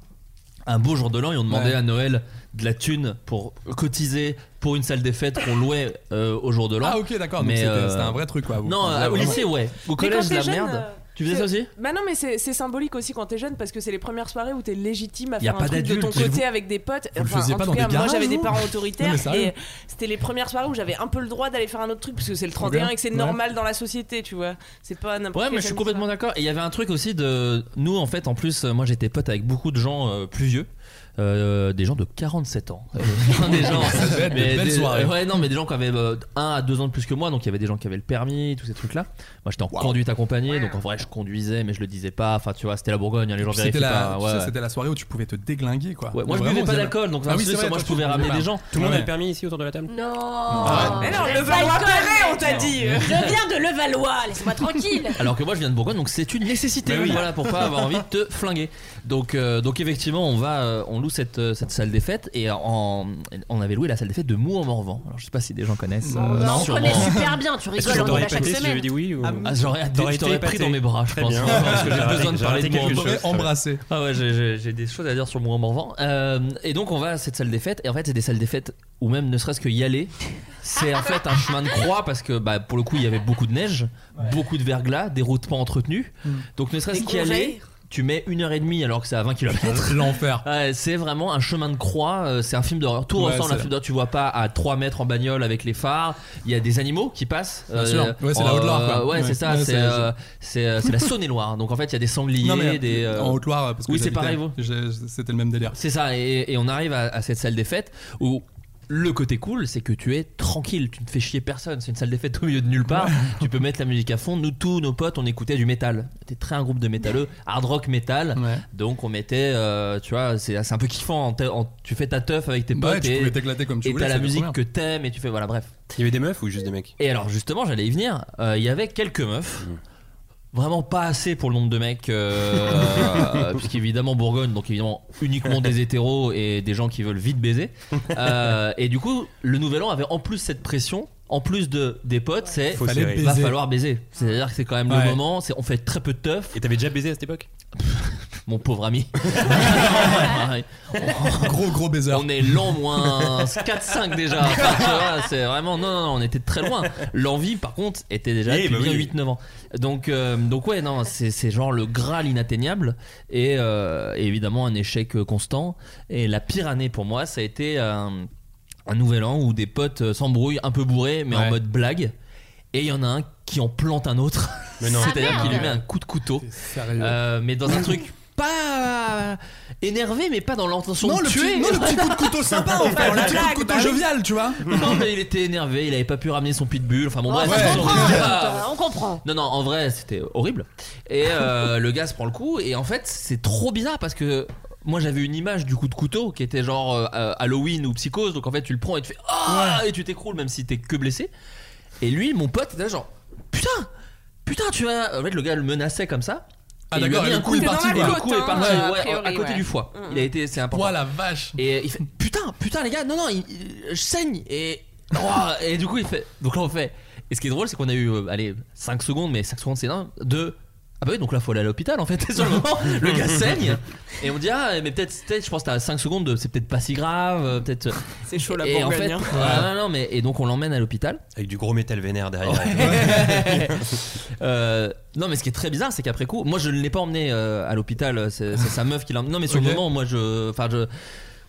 [SPEAKER 3] un beau jour de l'an et on demandait
[SPEAKER 8] Ouais.
[SPEAKER 3] à Noël de la thune pour cotiser pour une salle des fêtes qu'on louait euh, au jour de l'an.
[SPEAKER 8] Ah, ok, d'accord, donc
[SPEAKER 3] Mais, euh,
[SPEAKER 8] c'était- c'était un vrai truc, quoi, vous-
[SPEAKER 3] non,
[SPEAKER 8] vous-
[SPEAKER 3] euh,
[SPEAKER 8] là,
[SPEAKER 3] au
[SPEAKER 8] vraiment.
[SPEAKER 3] lycée, ouais. Au
[SPEAKER 4] Mais
[SPEAKER 3] collège,
[SPEAKER 4] quand t'es
[SPEAKER 3] la
[SPEAKER 4] jeune,
[SPEAKER 3] merde.
[SPEAKER 4] euh,
[SPEAKER 3] Tu faisais ça aussi
[SPEAKER 4] Bah non, mais c'est c'est symbolique aussi quand t'es jeune parce que c'est les premières soirées où t'es légitime à
[SPEAKER 3] Y a
[SPEAKER 4] faire
[SPEAKER 3] pas
[SPEAKER 4] un truc de ton
[SPEAKER 3] d'adultes, et
[SPEAKER 4] côté
[SPEAKER 3] vous-
[SPEAKER 4] avec des potes.
[SPEAKER 3] vous le faisiez
[SPEAKER 4] en
[SPEAKER 3] pas
[SPEAKER 4] tout
[SPEAKER 3] dans des
[SPEAKER 4] cas, moi
[SPEAKER 3] garages,
[SPEAKER 4] j'avais des
[SPEAKER 3] vous
[SPEAKER 4] parents autoritaires
[SPEAKER 3] Non, mais sérieux.
[SPEAKER 4] et c'était les premières soirées où j'avais un peu le droit d'aller faire un autre truc parce que c'est le
[SPEAKER 3] Trop
[SPEAKER 4] 31
[SPEAKER 3] bien.
[SPEAKER 4] et que c'est
[SPEAKER 3] Ouais.
[SPEAKER 4] normal dans la société, tu vois. C'est pas n'importe
[SPEAKER 3] Ouais,
[SPEAKER 4] quelle
[SPEAKER 3] mais je suis
[SPEAKER 4] famille.
[SPEAKER 3] complètement d'accord. Et il y avait un truc aussi de. Nous, en fait, en plus, euh, moi j'étais pote avec beaucoup de gens euh, plus vieux. euh, des gens de 47 ans. Euh, des gens.
[SPEAKER 8] Ça devait être de
[SPEAKER 3] mais
[SPEAKER 8] belles
[SPEAKER 3] des-
[SPEAKER 8] soirées.
[SPEAKER 3] Ouais, non, mais des gens qui avaient 1 à 2 ans de plus que moi. Donc il y avait des gens qui avaient le permis, tous ces trucs-là. Moi j'étais en conduite accompagnée. Donc en vrai, je conduisais, mais je le disais pas. Enfin, tu vois, c'était la Bourgogne. hein, les gens
[SPEAKER 8] Puis C'était
[SPEAKER 3] vérifient
[SPEAKER 8] la,
[SPEAKER 3] pas.
[SPEAKER 8] tu
[SPEAKER 3] ouais,
[SPEAKER 8] sais,
[SPEAKER 3] ouais.
[SPEAKER 8] c'était la soirée où tu pouvais te déglinguer quoi.
[SPEAKER 3] Ouais, moi, je
[SPEAKER 8] Ah Vraiment,
[SPEAKER 3] buvais pas
[SPEAKER 8] on disait-
[SPEAKER 3] d'alcool, donc
[SPEAKER 8] Ah oui,
[SPEAKER 3] c'est
[SPEAKER 8] c'est
[SPEAKER 3] vrai,
[SPEAKER 8] vrai,
[SPEAKER 3] moi, je
[SPEAKER 8] toi, tu
[SPEAKER 3] pouvais
[SPEAKER 8] buvais
[SPEAKER 3] ramener
[SPEAKER 8] pas.
[SPEAKER 3] des gens.
[SPEAKER 5] Tout le monde a
[SPEAKER 3] Ouais.
[SPEAKER 5] le permis ici autour de la table
[SPEAKER 3] Oh.
[SPEAKER 10] Non
[SPEAKER 4] Mais non,
[SPEAKER 10] Je
[SPEAKER 4] le
[SPEAKER 10] reste
[SPEAKER 4] Valois
[SPEAKER 10] alcool,
[SPEAKER 4] Perret, on
[SPEAKER 10] mec.
[SPEAKER 4] t'a dit.
[SPEAKER 10] Je viens de Levallois, laisse-moi tranquille
[SPEAKER 3] Alors que moi je viens de Bourgogne, donc c'est une nécessité.
[SPEAKER 8] Bah oui.
[SPEAKER 3] Voilà pour pas avoir envie de te flinguer. Donc, euh, donc effectivement, on va, euh, on loue cette, euh, cette salle des fêtes et en, on avait loué la salle des fêtes de Mou-en-Morvan. Alors je sais pas si des gens connaissent. euh,
[SPEAKER 10] On
[SPEAKER 3] sûrement.
[SPEAKER 10] connaît super bien, tu
[SPEAKER 3] Est-ce que
[SPEAKER 10] rigoles, on
[SPEAKER 3] j'aurais
[SPEAKER 10] y va chaque
[SPEAKER 3] pété si
[SPEAKER 10] semaine.
[SPEAKER 3] j'avais dit
[SPEAKER 5] oui ou-
[SPEAKER 3] Ah, j'aurais adoré,
[SPEAKER 5] T'aurais
[SPEAKER 3] je t'aurais
[SPEAKER 5] été
[SPEAKER 3] pris
[SPEAKER 5] épaté.
[SPEAKER 3] dans mes bras, je
[SPEAKER 5] Très
[SPEAKER 3] pense.
[SPEAKER 5] bien.
[SPEAKER 3] Parce que
[SPEAKER 5] J'ai
[SPEAKER 3] j'ai
[SPEAKER 5] raté-
[SPEAKER 3] besoin de
[SPEAKER 5] j'ai
[SPEAKER 3] parler
[SPEAKER 5] raté
[SPEAKER 3] de moi.
[SPEAKER 5] quelque chose.
[SPEAKER 8] Embrasser.
[SPEAKER 3] Ah ouais, j'ai- j'ai j'ai des choses à dire sur mon Morvan. Euh, et donc on va à cette salle des fêtes. Et en fait, c'est des salles des fêtes ou même ne serait-ce que y aller. C'est en fait un chemin de croix parce que bah, pour le coup, il y avait beaucoup de neige, beaucoup de verglas, des routes pas entretenues. Donc ne serait-ce
[SPEAKER 8] Mm. Des
[SPEAKER 3] qu'y aller.
[SPEAKER 8] congeries.
[SPEAKER 3] Tu mets une heure et demie alors que c'est à 20 km.
[SPEAKER 8] L'enfer.
[SPEAKER 3] c'est vraiment un chemin de croix. euh, C'est un film d'horreur. Tout
[SPEAKER 8] Ouais,
[SPEAKER 3] ressemble à
[SPEAKER 8] c'est
[SPEAKER 3] un film d'horreur. Tu vois pas à 3 mètres en bagnole avec les phares. Il y a des animaux qui passent.
[SPEAKER 8] Bien sûr. Ouais, c'est la Haute-Loire, quoi.
[SPEAKER 3] Euh, Ouais, c'est
[SPEAKER 8] Ouais.
[SPEAKER 3] ça.
[SPEAKER 8] Ouais,
[SPEAKER 3] c'est
[SPEAKER 8] c'est-
[SPEAKER 3] euh, c'est euh, c'est la Saône-et-Loire. Donc en fait, il y a des sangliers,
[SPEAKER 8] Non, mais,
[SPEAKER 3] des. euh,
[SPEAKER 8] en Haute-Loire parce que
[SPEAKER 3] oui, c'est
[SPEAKER 8] j'habitais,
[SPEAKER 3] pareil, vous.
[SPEAKER 8] j'ai- C'était le même délire.
[SPEAKER 3] C'est ça, et, et on arrive à, à cette salle des fêtes où le côté cool, c'est que tu es tranquille, tu ne fais chier personne. C'est une salle des fêtes au milieu de nulle part. tu peux mettre la musique à fond. Nous, tous nos potes, on écoutait du métal. T'es très un groupe de métalleux, hard rock métal. Donc on mettait, euh, tu vois, c'est c'est un peu kiffant. en te- en- tu fais ta teuf avec tes
[SPEAKER 8] Bah
[SPEAKER 3] potes
[SPEAKER 8] ouais, tu
[SPEAKER 3] et
[SPEAKER 8] pouvais t'éclater comme tu
[SPEAKER 3] et
[SPEAKER 8] voulais,
[SPEAKER 3] t'as la
[SPEAKER 8] c'était
[SPEAKER 3] musique
[SPEAKER 8] trop
[SPEAKER 3] que
[SPEAKER 8] bien.
[SPEAKER 3] t'aimes et tu fais, voilà, bref.
[SPEAKER 5] Il y avait des meufs ou juste des mecs Mmh.
[SPEAKER 3] Et alors justement, j'allais y venir. Euh, Il y avait quelques meufs. Vraiment pas assez pour le nombre de mecs, euh, puisqu'évidemment Bourgogne, donc évidemment uniquement des hétéros et des gens qui veulent vite baiser. Euh, et du coup, le Nouvel An avait en plus cette pression, en plus de des potes, c'est
[SPEAKER 5] Faut
[SPEAKER 3] fallait-
[SPEAKER 5] serrer.
[SPEAKER 3] va
[SPEAKER 5] baiser.
[SPEAKER 3] falloir baiser. C'est-à-dire que c'est quand même
[SPEAKER 5] Ouais.
[SPEAKER 3] le moment, c'est- on fait très peu de teuf.
[SPEAKER 5] Et t'avais déjà baisé à cette époque
[SPEAKER 3] Mon pauvre ami.
[SPEAKER 8] gros gros baiser.
[SPEAKER 3] On est l'an moins 4-5 déjà. Enfin, tu vois, c'est vraiment. Non, non, non, on était très loin. L'envie, par contre, était déjà
[SPEAKER 5] Eh,
[SPEAKER 3] depuis
[SPEAKER 5] bah oui.
[SPEAKER 3] bien 8-9 ans. Donc, euh, donc ouais, non, c'est c'est genre le Graal inatteignable. Et euh, et évidemment, un échec euh, constant. Et la pire année pour moi, ça a été. euh, un nouvel an où des potes euh, s'embrouillent un peu bourrés, mais en
[SPEAKER 5] Ouais.
[SPEAKER 3] mode blague. Et il y en a un qui en plante un autre.
[SPEAKER 5] Mais non.
[SPEAKER 3] C'est-à-dire
[SPEAKER 5] Ah,
[SPEAKER 3] qu'il lui
[SPEAKER 5] merde.
[SPEAKER 3] met un coup de couteau. Euh, mais dans un truc pas énervé, mais pas dans l'intention
[SPEAKER 11] Non,
[SPEAKER 3] de
[SPEAKER 11] le
[SPEAKER 3] tuer.
[SPEAKER 11] petit- non, le petit coup de couteau
[SPEAKER 5] Oh,
[SPEAKER 11] sympa, en
[SPEAKER 5] bah,
[SPEAKER 11] fait, le petit coup de couteau jovial,
[SPEAKER 3] tu vois. Non, mais il était énervé, il avait pas pu ramener son pitbull. Enfin bon,
[SPEAKER 11] Oh,
[SPEAKER 3] bref.
[SPEAKER 11] on
[SPEAKER 3] c'est-
[SPEAKER 11] comprend,
[SPEAKER 3] c'est-
[SPEAKER 11] on comprend.
[SPEAKER 3] Non, non, en vrai, c'était horrible. Et euh, le gars se prend le coup, et en fait, c'est trop bizarre parce que. Moi j'avais une image du coup de couteau qui était genre euh, euh, Halloween ou psychose donc en fait tu le prends et tu fais ah et tu t'écroules même si t'es que blessé et lui mon pote était là genre putain putain tu vas en fait le gars le menaçait comme ça
[SPEAKER 8] Ah,
[SPEAKER 3] et il lui a
[SPEAKER 8] d'accord,
[SPEAKER 3] mis
[SPEAKER 8] et le
[SPEAKER 3] un
[SPEAKER 8] coup
[SPEAKER 3] coup
[SPEAKER 8] est
[SPEAKER 3] de
[SPEAKER 8] parti,
[SPEAKER 3] parti,
[SPEAKER 8] quoi.
[SPEAKER 3] le coup est parti
[SPEAKER 8] hein. Ouais, a
[SPEAKER 3] ouais,
[SPEAKER 8] priori,
[SPEAKER 3] à côté
[SPEAKER 8] ouais.
[SPEAKER 3] du foie
[SPEAKER 8] Mm.
[SPEAKER 3] il a été c'est important la vache et il fait putain putain les gars non non il- il- je saigne et Ouah, Oh, et du coup il fait donc là on fait et ce qui est drôle c'est qu'on a eu euh, allez 5 secondes mais 5 secondes c'est dingue de ah bah oui donc là faut aller à l'hôpital en fait sur le moment le gars saigne et on dit ah mais peut-être peut-être, je pense que t'as 5 secondes de c'est peut-être pas si grave euh, peut-être
[SPEAKER 4] c'est chaud, la
[SPEAKER 3] et en
[SPEAKER 4] Bourgogne,
[SPEAKER 3] fait
[SPEAKER 4] hein.
[SPEAKER 3] ouais, non, non, mais et donc on l'emmène à l'hôpital
[SPEAKER 5] Avec du gros métal vénère derrière.
[SPEAKER 3] euh, non mais ce qui est très bizarre c'est qu'après coup moi je ne l'ai pas emmené euh, à l'hôpital c'est c'est sa meuf qui l'a emmené non mais sur
[SPEAKER 5] Ok.
[SPEAKER 3] le moment moi je enfin je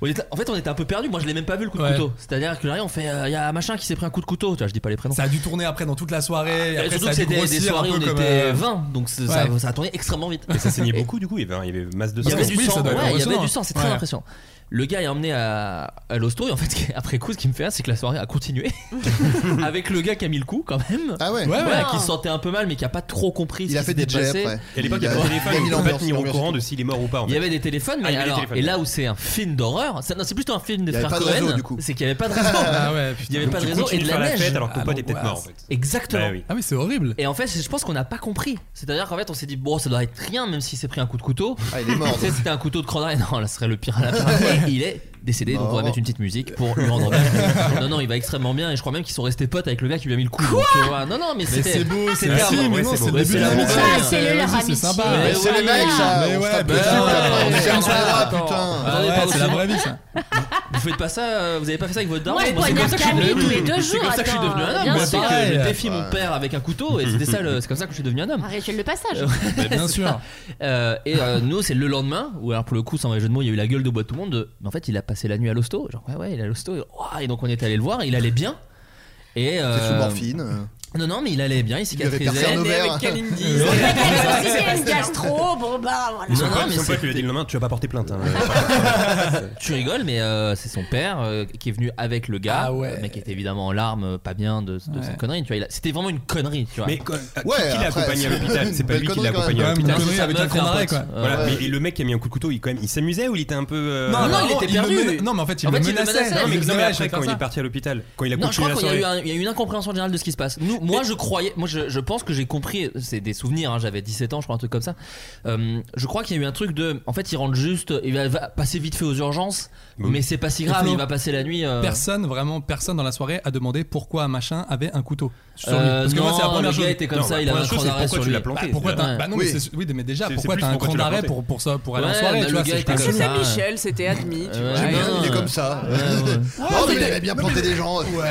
[SPEAKER 3] on était- en fait on était un peu perdu moi je l'ai même pas vu le coup de
[SPEAKER 8] Ouais.
[SPEAKER 3] couteau c'est à dire que là on fait il y a machin qui s'est pris un coup de couteau tu vois je dis pas les prénoms
[SPEAKER 8] Ça a dû tourner après dans toute la soirée. et
[SPEAKER 3] Et
[SPEAKER 8] après,
[SPEAKER 3] surtout
[SPEAKER 8] ça
[SPEAKER 3] que
[SPEAKER 8] a dû
[SPEAKER 3] c'était des,
[SPEAKER 8] grossir un
[SPEAKER 3] soirées où
[SPEAKER 8] peu
[SPEAKER 3] on
[SPEAKER 8] comme,
[SPEAKER 3] était
[SPEAKER 8] euh,
[SPEAKER 3] 20 donc c'est-
[SPEAKER 8] ouais.
[SPEAKER 3] ça, ça a tourné extrêmement vite
[SPEAKER 5] Et ça saignait beaucoup du coup, il y avait, il y avait masse de sang.
[SPEAKER 3] il y avait du sang, ouais, il y avait du sang, c'est très impressionnant. Le gars est emmené à, à l'hosto et en fait, ce qui- après coup, ce qui me fait rire, c'est que la soirée a continué avec le gars qui a mis le coup quand même.
[SPEAKER 9] Ah ouais.
[SPEAKER 3] Ouais,
[SPEAKER 9] Ouais, ouais.
[SPEAKER 3] qui se sentait un peu mal mais qui a pas trop compris.
[SPEAKER 9] Il
[SPEAKER 3] ce
[SPEAKER 9] a
[SPEAKER 3] qui
[SPEAKER 9] fait des
[SPEAKER 3] s'était
[SPEAKER 9] jets
[SPEAKER 3] passé.
[SPEAKER 9] après.
[SPEAKER 5] Et à l'époque, il y avait
[SPEAKER 3] a-
[SPEAKER 5] pas de téléphone,
[SPEAKER 3] il
[SPEAKER 5] donc
[SPEAKER 3] a
[SPEAKER 5] en
[SPEAKER 3] mis
[SPEAKER 5] fait, ni au
[SPEAKER 3] l'ambiance.
[SPEAKER 5] courant de s'il est mort ou pas. en
[SPEAKER 3] Il y
[SPEAKER 5] fait.
[SPEAKER 3] avait des téléphones,
[SPEAKER 5] Ah, il
[SPEAKER 3] mais
[SPEAKER 5] y avait des
[SPEAKER 3] alors,
[SPEAKER 5] téléphones.
[SPEAKER 3] et là où c'est un film d'horreur, ça- non, c'est plutôt un film des
[SPEAKER 5] Il y avait
[SPEAKER 3] frères
[SPEAKER 5] pas de réseau,
[SPEAKER 3] Cohen,
[SPEAKER 5] du coup.
[SPEAKER 3] c'est qu'il n'y avait pas de réseau.
[SPEAKER 5] Ah ouais, putain.
[SPEAKER 3] il n'y avait
[SPEAKER 5] Donc
[SPEAKER 3] pas de
[SPEAKER 5] tu
[SPEAKER 3] réseau et
[SPEAKER 5] continues
[SPEAKER 3] de
[SPEAKER 5] de faire
[SPEAKER 3] la
[SPEAKER 5] la
[SPEAKER 3] neige.
[SPEAKER 5] fête alors que ton Ah, pote est peut-être l'angoisse. mort, en fait.
[SPEAKER 3] Exactement.
[SPEAKER 5] Bah oui.
[SPEAKER 8] Ah oui, c'est horrible.
[SPEAKER 3] Et en fait, je pense qu'on n'a pas compris. C'est-à-dire qu'en fait, on s'est dit, bon, ça doit être rien, même s'il s'est pris un coup de couteau.
[SPEAKER 9] Ah, il est mort.
[SPEAKER 3] Tu sais, c'était un couteau de crendard. Et Non, là, ce serait le pire à la fin. Et il est décédé, donc on va
[SPEAKER 9] Mort.
[SPEAKER 3] mettre une petite musique pour lui rendre hommage. non, non, il va extrêmement bien. Et je crois même qu'ils sont restés potes avec le gars qui lui a mis le coup. Donc, tu vois, non, non, mais
[SPEAKER 8] Mais
[SPEAKER 3] c'était.
[SPEAKER 8] c'est beau, c'est
[SPEAKER 3] c'était
[SPEAKER 8] la
[SPEAKER 3] un-
[SPEAKER 8] vie, mais
[SPEAKER 3] ouais,
[SPEAKER 8] non, c'est le
[SPEAKER 3] beau,
[SPEAKER 8] début de la vie.
[SPEAKER 3] la Bourgogne.
[SPEAKER 8] Ah, c'est le leur
[SPEAKER 3] Ouais,
[SPEAKER 8] amitié.
[SPEAKER 3] sympa.
[SPEAKER 8] Mais
[SPEAKER 3] Mais
[SPEAKER 8] c'est les
[SPEAKER 3] ouais,
[SPEAKER 8] mecs, ça,
[SPEAKER 3] mais
[SPEAKER 8] on se
[SPEAKER 3] ouais,
[SPEAKER 8] tape
[SPEAKER 3] bah
[SPEAKER 8] dessus,
[SPEAKER 3] ouais.
[SPEAKER 8] après, on
[SPEAKER 3] Ouais,
[SPEAKER 8] ferme ça,
[SPEAKER 3] attends.
[SPEAKER 8] putain.
[SPEAKER 3] Attendez,
[SPEAKER 8] Ah ouais,
[SPEAKER 3] pas
[SPEAKER 8] c'est
[SPEAKER 3] de
[SPEAKER 8] la
[SPEAKER 3] ça.
[SPEAKER 8] vraie vie, ça.
[SPEAKER 3] Vous faites pas ça, euh, vous avez pas fait ça avec votre daron.
[SPEAKER 10] Moi, je
[SPEAKER 3] Moi, c'est
[SPEAKER 10] bois
[SPEAKER 3] comme
[SPEAKER 10] de
[SPEAKER 3] ça
[SPEAKER 10] la
[SPEAKER 3] que je suis
[SPEAKER 10] camille
[SPEAKER 3] devenu-
[SPEAKER 10] tous les deux
[SPEAKER 3] C'est comme
[SPEAKER 10] jours,
[SPEAKER 3] ça que je suis devenu un
[SPEAKER 10] attends,
[SPEAKER 3] homme.
[SPEAKER 10] bien
[SPEAKER 3] Moi, c'est
[SPEAKER 10] sûr.
[SPEAKER 3] que
[SPEAKER 10] Ouais.
[SPEAKER 3] je défie mon père avec un couteau et c'était ça le- c'est comme ça que je suis devenu un homme.
[SPEAKER 10] Un rituel de passage.
[SPEAKER 3] Ouais, c'est ça. Euh, et euh, nous, c'est le lendemain, où alors pour le coup, sans vrai jeu de mots, il y a eu la gueule de bois de tout le monde. de, mais en fait, il a passé la nuit à l'hosto. Genre, ouais, ouais, il est à l'hosto. Et, ouah, et donc, on est allé le voir, il allait bien. Et. euh,
[SPEAKER 9] C'est sous morphine. euh.
[SPEAKER 3] Non, non, mais il allait bien, il
[SPEAKER 9] répercé
[SPEAKER 3] cicatrisait.
[SPEAKER 9] un ovaire. Né avec
[SPEAKER 3] Kalindi.
[SPEAKER 10] Si c'est une gastro, bon bah voilà.
[SPEAKER 5] Son
[SPEAKER 3] Non, non,
[SPEAKER 5] pote-
[SPEAKER 3] mais
[SPEAKER 5] son pote
[SPEAKER 3] c'est-
[SPEAKER 5] lui a dit le main, tu vas pas porter plainte. hein.
[SPEAKER 3] tu rigoles, mais euh, c'est son père euh, qui est venu avec le gars, euh, mais qui était évidemment en larmes, euh, pas bien de, de
[SPEAKER 5] Ah Ouais.
[SPEAKER 3] cette connerie. Tu vois, il a- c'était vraiment une connerie, tu vois.
[SPEAKER 5] Mais quand- à- qui- qui l'a accompagné à l'hôpital Euh, C'est pas lui qui l'a accompagné à l'hôpital. Voilà, mais et le mec qui a mis un coup de couteau, il quand même, il s'amusait ou il était un peu. euh,
[SPEAKER 8] Non, non, il était perdu. En fait, il le
[SPEAKER 3] hein.
[SPEAKER 8] menaçait.
[SPEAKER 5] Non, mais,
[SPEAKER 8] Il
[SPEAKER 5] non, mais
[SPEAKER 8] le
[SPEAKER 5] après,
[SPEAKER 8] menaçait,
[SPEAKER 5] quand
[SPEAKER 8] comme
[SPEAKER 5] il
[SPEAKER 8] ça.
[SPEAKER 5] est parti à l'hôpital, quand il a
[SPEAKER 3] Non, je
[SPEAKER 5] continué
[SPEAKER 3] crois
[SPEAKER 5] la
[SPEAKER 3] qu'il y a
[SPEAKER 5] soirée.
[SPEAKER 3] eu un- il y, a eu une incompréhension générale de ce qui se passe. Nous, moi, je croyais, moi, je, je pense que j'ai compris. C'est des souvenirs. hein, J'avais 17 ans, je crois, un truc comme ça. Euh, je crois qu'il y a eu un truc de. En fait, il rentre juste. Il va, va passer vite fait aux urgences,
[SPEAKER 5] Bah
[SPEAKER 8] Oui.
[SPEAKER 3] mais c'est pas si
[SPEAKER 8] Et
[SPEAKER 3] grave.
[SPEAKER 8] Flo,
[SPEAKER 3] Il va passer la nuit. euh,
[SPEAKER 8] Personne, vraiment personne dans la soirée a demandé pourquoi machin avait un couteau. Sur lui.
[SPEAKER 3] Euh,
[SPEAKER 8] Parce que moi,
[SPEAKER 3] non,
[SPEAKER 8] c'est la
[SPEAKER 3] le
[SPEAKER 8] première
[SPEAKER 3] gars
[SPEAKER 8] chose.
[SPEAKER 3] était comme
[SPEAKER 8] Non,
[SPEAKER 3] ça,
[SPEAKER 8] la
[SPEAKER 3] il avait
[SPEAKER 8] première
[SPEAKER 3] un
[SPEAKER 8] chose,
[SPEAKER 3] cran
[SPEAKER 8] c'est
[SPEAKER 3] d'arrêt
[SPEAKER 8] pourquoi
[SPEAKER 3] sur
[SPEAKER 8] tu
[SPEAKER 3] lui.
[SPEAKER 8] l'as planté.
[SPEAKER 3] Bah,
[SPEAKER 8] pourquoi t'as-
[SPEAKER 3] ouais.
[SPEAKER 8] bah non, mais c'est- oui, mais déjà,
[SPEAKER 3] C'est-
[SPEAKER 8] pourquoi
[SPEAKER 3] c'est
[SPEAKER 8] t'as
[SPEAKER 3] plus
[SPEAKER 8] un
[SPEAKER 3] pourquoi
[SPEAKER 8] cran
[SPEAKER 3] tu l'as
[SPEAKER 8] d'arrêt
[SPEAKER 3] planté.
[SPEAKER 8] pour, pour, ça, pour aller
[SPEAKER 3] Ouais,
[SPEAKER 8] en soirée
[SPEAKER 3] bah,
[SPEAKER 8] tu
[SPEAKER 3] le
[SPEAKER 8] vois,
[SPEAKER 3] gars
[SPEAKER 8] c'est
[SPEAKER 3] était
[SPEAKER 8] pas-
[SPEAKER 3] comme ça.
[SPEAKER 4] Michel, c'était admis. tu vois.
[SPEAKER 9] J'aime bien, il est comme ça. Oh, mais il avait bien planté des gens. Ah, moi,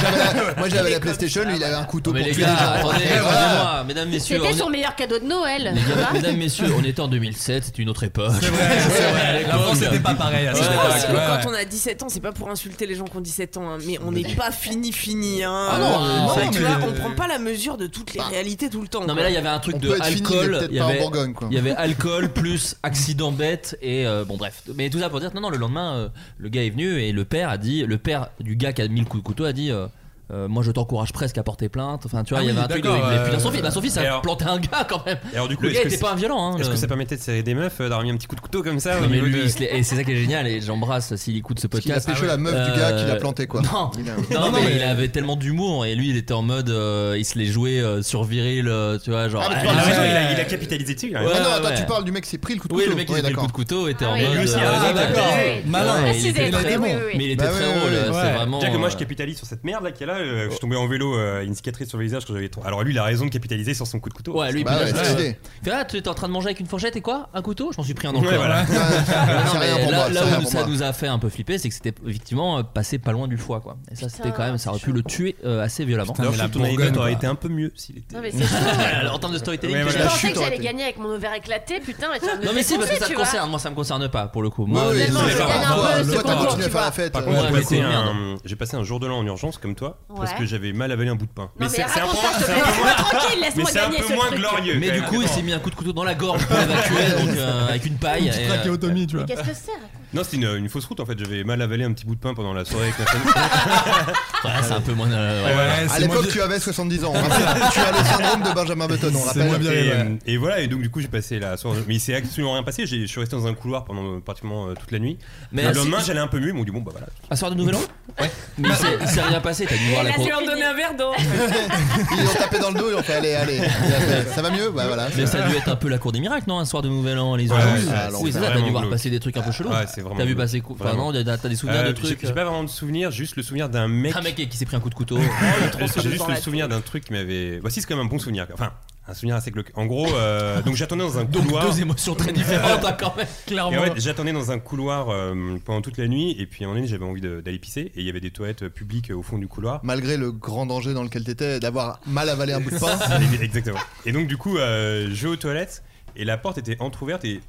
[SPEAKER 9] j'avais la- Moi j'avais la PlayStation, lui il avait un couteau
[SPEAKER 3] Mais
[SPEAKER 9] pour
[SPEAKER 3] les
[SPEAKER 9] tuer
[SPEAKER 3] gars,
[SPEAKER 9] les gens.
[SPEAKER 3] attendez,
[SPEAKER 9] Et voilà.
[SPEAKER 3] attendez-moi, mesdames, messieurs.
[SPEAKER 10] C'était
[SPEAKER 3] on-
[SPEAKER 10] son meilleur cadeau de Noël.
[SPEAKER 3] Les
[SPEAKER 10] tu
[SPEAKER 3] gars,
[SPEAKER 10] vois.
[SPEAKER 3] mesdames, messieurs, on était en 2007, c'était une autre époque. C'est vrai,
[SPEAKER 8] La France, c'était pas pareil à
[SPEAKER 4] Mais
[SPEAKER 8] cette
[SPEAKER 4] je
[SPEAKER 8] époque.
[SPEAKER 4] pense que
[SPEAKER 8] Ouais.
[SPEAKER 4] quand on a 17 ans, c'est pas pour insulter les gens qui ont 17 ans, hein, mais on n'est pas fini fini. Hein.
[SPEAKER 3] Ah non,
[SPEAKER 4] Euh,
[SPEAKER 3] non,
[SPEAKER 4] enfin,
[SPEAKER 3] mais-
[SPEAKER 4] tu vois, on prend pas la mesure de toutes
[SPEAKER 8] Bah.
[SPEAKER 4] les réalités tout le temps.
[SPEAKER 3] Non mais
[SPEAKER 4] quoi.
[SPEAKER 3] là il y avait un truc
[SPEAKER 9] On
[SPEAKER 3] de
[SPEAKER 9] peut être fini, mais
[SPEAKER 3] alcool,
[SPEAKER 9] peut-être
[SPEAKER 3] il y
[SPEAKER 9] pas en
[SPEAKER 3] avait
[SPEAKER 9] Bourgogne, quoi.
[SPEAKER 3] il y avait alcool plus accident bête et euh, bon bref. Mais tout ça pour dire non non le lendemain euh, le gars est venu et le père a dit le père du gars qui a mis le coup de couteau a dit euh, euh, moi je t'encourage presque à porter plainte. Enfin tu vois
[SPEAKER 5] Ah
[SPEAKER 3] il y
[SPEAKER 5] oui,
[SPEAKER 3] avait un truc de il
[SPEAKER 5] d'accord,
[SPEAKER 3] voulait plus
[SPEAKER 5] euh,
[SPEAKER 3] dire son fils bah son fils
[SPEAKER 5] et
[SPEAKER 3] a
[SPEAKER 5] alors-
[SPEAKER 3] planté un gars quand même.
[SPEAKER 5] Et alors, du coup,
[SPEAKER 3] le
[SPEAKER 5] est-ce
[SPEAKER 3] gars
[SPEAKER 5] que
[SPEAKER 3] était
[SPEAKER 5] c'est-
[SPEAKER 3] pas un violent hein.
[SPEAKER 5] Est-ce
[SPEAKER 3] le-
[SPEAKER 5] que ça permettait de serrer des meufs, euh, d'avoir mis un petit coup de couteau comme ça
[SPEAKER 3] Non,
[SPEAKER 5] au
[SPEAKER 3] mais
[SPEAKER 5] niveau
[SPEAKER 3] lui,
[SPEAKER 5] de-
[SPEAKER 3] il se l'est- et c'est ça qui est génial et j'embrasse s'il écoute ce podcast.
[SPEAKER 9] qu'il
[SPEAKER 3] Euh,
[SPEAKER 9] a pécho la meuf du gars qui l'a planté, quoi.
[SPEAKER 3] Non,
[SPEAKER 9] Il a-
[SPEAKER 3] non,
[SPEAKER 9] Non,
[SPEAKER 3] mais,
[SPEAKER 9] mais-
[SPEAKER 3] il avait tellement d'humour et lui il était en mode euh, il se l'est joué euh, sur viril euh, tu vois genre.
[SPEAKER 9] Ah, mais tu
[SPEAKER 3] eh,
[SPEAKER 9] parles de
[SPEAKER 3] ouais.
[SPEAKER 9] raison, il
[SPEAKER 5] a- il a capitalisé dessus, il a
[SPEAKER 3] Ouais,
[SPEAKER 9] Ah non,
[SPEAKER 3] ouais,
[SPEAKER 9] attends,
[SPEAKER 3] ouais.
[SPEAKER 9] tu parles du mec qui s'est pris le coup de
[SPEAKER 3] Oui,
[SPEAKER 9] couteau.
[SPEAKER 3] le mec il
[SPEAKER 9] Ouais,
[SPEAKER 3] s'est pris le coup
[SPEAKER 9] d'accord.
[SPEAKER 3] de couteau était en
[SPEAKER 9] Ah oui,
[SPEAKER 3] mode.
[SPEAKER 9] lui aussi,
[SPEAKER 3] euh,
[SPEAKER 9] ah,
[SPEAKER 3] ouais,
[SPEAKER 9] d'accord.
[SPEAKER 3] ouais.
[SPEAKER 9] Malin.
[SPEAKER 3] Ouais,
[SPEAKER 9] Précisé,
[SPEAKER 3] il était
[SPEAKER 9] très
[SPEAKER 3] très
[SPEAKER 9] bon.
[SPEAKER 3] Mais il était
[SPEAKER 9] Bah
[SPEAKER 3] très
[SPEAKER 9] ouais,
[SPEAKER 3] drôle,
[SPEAKER 9] ouais,
[SPEAKER 3] c'est
[SPEAKER 9] ouais.
[SPEAKER 3] vraiment.
[SPEAKER 5] Déjà que moi je
[SPEAKER 3] euh,
[SPEAKER 5] capitalise sur cette merde là qui est là, euh, je suis tombé en vélo, euh, une cicatrice sur le visage que j'avais. trop- Alors lui, il a raison de capitaliser sur son coup de couteau.
[SPEAKER 3] Ouais, lui,
[SPEAKER 5] Bah
[SPEAKER 3] bien
[SPEAKER 5] ouais,
[SPEAKER 3] joué.
[SPEAKER 5] c'est l'idée.
[SPEAKER 3] Fais, ah, tu étais en train de manger avec une fourchette et quoi Un couteau Je m'en suis pris un
[SPEAKER 5] Ouais,
[SPEAKER 3] encore.
[SPEAKER 5] voilà.
[SPEAKER 3] Non,
[SPEAKER 5] C'est
[SPEAKER 3] mais
[SPEAKER 5] rien pour
[SPEAKER 3] là,
[SPEAKER 5] moi,
[SPEAKER 3] là
[SPEAKER 5] c'est rien
[SPEAKER 3] où
[SPEAKER 5] pour
[SPEAKER 3] ça
[SPEAKER 5] moi.
[SPEAKER 3] nous a fait un peu flipper, c'est que c'était effectivement euh, passé pas loin du foie, quoi. Et ça, c'était quand même, ça aurait pu le tuer euh, assez violemment.
[SPEAKER 5] Putain, mais la Bourgogne aurait été un peu mieux s'il était.
[SPEAKER 11] Non, mais c'est chaud.
[SPEAKER 3] en termes de storytelling,
[SPEAKER 5] Ouais,
[SPEAKER 3] que
[SPEAKER 5] voilà.
[SPEAKER 11] Je
[SPEAKER 3] j'ai-
[SPEAKER 11] pensais que j'allais gagner avec mon verre éclaté, putain, mais tu vas me
[SPEAKER 3] Non mais si parce
[SPEAKER 11] défoncer,
[SPEAKER 3] que ça te
[SPEAKER 11] tu vois.
[SPEAKER 3] concerne, moi ça me concerne pas pour le coup.
[SPEAKER 5] Moi,
[SPEAKER 3] Moi,
[SPEAKER 5] oui,
[SPEAKER 3] c'est-
[SPEAKER 5] non, mais
[SPEAKER 3] c'est-
[SPEAKER 5] ça va.
[SPEAKER 3] c'est-
[SPEAKER 5] Moi,
[SPEAKER 3] c'est-
[SPEAKER 5] toi, t'as
[SPEAKER 3] c'est-
[SPEAKER 5] continué
[SPEAKER 9] à faire la fête.
[SPEAKER 5] Par
[SPEAKER 3] euh, Ouais,
[SPEAKER 5] contre, j'ai
[SPEAKER 3] mais
[SPEAKER 5] passé
[SPEAKER 3] c'est
[SPEAKER 5] un-
[SPEAKER 3] merde.
[SPEAKER 5] j'ai passé un jour de l'an en urgence comme toi parce
[SPEAKER 11] Ouais.
[SPEAKER 5] que j'avais mal avalé un bout de pain.
[SPEAKER 11] mais
[SPEAKER 5] un peu
[SPEAKER 11] raconte ça, je te
[SPEAKER 5] c'est un peu
[SPEAKER 11] laisse.
[SPEAKER 5] moins-
[SPEAKER 11] Tranquille, laisse-moi
[SPEAKER 5] mais c'est un
[SPEAKER 11] gagner
[SPEAKER 5] peu
[SPEAKER 11] ce
[SPEAKER 5] moins
[SPEAKER 11] truc.
[SPEAKER 5] glorieux.
[SPEAKER 3] Mais
[SPEAKER 5] quand
[SPEAKER 3] du
[SPEAKER 5] même.
[SPEAKER 3] coup il s'est mis un coup de couteau dans la gorge pour l'évacuer donc euh, avec une paille.
[SPEAKER 8] Une petite
[SPEAKER 3] et, euh,
[SPEAKER 8] trachéotomie, tu vois.
[SPEAKER 11] Qu'est-ce que c'est raconte
[SPEAKER 5] Non, c'était une, une fausse route en fait. J'avais mal avalé un petit bout de pain pendant la soirée avec ma famille.
[SPEAKER 3] Ouais, c'est un peu moins. euh,
[SPEAKER 5] Ouais,
[SPEAKER 3] voilà.
[SPEAKER 5] ouais,
[SPEAKER 9] À
[SPEAKER 5] c'est
[SPEAKER 9] l'époque,
[SPEAKER 5] moins bien-
[SPEAKER 9] tu avais 70 ans. on rappelle. tu as le syndrome de Benjamin Button, on rappelle.
[SPEAKER 5] et, et voilà, et donc du coup j'ai passé la soirée. Mais il s'est absolument rien passé, j'ai- je suis resté dans un couloir pendant euh, pratiquement euh, toute la nuit.
[SPEAKER 3] Mais
[SPEAKER 5] Mais le
[SPEAKER 3] c'est-
[SPEAKER 5] lendemain j'allais un peu mieux, ils m'ont dit bon bah voilà.
[SPEAKER 3] Un soir de nouvel an
[SPEAKER 5] Ouais.
[SPEAKER 3] Mais il s'est- il s'est rien passé, t'as dû voir la
[SPEAKER 4] Là,
[SPEAKER 3] cour.
[SPEAKER 4] tu lui en donné un verre d'eau.
[SPEAKER 9] Ils ont tapé dans le dos, ils ont fait allez, allez. Il a fait, Ça va mieux Bah voilà.
[SPEAKER 3] Mais ça a dû être un peu la cour des miracles, non Un soir de nouvel an, les
[SPEAKER 5] Ouais,
[SPEAKER 3] oreilles.
[SPEAKER 5] ouais, ouais, c'est
[SPEAKER 3] Oui, c'est ça, t'as
[SPEAKER 5] Ah, vraiment
[SPEAKER 3] dû voir
[SPEAKER 5] glauque.
[SPEAKER 3] passer des trucs un peu chelous.
[SPEAKER 5] Ouais, c'est vraiment
[SPEAKER 3] T'as vu
[SPEAKER 5] glauque.
[SPEAKER 3] passer. quoi Enfin,
[SPEAKER 5] Vraiment.
[SPEAKER 3] non, t'as t'as des souvenirs
[SPEAKER 5] Euh,
[SPEAKER 3] de
[SPEAKER 5] j'ai-
[SPEAKER 3] trucs.
[SPEAKER 5] J'ai pas vraiment de souvenir, juste le souvenir d'un mec.
[SPEAKER 3] Un mec qui s'est pris un coup de couteau.
[SPEAKER 9] Oh,
[SPEAKER 5] J'ai juste le souvenir d'un truc qui m'avait. Voici, c'est quand même un bon souvenir. Enfin, un souvenir assez glauque. En gros, euh, donc j'attendais dans un
[SPEAKER 3] Donc
[SPEAKER 5] couloir.
[SPEAKER 3] deux émotions très différentes, hein, quand même,
[SPEAKER 5] Et
[SPEAKER 3] clairement.
[SPEAKER 5] ouais, j'attendais dans un couloir euh, pendant toute la nuit, et puis à un moment donné, j'avais envie de- d'aller pisser, et il y avait des toilettes euh, publiques euh, au fond du couloir.
[SPEAKER 9] Malgré le grand danger dans lequel t'étais d'avoir mal avalé un bout de pain.
[SPEAKER 5] Exactement. Et donc, du coup, euh, je vais aux toilettes, et la porte était entrouverte, et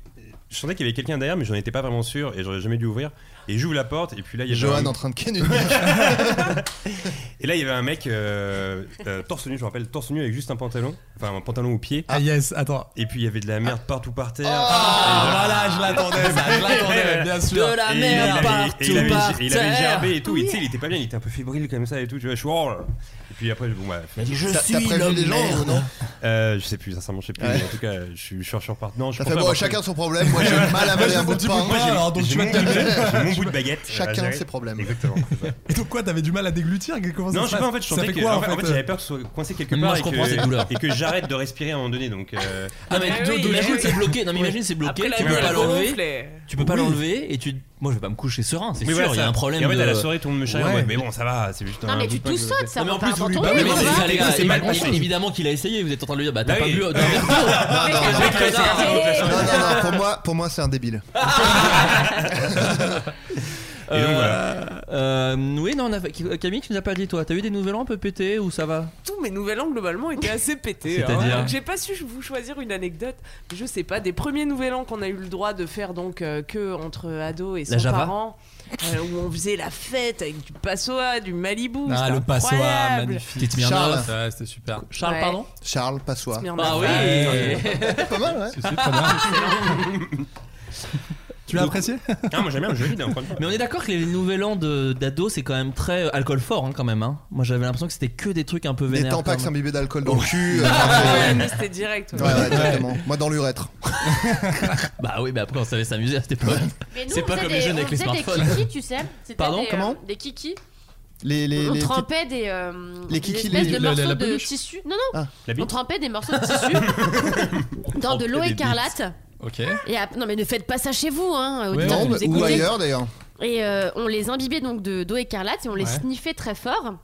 [SPEAKER 5] je sentais qu'il y avait quelqu'un derrière, mais j'en étais pas vraiment sûr, et j'aurais jamais dû ouvrir. Et j'ouvre la porte, et puis là, il y avait.
[SPEAKER 9] Johan
[SPEAKER 5] un-
[SPEAKER 9] en train de ken une-
[SPEAKER 5] Et là, il y avait un mec euh, euh, torse nu, je me rappelle, torse nu avec juste un pantalon, enfin un pantalon au pied.
[SPEAKER 8] Ah yes, attends.
[SPEAKER 5] Et puis il y avait de la merde partout par
[SPEAKER 9] Oh,
[SPEAKER 5] terre.
[SPEAKER 8] Ah, voilà, je l'attendais, ça, je l'attendais, bien sûr.
[SPEAKER 5] Et
[SPEAKER 8] De la
[SPEAKER 5] il
[SPEAKER 8] merde
[SPEAKER 5] avait-
[SPEAKER 8] partout
[SPEAKER 5] et il avait,
[SPEAKER 8] par
[SPEAKER 5] et il avait
[SPEAKER 8] terre.
[SPEAKER 5] gerbé et tout. Et tu sais, il était pas bien, il était un peu fébrile comme ça et tout. Tu vois, je suis. oh là là. Et puis après, bon, bah,
[SPEAKER 3] Il a dit, Je
[SPEAKER 5] T'as-
[SPEAKER 3] suis
[SPEAKER 5] t'as prévenu
[SPEAKER 3] l'homme
[SPEAKER 5] des gens,
[SPEAKER 3] merde.
[SPEAKER 5] ou non Euh, je sais plus, sincèrement, je sais plus.
[SPEAKER 9] Ouais.
[SPEAKER 5] mais en tout cas, je suis je suis sur part. Non, je
[SPEAKER 9] Ça
[SPEAKER 5] pense
[SPEAKER 9] fait
[SPEAKER 5] pas
[SPEAKER 9] bon,
[SPEAKER 5] avoir
[SPEAKER 9] chacun
[SPEAKER 5] prévenu.
[SPEAKER 9] son problème. Moi, j'ai mal avalé un bout de pain.
[SPEAKER 5] Moi, j'ai-
[SPEAKER 8] Alors, donc,
[SPEAKER 5] j'ai
[SPEAKER 8] tu
[SPEAKER 5] mon
[SPEAKER 8] vas
[SPEAKER 5] bout de
[SPEAKER 8] te calmer.
[SPEAKER 5] baguette, j'ai mon bout de baguette.
[SPEAKER 9] Chacun
[SPEAKER 5] euh,
[SPEAKER 9] ses problèmes.
[SPEAKER 5] Exactement.
[SPEAKER 8] Et donc quoi, t'avais du mal à déglutir Comment ça
[SPEAKER 5] Non, je
[SPEAKER 8] se
[SPEAKER 5] sais
[SPEAKER 8] passe
[SPEAKER 5] pas, en fait, je
[SPEAKER 8] Ça
[SPEAKER 5] sentais
[SPEAKER 8] fait
[SPEAKER 5] que.
[SPEAKER 8] quoi,
[SPEAKER 5] en fait,
[SPEAKER 8] euh,
[SPEAKER 5] j'avais peur que ce soit coincé quelque
[SPEAKER 3] Moi,
[SPEAKER 5] part.
[SPEAKER 3] je
[SPEAKER 5] et
[SPEAKER 3] comprends
[SPEAKER 5] que-
[SPEAKER 3] cette douleur.
[SPEAKER 5] Et que j'arrête de respirer à un moment donné. Donc. euh,
[SPEAKER 3] Non mais
[SPEAKER 4] Ah oui,
[SPEAKER 3] imagine
[SPEAKER 4] oui.
[SPEAKER 3] c'est bloqué, non mais imagine c'est bloqué,
[SPEAKER 4] Après, la
[SPEAKER 3] tu peux
[SPEAKER 4] vie,
[SPEAKER 3] pas
[SPEAKER 4] elle gonfle
[SPEAKER 3] l'enlever.
[SPEAKER 4] et-
[SPEAKER 3] Tu peux pas
[SPEAKER 5] Oui.
[SPEAKER 3] l'enlever et tu moi je vais pas me coucher serein, c'est
[SPEAKER 5] Oui,
[SPEAKER 3] sûr,
[SPEAKER 5] voilà,
[SPEAKER 3] il y a
[SPEAKER 5] ça.
[SPEAKER 3] un problème
[SPEAKER 5] Et en fait,
[SPEAKER 3] de
[SPEAKER 5] à la soirée, tout le monde me chale.
[SPEAKER 3] Ouais.
[SPEAKER 5] ouais, mais bon, ça va, c'est juste un.
[SPEAKER 11] Non, mais
[SPEAKER 5] bout
[SPEAKER 11] tu
[SPEAKER 5] de pain
[SPEAKER 11] tout
[SPEAKER 5] que-
[SPEAKER 11] sautes, ça
[SPEAKER 3] Non mais en
[SPEAKER 11] va
[SPEAKER 3] plus
[SPEAKER 11] pas
[SPEAKER 3] vous lui
[SPEAKER 11] t'entendre,
[SPEAKER 3] mais
[SPEAKER 11] mais
[SPEAKER 3] c'est
[SPEAKER 11] voilà.
[SPEAKER 3] ça, les gars,
[SPEAKER 5] C'est
[SPEAKER 3] et-
[SPEAKER 5] mal
[SPEAKER 3] et-
[SPEAKER 5] pensé.
[SPEAKER 3] évidemment qu'il a essayé, vous êtes en train de lui dire bah
[SPEAKER 5] Bah
[SPEAKER 3] t'as euh, pas
[SPEAKER 5] oui.
[SPEAKER 3] bu d'un verre d'eau.
[SPEAKER 9] non,
[SPEAKER 3] Ah, Mais
[SPEAKER 9] non,
[SPEAKER 3] connard.
[SPEAKER 9] non, non, pour moi, pour moi c'est un débile.
[SPEAKER 5] Et donc, voilà.
[SPEAKER 3] Euh, euh, oui non on a- Camille tu nous as pas dit toi t'as eu des nouvelles ans un peu pétés ou ça va
[SPEAKER 4] Tous mes nouvel an globalement étaient assez pétés.
[SPEAKER 3] C'est-à-dire
[SPEAKER 4] Donc, J'ai pas su vous choisir une anecdote. Je sais pas des premiers nouvel an qu'on a eu le droit de faire donc euh, que entre ados et
[SPEAKER 3] La
[SPEAKER 4] sans
[SPEAKER 3] Java
[SPEAKER 4] parents. euh, où on faisait la fête avec du Passoa, du Malibu.
[SPEAKER 8] Ah,
[SPEAKER 4] c'était
[SPEAKER 8] le passoir,
[SPEAKER 4] incroyable.
[SPEAKER 8] magnifique.
[SPEAKER 3] Petite Smirnoff.
[SPEAKER 8] Charles. Ouais, c'était super.
[SPEAKER 3] Charles
[SPEAKER 4] Ouais.
[SPEAKER 3] pardon
[SPEAKER 9] Charles Passois.
[SPEAKER 4] Smirnoff.
[SPEAKER 3] Ah oui
[SPEAKER 9] Pas mal, ouais.
[SPEAKER 8] C'est très bien. Tu l'as apprécié
[SPEAKER 5] Ah, moi, j'aime bien, je vide, encore une fois.
[SPEAKER 3] Mais on est d'accord que les nouvel an de- d'ado c'est quand même très euh, alcool fort hein, quand même hein. Moi j'avais l'impression que c'était que des trucs un peu vénères.
[SPEAKER 9] N'étant pas que
[SPEAKER 3] quand
[SPEAKER 9] c'est
[SPEAKER 3] même.
[SPEAKER 9] imbibé d'alcool dans le cul. euh,
[SPEAKER 4] Ah ouais, c'était direct.
[SPEAKER 9] Ouais, ouais, exactement. Moi dans l'urètre.
[SPEAKER 3] Bah oui mais après on savait s'amuser à cette époque.
[SPEAKER 11] Mais nous,
[SPEAKER 3] C'est
[SPEAKER 11] on
[SPEAKER 3] pas
[SPEAKER 11] faisait
[SPEAKER 3] comme les
[SPEAKER 11] des-
[SPEAKER 3] jeunes
[SPEAKER 11] on
[SPEAKER 3] avec les
[SPEAKER 11] faisait des
[SPEAKER 3] smartphones.
[SPEAKER 11] kikis, tu sais. C'était
[SPEAKER 3] Pardon,
[SPEAKER 11] des, euh,
[SPEAKER 3] comment
[SPEAKER 11] Des kikis.
[SPEAKER 9] Les les
[SPEAKER 11] on
[SPEAKER 9] les
[SPEAKER 11] trempait des, euh,
[SPEAKER 9] Les
[SPEAKER 11] des
[SPEAKER 9] kikis,
[SPEAKER 11] espèces
[SPEAKER 9] les-
[SPEAKER 11] de
[SPEAKER 9] la- la-
[SPEAKER 11] morceaux
[SPEAKER 9] la
[SPEAKER 11] de
[SPEAKER 9] peluche
[SPEAKER 11] tissu. Non, non.
[SPEAKER 9] Ah.
[SPEAKER 5] La
[SPEAKER 11] On
[SPEAKER 5] bite.
[SPEAKER 11] trempait des morceaux de tissu dans de l'eau
[SPEAKER 5] Trempait des
[SPEAKER 11] écarlate.
[SPEAKER 8] Ok.
[SPEAKER 11] Et ap- non, mais ne faites pas ça chez vous, hein.
[SPEAKER 9] Ouais,
[SPEAKER 11] auditeurs
[SPEAKER 9] non,
[SPEAKER 11] qui
[SPEAKER 9] mais-
[SPEAKER 11] nous
[SPEAKER 9] ou
[SPEAKER 11] écoutez.
[SPEAKER 9] ailleurs d'ailleurs.
[SPEAKER 11] Et euh, on les imbibait donc de d'eau écarlate et on les
[SPEAKER 8] Ouais.
[SPEAKER 11] sniffait très fort.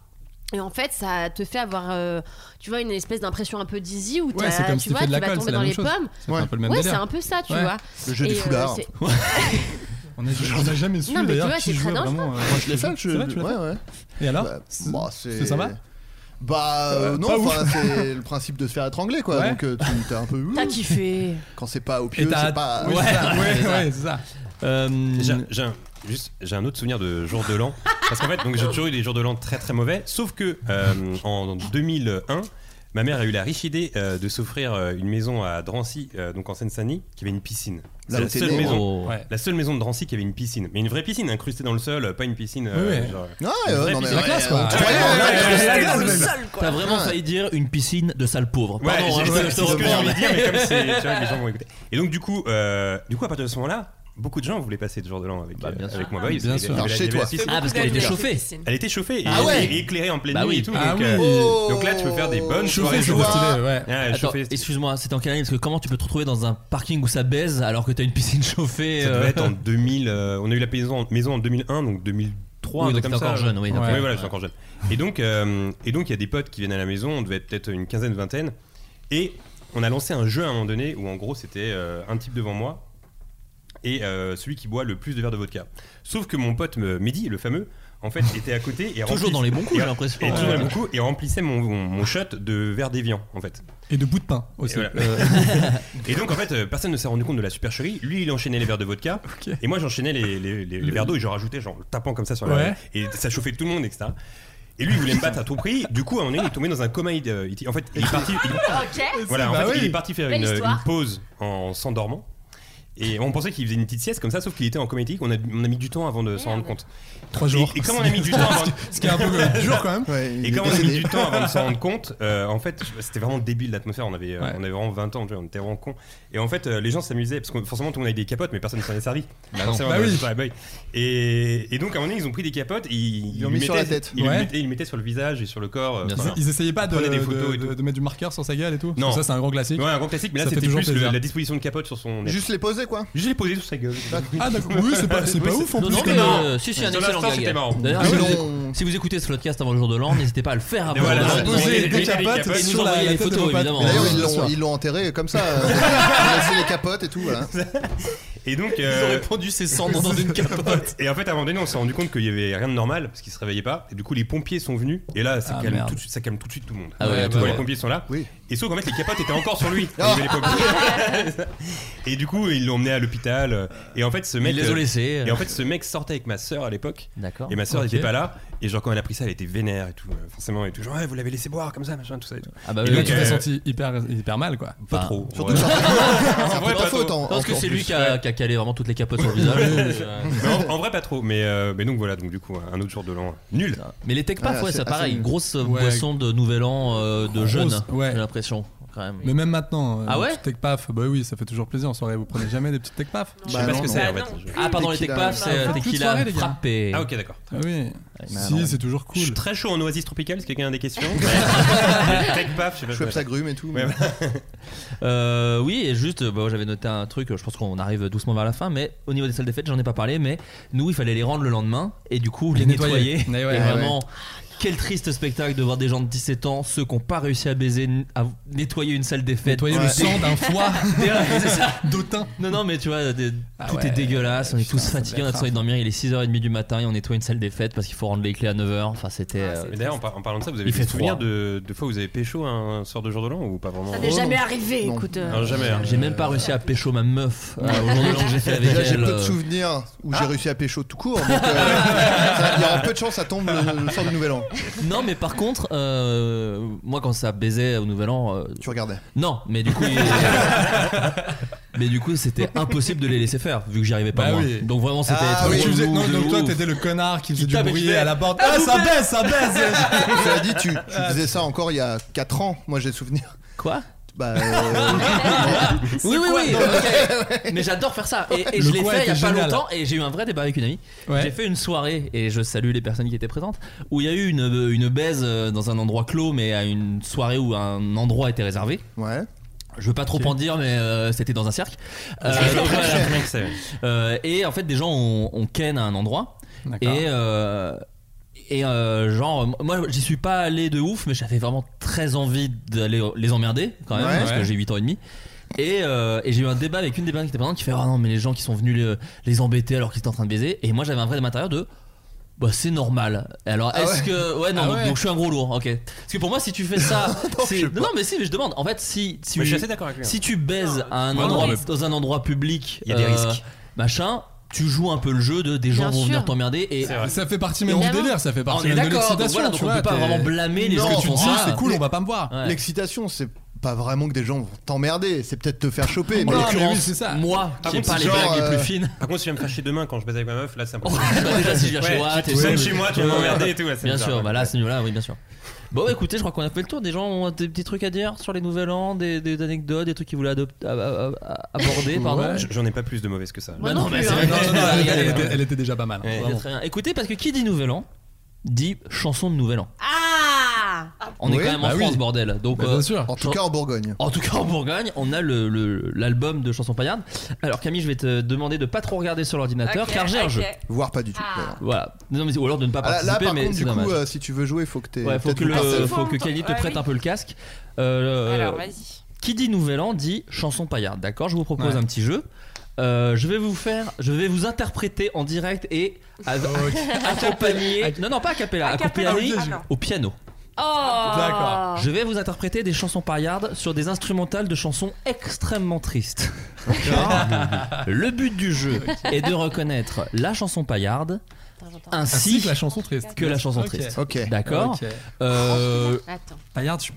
[SPEAKER 11] Et en fait, ça te fait avoir, euh, tu vois, une espèce d'impression un peu dizzy où
[SPEAKER 8] Ouais,
[SPEAKER 11] t'as-
[SPEAKER 8] c'est comme si
[SPEAKER 11] tu
[SPEAKER 8] tu
[SPEAKER 11] vois,
[SPEAKER 8] fais
[SPEAKER 11] tu
[SPEAKER 8] de la
[SPEAKER 11] vas
[SPEAKER 8] colle,
[SPEAKER 11] tomber
[SPEAKER 8] c'est
[SPEAKER 11] dans
[SPEAKER 8] la même
[SPEAKER 11] les
[SPEAKER 8] chose.
[SPEAKER 11] pommes.
[SPEAKER 8] C'est un peu le même
[SPEAKER 11] Ouais, c'est
[SPEAKER 8] délire.
[SPEAKER 11] un peu ça, tu
[SPEAKER 8] Ouais.
[SPEAKER 11] vois.
[SPEAKER 9] Le jeu
[SPEAKER 11] Et,
[SPEAKER 9] du
[SPEAKER 11] euh,
[SPEAKER 9] foulard.
[SPEAKER 11] c'est-
[SPEAKER 8] On est- on a jamais su
[SPEAKER 11] Non, mais tu
[SPEAKER 8] d'ailleurs
[SPEAKER 11] vois,
[SPEAKER 8] qui
[SPEAKER 11] c'est très
[SPEAKER 8] jouait
[SPEAKER 11] dangereux.
[SPEAKER 8] vraiment. euh,
[SPEAKER 9] Moi je l'ai fait,
[SPEAKER 8] C'est vrai, tu
[SPEAKER 9] je.
[SPEAKER 8] l'as
[SPEAKER 9] Ouais, ouais.
[SPEAKER 8] fait Et alors
[SPEAKER 9] Bah,
[SPEAKER 8] C'est-
[SPEAKER 9] bah,
[SPEAKER 8] c'est sympa
[SPEAKER 9] Bah euh,
[SPEAKER 8] Euh,
[SPEAKER 9] non,
[SPEAKER 8] pas
[SPEAKER 9] enfin,
[SPEAKER 8] ouf.
[SPEAKER 9] c'est le principe de se faire étrangler quoi.
[SPEAKER 8] Ouais.
[SPEAKER 9] Donc euh, tu t'es un peu.
[SPEAKER 11] T'as kiffé.
[SPEAKER 9] Quand c'est pas au
[SPEAKER 8] Et
[SPEAKER 9] pieu,
[SPEAKER 8] t'as.
[SPEAKER 9] c'est pas.
[SPEAKER 8] Ouais,
[SPEAKER 3] c'est ça.
[SPEAKER 8] ouais,
[SPEAKER 3] C'est ça.
[SPEAKER 8] ouais, c'est ça.
[SPEAKER 3] Euh,
[SPEAKER 5] J'ai un- j'ai un, juste, j'ai un autre souvenir de jour de l'an. Parce qu'en fait, donc j'ai toujours eu des jours de l'an très très mauvais. Sauf que euh, en 2001, ma mère a eu la riche idée euh, de s'offrir euh, une maison à Drancy, euh, donc en Seine-Saint-Denis, qui avait une piscine. C'est
[SPEAKER 9] Là où
[SPEAKER 5] la
[SPEAKER 9] t'es
[SPEAKER 5] seule
[SPEAKER 9] né,
[SPEAKER 5] maison.
[SPEAKER 3] Oh.
[SPEAKER 8] Ouais.
[SPEAKER 5] La seule maison de Drancy qui avait une piscine, mais une vraie piscine incrustée dans le sol, euh, pas une piscine.
[SPEAKER 8] Oui, oui.
[SPEAKER 5] genre-
[SPEAKER 9] Ouais, ouais,
[SPEAKER 5] Vraie
[SPEAKER 9] non, mais
[SPEAKER 5] piscine.
[SPEAKER 8] La classe, quoi.
[SPEAKER 9] on te croyait,
[SPEAKER 8] Ouais,
[SPEAKER 9] on a-
[SPEAKER 8] ouais,
[SPEAKER 9] on a-
[SPEAKER 8] ouais,
[SPEAKER 9] on a-
[SPEAKER 8] ouais,
[SPEAKER 9] on a-
[SPEAKER 8] ouais,
[SPEAKER 9] on a-
[SPEAKER 3] T'as vraiment failli dire une piscine de sale pauvre.
[SPEAKER 5] Ouais,
[SPEAKER 3] Pardon, hein,
[SPEAKER 5] j'ai-
[SPEAKER 3] je,
[SPEAKER 5] ouais,
[SPEAKER 3] te
[SPEAKER 5] c'est ce que j'ai
[SPEAKER 3] reprends.
[SPEAKER 5] envie de dire, mais comme c'est- tu vois, les gens vont écouter. Et donc du coup, euh, du coup, à partir de ce moment-là, beaucoup de gens voulaient passer de jour de l'an avec,
[SPEAKER 3] Bah, bien
[SPEAKER 5] euh,
[SPEAKER 3] sûr.
[SPEAKER 5] avec moi.
[SPEAKER 3] Ah,
[SPEAKER 5] Bah oui,
[SPEAKER 3] bien
[SPEAKER 5] parce qu'il y
[SPEAKER 3] sûr.
[SPEAKER 5] avait la-
[SPEAKER 9] Alors,
[SPEAKER 5] il y
[SPEAKER 9] chez
[SPEAKER 5] avait la
[SPEAKER 9] toi.
[SPEAKER 5] piscine.
[SPEAKER 3] Ah, parce qu'elle était
[SPEAKER 4] D'ailleurs,
[SPEAKER 3] chauffée.
[SPEAKER 4] piscine.
[SPEAKER 5] Elle était chauffée et,
[SPEAKER 3] Ah ouais.
[SPEAKER 5] et éclairée en pleine
[SPEAKER 3] Bah
[SPEAKER 5] nuit
[SPEAKER 3] oui.
[SPEAKER 5] et tout.
[SPEAKER 8] Ah
[SPEAKER 5] donc, euh,
[SPEAKER 8] oui.
[SPEAKER 9] Oh.
[SPEAKER 5] donc là, tu peux faire des bonnes
[SPEAKER 9] Chauffée,
[SPEAKER 5] soirées.
[SPEAKER 8] c'est
[SPEAKER 9] vois.
[SPEAKER 8] stylé, ouais.
[SPEAKER 5] Ouais,
[SPEAKER 3] Attends,
[SPEAKER 5] chauffée, c'est-
[SPEAKER 3] excuse-moi, c'était en quelle année Parce que comment tu peux te retrouver dans un parking où ça baise alors que t'as une piscine chauffée
[SPEAKER 5] Ça
[SPEAKER 3] euh,
[SPEAKER 5] devait être en 2000. euh, on a eu la maison en, maison en 2001, donc 2012, 3,
[SPEAKER 3] Oui,
[SPEAKER 5] un
[SPEAKER 3] donc
[SPEAKER 5] truc comme
[SPEAKER 3] t'es
[SPEAKER 5] ça.
[SPEAKER 3] encore jeune,
[SPEAKER 5] Ouais,
[SPEAKER 3] oui, d'accord.
[SPEAKER 5] voilà,
[SPEAKER 3] Ouais.
[SPEAKER 5] je suis encore jeune. Et donc, euh, et donc, il y a des potes qui viennent à la maison, on devait être peut-être une quinzaine, vingtaine. Et on a lancé un jeu à un moment donné où, en gros, c'était euh, un type devant moi et euh, celui qui boit le plus de verres de vodka. Sauf que mon pote me- Mehdi, le fameux, en fait, était à côté et
[SPEAKER 3] Toujours
[SPEAKER 5] remplis-
[SPEAKER 3] dans les bons coups,
[SPEAKER 5] et-
[SPEAKER 3] j'ai l'impression. hein.
[SPEAKER 5] Et toujours dans les
[SPEAKER 3] Ouais.
[SPEAKER 5] bons coups et remplissait mon, mon, mon shot de verre d'évian, en fait.
[SPEAKER 8] Et de bout de pain aussi.
[SPEAKER 5] Et, voilà. Et donc en fait, euh, personne ne s'est rendu compte de la supercherie. Lui, il enchaînait les verres de vodka, et moi j'enchaînais les, les- les- les verres d'eau et je rajoutais genre le tapant comme ça sur la
[SPEAKER 8] Ouais.
[SPEAKER 5] et ça chauffait tout le monde, etc. Et lui, il voulait me battre à tout prix. Du coup, à un moment donné, il est tombé dans un coma. id- euh, id- En fait, il est parti. il-
[SPEAKER 11] Ok.
[SPEAKER 5] Voilà, en
[SPEAKER 11] Bah
[SPEAKER 5] fait,
[SPEAKER 11] oui.
[SPEAKER 5] il est parti faire
[SPEAKER 11] Belle
[SPEAKER 5] une,
[SPEAKER 11] histoire.
[SPEAKER 5] une pause en s'endormant. Et on pensait qu'il faisait une petite sieste comme ça, sauf qu'il était en comédie. On a, on a mis du temps avant de s'en rendre compte.
[SPEAKER 8] Trois
[SPEAKER 5] Et-
[SPEAKER 8] jours.
[SPEAKER 5] Et, comme on a mis du temps avant.
[SPEAKER 8] Ce qui est un peu, euh, dur quand même. Ouais, il
[SPEAKER 5] et
[SPEAKER 8] est
[SPEAKER 5] comme on a mis
[SPEAKER 8] décédé.
[SPEAKER 5] du temps avant de s'en rendre compte, euh, en fait, je- c'était vraiment débile l'atmosphère. On, avait euh, on avait vraiment 20 ans, tu vois, on était vraiment cons. Et en fait, euh, les gens s'amusaient, parce que forcément, tout le monde avait des capotes, mais personne ne s'en est servi.
[SPEAKER 8] Bah non.
[SPEAKER 5] Forcément,
[SPEAKER 8] Bah
[SPEAKER 5] dans la
[SPEAKER 8] oui.
[SPEAKER 5] soirée, bah oui. Et, et donc, à un moment donné, ils ont pris des capotes, et ils
[SPEAKER 9] l'ont
[SPEAKER 5] lui
[SPEAKER 9] mis sur
[SPEAKER 5] mettaient-
[SPEAKER 9] la tête.
[SPEAKER 5] Ils, lui
[SPEAKER 8] Ouais.
[SPEAKER 5] mettaient, ils lui mettaient sur le visage et sur le corps. euh,
[SPEAKER 8] Ils-
[SPEAKER 5] voilà.
[SPEAKER 8] Ils essayaient pas de,
[SPEAKER 5] prenaient des photos
[SPEAKER 8] de-
[SPEAKER 5] et tout.
[SPEAKER 8] de- de mettre du marqueur sur sa gueule et tout. Parce
[SPEAKER 5] Non.
[SPEAKER 8] que Ça, c'est un grand classique.
[SPEAKER 5] Ouais, un grand classique, mais là
[SPEAKER 8] Ça fait
[SPEAKER 5] c'était
[SPEAKER 8] toujours
[SPEAKER 5] plus le-
[SPEAKER 8] plaisir.
[SPEAKER 5] la disposition de capote sur son.
[SPEAKER 9] Juste les poser quoi
[SPEAKER 5] Juste les poser sur sa gueule.
[SPEAKER 8] Ah, d'accord. Oui, c'est pas- c'est pas ouf, en
[SPEAKER 3] Non,
[SPEAKER 8] plus,
[SPEAKER 3] non,
[SPEAKER 8] quand
[SPEAKER 3] mais,
[SPEAKER 8] même.
[SPEAKER 3] euh, si, si, un
[SPEAKER 5] Sur
[SPEAKER 3] excellent
[SPEAKER 5] l'instant,
[SPEAKER 3] gag.
[SPEAKER 5] c'était marrant.
[SPEAKER 3] D'ailleurs,
[SPEAKER 5] Ah
[SPEAKER 3] si,
[SPEAKER 5] oui,
[SPEAKER 3] vous, si vous écoutez ce podcast avant le jour de l'an, n'hésitez pas à le faire avant
[SPEAKER 5] voilà,
[SPEAKER 3] le jour de l'an.
[SPEAKER 5] posez
[SPEAKER 3] Et-
[SPEAKER 5] des
[SPEAKER 3] et- et-
[SPEAKER 5] capotes
[SPEAKER 3] et nous
[SPEAKER 5] sur la-
[SPEAKER 3] envoyer
[SPEAKER 5] la
[SPEAKER 3] les
[SPEAKER 5] tête de vos
[SPEAKER 3] photos,
[SPEAKER 5] potes.
[SPEAKER 3] évidemment.
[SPEAKER 9] D'ailleurs,
[SPEAKER 3] hein.
[SPEAKER 9] ils
[SPEAKER 3] Bien sûr.
[SPEAKER 9] l'ont- ils l'ont enterré comme ça. euh, Ils ont laissé les capotes et tout. hein. Voilà.
[SPEAKER 5] Et donc.
[SPEAKER 9] Ils ont
[SPEAKER 5] répondu ses
[SPEAKER 9] cendres dans une
[SPEAKER 5] capote. Et en fait, à un moment donné, on s'est rendu compte qu'il y avait rien de normal parce qu'ils se réveillaient pas. Et du coup, les pompiers sont venus. Et là, ça,
[SPEAKER 8] Ah,
[SPEAKER 5] calme,
[SPEAKER 8] merde.
[SPEAKER 5] tout de suite, ça calme tout de suite tout le monde.
[SPEAKER 3] Ah ouais,
[SPEAKER 5] Tu
[SPEAKER 3] bah
[SPEAKER 5] vois,
[SPEAKER 3] ouais.
[SPEAKER 5] Les pompiers sont là.
[SPEAKER 9] Oui. Ah.
[SPEAKER 5] Et sauf qu'en fait, les capotes étaient encore sur lui. Il y avait les pompiers. et du coup, ils l'ont emmené à l'hôpital. Et en fait, ce mec. euh,
[SPEAKER 3] Ils les ont laissés.
[SPEAKER 5] Et en fait, ce mec sortait avec ma sœur à l'époque.
[SPEAKER 3] D'accord.
[SPEAKER 5] Et ma sœur
[SPEAKER 3] Ok.
[SPEAKER 5] n'était pas là. Et genre, quand elle a pris ça, elle était vénère et tout. euh, Forcément, et tout. Genre, ouais, vous l'avez laissé boire comme ça, machin, tout ça. Et tout.
[SPEAKER 3] Ah bah
[SPEAKER 5] Et
[SPEAKER 3] oui,
[SPEAKER 5] donc,
[SPEAKER 8] Tu t'es
[SPEAKER 5] euh,
[SPEAKER 8] senti hyper, hyper mal quoi.
[SPEAKER 5] Pas trop.
[SPEAKER 9] Surtout
[SPEAKER 5] Ouais.
[SPEAKER 9] que ça-
[SPEAKER 5] En
[SPEAKER 9] c'est
[SPEAKER 5] vrai,
[SPEAKER 9] un peu de
[SPEAKER 5] pas
[SPEAKER 9] leur faute,
[SPEAKER 5] trop.
[SPEAKER 9] en-
[SPEAKER 3] Je pense que
[SPEAKER 9] encore
[SPEAKER 3] c'est lui
[SPEAKER 9] plus.
[SPEAKER 3] qui a, qui a calé vraiment toutes les capotes sur le visage. euh,
[SPEAKER 5] Mais en, en vrai, pas trop. Mais, euh, mais donc voilà, donc du coup, un autre jour de l'an. Nul.
[SPEAKER 3] Mais les tech paf,
[SPEAKER 9] Ah,
[SPEAKER 3] ouais,
[SPEAKER 9] c'est
[SPEAKER 3] c'est pareil.
[SPEAKER 9] assez-
[SPEAKER 3] Grosse euh,
[SPEAKER 8] Ouais.
[SPEAKER 3] boisson de nouvel an euh, de jeunes,
[SPEAKER 8] ouais.
[SPEAKER 3] j'ai l'impression, quand même.
[SPEAKER 8] Mais même maintenant, euh,
[SPEAKER 3] Ah ouais
[SPEAKER 8] petite tech paf, bah oui, ça fait toujours plaisir en soirée. Vous prenez jamais des petites tech paf Bah
[SPEAKER 5] Je sais pas ce que c'est en fait.
[SPEAKER 3] Ah, pardon, les tech
[SPEAKER 9] Tequila.
[SPEAKER 3] paf, c'est
[SPEAKER 8] Plus de soirée,
[SPEAKER 3] tequila
[SPEAKER 8] les gars.
[SPEAKER 3] frappé.
[SPEAKER 5] Ah, ok, d'accord.
[SPEAKER 8] Ah oui.
[SPEAKER 3] non.
[SPEAKER 8] Si, c'est toujours
[SPEAKER 5] Je
[SPEAKER 8] cool.
[SPEAKER 5] suis très chaud en oasis tropicale, si quelqu'un a des questions. Tech paf, je sais
[SPEAKER 9] Schweppes
[SPEAKER 5] pas.
[SPEAKER 9] agrumes et tout.
[SPEAKER 5] Ouais,
[SPEAKER 9] mais-
[SPEAKER 5] voilà.
[SPEAKER 3] Euh, oui, et juste, euh, bah, j'avais noté un truc, je pense qu'on arrive doucement vers la fin, mais au niveau des salles des fêtes, j'en ai pas parlé, mais nous, il fallait les rendre le lendemain, et du coup, les,
[SPEAKER 8] Les nettoyer.
[SPEAKER 3] nettoyer.
[SPEAKER 8] Mais ouais,
[SPEAKER 3] et
[SPEAKER 8] ouais,
[SPEAKER 3] vraiment, quel triste spectacle de voir des gens de 17 ans, ceux qui n'ont pas réussi à baiser, n- à nettoyer une salle des fêtes.
[SPEAKER 8] Nettoyer le
[SPEAKER 3] Des-
[SPEAKER 8] sang d'un foie
[SPEAKER 3] des- c'est ça.
[SPEAKER 8] d'autun.
[SPEAKER 3] Non, non, mais tu vois, des-
[SPEAKER 8] Ah
[SPEAKER 3] tout
[SPEAKER 8] ouais,
[SPEAKER 3] est dégueulasse, on est
[SPEAKER 8] putain,
[SPEAKER 3] tous
[SPEAKER 8] ça devait
[SPEAKER 3] fatigués, on a
[SPEAKER 8] être
[SPEAKER 3] besoin de dormir, il est 6h30 du matin et on nettoie une salle des fêtes parce qu'il faut rendre les clés à 9h.
[SPEAKER 8] Ah,
[SPEAKER 3] Enfin, c'était. euh,
[SPEAKER 5] Mais d'ailleurs, en, par- en parlant de ça, vous avez
[SPEAKER 3] Il
[SPEAKER 5] des
[SPEAKER 3] fait
[SPEAKER 5] souvenirs
[SPEAKER 3] froid.
[SPEAKER 5] de, de fois où vous avez pécho un soir de jour de l'an ou pas vraiment
[SPEAKER 11] Ça n'est jamais arrivé,
[SPEAKER 9] Non.
[SPEAKER 11] écoute.
[SPEAKER 5] Non, jamais. hein.
[SPEAKER 3] J'ai même pas réussi à pécho ma meuf euh, au jour de l'an que j'ai fait avec
[SPEAKER 9] Déjà, j'ai
[SPEAKER 3] elle.
[SPEAKER 9] peu de
[SPEAKER 3] euh,
[SPEAKER 9] souvenirs où j'ai réussi à pécho tout court. donc, euh, ça- Il y aura peu de chance, ça tombe le, le soir du nouvel an.
[SPEAKER 3] Non, mais par contre, euh, moi quand ça baisait au Nouvel An, euh,
[SPEAKER 9] Tu regardais.
[SPEAKER 3] non, mais du coup, il- mais du coup, c'était impossible de les laisser faire vu que j'y arrivais pas
[SPEAKER 8] Bah
[SPEAKER 3] moi.
[SPEAKER 8] oui.
[SPEAKER 3] Donc vraiment, c'était
[SPEAKER 9] Ah
[SPEAKER 3] trop
[SPEAKER 9] oui,
[SPEAKER 8] Tu
[SPEAKER 3] relou
[SPEAKER 8] faisais-
[SPEAKER 3] de
[SPEAKER 8] non, donc toi,
[SPEAKER 3] ouf.
[SPEAKER 8] t'étais le connard qui faisait du
[SPEAKER 3] Putain, mais
[SPEAKER 8] bruit
[SPEAKER 3] je vais-
[SPEAKER 8] à la porte. Ah, ça baisse, ça baisse Euh,
[SPEAKER 9] Cela dit, tu, tu faisais ça encore il y a 4 ans. Moi, j'ai le souvenir.
[SPEAKER 3] quoi
[SPEAKER 9] Bah, euh,
[SPEAKER 3] Oui, oui, oui. ok. mais j'adore faire ça. Et, et
[SPEAKER 8] Le
[SPEAKER 3] je l'ai
[SPEAKER 8] quoi
[SPEAKER 3] fait il y a
[SPEAKER 8] était
[SPEAKER 3] pas
[SPEAKER 8] génial.
[SPEAKER 3] longtemps. Et j'ai eu un vrai débat avec une amie.
[SPEAKER 8] Ouais.
[SPEAKER 3] J'ai fait une soirée et je salue les personnes qui étaient présentes où il y a eu une une baise euh, dans un endroit clos, mais à une soirée où un endroit était réservé.
[SPEAKER 9] ouais.
[SPEAKER 3] Je veux pas trop en dire, mais euh, c'était dans un cirque. Euh,
[SPEAKER 5] Je sais
[SPEAKER 3] donc
[SPEAKER 5] pas, je
[SPEAKER 3] voilà.
[SPEAKER 5] sais rien que c'est.
[SPEAKER 3] Euh, et en fait, des gens ont, ont ken à un endroit.
[SPEAKER 8] D'accord.
[SPEAKER 3] Et, euh, et euh, genre, moi, j'y suis pas allé de ouf, mais j'avais vraiment très envie d'aller les emmerder quand même,
[SPEAKER 9] Ouais.
[SPEAKER 3] parce que
[SPEAKER 8] Ouais.
[SPEAKER 3] j'ai 8 ans et demi. Et, euh, et j'ai eu un débat avec une des personnes qui était présente qui fait Ah non, mais les gens qui sont venus les, les embêter alors qu'ils étaient en train de baiser. Et moi, j'avais un vrai débat intérieur de. Bah, c'est normal. Alors,
[SPEAKER 9] Ah
[SPEAKER 3] est-ce
[SPEAKER 9] ouais.
[SPEAKER 3] que. Ouais, non,
[SPEAKER 8] Ah
[SPEAKER 3] donc,
[SPEAKER 8] ouais.
[SPEAKER 3] donc je suis un gros lourd, ok. Parce que pour moi, si tu fais ça. c'est- non, mais si, mais je demande. En fait, si. si
[SPEAKER 8] Bah,
[SPEAKER 5] Mais je suis
[SPEAKER 3] tu-
[SPEAKER 5] assez d'accord avec lui. hein.
[SPEAKER 3] si tu baises à un
[SPEAKER 5] non,
[SPEAKER 3] endroit,
[SPEAKER 5] mais-
[SPEAKER 3] dans un endroit public, euh,
[SPEAKER 5] Il y a des risques.
[SPEAKER 3] Machin, tu joues un peu le jeu de des gens
[SPEAKER 11] Bien
[SPEAKER 3] vont
[SPEAKER 11] sûr.
[SPEAKER 3] venir t'emmerder et
[SPEAKER 5] C'est vrai.
[SPEAKER 8] Ça fait partie même du
[SPEAKER 11] Évidemment.
[SPEAKER 8] délire, ça fait
[SPEAKER 3] on
[SPEAKER 8] partie
[SPEAKER 3] est
[SPEAKER 8] même de
[SPEAKER 3] d'accord. Donc
[SPEAKER 8] l'excitation.
[SPEAKER 3] voilà, donc
[SPEAKER 8] tu
[SPEAKER 3] on
[SPEAKER 8] vois,
[SPEAKER 3] peut pas
[SPEAKER 8] t'es-
[SPEAKER 3] vraiment blâmer les
[SPEAKER 9] Non,
[SPEAKER 8] Ce
[SPEAKER 3] gens qui
[SPEAKER 8] que tu
[SPEAKER 3] font
[SPEAKER 8] dis,
[SPEAKER 3] ça.
[SPEAKER 8] c'est cool, on va pas me voir.
[SPEAKER 3] Ouais.
[SPEAKER 9] L'excitation, c'est pas vraiment que des gens vont t'emmerder, c'est peut-être te faire choper.
[SPEAKER 8] Non,
[SPEAKER 9] mais-
[SPEAKER 8] mais
[SPEAKER 3] l'occurrence,
[SPEAKER 8] oui, c'est ça.
[SPEAKER 3] Moi,
[SPEAKER 5] Par
[SPEAKER 3] qui ai
[SPEAKER 5] contre,
[SPEAKER 3] pas
[SPEAKER 5] c'est
[SPEAKER 3] les
[SPEAKER 9] genre,
[SPEAKER 3] blagues les
[SPEAKER 9] euh,
[SPEAKER 3] plus fines.
[SPEAKER 5] Par contre, si je vais me faire chier demain quand je baise avec ma meuf, là, c'est un peu.
[SPEAKER 3] Bah, déjà, si je viens chez
[SPEAKER 5] Ouais,
[SPEAKER 3] moi,
[SPEAKER 5] tu
[SPEAKER 3] t'es
[SPEAKER 5] te
[SPEAKER 3] sûr.
[SPEAKER 5] sens chez moi, tu vas m'emmerder et tout. ouais, c'est
[SPEAKER 3] Bien
[SPEAKER 5] bizarre,
[SPEAKER 3] sûr,
[SPEAKER 5] ouais.
[SPEAKER 3] bah là, à ce niveau-là, oui, bien sûr. Bon, bah, écoutez, je crois qu'on a fait le tour. Des gens ont des petits trucs à dire sur les Nouvel An, des, des anecdotes, des trucs qu'ils voulaient adop- à- à- à- aborder, pardon.
[SPEAKER 5] J- J'en ai pas plus de mauvaises que ça.
[SPEAKER 11] Moi
[SPEAKER 3] Bah
[SPEAKER 11] non
[SPEAKER 3] non, mais
[SPEAKER 11] plus,
[SPEAKER 3] c'est
[SPEAKER 11] hein.
[SPEAKER 3] vrai.
[SPEAKER 8] Non, non, non,
[SPEAKER 3] Regardez,
[SPEAKER 8] elle, était-
[SPEAKER 3] regardez.
[SPEAKER 8] elle était déjà pas
[SPEAKER 5] hein.
[SPEAKER 8] mal.
[SPEAKER 3] Ouais,
[SPEAKER 8] vraiment.
[SPEAKER 3] c'est très bien. Écoutez, parce que qui dit Nouvel An dit chanson de Nouvel An.
[SPEAKER 11] Ah
[SPEAKER 3] On est
[SPEAKER 9] Oui,
[SPEAKER 3] quand même en
[SPEAKER 9] bah oui.
[SPEAKER 3] France, bordel. Donc, euh,
[SPEAKER 9] Bah, bien sûr. En tout cas, en Bourgogne.
[SPEAKER 3] En tout cas, en Bourgogne, on a le- le- l'album de chansons paillardes. Alors, Camille, je vais te demander de pas trop regarder sur l'ordinateur,
[SPEAKER 9] Ok,
[SPEAKER 3] car j'ai un
[SPEAKER 9] ok. Ah.
[SPEAKER 3] jeu.
[SPEAKER 9] Voire pas du tout. d'ailleurs.
[SPEAKER 3] Voilà. Non, mais- ou alors de ne pas
[SPEAKER 9] Ah, là, là,
[SPEAKER 3] participer,
[SPEAKER 9] par
[SPEAKER 3] mais
[SPEAKER 9] contre,
[SPEAKER 3] c'est
[SPEAKER 9] du coup,
[SPEAKER 3] dommage.
[SPEAKER 9] euh, si tu veux jouer, faut que t'aies.
[SPEAKER 3] Ouais, faut
[SPEAKER 9] peut-être
[SPEAKER 3] que,
[SPEAKER 9] une
[SPEAKER 3] le,
[SPEAKER 9] parcelle.
[SPEAKER 3] faut que Kelly te
[SPEAKER 9] Ouais,
[SPEAKER 3] prête
[SPEAKER 9] Ah oui.
[SPEAKER 3] un peu le casque. Euh,
[SPEAKER 9] Alors,
[SPEAKER 3] euh,
[SPEAKER 9] vas-y.
[SPEAKER 3] Qui dit Nouvel An dit chanson paillarde. D'accord, je vous propose
[SPEAKER 9] Ouais.
[SPEAKER 3] un petit jeu. Euh, je vais vous faire, je vais vous interpréter en direct et av- accompagner. Non, non, pas a cappella,
[SPEAKER 11] A cappella.
[SPEAKER 3] accompagner
[SPEAKER 11] Ah, ok.
[SPEAKER 3] au piano.
[SPEAKER 11] Oh
[SPEAKER 12] Ah.
[SPEAKER 3] Je vais vous interpréter des chansons paillardes sur des instrumentales de chansons extrêmement tristes. Le but du jeu est de reconnaître la chanson paillarde ainsi,
[SPEAKER 8] Ainsi que la chanson triste.
[SPEAKER 3] Que la chanson
[SPEAKER 8] Ok.
[SPEAKER 3] triste.
[SPEAKER 8] Ok.
[SPEAKER 3] D'accord.
[SPEAKER 8] Ok.
[SPEAKER 3] Euh,
[SPEAKER 11] Attends.
[SPEAKER 8] Paillard, tu.
[SPEAKER 9] Mm.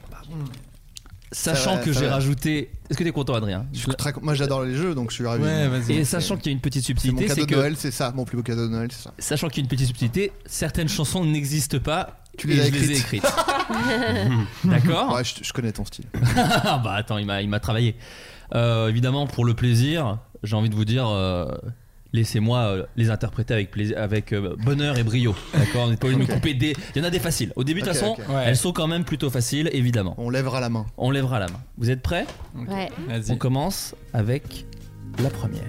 [SPEAKER 3] Sachant
[SPEAKER 9] Ça va,
[SPEAKER 3] que
[SPEAKER 9] ça
[SPEAKER 3] j'ai
[SPEAKER 9] va.
[SPEAKER 3] rajouté. Est-ce que t'es content, Adrien
[SPEAKER 9] Je suis très- Moi, j'adore les jeux, donc je suis ravi.
[SPEAKER 3] Ouais, vas-y. Et sachant qu'il y a une petite subtilité,
[SPEAKER 9] mon cadeau
[SPEAKER 3] c'est que-
[SPEAKER 9] de Noël, c'est ça. Mon plus beau cadeau de Noël, c'est ça.
[SPEAKER 3] Sachant qu'il y a une petite subtilité, certaines chansons n'existent pas.
[SPEAKER 9] Tu
[SPEAKER 3] et
[SPEAKER 9] les as
[SPEAKER 3] je les ai
[SPEAKER 9] écrites.
[SPEAKER 3] écrites. D'accord
[SPEAKER 9] Ouais, je, je connais ton style.
[SPEAKER 3] Ah bah attends, il m'a, il m'a travaillé. Euh, évidemment, pour le plaisir, j'ai envie de vous dire, euh, laissez-moi euh, les interpréter avec, plaisir, avec euh, bonheur et brio. D'accord Vous n'êtes pas obligé de me
[SPEAKER 9] Ok.
[SPEAKER 3] couper des. Il y en a des faciles. Au début, de toute
[SPEAKER 9] Ok,
[SPEAKER 3] façon,
[SPEAKER 9] ok. Ouais.
[SPEAKER 3] elles sont quand même plutôt faciles, évidemment.
[SPEAKER 9] On lèvera la main.
[SPEAKER 3] On lèvera la main. Vous êtes prêts
[SPEAKER 11] Ouais.
[SPEAKER 3] On commence avec la première.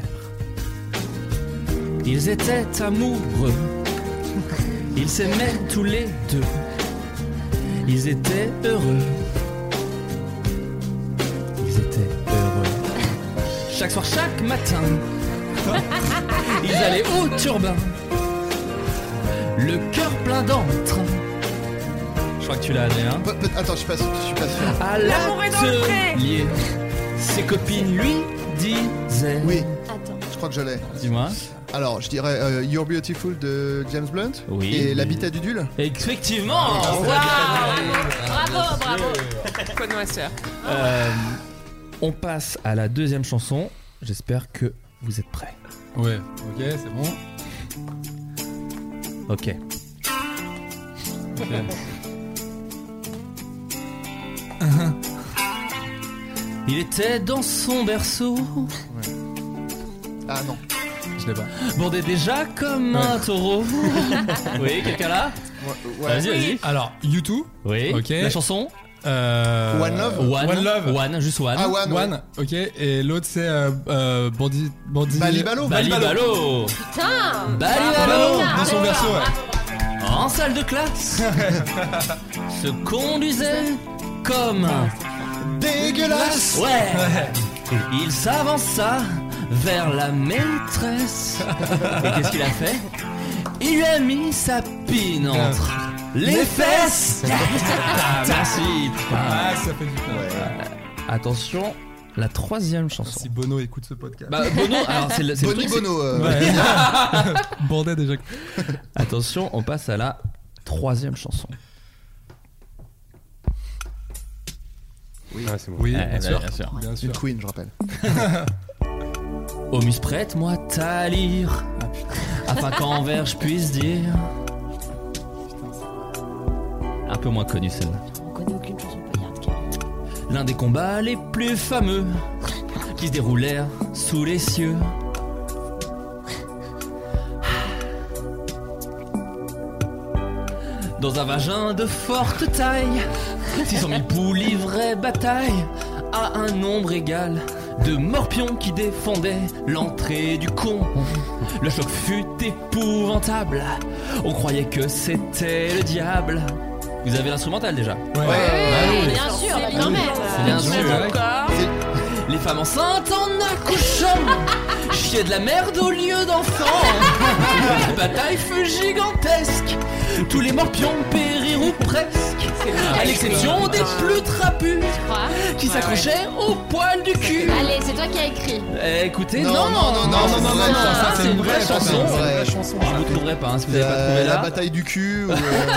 [SPEAKER 3] Ils étaient amoureux. Ils s'aimaient tous les deux. Ils étaient heureux. Ils étaient heureux. Chaque soir, chaque matin, ils allaient au turbin. Le cœur plein d'entrain. Je crois que tu l'as, hein. Adrien.
[SPEAKER 9] Pe- pe- Attends, je suis pas sûr. Je suis pas sûr.
[SPEAKER 3] À l'atelier, ses copines lui disaient.
[SPEAKER 9] Oui.
[SPEAKER 11] Attends.
[SPEAKER 9] Je crois que je l'ai.
[SPEAKER 3] Dis-moi.
[SPEAKER 9] Alors, je dirais euh, You're Beautiful de James Blunt.
[SPEAKER 3] Oui.
[SPEAKER 9] Et L'habitat du Dul.
[SPEAKER 3] Effectivement
[SPEAKER 9] Bravo.
[SPEAKER 11] Bravo, bravo.
[SPEAKER 4] Connoisseur.
[SPEAKER 3] Euh, On passe à la deuxième chanson. J'espère que vous êtes prêts.
[SPEAKER 8] Ouais, ok, c'est bon.
[SPEAKER 3] Ok. Uh-huh. Il était dans son berceau.
[SPEAKER 9] Ah non.
[SPEAKER 8] Je l'ai pas.
[SPEAKER 3] Bordé déjà comme un taureau. oui, quelqu'un là Vas-y, vas-y.
[SPEAKER 8] Alors, YouTube.
[SPEAKER 3] Oui.
[SPEAKER 8] Ok.
[SPEAKER 3] La chanson
[SPEAKER 8] Euh,
[SPEAKER 3] One Love
[SPEAKER 8] One, Love.
[SPEAKER 3] One, juste One.
[SPEAKER 8] Ah, One. Ok. Et l'autre, c'est euh, euh, Bandit. Bandit.
[SPEAKER 3] Balibalo. Balibalo.
[SPEAKER 11] Putain
[SPEAKER 3] Balibalo.
[SPEAKER 8] De son verso, ouais.
[SPEAKER 3] Bah, En salle de classe, se conduisait comme
[SPEAKER 9] Dégueulasse
[SPEAKER 3] Ouais. Il s'avança vers la maîtresse. Et qu'est-ce qu'il a fait Il lui a mis sa pine entre les fesses. Ah, Merci.
[SPEAKER 8] Ah, ça fait du bien.
[SPEAKER 3] Attention, la troisième chanson.
[SPEAKER 8] Si Bono écoute ce podcast.
[SPEAKER 3] Bah, Bono, alors c'est le- c'est le
[SPEAKER 9] Bonnie
[SPEAKER 3] truc, c'est-
[SPEAKER 9] Bono, euh.
[SPEAKER 8] Ouais. Bordel déjà.
[SPEAKER 3] Attention, on passe à la troisième chanson.
[SPEAKER 5] Oui, c'est bon.
[SPEAKER 8] Oui,
[SPEAKER 3] Eh
[SPEAKER 8] bien,
[SPEAKER 3] ben,
[SPEAKER 8] sûr.
[SPEAKER 3] bien sûr.
[SPEAKER 8] Bien sûr.
[SPEAKER 9] Une Queen, je rappelle. Oh,
[SPEAKER 3] Omus, prête-moi ta lyre Ah,
[SPEAKER 12] Ah,
[SPEAKER 3] afin qu'en vers je puisse dire. Un peu moins connue celle-là.
[SPEAKER 11] On connaît aucune chanson paillarde.
[SPEAKER 3] L'un des combats les plus fameux qui se déroulèrent sous les cieux. Dans un vagin de forte taille, 600 000 poules livraient bataille à un nombre égal de morpions qui défendaient l'entrée du con. Le choc fut épouvantable, on croyait que c'était le diable. Vous avez l'instrumental déjà Bah
[SPEAKER 8] Ouais,
[SPEAKER 3] Ah
[SPEAKER 11] Bien sûr, quand même.
[SPEAKER 3] Bien
[SPEAKER 11] sûr.
[SPEAKER 3] Les femmes enceintes en accouchant chiaient de la merde au lieu d'enfants. La bataille fut gigantesque. Tous les morpions périrent ou presque.
[SPEAKER 9] Ah,
[SPEAKER 3] À l'exception des plus trapus qui s'accrochaient au poil du cul.
[SPEAKER 11] Allez, c'est toi qui as écrit.
[SPEAKER 3] Eh, écoutez,
[SPEAKER 9] Non,
[SPEAKER 3] non,
[SPEAKER 9] non, non, non, non, non,
[SPEAKER 3] ça
[SPEAKER 9] non,
[SPEAKER 3] c'est une vraie chanson.
[SPEAKER 9] c'est une vraie
[SPEAKER 3] chanson. Je vous trouverai pas hein, si vous avez pas
[SPEAKER 9] Euh,
[SPEAKER 3] trouvé
[SPEAKER 9] la
[SPEAKER 3] là.
[SPEAKER 9] bataille du cul. ou, euh,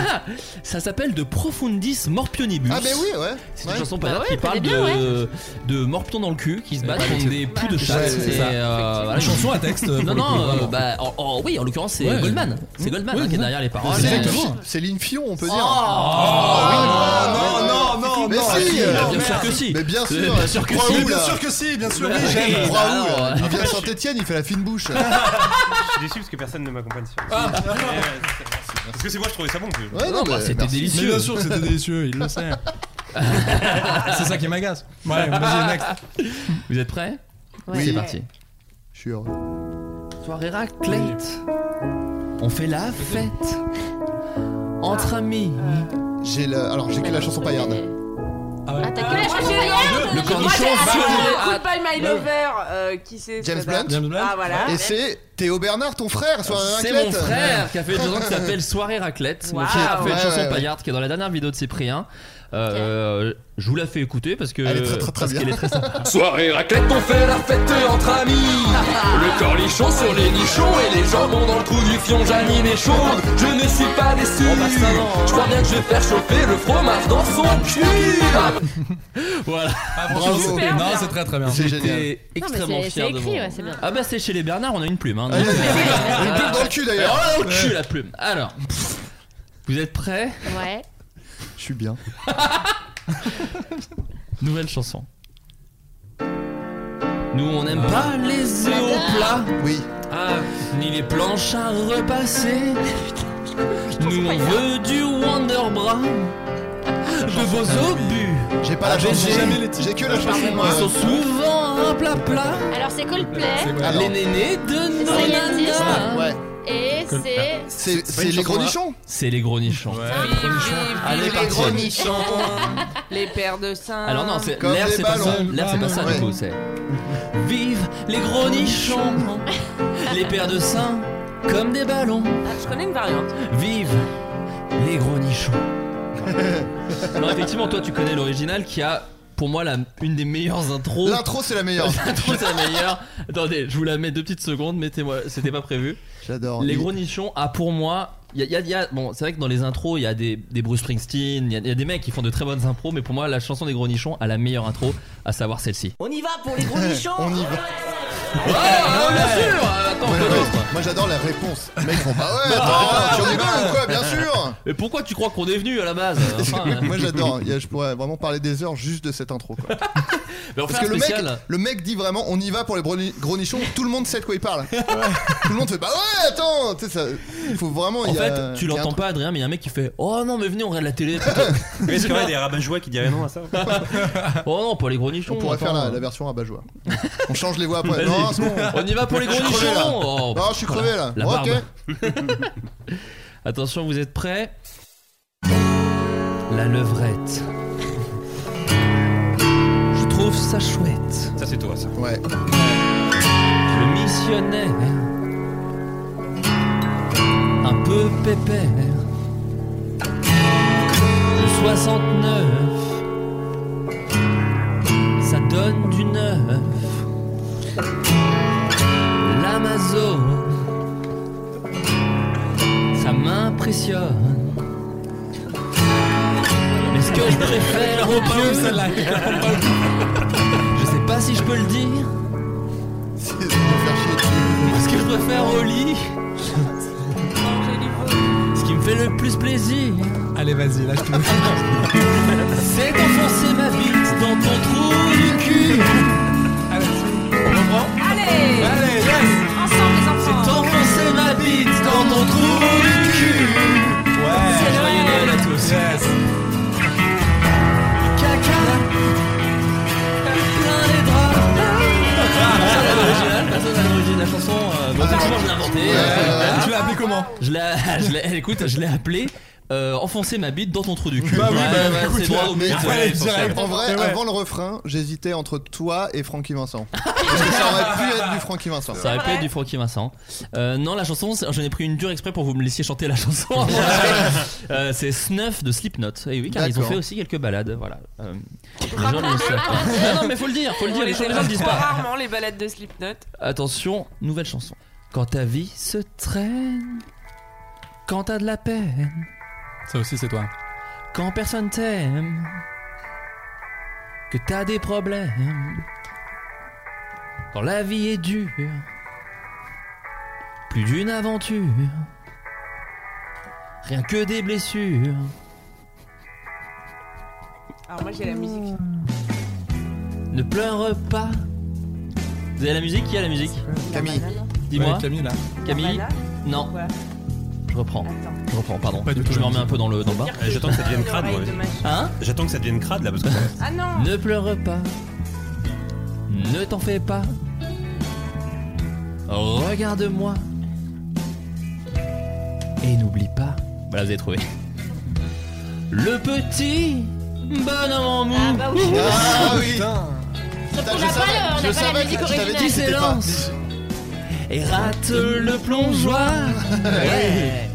[SPEAKER 3] Ça s'appelle De Profundis Morpionibus.
[SPEAKER 9] Ah, mais oui, ouais.
[SPEAKER 3] C'est une
[SPEAKER 9] Ouais.
[SPEAKER 3] chanson
[SPEAKER 9] Bah
[SPEAKER 3] paillarde
[SPEAKER 9] ouais,
[SPEAKER 3] qui
[SPEAKER 9] connais bien,
[SPEAKER 3] parle de, de morpions dans le cul qui se battent contre des poux de chasse.
[SPEAKER 8] Ouais, c'est
[SPEAKER 3] Et,
[SPEAKER 8] ça.
[SPEAKER 3] euh, voilà.
[SPEAKER 8] Une chanson à texte, pour
[SPEAKER 3] Non,
[SPEAKER 8] le coup,
[SPEAKER 3] non, euh,
[SPEAKER 8] vraiment.
[SPEAKER 3] bah, en- en- oui, en l'occurrence, c'est
[SPEAKER 8] Ouais.
[SPEAKER 3] Goldman. C'est Goldman
[SPEAKER 8] Ouais,
[SPEAKER 3] hein, qui est
[SPEAKER 8] ouais.
[SPEAKER 3] derrière les paroles.
[SPEAKER 9] Céline-
[SPEAKER 8] exactement.
[SPEAKER 9] Céline Fion, on peut
[SPEAKER 3] Oh,
[SPEAKER 9] dire. Ah
[SPEAKER 8] non, non, non,
[SPEAKER 9] Mais
[SPEAKER 8] non,
[SPEAKER 9] si,
[SPEAKER 8] ah,
[SPEAKER 9] euh,
[SPEAKER 3] bien sûr que si.
[SPEAKER 9] Mais bien sûr,
[SPEAKER 3] Bien sûr que
[SPEAKER 9] Raoul,
[SPEAKER 3] si.
[SPEAKER 9] bien
[SPEAKER 3] là.
[SPEAKER 9] sûr que si, bien sûr,
[SPEAKER 3] Ouais,
[SPEAKER 9] oui,
[SPEAKER 3] ouais,
[SPEAKER 9] j'aime
[SPEAKER 3] ouais,
[SPEAKER 9] Raoul.
[SPEAKER 3] alors,
[SPEAKER 9] Il
[SPEAKER 3] euh,
[SPEAKER 9] vient de Saint-Etienne, il fait la fine bouche.
[SPEAKER 5] Je suis déçu parce que personne ne m'accompagne sur. Ouais, ouais, c'est- Parce que c'est moi, je trouvais ça bon. que-
[SPEAKER 8] Ouais, non, bah, c'était délicieux. Mais bien sûr, c'était délicieux, il le sait. C'est ça qui m'agace. Ouais,
[SPEAKER 13] Ah,
[SPEAKER 8] vas-y, next.
[SPEAKER 3] Vous êtes prêts
[SPEAKER 8] Ouais.
[SPEAKER 3] C'est parti.
[SPEAKER 9] Je suis heureux.
[SPEAKER 3] Soirée raclette. On fait la fête. Entre amis.
[SPEAKER 9] J'ai la- Alors, j'ai que la chanson paillarde.
[SPEAKER 11] Ah, t'as que la chanson paillarde
[SPEAKER 9] Le cornichon
[SPEAKER 4] Moi,
[SPEAKER 3] Ah.
[SPEAKER 9] va-
[SPEAKER 4] Goodbye My
[SPEAKER 9] Love.
[SPEAKER 4] Lover, euh, qui c'est
[SPEAKER 9] James
[SPEAKER 4] ça, là
[SPEAKER 9] Blunt.
[SPEAKER 4] Ah voilà.
[SPEAKER 9] Et c'est Théo Bernard, ton frère, soirée
[SPEAKER 3] C'est
[SPEAKER 9] raclette.
[SPEAKER 3] mon frère qui a fait deux ans qui s'appelle Soirée Raclette,
[SPEAKER 9] Wow.
[SPEAKER 3] qui a fait une
[SPEAKER 9] Ouais,
[SPEAKER 3] chanson
[SPEAKER 9] ouais, ouais.
[SPEAKER 3] paillarde qui est dans la dernière vidéo de Cyprien. Euh, Je vous la fais écouter parce que
[SPEAKER 13] Elle est très, très, très
[SPEAKER 3] parce
[SPEAKER 13] bien.
[SPEAKER 3] qu'elle est très sympa.
[SPEAKER 13] Soirée raclette, on fait la fête entre amis. Le cornichon sur les nichons et les jambons dans le trou du fion. Janine est chaude, je ne suis pas déçu.
[SPEAKER 3] Oh, bah, hein.
[SPEAKER 13] Je crois bien que je vais faire chauffer le fromage dans son cul.
[SPEAKER 3] Voilà.
[SPEAKER 8] Bravo.
[SPEAKER 3] Franchement,
[SPEAKER 8] Super bien. C'est
[SPEAKER 3] J'étais
[SPEAKER 11] Non,
[SPEAKER 8] génial.
[SPEAKER 11] mais
[SPEAKER 3] extrêmement
[SPEAKER 11] c'est-
[SPEAKER 3] fier
[SPEAKER 11] c'est
[SPEAKER 3] de
[SPEAKER 11] écrit,
[SPEAKER 3] moi.
[SPEAKER 11] ouais, c'est bien.
[SPEAKER 3] Ah bah c'est chez les Bernard, on a une plume. Hein, donc-
[SPEAKER 9] Une plume dans le cul, d'ailleurs.
[SPEAKER 3] Ah, dans le cul
[SPEAKER 9] Ouais.
[SPEAKER 3] la plume. Alors, pff, vous êtes prêts
[SPEAKER 11] Ouais.
[SPEAKER 9] Je suis bien.
[SPEAKER 3] Nouvelle chanson. Nous on n'aime pas les œufs au plat.
[SPEAKER 9] Oui.
[SPEAKER 3] Ah, ni les planches à repasser. Nous on veut du Wonder Bra. De vos obus.
[SPEAKER 9] J'ai pas la chanson. J'ai que la chanson. moi.
[SPEAKER 3] Ils sont souvent un plat plat.
[SPEAKER 11] Alors c'est Coldplay.
[SPEAKER 9] Alors.
[SPEAKER 3] Les nénés de
[SPEAKER 11] C'est
[SPEAKER 3] nos
[SPEAKER 11] Scientist.
[SPEAKER 10] Ah,
[SPEAKER 3] nanas.
[SPEAKER 9] Ouais.
[SPEAKER 11] Et c'est.
[SPEAKER 9] C'est c'est les gros nichons.
[SPEAKER 3] hein. C'est les gros nichons. Allez,
[SPEAKER 4] les gros
[SPEAKER 3] parti.
[SPEAKER 4] nichons, les pères de saints.
[SPEAKER 3] Alors non, c'est
[SPEAKER 4] Comme
[SPEAKER 3] l'air,
[SPEAKER 4] des
[SPEAKER 3] c'est pas ça.
[SPEAKER 4] ballons.
[SPEAKER 3] L'air, c'est pas ça du
[SPEAKER 4] Ouais.
[SPEAKER 3] coup. C'est vive les gros nichons, les paires de seins comme des ballons.
[SPEAKER 4] Ah, je connais une variante.
[SPEAKER 3] Vive les gros nichons. Alors effectivement, toi, tu connais l'original qui a. Pour moi, la, une des meilleures intros.
[SPEAKER 9] L'intro, c'est la meilleure.
[SPEAKER 3] L'intro, c'est la meilleure. Attendez, je vous la mets deux petites secondes. Mettez-moi, c'était pas prévu.
[SPEAKER 9] J'adore.
[SPEAKER 3] Les
[SPEAKER 9] Il-
[SPEAKER 3] gros nichons, ah pour moi, il y a, il y a- bon, c'est vrai que dans les intros, il y a des, des Bruce Springsteen, il y a- il y, a des mecs qui font de très bonnes impros, mais pour moi, la chanson des gros nichons a la meilleure intro, à savoir celle-ci.
[SPEAKER 14] On y va pour les gros nichons
[SPEAKER 9] On y va.
[SPEAKER 3] Ah, bien sûr Attends,
[SPEAKER 9] Ouais,
[SPEAKER 3] quoi
[SPEAKER 9] ouais.
[SPEAKER 3] d'autre
[SPEAKER 9] Moi j'adore la réponse. Les Mecs font bah ouais,
[SPEAKER 3] Bah,
[SPEAKER 9] attends, tu
[SPEAKER 3] ouais.
[SPEAKER 9] rigoles ou quoi Bien sûr
[SPEAKER 3] Mais pourquoi tu crois qu'on est venu à la base Enfin, euh,
[SPEAKER 9] Moi j'adore, Il y a- je pourrais vraiment parler des heures juste de cette intro quoi.
[SPEAKER 3] Mais on fait
[SPEAKER 9] Parce
[SPEAKER 3] un
[SPEAKER 9] que le mec,
[SPEAKER 3] spécial.
[SPEAKER 9] le mec dit vraiment on y va pour les broni- gros nichons, tout le monde sait de quoi il parle. Tout le monde fait bah ouais attends, tu sais ça, il faut vraiment
[SPEAKER 3] En
[SPEAKER 9] il y a-
[SPEAKER 3] fait, tu
[SPEAKER 9] il y a un
[SPEAKER 3] l'entends
[SPEAKER 9] truc.
[SPEAKER 3] pas, Adrien, mais il y a un mec qui fait Oh non, mais venez, on regarde la télé. plutôt.
[SPEAKER 5] Mais est-ce qu'il y aurait des rabat-joie qui diraient non à ça
[SPEAKER 3] oh non, pas les gros nichons.
[SPEAKER 9] On pourrait
[SPEAKER 3] attends.
[SPEAKER 9] faire la, la version à joie. On change les voix après.
[SPEAKER 3] Vas-y.
[SPEAKER 9] Non, c'est bon.
[SPEAKER 3] On y va pour les
[SPEAKER 9] Je
[SPEAKER 3] gros
[SPEAKER 9] suis crevé,
[SPEAKER 3] nichons
[SPEAKER 9] là.
[SPEAKER 3] Oh,
[SPEAKER 9] Non, je suis crevé là.
[SPEAKER 3] La
[SPEAKER 9] Ok.
[SPEAKER 3] barbe. Attention, vous êtes prêts La levrette. Je trouve ça chouette.
[SPEAKER 5] Ça, c'est toi, ça.
[SPEAKER 9] Ouais.
[SPEAKER 3] Le missionnaire. Un peu pépère. Le 69. Ça donne du neuf. L'Amazon. Ça m'impressionne. Mais ce que je préfère au
[SPEAKER 8] Dieu,
[SPEAKER 3] mieux,
[SPEAKER 8] celle-là, elle comprend pas
[SPEAKER 3] je sais pas si je peux le dire. Moi, ce que je préfère au lit, ce qui me fait le plus plaisir,
[SPEAKER 8] Allez, vas-y, lâche tout.
[SPEAKER 3] c'est d'enfoncer ma bite dans ton trou du cul. On reprend
[SPEAKER 4] Allez
[SPEAKER 3] Allez, yes
[SPEAKER 4] Ensemble les enfants.
[SPEAKER 3] C'est d'enfoncer ma bite dans ton trou du cul. Ouais. C'est joyeux Noël à tous. Caca. Plein les draps. Personne à l'original, personne à l'origine de la chanson. euh, bon, effectivement, je l'ai inventée.
[SPEAKER 8] Ouais.
[SPEAKER 3] Euh,
[SPEAKER 8] Tu l'as appelé comment
[SPEAKER 3] je l'ai, je l'ai- écoute, je l'ai appelé. euh, enfoncer ma bite dans ton trou du cul.
[SPEAKER 8] Bah oui, bah,
[SPEAKER 3] ouais,
[SPEAKER 8] bah,
[SPEAKER 3] ouais,
[SPEAKER 8] écoute,
[SPEAKER 3] c'est droit au
[SPEAKER 8] mais
[SPEAKER 3] but.
[SPEAKER 8] après,
[SPEAKER 3] ouais,
[SPEAKER 8] direct,
[SPEAKER 3] essentiel.
[SPEAKER 9] En vrai,
[SPEAKER 8] Mais ouais.
[SPEAKER 9] avant le refrain, j'hésitais entre toi et Francky Vincent.
[SPEAKER 8] Ah
[SPEAKER 9] Parce que ça aurait pu être du Francky Vincent.
[SPEAKER 3] Ça aurait pu être du Francky Vincent. Euh, non, la chanson, c'est- j'en ai pris une dure exprès pour vous me laissiez chanter la chanson. Euh, c'est Snuff de Slipknot. Et oui, car ils ont
[SPEAKER 9] D'accord.
[SPEAKER 3] fait aussi quelques balades. Voilà. Euh, les gens ne le savent pas. Ah non, mais faut le dire, faut le
[SPEAKER 4] On
[SPEAKER 3] dire, les
[SPEAKER 4] les
[SPEAKER 3] gens les
[SPEAKER 4] écoute
[SPEAKER 3] gens le disent pas.
[SPEAKER 4] Rarement les balades de Slipknot.
[SPEAKER 3] Attention, nouvelle chanson. Quand ta vie se traîne, quand t'as de la peine,
[SPEAKER 8] Ça aussi, c'est toi.
[SPEAKER 3] quand personne t'aime, que t'as des problèmes, quand la vie est dure, plus d'une aventure, rien que des blessures.
[SPEAKER 4] Alors moi j'ai la musique.
[SPEAKER 3] Mmh. Ne pleure pas. Vous avez la musique Qui a la musique
[SPEAKER 9] Camille.
[SPEAKER 3] Dis-moi.
[SPEAKER 8] Ouais, Camille, là.
[SPEAKER 3] Camille
[SPEAKER 4] Nirvana
[SPEAKER 3] Non.
[SPEAKER 4] Quoi
[SPEAKER 3] Je reprends. Je reprends, pardon.
[SPEAKER 8] Pas du tout,
[SPEAKER 3] Je me remets un peu dans le, dans le bar.
[SPEAKER 5] Eh, J'attends que ça devienne crade, moi.
[SPEAKER 3] Hein
[SPEAKER 5] J'attends que ça devienne crade là parce que.
[SPEAKER 4] Ah non
[SPEAKER 3] Ne pleure pas. Ne t'en fais pas. Regarde-moi. Et n'oublie pas. Voilà, vous avez trouvé. Le petit bonhomme en mou. Ah bah
[SPEAKER 11] oui.
[SPEAKER 9] Ah oui.
[SPEAKER 11] Sauf qu'on
[SPEAKER 9] je
[SPEAKER 11] n'a pas,
[SPEAKER 9] savais-
[SPEAKER 11] le- on
[SPEAKER 9] je
[SPEAKER 11] n'a pas
[SPEAKER 9] savais
[SPEAKER 11] la
[SPEAKER 9] que
[SPEAKER 11] musique
[SPEAKER 9] je t'avais
[SPEAKER 11] originale.
[SPEAKER 9] dit, c'était pas-
[SPEAKER 3] Et rate le plongeoir. Ouais.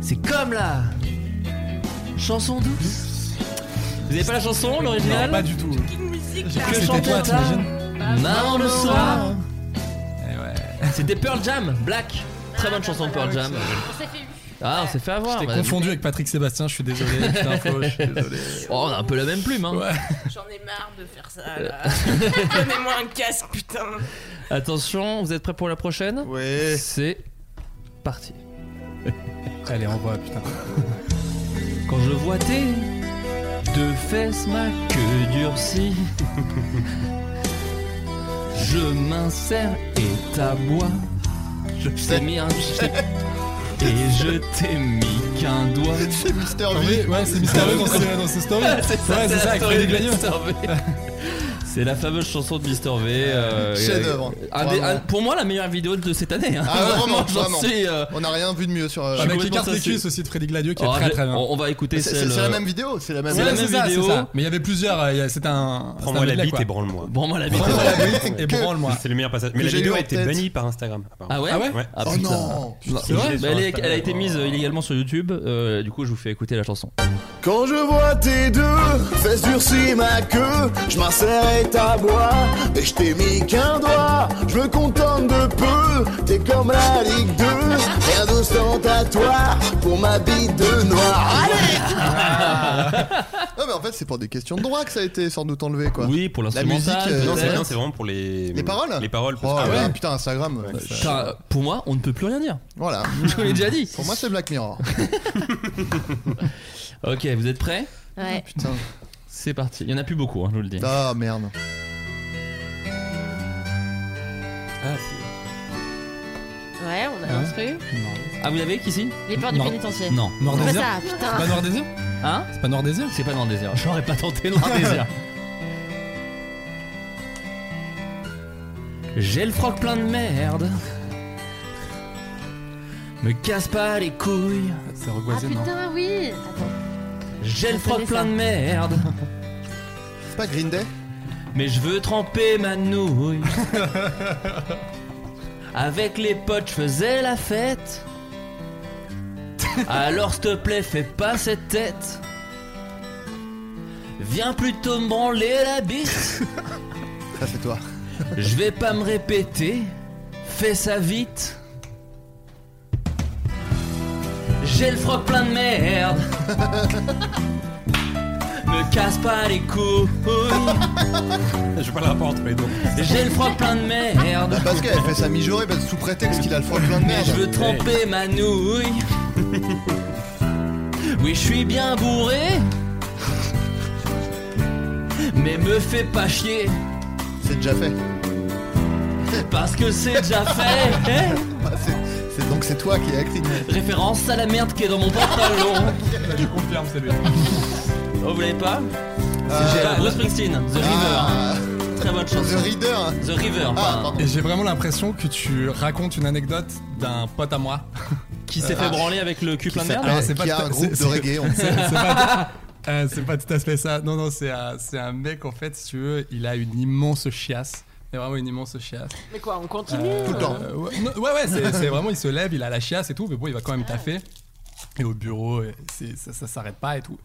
[SPEAKER 3] C'est comme la chanson douce. Vous avez pas la chanson, l'original
[SPEAKER 8] Non, pas du tout.
[SPEAKER 3] Que chantait ta maman le soir
[SPEAKER 8] Eh
[SPEAKER 3] C'était Pearl Jam, Black. Très bonne chanson de Pearl Jam. Ah, on s'est fait avoir.
[SPEAKER 8] J'étais
[SPEAKER 3] madame.
[SPEAKER 8] confondu avec Patrick Sébastien, je suis désolé. putain, Flo, je suis désolé.
[SPEAKER 3] Oh, on a un peu la même plume, hein.
[SPEAKER 4] J'en ai marre de faire ça.
[SPEAKER 3] Euh.
[SPEAKER 4] là. Donnez-moi un casque, putain.
[SPEAKER 3] Attention, vous êtes prêts pour la prochaine Ouais. C'est parti.
[SPEAKER 8] Allez, envoie, putain.
[SPEAKER 3] Quand je vois tes deux fesses, ma queue durcie, je m'insère et t'aboie. Je t'ai mis un et je t'ai mis qu'un doigt.
[SPEAKER 9] C'est Mister
[SPEAKER 8] V. Ah Ouais, c'est Mister V dans ce- dans ce story.
[SPEAKER 3] Ouais, c'est ça,
[SPEAKER 8] Ouais,
[SPEAKER 3] c'est
[SPEAKER 8] c'est ça,
[SPEAKER 3] la
[SPEAKER 8] avec
[SPEAKER 3] story
[SPEAKER 8] Freddy
[SPEAKER 3] de
[SPEAKER 8] Glagneux.
[SPEAKER 3] Mr. V. C'est la fameuse chanson de Mister V. euh,
[SPEAKER 9] Chef-d'œuvre,
[SPEAKER 3] euh, un des-
[SPEAKER 9] vraiment.
[SPEAKER 3] un- Pour moi, la meilleure vidéo de cette année. hein.
[SPEAKER 9] Ah, vraiment,
[SPEAKER 3] j'en
[SPEAKER 9] vraiment.
[SPEAKER 3] suis, euh,
[SPEAKER 9] On n'a rien vu de mieux sur. euh,
[SPEAKER 3] Je suis
[SPEAKER 8] Avec les
[SPEAKER 3] complètement
[SPEAKER 8] cartes
[SPEAKER 3] satisfait.
[SPEAKER 8] écus aussi de Freddy Gladieux qui est
[SPEAKER 3] Oh,
[SPEAKER 8] très
[SPEAKER 3] je-
[SPEAKER 8] très bien.
[SPEAKER 3] on- on va écouter
[SPEAKER 9] Mais c'est-
[SPEAKER 3] celle,
[SPEAKER 9] c'est
[SPEAKER 3] euh,
[SPEAKER 9] la même vidéo, c'est la même.
[SPEAKER 3] C'est la
[SPEAKER 8] C'est
[SPEAKER 3] même
[SPEAKER 8] ça,
[SPEAKER 3] vidéo.
[SPEAKER 8] c'est ça. Mais il y avait plusieurs. euh, il y a- C'était un.
[SPEAKER 5] Prends-moi la
[SPEAKER 8] c'était un medley,
[SPEAKER 5] bite
[SPEAKER 8] quoi.
[SPEAKER 5] et branle-moi.
[SPEAKER 3] Prends-moi la bite.
[SPEAKER 8] Prends-moi la bite et branle-moi.
[SPEAKER 5] C'est le meilleur passage. Mais
[SPEAKER 9] Que
[SPEAKER 5] la
[SPEAKER 9] j'ai
[SPEAKER 5] vidéo
[SPEAKER 9] eu en
[SPEAKER 5] a été
[SPEAKER 9] tête.
[SPEAKER 5] bannie par Instagram. apparemment.
[SPEAKER 3] Ah ouais,
[SPEAKER 8] Ah ouais
[SPEAKER 9] Oh
[SPEAKER 3] putain.
[SPEAKER 9] non
[SPEAKER 5] Je
[SPEAKER 3] C'est vrai
[SPEAKER 5] l'ai
[SPEAKER 3] Bah, elle,
[SPEAKER 5] sur
[SPEAKER 3] est-
[SPEAKER 5] Instagram.
[SPEAKER 3] elle a été mise euh, illégalement sur YouTube. euh, du coup, je vous fais écouter la chanson.
[SPEAKER 14] Quand je vois tes deux fesses durcies ma queue, je m'insère et t'aboie, et je t'ai mis qu'un doigt, je me contente de peu, t'es comme la Ligue 2, rien d'ostentatoire pour ma bite de noir. Allez
[SPEAKER 9] Non, mais en fait, c'est pour des questions de droit que ça a été sans doute enlevé, quoi.
[SPEAKER 3] Oui, pour
[SPEAKER 9] La musique.
[SPEAKER 3] l'instrumental.
[SPEAKER 9] euh,
[SPEAKER 5] Non, c'est
[SPEAKER 3] peut-être.
[SPEAKER 5] non, c'est vraiment pour les.
[SPEAKER 9] Les paroles
[SPEAKER 5] Les paroles.
[SPEAKER 9] Oh
[SPEAKER 5] parce que-
[SPEAKER 9] là là, putain, Instagram. euh, ça-
[SPEAKER 3] Putain, euh, pour moi, on ne peut plus rien dire.
[SPEAKER 9] Voilà.
[SPEAKER 3] Je vous l'ai déjà dit.
[SPEAKER 9] Pour moi, c'est Black Mirror.
[SPEAKER 3] Ok, vous êtes prêts
[SPEAKER 11] Ouais.
[SPEAKER 9] Ah, Putain.
[SPEAKER 3] C'est parti. Il y en a plus beaucoup, hein, je vous le dis.
[SPEAKER 9] Ah merde.
[SPEAKER 5] Ah, si.
[SPEAKER 11] Ouais, on a l'instru.
[SPEAKER 3] Ah, vous l'avez ici
[SPEAKER 11] Les peurs du
[SPEAKER 3] Non.
[SPEAKER 11] pénitencier.
[SPEAKER 3] Non.
[SPEAKER 8] Noir
[SPEAKER 11] C'est pas
[SPEAKER 8] Désir
[SPEAKER 11] ça,
[SPEAKER 8] C'est pas
[SPEAKER 11] putain.
[SPEAKER 8] Noir Désir
[SPEAKER 3] Hein
[SPEAKER 8] C'est pas Noir Désir
[SPEAKER 3] C'est pas Noir Désir. J'aurais pas tenté Noir Désir. J'ai le froc plein de merde. Me casse pas les couilles.
[SPEAKER 8] C'est
[SPEAKER 11] Ah
[SPEAKER 8] Rogozé, non
[SPEAKER 11] putain, oui. Attends.
[SPEAKER 3] J'ai le
[SPEAKER 11] Je
[SPEAKER 3] froc
[SPEAKER 11] connais
[SPEAKER 3] plein
[SPEAKER 11] ça.
[SPEAKER 3] de merde.
[SPEAKER 9] C'est pas Green Day
[SPEAKER 3] Mais je veux tremper ma nouille. Avec les potes, je faisais la fête. Alors, s'il te plaît, fais pas cette tête. Viens plutôt me branler la bite.
[SPEAKER 9] Ça, c'est toi.
[SPEAKER 3] Je vais pas me répéter. Fais ça vite. J'ai le froc plein de merde. Me casse pas les couilles.
[SPEAKER 5] Je vois le rapport entre les deux.
[SPEAKER 3] J'ai le froc plein de merde.
[SPEAKER 9] Bah, Parce qu'elle fait sa mijaurée parce- sous prétexte qu'il a le froid plein de
[SPEAKER 3] Mais je
[SPEAKER 9] merde.
[SPEAKER 3] veux tremper ma nouille. Oui, je suis bien bourré. Mais me fais pas chier.
[SPEAKER 9] C'est déjà fait.
[SPEAKER 3] Parce que c'est déjà fait.
[SPEAKER 9] Bah, c'est- c'est- donc c'est toi qui as écrit.
[SPEAKER 3] Référence à la merde qui est dans mon pantalon.
[SPEAKER 8] Je bah, confirme, c'est lui.
[SPEAKER 3] Oh, vous l'avez pas
[SPEAKER 9] C'est
[SPEAKER 3] Ah,
[SPEAKER 9] Gérard.
[SPEAKER 3] Bruce Springsteen, The River.
[SPEAKER 9] Euh, Ah,
[SPEAKER 3] Très bonne
[SPEAKER 9] The
[SPEAKER 3] chanson.
[SPEAKER 9] Reader.
[SPEAKER 3] The River,
[SPEAKER 9] Ah,
[SPEAKER 3] pardon.
[SPEAKER 8] Et j'ai vraiment l'impression que tu racontes une anecdote d'un pote à moi.
[SPEAKER 3] Qui s'est fait branler avec le cul plein
[SPEAKER 9] Ah.
[SPEAKER 3] de
[SPEAKER 9] s'est- Ah,
[SPEAKER 3] merde
[SPEAKER 9] Alors, c'est pas
[SPEAKER 8] qui
[SPEAKER 9] tout-
[SPEAKER 8] a un
[SPEAKER 9] c'est-
[SPEAKER 8] groupe de
[SPEAKER 9] c'est-
[SPEAKER 8] reggae, on C'est c'est pas, euh, c'est pas tout à fait ça. Non, non, c'est un, c'est un mec, en fait, si tu veux, il a une immense chiasse. C'est vraiment une immense chiasse.
[SPEAKER 4] Mais quoi, on continue
[SPEAKER 8] Euh,
[SPEAKER 9] Tout le temps.
[SPEAKER 8] euh, ouais, non, ouais, ouais, c'est c'est vraiment, il se lève, il a la chiasse et tout, mais bon, il va quand même taffer. Et au bureau, et c'est- ça, ça s'arrête pas et tout.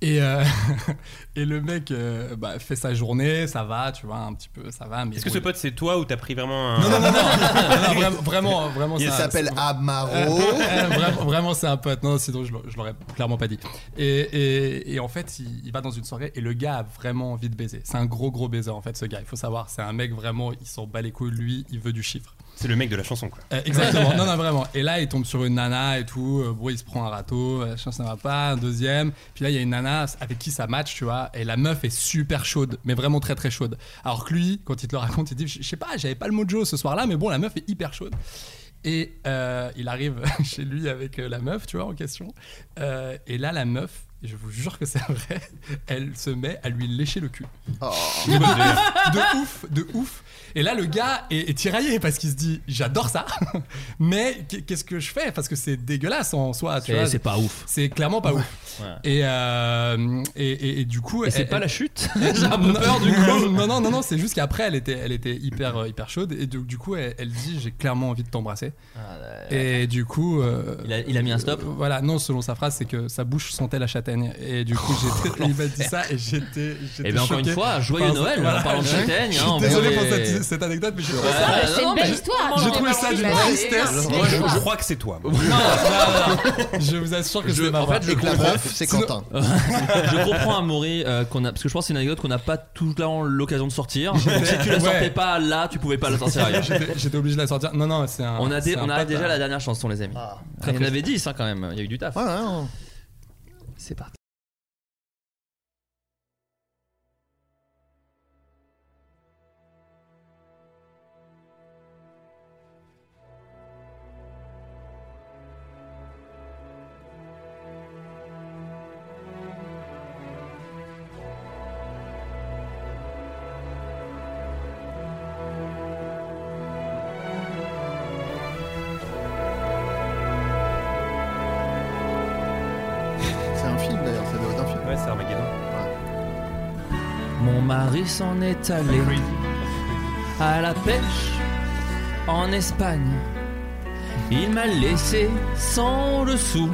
[SPEAKER 8] Et, euh, et le mec euh, bah, fait sa journée, ça va, tu vois, un petit peu, ça va. mais
[SPEAKER 5] Est-ce que
[SPEAKER 8] bon, Ah,
[SPEAKER 5] ce
[SPEAKER 8] il-
[SPEAKER 5] pote, c'est toi ou t'as pris vraiment un.
[SPEAKER 8] Non, non, non, non, non, non, vraiment, vraiment, vraiment,
[SPEAKER 9] Il
[SPEAKER 8] ça-
[SPEAKER 9] s'appelle Amaro.
[SPEAKER 8] euh, vraiment, vraiment, c'est un pote. Non, sinon, je l'aurais- je l'aurais clairement pas dit. Et, et- et en fait, il, il va dans une soirée et le gars a vraiment envie de baiser. C'est un gros, gros baiser, en fait, ce gars. Il faut savoir, c'est un mec vraiment, il s'en bat les couilles. Lui, il veut du chiffre.
[SPEAKER 5] C'est le mec de la chanson, quoi.
[SPEAKER 8] Euh, exactement, non, non, vraiment. Et là, il tombe sur une nana et tout. Euh, bon, il se prend un râteau, euh, ça ça va pas, un deuxième. Puis là, il y a une nana avec qui ça match, tu vois. Et la meuf est super chaude, mais vraiment très très chaude. Alors que lui, quand il te le raconte, il dit Je je sais pas, j'avais pas le mojo ce soir-là, mais bon, la meuf est hyper chaude. Et euh, il arrive chez lui avec euh, la meuf, tu vois, en question. Euh, et là, la meuf, je vous jure que c'est vrai, elle se met à lui lécher le cul. De, de ouf, de ouf. Et là, le gars est, est tiraillé parce qu'il se dit j'adore ça, mais qu- qu'est-ce que je fais Parce que c'est dégueulasse en soi. tu
[SPEAKER 3] C'est-
[SPEAKER 8] vois.
[SPEAKER 3] c'est pas ouf.
[SPEAKER 8] C'est clairement pas
[SPEAKER 3] Ouais.
[SPEAKER 8] ouf.
[SPEAKER 3] Ouais.
[SPEAKER 8] Et, euh, et, et- et du coup.
[SPEAKER 3] Et c'est
[SPEAKER 8] elle-
[SPEAKER 3] pas
[SPEAKER 8] elle-
[SPEAKER 3] la chute
[SPEAKER 8] elle-
[SPEAKER 3] J'ai un peu
[SPEAKER 8] non,
[SPEAKER 3] peur, du coup.
[SPEAKER 8] Non, non, non, non, c'est juste qu'après, elle était, elle était hyper, euh, hyper chaude. Et du, du coup, elle, elle dit J'ai clairement envie de t'embrasser.
[SPEAKER 3] Ah,
[SPEAKER 8] et du coup. euh,
[SPEAKER 3] Il a- il a mis un stop
[SPEAKER 8] euh, Voilà, non, selon sa phrase, c'est que sa bouche sentait la châtaigne. Et du coup, j'étais. il m'a dit ça et j'étais. j'étais
[SPEAKER 3] Eh bien, encore
[SPEAKER 8] choqué.
[SPEAKER 3] une fois, joyeux
[SPEAKER 8] Enfin,
[SPEAKER 3] Noël,
[SPEAKER 8] voilà,
[SPEAKER 3] en parlant de
[SPEAKER 8] je-
[SPEAKER 3] châtaigne,
[SPEAKER 8] Je
[SPEAKER 3] hein, on
[SPEAKER 8] suis désolé
[SPEAKER 3] va-
[SPEAKER 8] pour cette, cette anecdote, mais j'ai trouvé
[SPEAKER 3] Ouais.
[SPEAKER 8] ça.
[SPEAKER 3] Ah, mais c'est une belle histoire,
[SPEAKER 8] J'ai
[SPEAKER 3] non,
[SPEAKER 8] trouvé
[SPEAKER 3] mais
[SPEAKER 8] ça
[SPEAKER 3] on
[SPEAKER 8] d'une
[SPEAKER 3] l'a dit.
[SPEAKER 8] tristesse.
[SPEAKER 3] Moi, je- je
[SPEAKER 5] crois que c'est toi.
[SPEAKER 8] Non, non, non, Je vous assure que
[SPEAKER 3] Je-
[SPEAKER 8] c'est pas
[SPEAKER 3] en
[SPEAKER 8] moi.
[SPEAKER 3] fait, je comprends- Sinon- je comprends Amaury euh, qu'on a parce que je pense que c'est une anecdote qu'on n'a pas tout le temps l'occasion de sortir. Donc, si tu la
[SPEAKER 8] Ouais.
[SPEAKER 3] sortais pas là, tu pouvais pas la sortir ailleurs.
[SPEAKER 8] J'étais- J'étais obligé de la sortir. Non, non, c'est un.
[SPEAKER 3] On a, dé-
[SPEAKER 8] c'est un
[SPEAKER 3] on a
[SPEAKER 8] pote,
[SPEAKER 3] déjà
[SPEAKER 8] hein.
[SPEAKER 3] la dernière chanson, les amis.
[SPEAKER 5] Ah.
[SPEAKER 8] Très
[SPEAKER 3] on
[SPEAKER 8] triste.
[SPEAKER 3] avait 10 hein, quand même, il y a eu du taf.
[SPEAKER 9] Ouais, ouais, on-
[SPEAKER 3] C'est parti.
[SPEAKER 9] C'est un film d'ailleurs, ça doit être un film.
[SPEAKER 5] Ouais, c'est Armageddon.
[SPEAKER 3] Mon mari s'en est allé à la pêche en Espagne. Il m'a laissé sans le sou,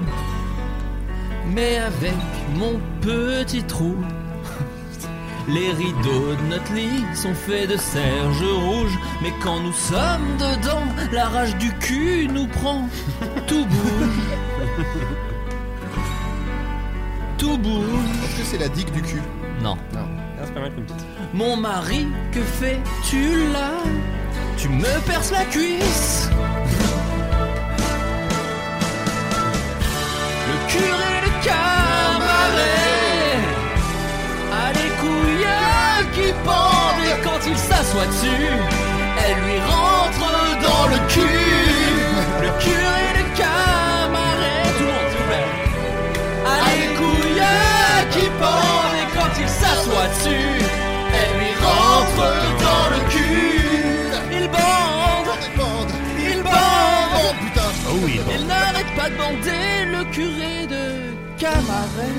[SPEAKER 3] mais avec mon petit trou. Les rideaux de notre lit sont faits de serge rouge, mais quand nous sommes dedans, la rage du cul nous prend. Tout bouge. Tout bouge.
[SPEAKER 9] Est-ce que c'est la digue du cul
[SPEAKER 3] Non.
[SPEAKER 9] Non.
[SPEAKER 5] Ah, c'est pas mal comme titre.
[SPEAKER 3] Mon mari, que fais-tu là Tu me perces la cuisse Le curé de cabaret a les couilles qui pendent et quand il s'assoit dessus, elle lui rentre dans le cul. Le curé de cabaret, tout le monde, s'il vous plaît. A les couilles qui pendent et quand il s'assoit dessus, elle lui rentre dans le cul. Il bande,
[SPEAKER 9] il bande,
[SPEAKER 3] il bande,
[SPEAKER 9] oh putain,
[SPEAKER 5] Oh oui, il bande.
[SPEAKER 3] il n'arrête pas de bander le curé de Camaret.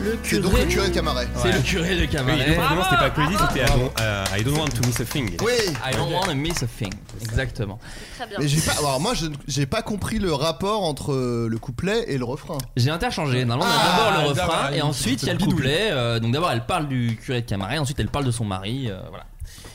[SPEAKER 3] Le
[SPEAKER 9] C'est donc le curé de Camaret.
[SPEAKER 3] C'est le curé de Camaret.
[SPEAKER 5] Oui, donc, finalement, c'était pas Crazy, c'était I
[SPEAKER 3] Bravo.
[SPEAKER 5] don't, euh, I don't want to miss a thing.
[SPEAKER 9] Oui.
[SPEAKER 3] I don't want to miss a thing. Exactement.
[SPEAKER 11] Très bien.
[SPEAKER 9] Mais j'ai pas, alors moi, je- j'ai pas compris le rapport entre euh, le couplet et le refrain.
[SPEAKER 3] J'ai interchangé. Normalement, on a
[SPEAKER 9] Ah,
[SPEAKER 3] d'abord le refrain
[SPEAKER 9] d'accord.
[SPEAKER 3] et ensuite il y a le couplet. Euh, donc d'abord, elle parle du curé de Camaret, ensuite elle parle de son mari. euh, voilà.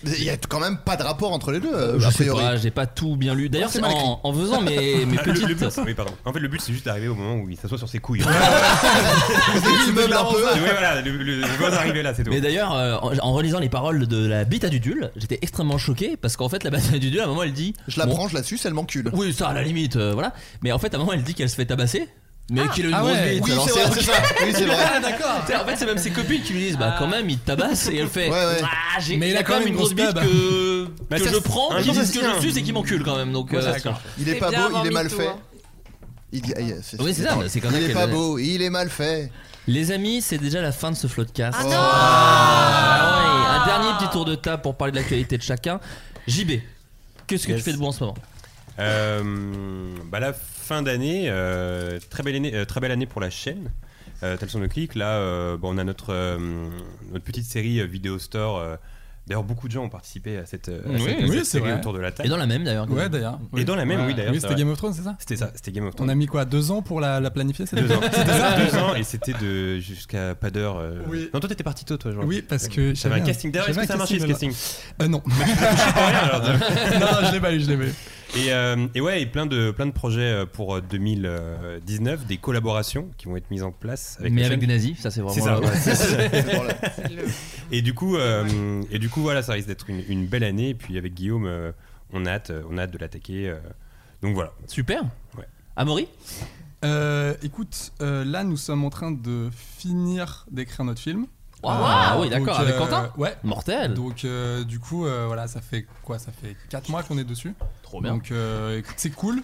[SPEAKER 9] Il y a quand même pas de rapport entre les deux. euh,
[SPEAKER 3] je
[SPEAKER 9] a
[SPEAKER 3] sais
[SPEAKER 9] priori.
[SPEAKER 3] pas, j'ai pas tout bien lu. D'ailleurs,
[SPEAKER 9] Ouais,
[SPEAKER 3] c'est
[SPEAKER 9] mal
[SPEAKER 3] en,
[SPEAKER 9] écrit.
[SPEAKER 3] en faisant mes, mes
[SPEAKER 5] Ah, le-
[SPEAKER 3] petites.
[SPEAKER 5] le but, oui, pardon. En fait, le but, c'est juste d'arriver au moment où il s'assoit sur ses couilles.
[SPEAKER 9] Il se meuble un peu.
[SPEAKER 5] Oui, voilà, le- le- on va en arriver là, c'est tout.
[SPEAKER 3] Mais d'ailleurs, euh, en, en relisant les paroles de la bite à Dudule, j'étais extrêmement choqué parce qu'en fait, la bite à Dudule, à un moment, elle dit.
[SPEAKER 9] Je la
[SPEAKER 3] Bon,
[SPEAKER 9] prends, je la suce, elle m'encule.
[SPEAKER 3] Oui, ça, à la limite, euh, voilà. Mais en fait, à un moment, elle dit qu'elle se fait tabasser. Mais qu'il a une
[SPEAKER 9] Ah
[SPEAKER 3] grosse
[SPEAKER 9] ouais.
[SPEAKER 3] bite.
[SPEAKER 9] Oui,
[SPEAKER 3] alors
[SPEAKER 9] c'est vrai,
[SPEAKER 3] ok.
[SPEAKER 9] c'est ça. Oui, c'est vrai.
[SPEAKER 3] Ah, d'accord. Tu sais, En fait, c'est même ses copines qui lui disent
[SPEAKER 9] Ah.
[SPEAKER 3] Bah, quand même, il te tabasse. Et elle fait
[SPEAKER 9] Ouais, ouais.
[SPEAKER 3] Ah, j'ai
[SPEAKER 8] Mais il a
[SPEAKER 3] quand même une grosse bite
[SPEAKER 8] teub.
[SPEAKER 3] que,
[SPEAKER 8] Bah,
[SPEAKER 3] que
[SPEAKER 8] ça,
[SPEAKER 3] je
[SPEAKER 8] c'est-
[SPEAKER 3] prends,
[SPEAKER 8] un
[SPEAKER 3] qui
[SPEAKER 8] jour,
[SPEAKER 3] dit
[SPEAKER 8] ça
[SPEAKER 3] ce
[SPEAKER 8] se
[SPEAKER 3] que je
[SPEAKER 8] tient.
[SPEAKER 3] suce et qui m'encule quand même. Donc,
[SPEAKER 8] Ouais,
[SPEAKER 3] euh,
[SPEAKER 8] d'accord.
[SPEAKER 9] Il est
[SPEAKER 3] C'est
[SPEAKER 9] pas
[SPEAKER 3] bien
[SPEAKER 9] beau,
[SPEAKER 3] avant
[SPEAKER 9] il est mal
[SPEAKER 3] MeToo,
[SPEAKER 9] fait.
[SPEAKER 3] hein.
[SPEAKER 9] Il, y a- il y a- c'est-
[SPEAKER 3] Oui, c'est ça, c'est comme ça
[SPEAKER 9] Il est
[SPEAKER 3] qu'elle
[SPEAKER 9] pas
[SPEAKER 3] est-
[SPEAKER 9] beau, il est mal fait.
[SPEAKER 3] Les amis, c'est déjà la fin de ce floodcast.
[SPEAKER 9] Ah non
[SPEAKER 3] Ah ouais, un dernier petit tour de table pour parler de l'actualité de chacun. JB, qu'est-ce que
[SPEAKER 5] Yes.
[SPEAKER 3] tu fais de bon en ce moment
[SPEAKER 5] Euh, bah la fin d'année, euh, très belle année, euh, très belle année pour la chaîne. Euh, tel son le clic. Là, euh, bon, on a notre euh, notre petite série euh, vidéo store. euh, D'ailleurs, beaucoup de gens ont participé à cette, euh, à
[SPEAKER 8] Oui,
[SPEAKER 5] cette- à
[SPEAKER 8] oui,
[SPEAKER 5] cette
[SPEAKER 8] c'est
[SPEAKER 5] série
[SPEAKER 8] vrai.
[SPEAKER 5] autour de la table.
[SPEAKER 3] Et dans la même d'ailleurs.
[SPEAKER 8] Ouais, d'ailleurs.
[SPEAKER 5] Et dans la même,
[SPEAKER 8] Ouais.
[SPEAKER 5] oui, d'ailleurs.
[SPEAKER 8] Oui,
[SPEAKER 5] c'est
[SPEAKER 8] c'était
[SPEAKER 5] vrai.
[SPEAKER 8] Game of Thrones, c'est ça
[SPEAKER 5] C'était ça, c'était Game of
[SPEAKER 8] On
[SPEAKER 5] Thrones.
[SPEAKER 8] a mis quoi Deux ans pour la, la planifier cette
[SPEAKER 5] Deux ans.
[SPEAKER 8] C'était ça
[SPEAKER 5] Deux ans, et c'était de jusqu'à pas d'heure. euh. Non, toi t'étais parti tôt, toi. je me
[SPEAKER 8] Oui,
[SPEAKER 5] rappelle.
[SPEAKER 8] parce que
[SPEAKER 5] j'avais un casting. D'ailleurs, est-ce
[SPEAKER 8] j'avais
[SPEAKER 5] que ça a
[SPEAKER 8] un
[SPEAKER 5] marché ce casting
[SPEAKER 8] là-bas. Euh, non. Euh, non, non, je l'ai pas eu, je l'ai pas eu.
[SPEAKER 5] Et, euh, et ouais, et plein de, plein de projets euh, pour euh, 2019, des collaborations qui vont être mises en place. Avec
[SPEAKER 3] Mais
[SPEAKER 5] la
[SPEAKER 3] avec
[SPEAKER 5] chaîne.
[SPEAKER 3] des nazis, ça, c'est vraiment
[SPEAKER 5] ça,
[SPEAKER 3] le-
[SPEAKER 5] ouais, c'est ça.
[SPEAKER 3] C'est vraiment le-
[SPEAKER 5] et du coup, euh, et du coup, voilà, ça risque d'être une, une belle année. Et puis avec Guillaume, euh, on a hâte, euh, on a hâte de l'attaquer. euh, donc voilà.
[SPEAKER 3] Super.
[SPEAKER 5] Ouais.
[SPEAKER 3] Amaury
[SPEAKER 8] Euh, écoute, euh, là nous sommes en train de finir d'écrire notre film.
[SPEAKER 3] Ah oui, d'accord,
[SPEAKER 8] donc,
[SPEAKER 3] avec
[SPEAKER 8] euh,
[SPEAKER 3] Quentin
[SPEAKER 8] Ouais.
[SPEAKER 3] Mortel.
[SPEAKER 8] Donc, euh, du coup, euh, voilà, ça fait quoi Ça fait 4 mois qu'on est dessus.
[SPEAKER 3] Trop bien.
[SPEAKER 8] Donc, euh, écoute, c'est cool.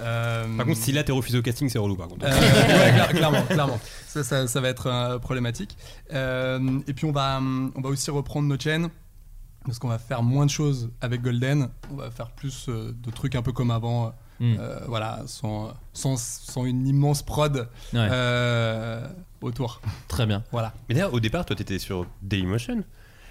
[SPEAKER 8] Euh,
[SPEAKER 5] Par contre, si là t'es refusé au casting, c'est relou par contre.
[SPEAKER 8] euh, ouais, cla- clairement, clairement. Ça, ça- ça va être euh, problématique. Euh, et puis on va, hum, on va aussi reprendre nos chaînes. Parce qu'on va faire moins de choses avec Golden. On va faire plus euh, de trucs un peu comme avant.
[SPEAKER 3] Mm.
[SPEAKER 8] euh, voilà, sans, sans, sans une immense prod
[SPEAKER 3] Ouais.
[SPEAKER 8] euh, autour.
[SPEAKER 3] Très bien.
[SPEAKER 8] Voilà.
[SPEAKER 5] Mais d'ailleurs, au départ, toi, t'étais sur Dailymotion.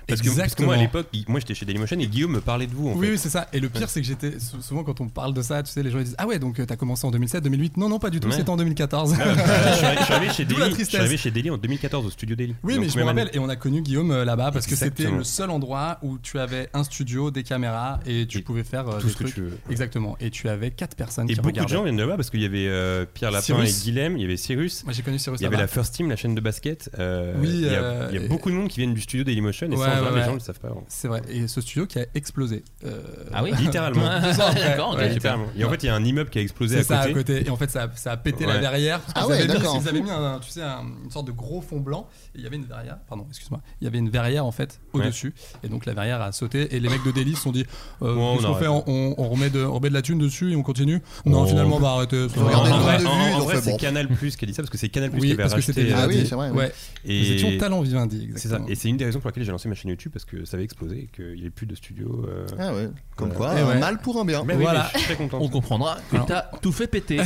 [SPEAKER 5] Parce que, parce que moi, à
[SPEAKER 8] Exactement.
[SPEAKER 5] l'époque, il- moi j'étais chez Dailymotion et Guillaume me parlait de vous en
[SPEAKER 8] oui,
[SPEAKER 5] fait.
[SPEAKER 8] oui, c'est ça. Et le pire, c'est que j'étais sou- souvent quand on parle de ça, tu sais, les gens ils disent Ah ouais, donc euh, t'as commencé en 2007, 2008. Non, non, pas du tout,
[SPEAKER 5] Ouais.
[SPEAKER 8] c'était en 2014.
[SPEAKER 5] Ah ouais, je suis arrivé- je suis arrivé chez
[SPEAKER 8] D'où la
[SPEAKER 5] Daily- je suis
[SPEAKER 8] tristesse.
[SPEAKER 5] arrivé chez Daily en 2014 au studio Daily.
[SPEAKER 8] Oui,
[SPEAKER 5] Donc,
[SPEAKER 8] mais je me
[SPEAKER 5] même année.
[SPEAKER 8] rappelle, et on a connu Guillaume euh, là-bas parce que c'était
[SPEAKER 5] Exactement.
[SPEAKER 8] le seul endroit où tu avais un studio, des caméras et tu pouvais faire euh,
[SPEAKER 5] tout
[SPEAKER 8] des
[SPEAKER 5] ce que
[SPEAKER 8] trucs.
[SPEAKER 5] tu veux.
[SPEAKER 8] Exactement. Et tu avais quatre personnes
[SPEAKER 5] Et
[SPEAKER 8] qui
[SPEAKER 5] beaucoup
[SPEAKER 8] regardaient.
[SPEAKER 5] de gens viennent de là-bas parce qu'il y avait euh, Pierre Lapin
[SPEAKER 8] Cyrus.
[SPEAKER 5] et Guilhem, il y avait Cyrus.
[SPEAKER 8] Moi j'ai connu Cyrus
[SPEAKER 5] Il y avait
[SPEAKER 8] là-bas.
[SPEAKER 5] la First Team, la chaîne de basket. euh,
[SPEAKER 8] Oui,
[SPEAKER 5] il y a,
[SPEAKER 8] euh,
[SPEAKER 5] il y a
[SPEAKER 8] et-
[SPEAKER 5] beaucoup de monde qui viennent du studio Dailymotion et
[SPEAKER 8] Ouais,
[SPEAKER 5] ça, en vrai,
[SPEAKER 8] ouais,
[SPEAKER 5] les gens
[SPEAKER 8] ouais.
[SPEAKER 5] le savent pas. hein. vraiment.
[SPEAKER 8] C'est vrai. Et ce studio qui a explosé. euh,
[SPEAKER 5] Ah oui Littéralement.
[SPEAKER 8] Deux ans après.
[SPEAKER 5] D'accord, ok, super. Et en fait, il y a un immeuble qui a explosé
[SPEAKER 8] C'est
[SPEAKER 5] à
[SPEAKER 8] ça,
[SPEAKER 5] côté.
[SPEAKER 8] Et en fait, ça, ça a pété
[SPEAKER 5] Ouais.
[SPEAKER 8] la verrière. Parce
[SPEAKER 9] Ah
[SPEAKER 8] qu'ils
[SPEAKER 9] ouais,
[SPEAKER 8] avaient mis-
[SPEAKER 9] d'accord.
[SPEAKER 8] Ils avaient mis, un, tu sais, un- une sorte de gros fond blanc. Et il y avait une verrière. Pardon, excuse-moi. Il y avait une verrière en fait
[SPEAKER 5] Ouais.
[SPEAKER 8] au-dessus. Et donc la verrière a sauté. Et les mecs de Delhi se sont dit euh,
[SPEAKER 5] Ouais, on
[SPEAKER 8] Qu'est-ce qu'on
[SPEAKER 5] arrête.
[SPEAKER 8] fait on, on- on remet de, on remet de la thune dessus et on continue Non,
[SPEAKER 5] Oh.
[SPEAKER 8] finalement, on va arrêter. ça
[SPEAKER 5] En
[SPEAKER 8] va.
[SPEAKER 5] vrai, en vrai,
[SPEAKER 9] de
[SPEAKER 5] en-
[SPEAKER 9] vues,
[SPEAKER 5] en
[SPEAKER 9] ils ont
[SPEAKER 5] vrai,
[SPEAKER 9] fait
[SPEAKER 5] c'est
[SPEAKER 9] bon.
[SPEAKER 5] Canal Plus qui a dit ça parce que c'est Canal Plus
[SPEAKER 8] Oui,
[SPEAKER 5] qui avait
[SPEAKER 8] parce que c'était
[SPEAKER 5] racheté.
[SPEAKER 8] Vivendi.
[SPEAKER 5] euh,
[SPEAKER 8] Ah oui, c'est vrai, ouais.
[SPEAKER 5] Et
[SPEAKER 8] Nous étions talent Vivendi,
[SPEAKER 5] C'est ça.
[SPEAKER 8] exactement.
[SPEAKER 5] Et c'est une des raisons pour laquelle j'ai lancé ma chaîne YouTube parce que ça avait explosé et qu'il n'y avait plus de studio. euh,
[SPEAKER 9] Ah ouais. Comme
[SPEAKER 5] voilà.
[SPEAKER 9] quoi,
[SPEAKER 5] Et
[SPEAKER 9] un
[SPEAKER 5] ouais.
[SPEAKER 9] mal pour un bien.
[SPEAKER 5] Mais oui, mais je suis très content.
[SPEAKER 3] On comprendra que
[SPEAKER 5] Alors.
[SPEAKER 3] t'as tout fait péter.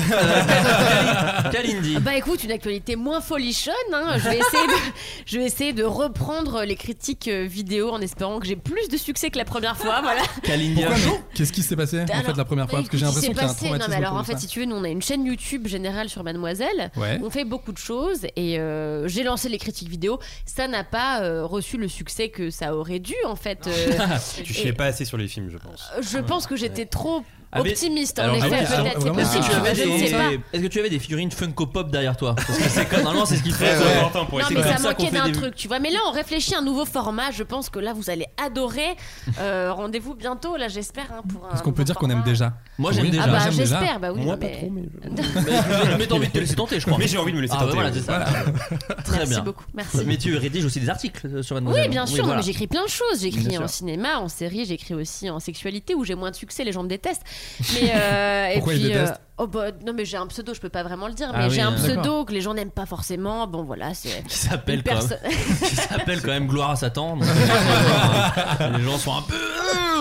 [SPEAKER 3] Euh, Kalindi.
[SPEAKER 10] Bah écoute, une actualité moins folichonne. hein. Je, vais essayer de, je vais essayer de reprendre les critiques euh, vidéo en espérant que j'ai plus de succès que la première fois. Voilà.
[SPEAKER 8] Pourquoi, mais Qu'est-ce qui s'est passé en
[SPEAKER 10] Bah Alors,
[SPEAKER 8] fait la première fois Parce que j'ai
[SPEAKER 10] Écoute, il
[SPEAKER 8] l'impression qu'il y a
[SPEAKER 10] s'est passé-
[SPEAKER 8] un traumatisme.
[SPEAKER 10] Non, mais alors
[SPEAKER 8] autour
[SPEAKER 10] en
[SPEAKER 8] de
[SPEAKER 10] fait,
[SPEAKER 8] ça.
[SPEAKER 10] si tu veux, nous on a une chaîne YouTube générale sur Mademoiselle.
[SPEAKER 8] Ouais.
[SPEAKER 10] On fait beaucoup de choses et euh, j'ai lancé les critiques vidéo. Ça n'a pas euh, reçu le succès que ça aurait dû en fait. euh,
[SPEAKER 5] tu
[SPEAKER 10] et-
[SPEAKER 5] chiais pas assez sur les films, je pense.
[SPEAKER 8] Euh,
[SPEAKER 10] Je pense que j'étais trop
[SPEAKER 3] Ah, mais-
[SPEAKER 10] optimiste en
[SPEAKER 3] Alors,
[SPEAKER 10] effet.
[SPEAKER 3] est-ce que-
[SPEAKER 10] peut-être, c'est
[SPEAKER 3] Est-ce que, tu
[SPEAKER 10] possible,
[SPEAKER 3] avais
[SPEAKER 10] je ne sais
[SPEAKER 3] des-
[SPEAKER 10] pas.
[SPEAKER 3] est-ce que tu avais des figurines Funko Pop derrière toi Parce que c'est comme normalement c'est ce qu'il faut
[SPEAKER 5] Très
[SPEAKER 3] c'est
[SPEAKER 5] important pour
[SPEAKER 10] Non,
[SPEAKER 3] essayer
[SPEAKER 10] mais
[SPEAKER 3] de
[SPEAKER 10] ça
[SPEAKER 3] faire qu'on
[SPEAKER 10] manquait
[SPEAKER 3] fait
[SPEAKER 10] d'un
[SPEAKER 3] des-
[SPEAKER 10] truc, tu vois. Mais là, on réfléchit à un nouveau format. Je pense que là, vous allez adorer. Euh, Rendez-vous bientôt, là, j'espère, hein, pour un.
[SPEAKER 8] Est-ce qu'on peut dire qu'on aime déjà
[SPEAKER 3] Moi, j'aime déjà.
[SPEAKER 10] Ah bah,
[SPEAKER 3] J'aime déjà.
[SPEAKER 10] j'espère, bah oui.
[SPEAKER 3] Moi,
[SPEAKER 10] non,
[SPEAKER 3] pas
[SPEAKER 10] mais-
[SPEAKER 3] trop, Mais t'as envie de te laisser tenter, je crois.
[SPEAKER 5] Mais j'ai envie de me laisser
[SPEAKER 3] Ah, bah,
[SPEAKER 5] tenter,
[SPEAKER 3] voilà,
[SPEAKER 5] oui.
[SPEAKER 3] c'est ça. Très
[SPEAKER 10] Merci
[SPEAKER 3] bien.
[SPEAKER 10] beaucoup, merci.
[SPEAKER 3] Mais tu rédiges aussi des articles euh, sur
[SPEAKER 10] Oui,
[SPEAKER 3] Mademoiselle.
[SPEAKER 10] bien sûr, non,
[SPEAKER 3] voilà.
[SPEAKER 10] mais j'écris plein de choses.
[SPEAKER 3] Bien
[SPEAKER 10] J'écris
[SPEAKER 3] sûr.
[SPEAKER 10] en cinéma, en série, j'écris aussi en sexualité où j'ai moins de succès, les gens me détestent. Mais euh, et
[SPEAKER 8] Pourquoi ils
[SPEAKER 10] puis, euh,
[SPEAKER 8] détestent
[SPEAKER 10] oh bah, non, mais j'ai un pseudo, je peux pas vraiment le dire,
[SPEAKER 3] Ah
[SPEAKER 10] mais
[SPEAKER 3] oui,
[SPEAKER 10] j'ai un
[SPEAKER 3] euh,
[SPEAKER 10] pseudo
[SPEAKER 3] d'accord.
[SPEAKER 10] que les gens n'aiment pas forcément. Bon, voilà, c'est.
[SPEAKER 3] Qui s'appelle
[SPEAKER 10] une
[SPEAKER 3] quand même.
[SPEAKER 10] personne-
[SPEAKER 3] Qui s'appelle quand même Gloire à Satan. donc, euh, les gens sont un peu.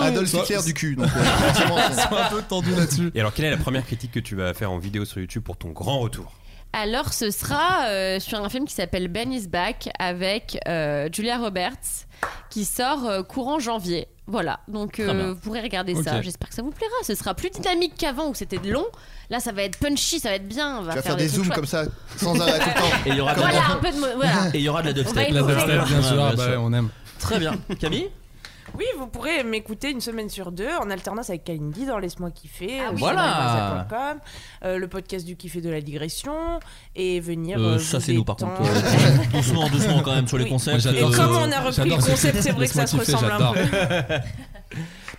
[SPEAKER 9] Adolf
[SPEAKER 3] Soit-
[SPEAKER 9] Hitler du cul. Donc,
[SPEAKER 8] Sois un peu tendu là-dessus.
[SPEAKER 5] Et alors, quelle est la première critique que tu vas faire en vidéo sur YouTube pour ton grand retour
[SPEAKER 10] Alors, ce sera euh, sur un film qui s'appelle Ben is Back avec euh, Julia Roberts qui sort euh, courant janvier. Voilà, donc euh,
[SPEAKER 15] Très bien.
[SPEAKER 10] vous pourrez regarder
[SPEAKER 15] Ok.
[SPEAKER 10] ça. J'espère que ça vous plaira. Ce sera plus dynamique qu'avant où c'était long. Là, ça va être punchy, ça va être bien. On va
[SPEAKER 9] Tu vas faire
[SPEAKER 10] faire
[SPEAKER 9] des
[SPEAKER 10] trucs
[SPEAKER 9] zooms
[SPEAKER 10] chouettes.
[SPEAKER 9] comme ça, sans arrêt tout le temps.
[SPEAKER 3] Et il y aura de la-
[SPEAKER 10] Voilà, un peu de. mo- Voilà.
[SPEAKER 3] Et il y aura de la
[SPEAKER 10] On va
[SPEAKER 3] dubstep.
[SPEAKER 10] y La
[SPEAKER 8] dubstep, bien
[SPEAKER 3] Ouais,
[SPEAKER 8] sûr, bah ouais, on aime.
[SPEAKER 3] Très bien. Camille
[SPEAKER 4] Oui, vous pourrez m'écouter une semaine sur deux en alternance avec Kalindi dans Laisse-moi kiffer.
[SPEAKER 3] Ah
[SPEAKER 4] euh,
[SPEAKER 3] oui.
[SPEAKER 4] sur
[SPEAKER 3] Voilà.
[SPEAKER 4] mademoiselle.com, euh, le podcast du kiff et de la digression. Et venir.
[SPEAKER 3] Euh,
[SPEAKER 4] euh,
[SPEAKER 3] ça
[SPEAKER 4] vous
[SPEAKER 3] c'est nous par contre.
[SPEAKER 4] détendre.
[SPEAKER 3] Euh, doucement, doucement quand même sur les
[SPEAKER 4] Oui.
[SPEAKER 3] concepts.
[SPEAKER 4] Et
[SPEAKER 3] euh,
[SPEAKER 4] comme on a repris le
[SPEAKER 9] j'adore ce
[SPEAKER 4] concept,
[SPEAKER 9] titre.
[SPEAKER 4] c'est vrai que ça se
[SPEAKER 9] Laisse-moi
[SPEAKER 4] ressemble
[SPEAKER 9] kiffer,
[SPEAKER 4] un peu.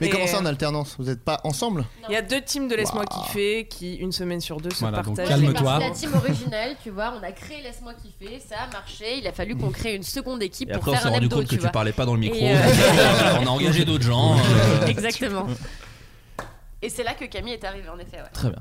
[SPEAKER 9] Mais
[SPEAKER 4] Et- euh,
[SPEAKER 9] comment ça en alternance Vous n'êtes pas ensemble
[SPEAKER 4] Il y a deux teams de Laisse-moi kiffer qui, une semaine sur deux, se
[SPEAKER 9] Voilà, donc
[SPEAKER 4] partagent.
[SPEAKER 9] calme-toi.
[SPEAKER 10] C'est la team originale, tu vois. On a créé Laisse-moi kiffer, ça a marché. Il a fallu qu'on crée une seconde équipe
[SPEAKER 3] Et
[SPEAKER 10] pour
[SPEAKER 3] après, on
[SPEAKER 10] faire
[SPEAKER 3] s'est
[SPEAKER 10] un
[SPEAKER 3] rendu
[SPEAKER 10] hebdo,
[SPEAKER 3] compte que tu
[SPEAKER 10] vois.
[SPEAKER 3] parlais pas dans le micro.
[SPEAKER 10] Et, euh,
[SPEAKER 3] On a engagé d'autres gens. euh,
[SPEAKER 10] Exactement. Et c'est là que Camille est arrivée, en effet. ouais. Ah,
[SPEAKER 3] Très bien.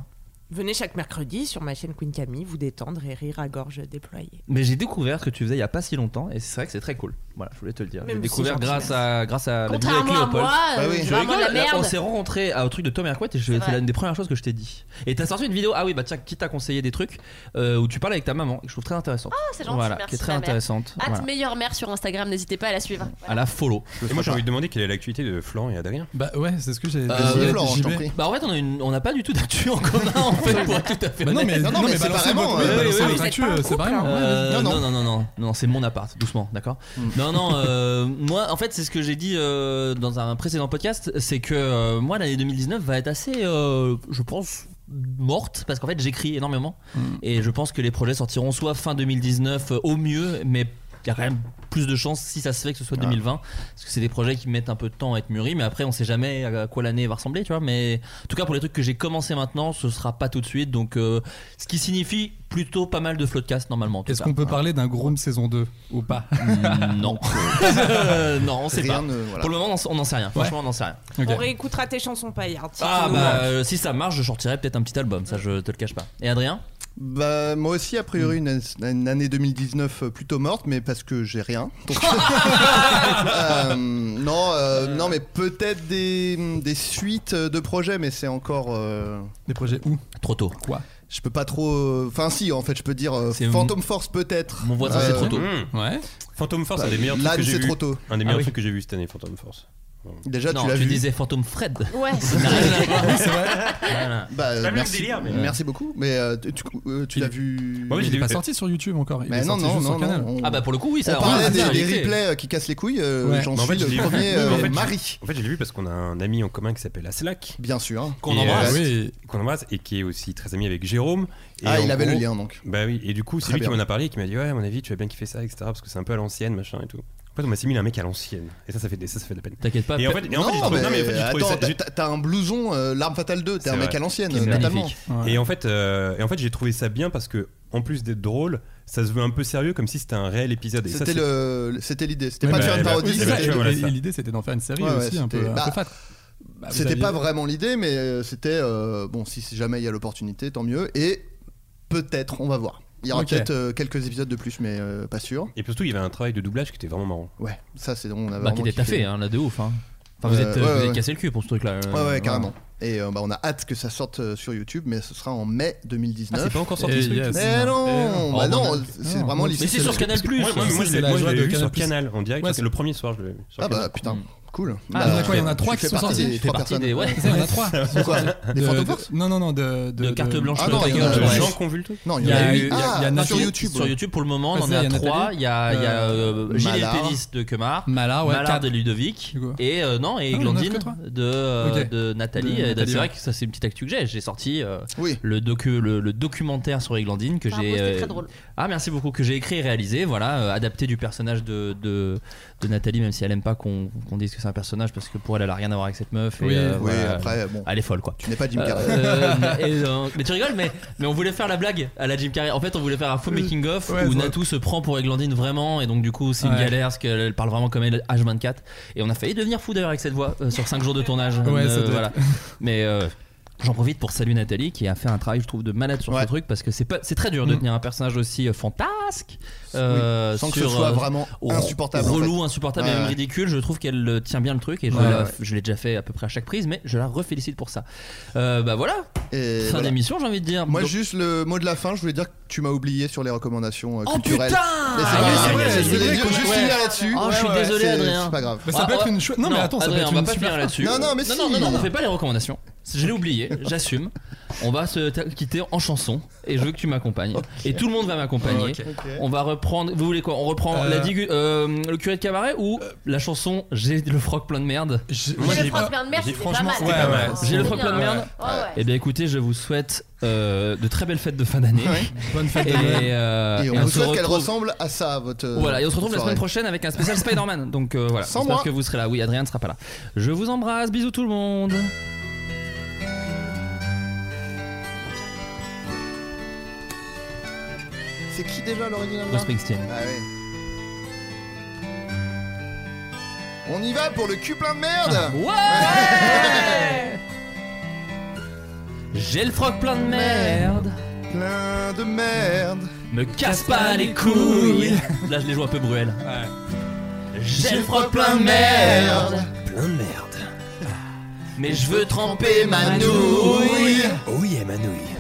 [SPEAKER 4] Venez chaque mercredi sur ma chaîne Queen Camille vous détendre et rire à gorge déployée.
[SPEAKER 3] Mais j'ai découvert que tu faisais il y a pas si longtemps et c'est vrai que c'est très cool. Voilà, je voulais te le dire. J'ai
[SPEAKER 4] Même
[SPEAKER 3] découvert
[SPEAKER 4] si gentil,
[SPEAKER 3] grâce à grâce à la vidéo avec
[SPEAKER 10] Contrairement à
[SPEAKER 3] Léopold.
[SPEAKER 10] moi, euh, Bah oui.
[SPEAKER 3] Je
[SPEAKER 10] c'est vraiment
[SPEAKER 3] rigole,
[SPEAKER 10] la
[SPEAKER 3] là, On
[SPEAKER 10] merde.
[SPEAKER 3] s'est rencontré à- au truc de Tom Hercouet et je-
[SPEAKER 10] C'est
[SPEAKER 3] c'est
[SPEAKER 10] vrai.
[SPEAKER 3] l'une des premières choses que je t'ai dit. Et t'as sorti une vidéo ah oui bah tiens qui t'a conseillé des trucs euh, où tu parlais avec ta maman que je trouve très intéressante.
[SPEAKER 10] Ah, c'est gentil,
[SPEAKER 3] Voilà,
[SPEAKER 10] merci.
[SPEAKER 3] qui est très
[SPEAKER 10] ma mère.
[SPEAKER 3] intéressante.
[SPEAKER 10] Hâte
[SPEAKER 3] Voilà.
[SPEAKER 10] meilleure mère sur Instagram, n'hésitez pas à la suivre.
[SPEAKER 3] À la follow.
[SPEAKER 5] Et moi, j'ai envie de demander quelle est l'actualité de Florent et Adrien.
[SPEAKER 8] Bah ouais, c'est ce que j'ai.
[SPEAKER 3] Euh,
[SPEAKER 8] j'ai-
[SPEAKER 3] Florent,
[SPEAKER 8] j'y
[SPEAKER 3] je t'en
[SPEAKER 8] vais.
[SPEAKER 3] prie. Bah en fait on a une- on n'a pas du tout d'actu en commun en fait pour être tout à fait
[SPEAKER 8] Bah non,
[SPEAKER 3] honnête.
[SPEAKER 8] mais- Non, non, non, mais mais c'est balancez votre-
[SPEAKER 3] Oui,
[SPEAKER 8] balancez
[SPEAKER 3] oui,
[SPEAKER 8] votre
[SPEAKER 3] oui,
[SPEAKER 8] actu,
[SPEAKER 3] vous êtes pas
[SPEAKER 8] euh,
[SPEAKER 3] en
[SPEAKER 8] c'est
[SPEAKER 3] couple,
[SPEAKER 8] vraiment-
[SPEAKER 3] hein.
[SPEAKER 8] ouais, ouais.
[SPEAKER 3] Euh,
[SPEAKER 8] Non,
[SPEAKER 3] Non non
[SPEAKER 8] non.
[SPEAKER 3] non non non non, c'est mon appart doucement d'accord. Non non euh, moi en fait c'est ce que j'ai dit euh, dans un précédent podcast c'est que euh, moi l'année 2019 va être assez euh, je pense morte parce qu'en fait j'écris énormément et je pense que les projets sortiront soit fin 2019 euh, au mieux mais il y a quand même plus de chances si ça se fait que ce soit 2020 parce que c'est des projets qui mettent un peu de temps à être mûris mais après on sait jamais à quoi l'année va ressembler tu vois mais en tout cas pour les trucs que j'ai commencé maintenant ce sera pas tout de suite donc euh, ce qui signifie plutôt pas mal de floodcast normalement en tout
[SPEAKER 8] Est-ce
[SPEAKER 3] cas.
[SPEAKER 8] qu'on peut parler d'un Groom saison 2 ou pas
[SPEAKER 3] Non. Euh, non, on sait pas. Pour le moment, on en- on n'en sait rien. Franchement, on n'en sait rien.
[SPEAKER 4] On réécoutera tes chansons paillardes. si
[SPEAKER 3] Ah
[SPEAKER 4] tu nous
[SPEAKER 3] bah
[SPEAKER 4] manques.
[SPEAKER 3] euh, si ça marche, je sortirai peut-être un petit album, ça je te le cache pas. Et Adrien
[SPEAKER 9] Bah, moi aussi, a priori, une, une année 2019 euh, plutôt morte, mais parce que j'ai rien. Donc- Euh, non, euh, non, mais peut-être des, des suites de projets, mais c'est encore. euh,
[SPEAKER 8] Des projets où
[SPEAKER 3] Trop tôt.
[SPEAKER 8] Quoi
[SPEAKER 9] Je peux pas trop. euh, Enfin, si, en fait, je peux dire euh, Phantom Force peut-être. Euh,
[SPEAKER 3] Mon voisin, c'est trop tôt.
[SPEAKER 5] Hmm.
[SPEAKER 8] Ouais.
[SPEAKER 5] Phantom Force,
[SPEAKER 9] Bah,
[SPEAKER 5] un des meilleurs
[SPEAKER 9] là,
[SPEAKER 5] trucs que j'ai
[SPEAKER 9] c'est
[SPEAKER 5] vu.
[SPEAKER 9] trop tôt.
[SPEAKER 5] Un des
[SPEAKER 9] Ah
[SPEAKER 5] meilleurs
[SPEAKER 9] oui.
[SPEAKER 5] trucs que j'ai vu cette année, Phantom Force.
[SPEAKER 9] Déjà,
[SPEAKER 3] non,
[SPEAKER 9] tu l'as vu.
[SPEAKER 3] disais Phantom Fred.
[SPEAKER 9] Ouais.
[SPEAKER 3] Oui, c'est vrai.
[SPEAKER 9] Bah,
[SPEAKER 3] C'est pas le même
[SPEAKER 9] merci,
[SPEAKER 3] délire, mais-
[SPEAKER 9] merci beaucoup. Mais euh, tu, tu- tu l'as vu.
[SPEAKER 8] Bah il est pas sorti sur YouTube encore. il
[SPEAKER 9] Mais
[SPEAKER 8] est
[SPEAKER 9] non,
[SPEAKER 8] sorti
[SPEAKER 9] non,
[SPEAKER 8] juste sur
[SPEAKER 9] non,
[SPEAKER 8] Canal.
[SPEAKER 9] non, on-
[SPEAKER 3] Ah bah pour le coup oui, ça
[SPEAKER 9] On parlait
[SPEAKER 3] ouais,
[SPEAKER 9] des,
[SPEAKER 3] c'est
[SPEAKER 9] des
[SPEAKER 3] vérité.
[SPEAKER 9] replays euh, qui cassent les couilles. euh,
[SPEAKER 3] Ouais.
[SPEAKER 9] J'en
[SPEAKER 3] Mais en
[SPEAKER 9] suis
[SPEAKER 3] fait, je
[SPEAKER 9] le
[SPEAKER 3] l'ai-
[SPEAKER 9] premier
[SPEAKER 3] Oui, mais en
[SPEAKER 9] euh,
[SPEAKER 3] fait, je-
[SPEAKER 9] mari.
[SPEAKER 5] En fait, je l'ai vu parce qu'on a un ami en commun qui s'appelle Aslak.
[SPEAKER 9] Bien sûr.
[SPEAKER 5] Et,
[SPEAKER 9] embrasse.
[SPEAKER 5] euh, Qu'on embrasse et qui est aussi très ami avec Jérôme. Et
[SPEAKER 9] Ah, il
[SPEAKER 5] en
[SPEAKER 9] avait le lien, donc.
[SPEAKER 5] Bah oui, et du coup, c'est
[SPEAKER 9] Très
[SPEAKER 5] lui qui
[SPEAKER 9] bien.
[SPEAKER 5] m'en a parlé et qui m'a dit Ouais, à mon avis, tu as bien kiffé ça, etc. Parce que c'est un peu à l'ancienne, machin et tout. En fait, on m'a assimilé un mec à l'ancienne. Et ça, ça fait, des- ça, ça fait de la peine.
[SPEAKER 3] T'inquiète pas,
[SPEAKER 5] Et en
[SPEAKER 3] pe-
[SPEAKER 5] fait, et en fait, j'ai
[SPEAKER 9] Non,
[SPEAKER 5] trouvé- non, mais en fait,
[SPEAKER 9] mais
[SPEAKER 5] j'ai trouvé
[SPEAKER 9] attends,
[SPEAKER 5] ça-
[SPEAKER 9] t'as- t'as t'as un blouson, euh, l'arme fatale 2, t'es un
[SPEAKER 5] C'est
[SPEAKER 9] mec
[SPEAKER 5] vrai.
[SPEAKER 9] à l'ancienne, euh,
[SPEAKER 5] Qui est
[SPEAKER 9] totalement.
[SPEAKER 5] magnifique. Et en fait, euh, et en fait, j'ai trouvé ça bien parce que en plus d'être drôle, ça se veut un peu sérieux, comme si c'était un réel épisode. Et ça,
[SPEAKER 9] C'était
[SPEAKER 5] c'est-
[SPEAKER 9] le, c'était l'idée. C'était
[SPEAKER 5] Ouais,
[SPEAKER 9] pas de
[SPEAKER 5] bah,
[SPEAKER 9] faire une
[SPEAKER 5] bah,
[SPEAKER 9] parodie.
[SPEAKER 5] oui, c'est vrai,
[SPEAKER 9] c'était-
[SPEAKER 5] tu vois, voilà,
[SPEAKER 8] Et
[SPEAKER 5] ça.
[SPEAKER 8] l'idée c'était d'en faire une série
[SPEAKER 9] Ouais, ouais,
[SPEAKER 8] aussi un peu,
[SPEAKER 9] c'était-
[SPEAKER 8] un peu
[SPEAKER 9] bah,
[SPEAKER 8] fat. Bah, vous
[SPEAKER 9] C'était
[SPEAKER 8] aviez-
[SPEAKER 9] pas vraiment l'idée, mais euh, c'était euh, bon. Si si jamais il y a l'opportunité, tant mieux. Et peut-être, on va voir. Il y aura
[SPEAKER 5] Ok.
[SPEAKER 9] peut-être euh, quelques épisodes de plus, mais euh, pas sûr.
[SPEAKER 5] Et surtout, il y avait un travail de doublage qui était vraiment marrant.
[SPEAKER 9] Ouais, ça c'est on a
[SPEAKER 3] Bah qui
[SPEAKER 9] vraiment
[SPEAKER 3] était
[SPEAKER 9] kiffé.
[SPEAKER 3] taffé hein, là de ouf hein. Enfin vous
[SPEAKER 9] Euh,
[SPEAKER 3] êtes
[SPEAKER 9] ouais,
[SPEAKER 3] vous êtes
[SPEAKER 9] ouais.
[SPEAKER 3] cassé le cul pour ce truc là. euh,
[SPEAKER 9] Ouais, ouais,
[SPEAKER 3] voilà.
[SPEAKER 9] carrément. Et euh, bah, on a hâte que ça sorte euh, sur YouTube, mais ce sera en mai 2019.
[SPEAKER 3] Ah, c'est pas encore sorti, ce truc, là.
[SPEAKER 9] Mais non,
[SPEAKER 3] Eh,
[SPEAKER 9] bah
[SPEAKER 3] oh,
[SPEAKER 9] non,
[SPEAKER 3] bon,
[SPEAKER 9] c'est
[SPEAKER 3] non.
[SPEAKER 9] vraiment
[SPEAKER 3] Mais
[SPEAKER 9] l'issue.
[SPEAKER 3] c'est sur Canal+.
[SPEAKER 9] le-
[SPEAKER 5] Moi, moi,
[SPEAKER 3] C'est
[SPEAKER 5] moi, je l'ai-
[SPEAKER 3] la
[SPEAKER 5] moi, je
[SPEAKER 3] joie
[SPEAKER 5] l'ai
[SPEAKER 3] de
[SPEAKER 5] vu sur
[SPEAKER 3] Canal+.
[SPEAKER 5] Canal en direct.
[SPEAKER 3] Ouais,
[SPEAKER 5] c'est le premier soir, je l'ai vu. sur
[SPEAKER 9] Ah bah
[SPEAKER 5] Canal.
[SPEAKER 9] putain, cool.
[SPEAKER 5] Ah,
[SPEAKER 9] Bah,
[SPEAKER 5] il y en a quoi, il y en a
[SPEAKER 9] tu
[SPEAKER 8] trois
[SPEAKER 9] fais
[SPEAKER 8] qui sont
[SPEAKER 9] partie
[SPEAKER 8] sortis.
[SPEAKER 9] des
[SPEAKER 8] Tu
[SPEAKER 9] trois
[SPEAKER 8] fais partie
[SPEAKER 9] personnes.
[SPEAKER 8] des- ouais. C'est vrai, il y en a trois.
[SPEAKER 9] C'est quoi Des
[SPEAKER 8] De-
[SPEAKER 9] Phantom Force
[SPEAKER 8] de- Non, non, non, de,
[SPEAKER 3] de carte blanche
[SPEAKER 9] Ah
[SPEAKER 3] sur
[SPEAKER 9] non,
[SPEAKER 3] le
[SPEAKER 9] il y en
[SPEAKER 3] Telegram,
[SPEAKER 9] a-
[SPEAKER 3] je
[SPEAKER 9] il y
[SPEAKER 3] crois.
[SPEAKER 9] en a-
[SPEAKER 5] qu'on vu le tout
[SPEAKER 9] Non,
[SPEAKER 3] il y a,
[SPEAKER 9] eu- ah,
[SPEAKER 3] Nadia
[SPEAKER 9] sur YouTube,
[SPEAKER 3] sur
[SPEAKER 9] ouais.
[SPEAKER 3] YouTube pour le moment on
[SPEAKER 9] Ouais,
[SPEAKER 3] en
[SPEAKER 9] ça,
[SPEAKER 3] a
[SPEAKER 9] il y en a
[SPEAKER 3] trois
[SPEAKER 9] Nathalie.
[SPEAKER 3] il y a, il y a euh,
[SPEAKER 9] Euh,
[SPEAKER 3] Gilles et
[SPEAKER 9] Malard.
[SPEAKER 3] le Pénis de Kemar
[SPEAKER 9] Malard, ouais, quatre.
[SPEAKER 3] de Ludovic et euh, non et
[SPEAKER 9] Ah, on en a
[SPEAKER 3] Glandine
[SPEAKER 9] que trois.
[SPEAKER 3] de, euh,
[SPEAKER 9] Ok.
[SPEAKER 3] de Nathalie
[SPEAKER 9] De
[SPEAKER 3] Et
[SPEAKER 9] Nathalie,
[SPEAKER 3] c'est vrai
[SPEAKER 9] ouais.
[SPEAKER 3] que ça c'est une petite actu que j'ai j'ai sorti euh,
[SPEAKER 9] Oui.
[SPEAKER 3] le, docu, le, le documentaire sur Eglandine que
[SPEAKER 10] Bravo,
[SPEAKER 3] j'ai
[SPEAKER 10] c'était très drôle.
[SPEAKER 3] ah merci beaucoup que j'ai écrit et réalisé voilà euh, adapté du personnage de, de, de Nathalie même si elle aime pas qu'on qu'on dise que c'est un personnage parce que pour elle elle a rien à voir avec cette meuf et,
[SPEAKER 9] Oui,
[SPEAKER 3] euh,
[SPEAKER 9] oui,
[SPEAKER 3] voilà,
[SPEAKER 9] après, bon.
[SPEAKER 3] elle est folle quoi
[SPEAKER 9] Tu n'es pas Jim
[SPEAKER 3] Euh,
[SPEAKER 9] Carrey.
[SPEAKER 3] euh, et donc- mais tu rigoles, mais, mais on voulait faire la blague à la Jim Carrey. En fait, on voulait faire un faux
[SPEAKER 9] Euh,
[SPEAKER 3] making of
[SPEAKER 8] Euh, Ouais,
[SPEAKER 3] où
[SPEAKER 8] c'est
[SPEAKER 3] Natou se prend pour Eglantine vraiment, et donc du coup, c'est une
[SPEAKER 8] Ouais.
[SPEAKER 3] galère parce qu'elle elle parle vraiment comme elle H24. Et on a failli devenir fou d'ailleurs avec cette voix euh, sur 5 jours de tournage. Euh,
[SPEAKER 8] Ouais, ça doit
[SPEAKER 3] voilà.
[SPEAKER 8] être.
[SPEAKER 3] Mais euh, j'en profite pour saluer Nathalie qui a fait un travail, je trouve, de malade sur ce truc parce que c'est pas, c'est très dur de
[SPEAKER 9] Mm.
[SPEAKER 3] tenir un personnage aussi euh, fantasque.
[SPEAKER 9] Oui. Sans que ce
[SPEAKER 3] sur,
[SPEAKER 9] soit
[SPEAKER 3] euh,
[SPEAKER 9] vraiment
[SPEAKER 3] au-
[SPEAKER 9] insupportable, en
[SPEAKER 3] relou,
[SPEAKER 9] fait.
[SPEAKER 3] insupportable,
[SPEAKER 9] Ouais,
[SPEAKER 3] et même
[SPEAKER 9] ouais.
[SPEAKER 3] ridicule. Je trouve qu'elle euh, tient bien le truc et je
[SPEAKER 9] Ouais,
[SPEAKER 3] la-
[SPEAKER 9] ouais.
[SPEAKER 3] je l'ai déjà fait à peu près à chaque prise, mais je la refélicite pour ça. Euh, bah voilà,
[SPEAKER 9] Et
[SPEAKER 3] fin
[SPEAKER 9] voilà.
[SPEAKER 3] d'émission, j'ai envie de dire.
[SPEAKER 9] Moi,
[SPEAKER 3] Donc-
[SPEAKER 9] juste le mot de la fin, je voulais dire que tu m'as oublié sur les recommandations euh,
[SPEAKER 3] Oh,
[SPEAKER 9] culturelles.
[SPEAKER 3] putain
[SPEAKER 9] Mais c'est
[SPEAKER 3] Ah,
[SPEAKER 9] pas
[SPEAKER 3] oui,
[SPEAKER 9] grave,
[SPEAKER 3] c'est vrai,
[SPEAKER 9] je
[SPEAKER 3] c'est
[SPEAKER 9] voulais
[SPEAKER 3] vrai
[SPEAKER 9] juste
[SPEAKER 3] qu'on
[SPEAKER 9] finir
[SPEAKER 3] a- ouais.
[SPEAKER 9] là-dessus.
[SPEAKER 3] Oh, je suis
[SPEAKER 9] Ouais, ouais,
[SPEAKER 3] désolé,
[SPEAKER 9] c'est-
[SPEAKER 3] Adrien.
[SPEAKER 9] C'est pas grave.
[SPEAKER 11] Bah,
[SPEAKER 3] Ah, ah, non, Adrien, on va pas finir là-dessus.
[SPEAKER 9] Non, non, mais
[SPEAKER 3] non,
[SPEAKER 9] si.
[SPEAKER 3] non, non, non, on fait pas les recommandations. Je l'ai oublié, j'assume. On va se ta- quitter en chanson et je veux que tu m'accompagnes. Et tout le monde va m'accompagner.
[SPEAKER 8] Ok. Ok.
[SPEAKER 3] On va reprendre. Vous voulez quoi On reprend
[SPEAKER 8] Euh,
[SPEAKER 3] la digu- euh, le curé de cabaret ou la chanson J'ai le froc plein de merde
[SPEAKER 8] Moi,
[SPEAKER 11] Le euh, j'ai- froc plein de merde, j'ai- c'était franchement, pas mal. c'était pas mal.
[SPEAKER 3] J'ai le
[SPEAKER 11] C'est
[SPEAKER 3] froc
[SPEAKER 11] bien.
[SPEAKER 3] plein de merde.
[SPEAKER 11] Ouais,
[SPEAKER 9] Ah
[SPEAKER 11] ouais.
[SPEAKER 3] Eh bien écoutez, je vous souhaite euh, de très belles fêtes de fin d'année.
[SPEAKER 8] Bonne fête
[SPEAKER 3] et,
[SPEAKER 8] de Noël.
[SPEAKER 3] euh,
[SPEAKER 9] Et on
[SPEAKER 3] se
[SPEAKER 9] vous souhaite qu'elle
[SPEAKER 3] retrouve-
[SPEAKER 9] ressemble à ça, votre. euh,
[SPEAKER 3] voilà, et on se retrouve la
[SPEAKER 9] soirée.
[SPEAKER 3] semaine prochaine avec un spécial Spider-Man. Donc euh, voilà,
[SPEAKER 9] Sans
[SPEAKER 3] j'espère
[SPEAKER 9] moi.
[SPEAKER 3] que vous serez là. Oui, Adrien ne sera pas là. Je vous embrasse, bisous tout le monde.
[SPEAKER 9] C'est qui déjà l'original
[SPEAKER 3] Bruce Springsteen.
[SPEAKER 9] Ah ouais. On y va pour le cul plein de merde
[SPEAKER 3] Ouais J'ai le froc plein de merde.
[SPEAKER 9] Plein de merde.
[SPEAKER 3] Me casse pas les couilles. Là, je les joue un peu bruel. J'ai le froc plein de merde. Ah.
[SPEAKER 5] Plein de merde.
[SPEAKER 3] Mais je veux tremper ma nouille.
[SPEAKER 5] Oh yeah, Manouille.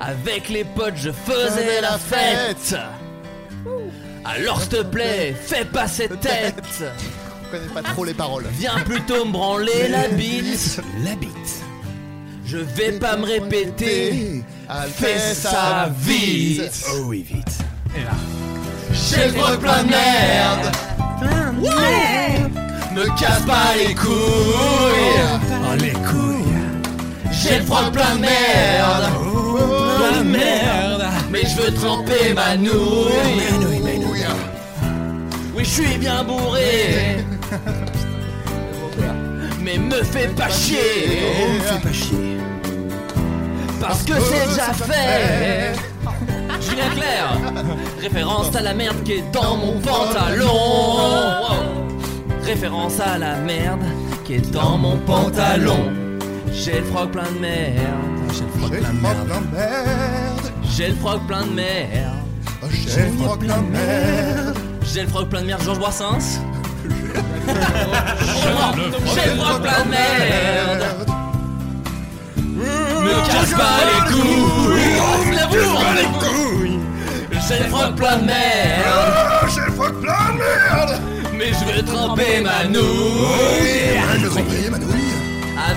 [SPEAKER 3] Avec les potes, je faisais la fête. Alors, s'il te plaît, fais pas cette tête.
[SPEAKER 9] Je connais pas trop les paroles.
[SPEAKER 3] Viens plutôt me branler la bite.
[SPEAKER 5] La bite.
[SPEAKER 3] Je vais pas me répéter.
[SPEAKER 9] Elle
[SPEAKER 3] Fais ça vite.
[SPEAKER 5] Oh oui, vite.
[SPEAKER 3] J'ai le froc plein de merde.
[SPEAKER 9] Me casse pas les couilles
[SPEAKER 5] Oh les couilles.
[SPEAKER 3] J'ai le froid plein de merde, plein de merde, mais je veux tremper ma nouille.
[SPEAKER 12] je suis bien bourré. Mais me fais pas chier.
[SPEAKER 13] Oh, me fais
[SPEAKER 12] pas chier. Parce que c'est déjà fait. Julien Clerc, référence à la merde qui est dans mon pantalon. Wow. Référence à la merde qui est dans mon pantalon. J'ai le froc plein de merde. J'ai le froc plein de merde. J'ai le froc plein de merde. Oh, J'ai le froc plein de merde. J'ai le froc plein de merde. Georges Brassens. J'ai le froc plein de merde. Me casse pas les couilles. Me pas les couilles. J'ai le froc plein de merde. J'ai le froc plein de merde. Mais je vais tremper ma nouille.
[SPEAKER 14] Je vais tremper ma nouille.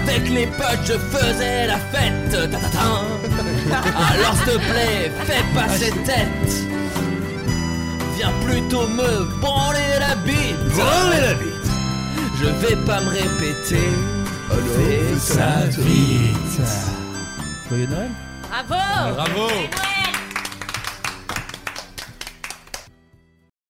[SPEAKER 12] Avec les potes, je faisais la fête. Ta, ta, ta. Alors s'il te plaît, fais pas cette tête. Viens plutôt me branler la bite. Branler la bite. Je vais pas me répéter. Fais ça vite.
[SPEAKER 3] Joyeux Noël
[SPEAKER 11] Bravo
[SPEAKER 3] Bravo.